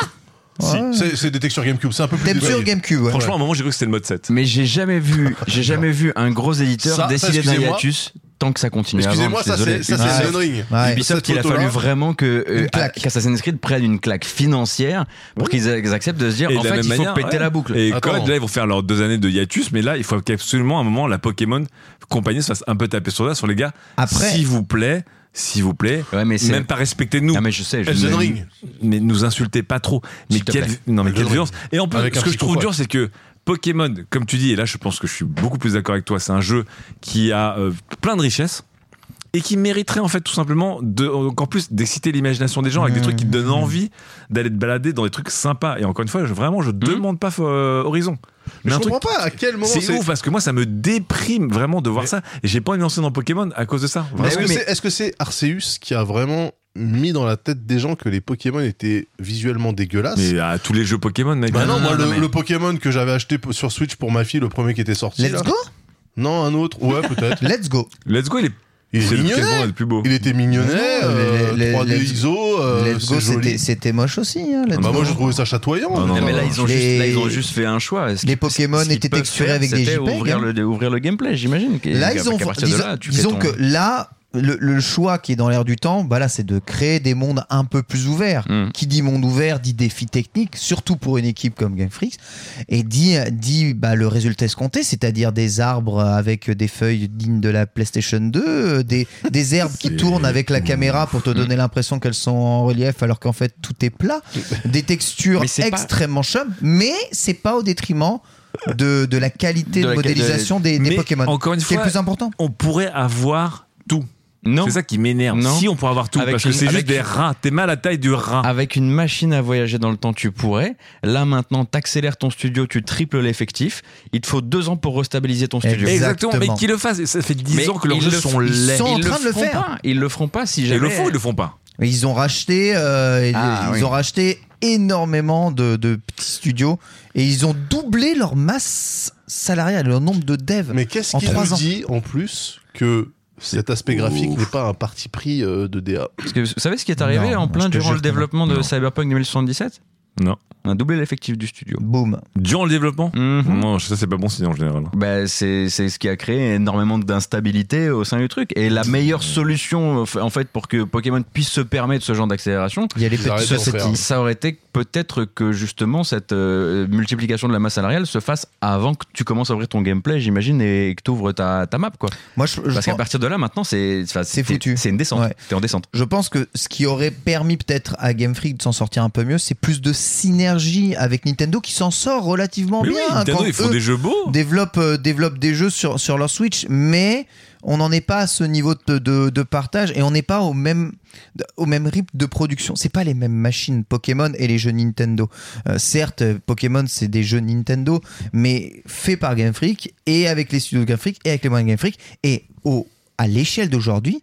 Si,
Ouais.
c'est- C'est des textures GameCube, c'est un peu plus.
T'aimes sur
détaillé.
GameCube. ouais.
Franchement, à un moment, j'ai cru que c'était le mode 7.
Mais j'ai jamais vu, j'ai jamais vu un gros éditeur
Ça- ça,
décider d'un
excusez-moi.
hiatus tant que ça continue. à
Excusez-moi,
vendre, je
ça
suis
c'est
désolé. Ah,
ça, c'est
Ouais.
une connerie.
Ouais.
Ubisoft,
Cette
il a fallu
photo-là-
vraiment que euh,
Une claque.
qu'Assassin's Creed prenne une claque financière pour qu'ils a- acceptent de se dire
Et
en
de la
fait
même
il faut
manière,
péter
ouais.
la boucle.
Et
Attends.
Code, là, ils vont faire leurs deux années de hiatus, mais là, il faut qu'absolument, à un moment, la Pokémon compagnie se fasse un peu taper sur la sur les gars.
Après-
S'il vous plaît, s'il vous plaît,
Ouais, mais c'est-
même pas respecter nous.
Non mais je sais, je
Elden Ring.
mais nous insultez pas trop. Mais
S'il te
quelle,
plaît.
non, mais
Elden
quelle
Ring.
violence. Et en plus,
Avec un
ce que je
petit
trouve
coup,
dur, c'est que Pokémon, comme tu dis, et là, je pense que je suis beaucoup plus d'accord avec toi, c'est un jeu qui a euh, plein de richesses et qui mériterait en fait tout simplement de, encore plus d'exciter l'imagination des gens avec des trucs qui te
Mmh.
donnent envie d'aller te balader dans des trucs sympas. Et encore une fois, je- vraiment, je demande pas euh, Horizon.
Mmh. Mais
un
je
truc
comprends pas à quel moment
c'est ouf parce que moi ça me déprime vraiment de voir ça et j'ai pas envie de lancer dans Pokémon à cause de ça.
Est-ce
Mais
que
oui,
c'est est-ce que c'est Arceus qui a vraiment mis dans la tête des gens que les Pokémon étaient visuellement dégueulasses
Mais à tous les jeux Pokémon mec.
Bah non, moi
non,
le,
mais-
le Pokémon que j'avais acheté p- sur Switch pour ma fille, le premier qui était sorti.
Let's
là.
go
Non, un autre. Ouais, peut-être.
Let's go.
Let's go il est
Il
c'est
est
le quasiment
mignonnet.
le plus beau.
Il était mignonnet,
Non,
euh,
les- les-
3D
let's-
ISO, euh,
Let's
c'est
go,
joli.
c'était- c'était moche aussi. hein, Let's
Ah
Bah
Go.
moi je trouvais ça chatoyant.
Non, non,
mais
Mais là
voilà.
ils ont,
Les-
juste, là, ils ont juste fait un choix. Ce
les
qui-
Pokémon
ce qu'ils
étaient
peuvent
texturés
faire,
avec des
c'était
JPEG,
Ouvrir
hein.
le, ouvrir le gameplay, j'imagine. qu'à-
Là, ils
qu'à
ont.
partir de
disons
là, tu fais
disons
ton-
que là, le, le choix qui est dans l'air du temps, bah là, c'est de créer des mondes un peu plus ouverts.
Mm.
Qui dit monde ouvert dit défi technique, surtout pour une équipe comme Game Freaks, et dit, dit bah, le résultat escompté, c'est-à-dire des arbres avec des feuilles dignes de la PlayStation 2, euh, des, des herbes qui tournent avec la caméra pour te donner l'impression qu'elles sont en relief alors qu'en fait tout est plat, des textures
Mais c'est pas-
extrêmement chum, mais c'est pas au détriment de, de la qualité
De
de,
la-
modélisation des, des
Mais
Pokémon.
encore une
C'est le
fois,
plus important.
on pourrait avoir tout.
Non.
C'est ça qui m'énerve.
Non.
Si on pourrait avoir tout,
Avec
parce que
une-
c'est
avec-
juste des rats. T'es mal à la taille du rat.
Ah,
Avec une machine à voyager dans le temps, tu pourrais. Là, maintenant, t'accélères ton studio, tu triples l'effectif. Il te faut deux ans pour restabiliser ton studio.
Exact.
Exactement.
Exactement.
Mais qu'ils le fassent. Ça fait 10 ans que leurs
ils
jeux
le-
sont
ils
laids.
sont en
ils
train de le
feront
faire.
pas. Ils le feront pas si
Ils
jamais.
le font, ils le font pas.
Mais Ils ont racheté, euh, ils-
Ah,
ils
oui.
ont racheté énormément de, de petits studios et ils ont doublé leur masse salariale, leur nombre de devs.
Mais qu'est-ce
En
qu'il
trois
nous
ans.
dit en plus que cet aspect graphique n'est pas un parti pris euh, de DA
Parce que vous savez ce qui est arrivé
Non,
en
je
plein
te jure
durant le
que non.
développement de
Non.
Cyberpunk 2077
Non.
On a doublé l'effectif du studio.
Boom.
Durant le développement
Mhm.
Non, ça c'est pas bon signe en général.
Bah, c'est c'est ce qui a créé énormément d'instabilité au sein du truc. Et la meilleure solution, en fait, pour que Pokémon puisse se permettre ce genre d'accélération,
Il y a les
Ils
petits
arrêtent d'en
sociétés.
faire.
ça aurait été peut-être que justement cette euh, multiplication de la masse salariale se fasse avant que tu commences à ouvrir ton gameplay, j'imagine, et que tu ouvres ta, ta map, quoi.
Moi, je, je
Parce qu'à
pense-
partir de là, maintenant, c'est enfin,
C'est
t'es-
foutu.
C'est une descente.
Ouais.
T'es en descente.
je pense que ce qui aurait permis peut-être à Game Freak de s'en sortir un peu mieux, c'est plus de synergie avec Nintendo qui s'en sort relativement
Mais oui,
bien. hein,
Nintendo,
quand
ils font
eux
des jeux beaux.
développent, euh, développent des jeux sur, sur leur Switch, mais on n'en est pas à ce niveau de, de, de partage et on n'est pas au même, au même rythme de production. C'est pas les mêmes machines Pokémon et les jeux Nintendo. Euh, certes, euh, Pokémon, c'est des jeux Nintendo, mais faits par Game Freak et avec les studios de Game Freak et avec les moyens de Game Freak. Et au, à l'échelle d'aujourd'hui,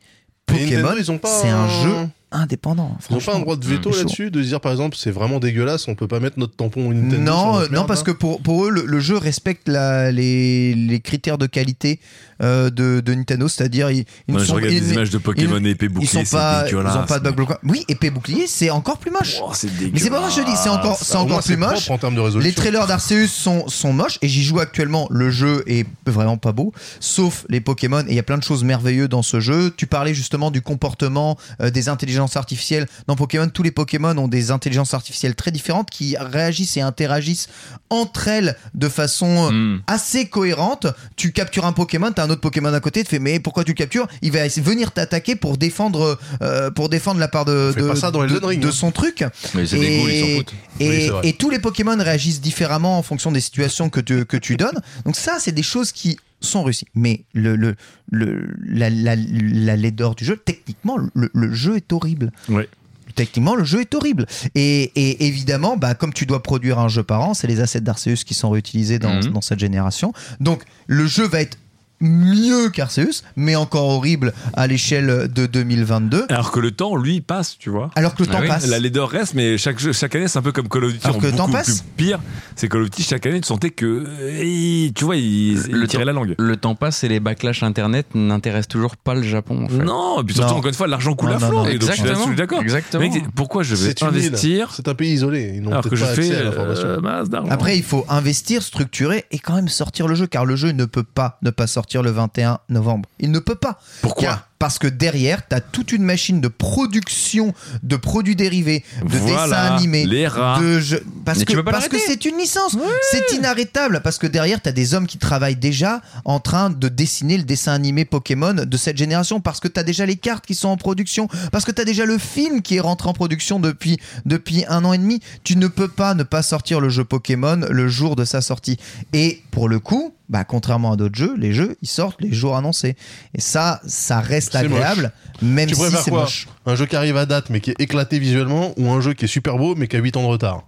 Mais
Pokémon,
Nintendo, ils ont pas
c'est un
un-
jeu indépendant.
Ils n'ont pas un
franchement.
droit de veto
Chaud.
là-dessus de se dire par exemple c'est vraiment dégueulasse, on peut pas mettre notre tampon Nintendo sur
Non,
notre
euh, non
merde,
parce
hein.
que pour, pour eux, le, le jeu respecte la, les, les critères de qualité euh, de, de Nintendo, c'est-à-dire ils, ils ne
Moi, je
sont-
regarde
ils-
des images de Pokémon épée
ils
bouclier,
sont
c'est
pas, ils ont
dégueulasse.
pas de bug bloquant. Oui, épée bouclier, c'est encore plus moche.
Oh, c'est dégueulasse.
Mais c'est pas moi que je dis, c'est encore, c'est
Bah, Au
encore
moins,
plus
c'est propre
moche.
en termes de
Les
résolution.
trailers d'Arceus sont, sont moches et j'y joue actuellement. Le jeu est vraiment pas beau, sauf les Pokémon. Et il y a plein de choses merveilleuses dans ce jeu. Tu parlais justement du comportement euh, des intelligences artificielles. Dans Pokémon, tous les Pokémon ont des intelligences artificielles très différentes qui réagissent et interagissent entre elles de façon euh,
Hmm.
Mm.
assez cohérente. Tu captures un Pokémon, t'as un autre Pokémon à côté, tu fais mais pourquoi tu le captures Il va essayer- venir t'attaquer pour défendre, euh, pour défendre la part de,
On fait
de-
pas ça dans Elden
de-
Ring,
de
hein.
son truc.
Mais c'est des
Et-
goûts, ils s'en foutent.
Et,
Oui, c'est vrai.
et tous les Pokémon réagissent différemment en fonction des situations que tu, que tu donnes. Donc ça, c'est des choses qui sont réussies. Mais le, le, le, la, la, la laideur du jeu, techniquement, le, le jeu est horrible.
Ouais.
Techniquement, le jeu est horrible. Et, et évidemment, bah, comme tu dois produire un jeu par an, c'est les assets d'Arceus qui sont réutilisés dans,
Mhm.
dans cette génération. Donc le jeu va être mieux qu'Arceus, mais encore horrible à l'échelle de 2022.
Alors que le temps, lui, passe, tu vois.
Alors que le
Ah
temps
oui,
passe.
La laideur reste, mais chaque, jeu- chaque année, c'est un peu comme Call of Duty.
Alors
en
que le temps
beaucoup
passe.
plus pire, c'est Call of Duty, chaque année, tu sentais que. euh, il- tu vois, il,
Le
il tirait
temps-
la langue.
Le temps passe et les backlash internet n'intéressent toujours pas le Japon. En fait.
Non, et puis surtout,
Non.
encore une fois, l'argent coule
Non,
à
non,
flot.
non.
Et donc, je suis là- je
Exactement.
suis d'accord.
Exactement.
Mec, pourquoi je vais
C'est une île.
investir
C'est un pays isolé, ils n'ont
alors
peut-être
que je
pas accès
fais
à l'information.
euh, masse d'argent
Après, il faut investir, structurer et quand même sortir le jeu, car le jeu ne peut pas ne pas sortir le 21 novembre. Il ne peut pas.
Pourquoi
Car- Parce que derrière, t'as toute une machine de production de produits dérivés, de dessins animés.
les rats.
De jeux- Parce
Mais tu
que
peux pas
parce que
l'arrêter.
c'est une licence, c'est inarrêtable parce que derrière t'as des hommes qui travaillent déjà en train de dessiner le dessin animé Pokémon de cette génération parce que t'as déjà les cartes qui sont en production, parce que t'as déjà le film qui est rentré en production depuis depuis un an et demi. Tu ne peux pas ne pas sortir le jeu Pokémon le jour de sa sortie. Et pour le coup, bah contrairement à d'autres jeux, les jeux ils sortent les jours annoncés. Et ça, ça reste
C'est
agréable, même
Tu
si
préfères
c'est
quoi
moche.
Un jeu qui arrive à date mais qui est éclaté visuellement ou un jeu qui est super beau mais qui a 8 ans de retard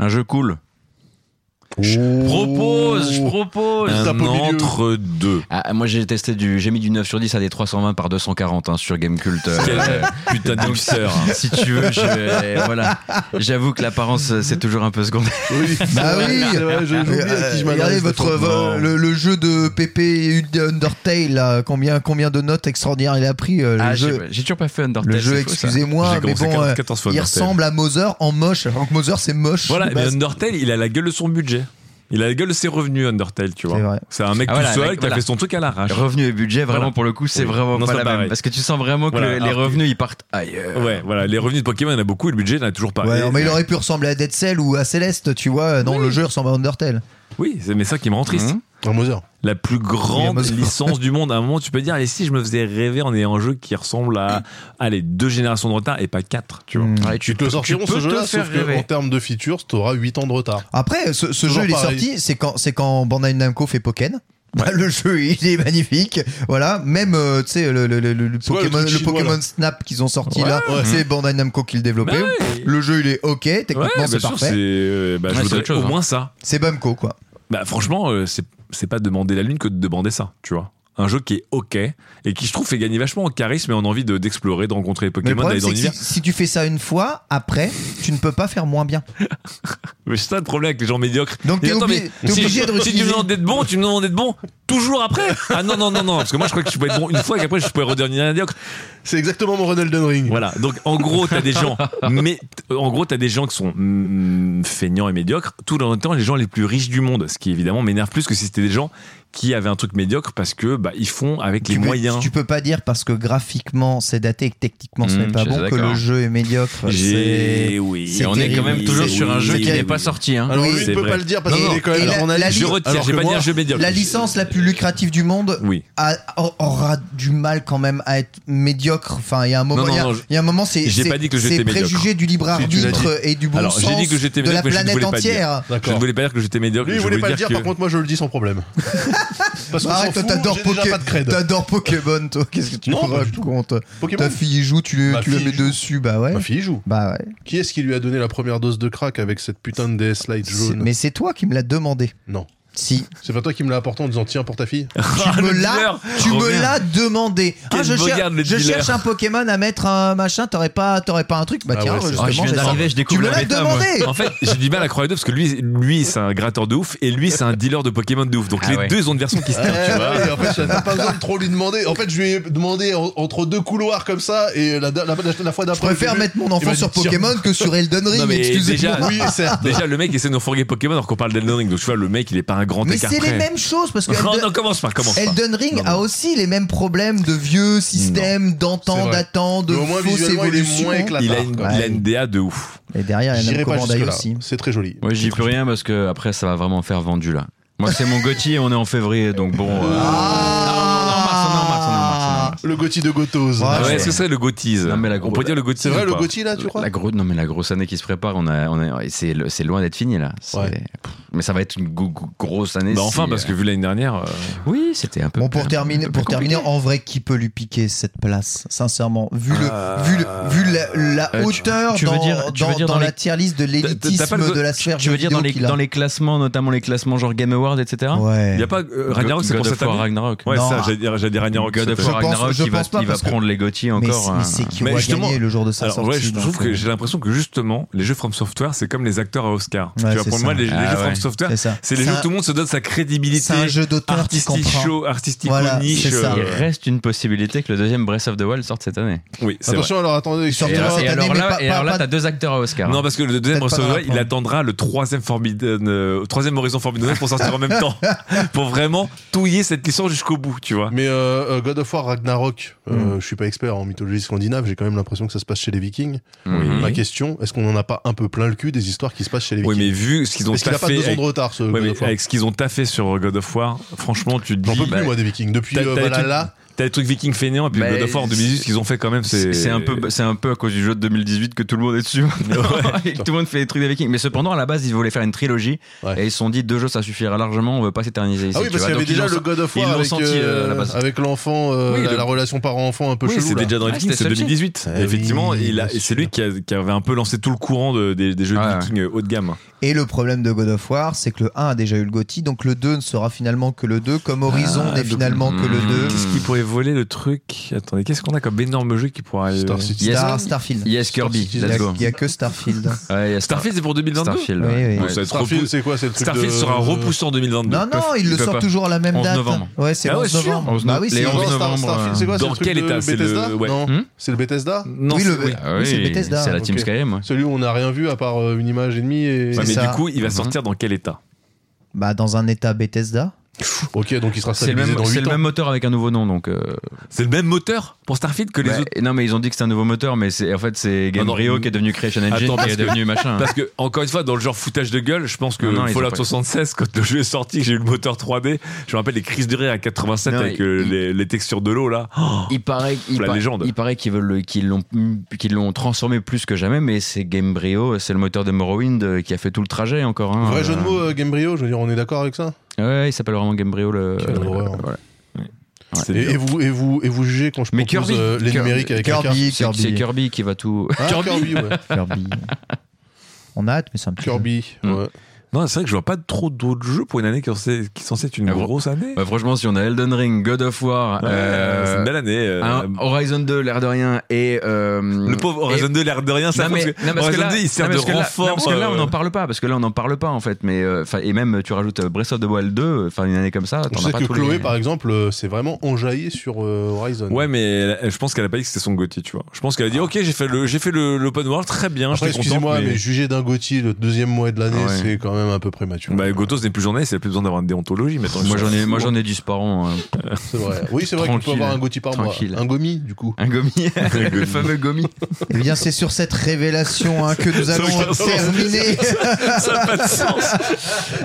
Un jeu cool.
Propose, je propose.
Un
Un
tape au milieu.
entre deux.
Ah, moi j'ai testé du. J'ai mis du 9 sur 10 à des 320 par 240 hein, sur Gamecult. euh,
Quel putain
donc,
d'ulcère.
si tu veux, je- voilà. J'avoue que l'apparence euh, c'est toujours un peu secondaire.
Oui,
Bah oui.
C'est vrai, j'ai oublié à qui je
Euh, regardez
m'adresse.
votre,
Faut-
vo- le, le jeu de PP et Ud- Undertale, là, combien, combien de notes extraordinaires il a pris euh, le
Ah, j'ai
jeu,
j'ai toujours pas fait Undertale.
le jeu
c'est fou, ça.
excusez-moi,
J'ai
mais
commencé
bon, euh,
14 fois
il
Undertale.
ressemble à Mother en moche, alors que Mother Bah, c'est moche.
Voilà,
de
mais
base.
Undertale, il a la gueule de son budget. Il a la gueule de ses revenus, Undertale, tu
C'est
vois.
vrai.
C'est un mec
Ah,
tout
voilà,
seul
mec,
qui
voilà.
a fait son truc à l'arrache.
Revenu et budget, vraiment
Voilà.
pour le coup, c'est
Oui.
vraiment
Non,
pas
c'est
la
pas
même.
pareil.
Parce que tu sens vraiment que
Voilà,
le- les
alors que-
revenus ils partent ailleurs.
Euh, Ouais, voilà, les revenus de Pokémon, il y en a beaucoup, et le budget, il n'y en a toujours pas.
Ouais,
Et-
mais il aurait pu ressembler à Dead Cell ou à Celeste, tu vois. Non, le jeu ressemble à Undertale.
Oui, c'est mais ça qui me rend triste.
Mhm.
Un Mother.
La plus grande
Miyamoto.
licence du monde. À un moment, tu peux dire, allez, si je me faisais rêver en ayant un jeu qui ressemble à, allez, deux générations de retard et pas quatre, tu vois.
Hmm.
Ouais,
Ils te le sortiront
Ah, tu peux
ce jeu-là,
te faire
sauf que
rêver.
en termes de features, t'auras 8 ans de retard.
Après, ce, ce
Toujours
jeu, il est
pareil.
sorti, c'est quand, c'est quand Bandai Namco fait Pokémon. Bah, le jeu, il est magnifique. Voilà, même, euh, tu sais, le, le- le- le
quoi, le
Pokémon,
truc
le
chinois,
Pokémon Snap qu'ils ont sorti
Ouais.
là,
Ouais.
c'est Bandai Namco qui le développait. Le jeu, il est ok, techniquement,
Ouais, bien
c'est
sûr, c'est,
parfait.
euh, bah,
Ouais,
je
c'est
voudrais
autre chose,
au
hein.
moins ça.
C'est Bamco, quoi.
Bah franchement, euh, c'est c'est pas demander la lune que de demander ça, tu vois. Un jeu qui est ok et qui je trouve fait gagner vachement en charisme et en envie de d'explorer, de rencontrer les
Mais le
Pokémon,
problème,
d'aller dans
c'est que si,
l'univers.
si tu fais ça une fois, après, tu ne peux pas faire moins bien.
Mais c'est ça le problème avec les gens médiocres.
Donc,
Et
t'es
attends,
obligé,
mais
t'es
si,
obligé de
si tu me
réutiliser.
demandes d'être bon, tu me demandes d'être bon toujours après. Ah non non non non, parce que moi je crois que je peux être bon une fois et qu'après je pourrais redevenir médiocre.
C'est exactement mon Ronald Ring.
Voilà. Donc en gros, t'as des gens, mais en gros, t'as des gens qui sont mm, feignants et médiocres. Tout en même temps, les gens les plus riches du monde, ce qui évidemment m'énerve plus que si c'était des gens qui avaient un truc médiocre parce que bah ils font avec les
tu peux,
moyens.
Tu peux pas dire parce que graphiquement c'est daté et que techniquement ce
Mmh,
Hmm,
n'est pas
je suis
bon que
d'accord.
le jeu est médiocre.
J'ai
C'est-
oui.
c'est
Et on est quand
terrible.
même toujours
C'est-
sur un jeu
c'est
qui n'est
terrible.
pas sorti. hein.
Alors
Oui,
lui, il
c'est
peut
vrai.
pas le dire parce
Non,
qu'il
non.
est quand même
Et la- la
journaliste.
Je
ligne-
retire,
alors
j'ai
que
pas dit
moi-
un jeu médiocre.
La licence la plus lucrative du monde
Oui.
a- a- aura du mal quand même à être médiocre. Enfin, il y a un moment,
Non, non,
il y a-
non,
il y, a un moment, c'est
j'ai
c'est-
pas dit que le jeu
c'est
était médiocre.
préjugé du libre
Si, tu l'as
arbitre et du bon
Alors, j'ai
sens
dit que j'étais
de la
médiocre, mais je ne
planète
voulais pas le dire.
entière. Bah,
Je ne
D'accord.
voulais pas dire que j'étais médiocre.
Lui, il
je
voulait
voulais
pas le
dire
dire,
que...
par contre, moi je le dis sans problème. Parce qu'on
Arrête,
s'en
Bah, toi,
fout,
t'adores
j'ai déjà
Poké-
pas de cred.
t'adores Pokémon, toi. Qu'est-ce que tu
Non,
te
pas du tout.
racontes Ta
Pokémon
fille y joue, tu, le-
Ma
tu la
fille
mets
y joue.
dessus, bah ouais.
Ma fille joue.
Bah ouais.
Qui est-ce qui lui a donné la première dose de crack avec cette putain de DS Lite
C'est-
jaune
Mais c'est toi qui me l'as demandé.
Non.
Si.
C'est pas toi qui me l'as apporté en disant tiens pour ta fille
tu me
Ah, le
l'as
dealer.
tu me
Reviens.
l'as demandé Ah,
Quel
je,
beau
cher-
garde, le
je
dealer.
cherche un Pokémon à mettre un machin t'aurais pas t'aurais pas un truc bah
Ah
tiens
ouais, c'est-
justement
Ah, je viens
c'est ça.
d'arriver, je découvre
tu me
la
l'as
méta,
demandé
En fait, j'ai du mal à croire les deux parce que lui, lui c'est un gratteur de ouf et lui, c'est un dealer de Pokémon de ouf. Donc
Ah
les
ouais.
deux ont une version qui se
Ouais,
tient, tu vois.
ouais, Euh, et en fait, j'avais pas besoin de trop lui demander. En fait, je lui ai demandé en- entre deux couloirs comme ça, et la, la, la, la fois
je
d'après.
préfère
j'ai vu-
mettre mon
il
enfant
m'a
sur
dit, tiens.
Pokémon que sur Elden Ring
Non, mais
excusez-moi
déjà-
Oui, certes.
Déjà, le mec essaie de nous fourguer Pokémon alors qu'on parle d'Elden Ring. Donc tu vois, le mec, il est pas un grand
mais
écart
c'est les
près.
mêmes choses parce que
Non, non,
Elden,
commence pas, commence pas.
Elden Ring
Non, non.
a aussi les mêmes problèmes de vieux systèmes
C'est
d'antan
vrai.
d'antan de
Mais au moins,
fausses
visuellement, il est
évolutions
moins éclatant.
Il a, une,
Ouais.
il a une DA de ouf.
et derrière il y en a
J'irai
un
pas
commandai
jusque-là.
aussi
C'est très joli.
Ouais, j'y dis plus rien parce que après ça va vraiment faire vendu là. Moi c'est mon Gauthier, on est en février donc bon. euh,
Ah.
Le Gotti de Gotos.
Ouais, Ah
Ouais,
ouais.
Est-ce que c'est le Gothiz
Non, mais la
On peut
grosse-
dire le Gothiz.
C'est vrai,
ou
le
pas
Gotti là, tu crois
La grosse, non mais la grosse année qui se prépare, on a, on a- et c'est, le- c'est loin d'être fini là. C'est-
Ouais.
Pff, Mais ça va être une go- go- grosse année.
Bah
si,
enfin, parce
euh,
que vu l'année dernière, euh,
oui, c'était un peu.
Bon, pour
un
terminer,
peu
pour
compliqué.
terminer, en vrai, qui peut lui piquer cette place Sincèrement, vu le, vu le, vu la, la
Euh, tu-
hauteur
tu veux
dans,
dire- tu veux
dans-
dire
dans
dans
la
les-
tier list de
T'as- t'as
l'élitisme
pas le-
de la sphère
Tu veux dire dans les, dans les classements, notamment les classements genre Game Awards, etc.
Ouais.
il n'y a pas. euh, Ragnarok, c'est
God
pour
of
cette
War,
année.
Ragnarok.
Ouais,
Non.
ça, j'allais dire- j'allais dire Ragnarok.
God of
cette année.
War
Je pense-
Ragnarok,
je
il va,
pense pas
il va
parce que-
prendre les Gauthier
Mais
encore.
c'est- mais c'est
hein.
qui
Mais
va
justement-
gagner le jour de sa
Alors,
sortie
ouais, je
donc,
trouve
euh,
que j'ai l'impression que justement, les jeux From Software, c'est comme les acteurs à Oscar.
Ouais,
tu vois,
c'est
pour moi,
ça.
les, les
Ah
jeux
ouais.
From Software,
C'est ça.
c'est les
C'est
jeux où
un-
tout le monde se donne sa crédibilité.
C'est un jeu d'auteur, tu
artistique
comprends.
show, artistique
Voilà,
niche.
c'est ça.
Il
euh,
reste une possibilité que le deuxième Breath of the Wild sorte cette année.
Oui, c'est vrai.
Attention, alors attendez.
Sur-
Et
Sortira
alors,
cette
et
année,
alors
mais
là,
pas-
et alors
pas-
là,
pas-
t'as deux acteurs à Oscar.
Non, parce que le
Peut-être
deuxième Breath
pas
of the
dans la
Wild, il
prendre.
attendra le troisième Forbidden, euh, troisième Horizon Forbidden West pour sortir en même temps. Pour vraiment touiller cette licence jusqu'au bout, tu vois.
Mais euh, euh, God of War Ragnarok, euh,
Hmm.
je suis pas expert en mythologie scandinave, j'ai quand même l'impression que ça se passe chez les Vikings.
Oui.
Ma question, est-ce qu'on en a pas un peu plein le cul des histoires qui se passent chez les
Hmm. Mm-hmm. Oui,
Vikings
mais vu ce qu'ils ont
Est-ce qu'il a pas deux
taffé.
ans
avec-
de retard ce
Ouais,
God
mais
of War
avec ce qu'ils ont taffé sur God of War, franchement, tu te
J'en
dis.
peux plus
bah,
moi des Vikings. Depuis
t'as-
euh,
t'as des
Valhalla,
T'as des trucs viking fainéants, et puis
Bah,
God of War en 2018, ce qu'ils ont fait quand même,
C'est
c'est.
c'est un, peu- c'est un peu à cause du jeu de 2018 que tout le monde est dessus. Et que tout le monde fait des trucs des Vikings. Mais cependant, à la base, ils voulaient faire une trilogie.
Ouais.
Et ils se sont dit, deux jeux, ça suffira largement, on veut pas s'éterniser ici.
ah oui
tu
parce
vois.
qu'il y avait
Donc, ils
déjà
l'ont
le
sorti-
God of
ils
War
l'ont
avec,
sorti, euh, à la
euh,
base.
avec l'enfant, euh,
Oui,
la,
le-
la relation parent-enfant un peu
Oui,
chelou.
c'est
là.
déjà dans les
Ah,
Vikings,
c'était
c'est
Celtic.
2018.
Ah oui,
Effectivement, il a-
bien
et c'est lui
sûr.
qui, a- qui avait un peu lancé tout le courant de- des, des jeux
Ouais, ouais.
vikings euh, haut de gamme.
Et le problème de God of War, c'est que le 1 a déjà eu le GOTY, donc le 2 ne sera finalement que le 2, comme Horizon n'est finalement que le
hmm.
2.
Qu'est-ce qui pourrait voler le truc Attendez, qu'est-ce qu'on a comme énorme jeu qui pourrait.
Star Citizen.
Yes.
Star, Starfield.
Yes, Kirby,
Il y a-
let's go.
il y a que Starfield.
Ouais, il y a Star-
Starfield, c'est pour 2022
Starfield.
Oui,
ouais.
oui.
Donc,
Ouais.
ça va être
Starfield,
repoussé.
c'est quoi C'est le truc
Starfield
de-
sera repoussé en 2022.
Non, non, ils le
il peut
sortent
pas.
toujours à la même
11
date.
novembre.
Ouais, c'est
Ah
le
ouais,
11
sûr.
novembre.
11
Bah oui,
les
c'est
Non,
11
Star-
novembre,
Starfield, c'est quoi C'est
dans
le truc
quel
de
état C'est le-
Bethesda
ouais.
Non,
Hmm
c'est le Bethesda
Non,
Oui,
c'est-
le-
ouais.
Ah
Oui,
oui,
c'est Bethesda.
c'est la
Ok.
Team Skyrim. ouais.
Celui où on n'a rien vu à part euh, une image et demie et...
Ouais,
C'est
Bah, mais
ça.
du coup, il va
Mhm.
sortir dans quel état
Bah, dans un état Bethesda.
Ok, donc il sera
C'est le,
stabilisé
même,
dans
c'est
8
le
ans.
même moteur avec un nouveau nom, donc. euh,
C'est le même moteur pour Starfield que les
bah,
autres.
Non, mais ils ont dit que c'est un nouveau moteur, mais c'est en fait c'est
Non, non.
Gamebryo qui est devenu Creation Engine,
Attends,
qui
parce
est
que-
devenu machin.
Parce que, encore une fois, dans le genre foutage de gueule, je pense que
Hein. Non, non, ils ont
Fallout
pas-
76, quand le jeu est sorti, que j'ai eu le moteur 3D, je me rappelle les crises de rire à 87
Non,
avec
il-
euh,
il-
les, les textures de l'eau, là. Oh,
Il paraît, il
La
par-
légende.
il paraît qu'ils veulent, le- qu'ils l'ont, qu'ils l'ont transformé plus que jamais, mais c'est Gamebryo, c'est le moteur de Morrowind euh, qui a fait tout le trajet encore. hein.
Vrai
Euh,
jeu de mots, euh, Gamebryo, je veux dire, on est d'accord avec ça
Ouais, il s'appelle vraiment Gamebryo le.
Quelle horreur.
voilà.
c'est
et,
dur.
et vous, et, vous, et vous jugez quand je
Mais
propose
Kirby,
euh, les
Kirby,
numériques avec un K
Kirby,
C'est
Kirby.
c'est Kirby qui va tout.
Ah, Kirby, ouais.
Kirby. On a hâte, mais c'est un petit. jeu.
Kirby,
Mm.
ouais.
Non, c'est vrai que je vois pas trop d'autres jeux pour une année qui est censée- qui est censée être une
Ah, bon.
grosse année.
Bah, franchement, si on a Elden Ring, God of War,
Ouais,
euh,
c'est une belle année. euh,
un Horizon 2, l'air de rien, et. euh,
le pauvre
et-
Horizon 2, l'air de rien, ça
Non, mais-
parce que
non, parce que
Horizon
là-
2, il sert
non,
de
parce que là-
renfort.
non, parce que là, on
euh,
n'en parle pas, parce que là, on n'en parle pas, en fait. Mais, euh, 'fin, et même, tu rajoutes euh, Breath of the Wild 2, enfin, une année comme ça,
Je
t'en as
sais
pas
que
tous les-
Chloé, par exemple, euh, c'est vraiment enjaillé sur euh, Horizon.
Ouais, mais elle- elle- je pense qu'elle a pas dit que c'était son Gotti, tu vois. Je pense qu'elle a dit, ok, j'ai fait le, j'ai fait le, l'open world, très bien,
Après,
j'étais content.
excusez-moi, mais...
mais-
juger d'un Gauthier le deuxième mois de l'année,
Ouais.
c'est quand même un peu prématuré.
Bah, Gotos n'est plus journaliste, il a plus besoin d'avoir une déontologie maintenant.
Moi, j'en ai, moi,
Ils
j'en ai du sparon. hein.
c'est vrai. Oui, c'est vrai qu'on peut
Tranquille.
avoir un Gauthier par mois.
Tranquille.
Un Gomi, du coup.
Un gomi, le fameux gomi.
Eh bien, c'est sur cette révélation hein, que nous allons
regarde-
terminer.
sont- ça n'a pas de sens.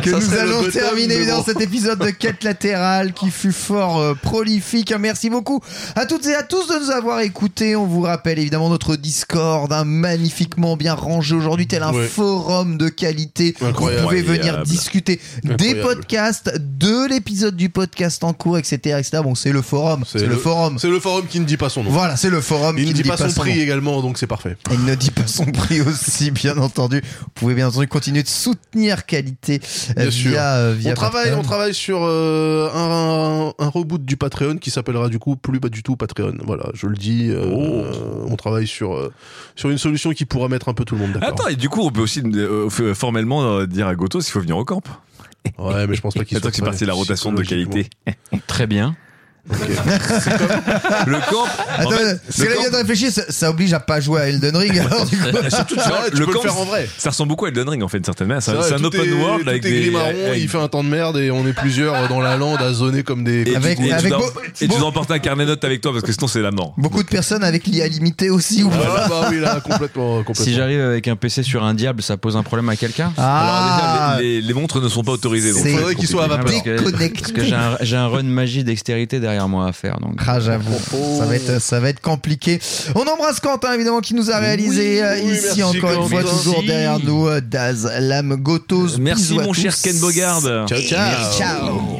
que
Ça
nous
serait le
allons
Gotham,
terminer
mais bon.
dans cet épisode de Quête latérale qui fut fort euh, prolifique. Merci beaucoup à toutes et à tous de nous avoir écoutés. On vous rappelle évidemment notre Discord, hein, magnifiquement bien rangé aujourd'hui, tel un
Ouais.
forum de qualité.
Incroyable.
Vous pouvez venir
Incroyable.
discuter des
Incroyable.
podcasts, de l'épisode du podcast en cours, etc. etc. Bon, c'est le forum. C'est le forum.
C'est le forum qui ne dit pas son nom.
Voilà, c'est le forum
Il
qui
ne dit pas son
nom.
prix également, donc c'est parfait.
Il ne dit pas son prix aussi, bien entendu. Vous pouvez bien entendu continuer de soutenir qualité euh,
Bien sûr.
via, euh, via
on travaille,
Patreon.
on travaille sur euh, un, un reboot du Patreon qui s'appellera du coup plus pas du tout Patreon. Voilà, je le dis. euh, On travaille sur euh, sur une solution qui pourra mettre un peu tout le monde d'accord.
Attends, et du coup, on peut aussi euh, f- formellement euh, dire à Gotos s'il faut venir au camp.
Ouais, mais je pense pas qu'il
Attends
soit
que c'est parti la rotation de qualité.
Très bien.
Le camp.
Attends,
en fait,
parce que
le
là, il
camp- Ah,
vient de réfléchir, ça, ça oblige à pas jouer à Elden Ring, alors du coup.
Surtout,
le
le peux le
camp,
faire en vrai.
ça ressemble beaucoup à Elden Ring en fait, d'une certaine manière. C'est un-
vrai,
c'est un
tout
open
est-
world
tout
avec
est
des.
grimaron,
avec-
il fait un temps de merde et on est plusieurs dans la lande à zoner comme des.
Et,
Avec-
tu, et,
avec
tu, dois-
beau-
et tu
beau-
dois emporter un carnet de notes avec toi parce que sinon c'est la mort.
Beaucoup de personnes avec l'IA limitée aussi, ou pas
Ah, bah oui, là, complètement. complètement.
Si j'arrive avec un PC sur un diable, ça pose un problème à quelqu'un
Alors
Ah,
déjà, les, les- les montres ne sont pas autorisées. Donc
C'est-
ça va
faudrait
être
qu'il soit
compliqué.
à vapeur.
Ah, parce que-
Déconnecté.
Parce que j'ai un, j'ai un run magie dextérité derrière moi à faire. Donc.
Ah, j'avoue,
Oh.
ça va être ça va être compliqué. On embrasse Quentin évidemment qui nous a réalisé
Oui,
euh,
oui,
ici
merci,
encore une fois
Quentin.
toujours
Merci.
derrière nous euh, Daz, Lame, Gotos.
Merci
bisous à
mon cher
tous.
Ken Bogard.
Ciao, ciao.
Ciao.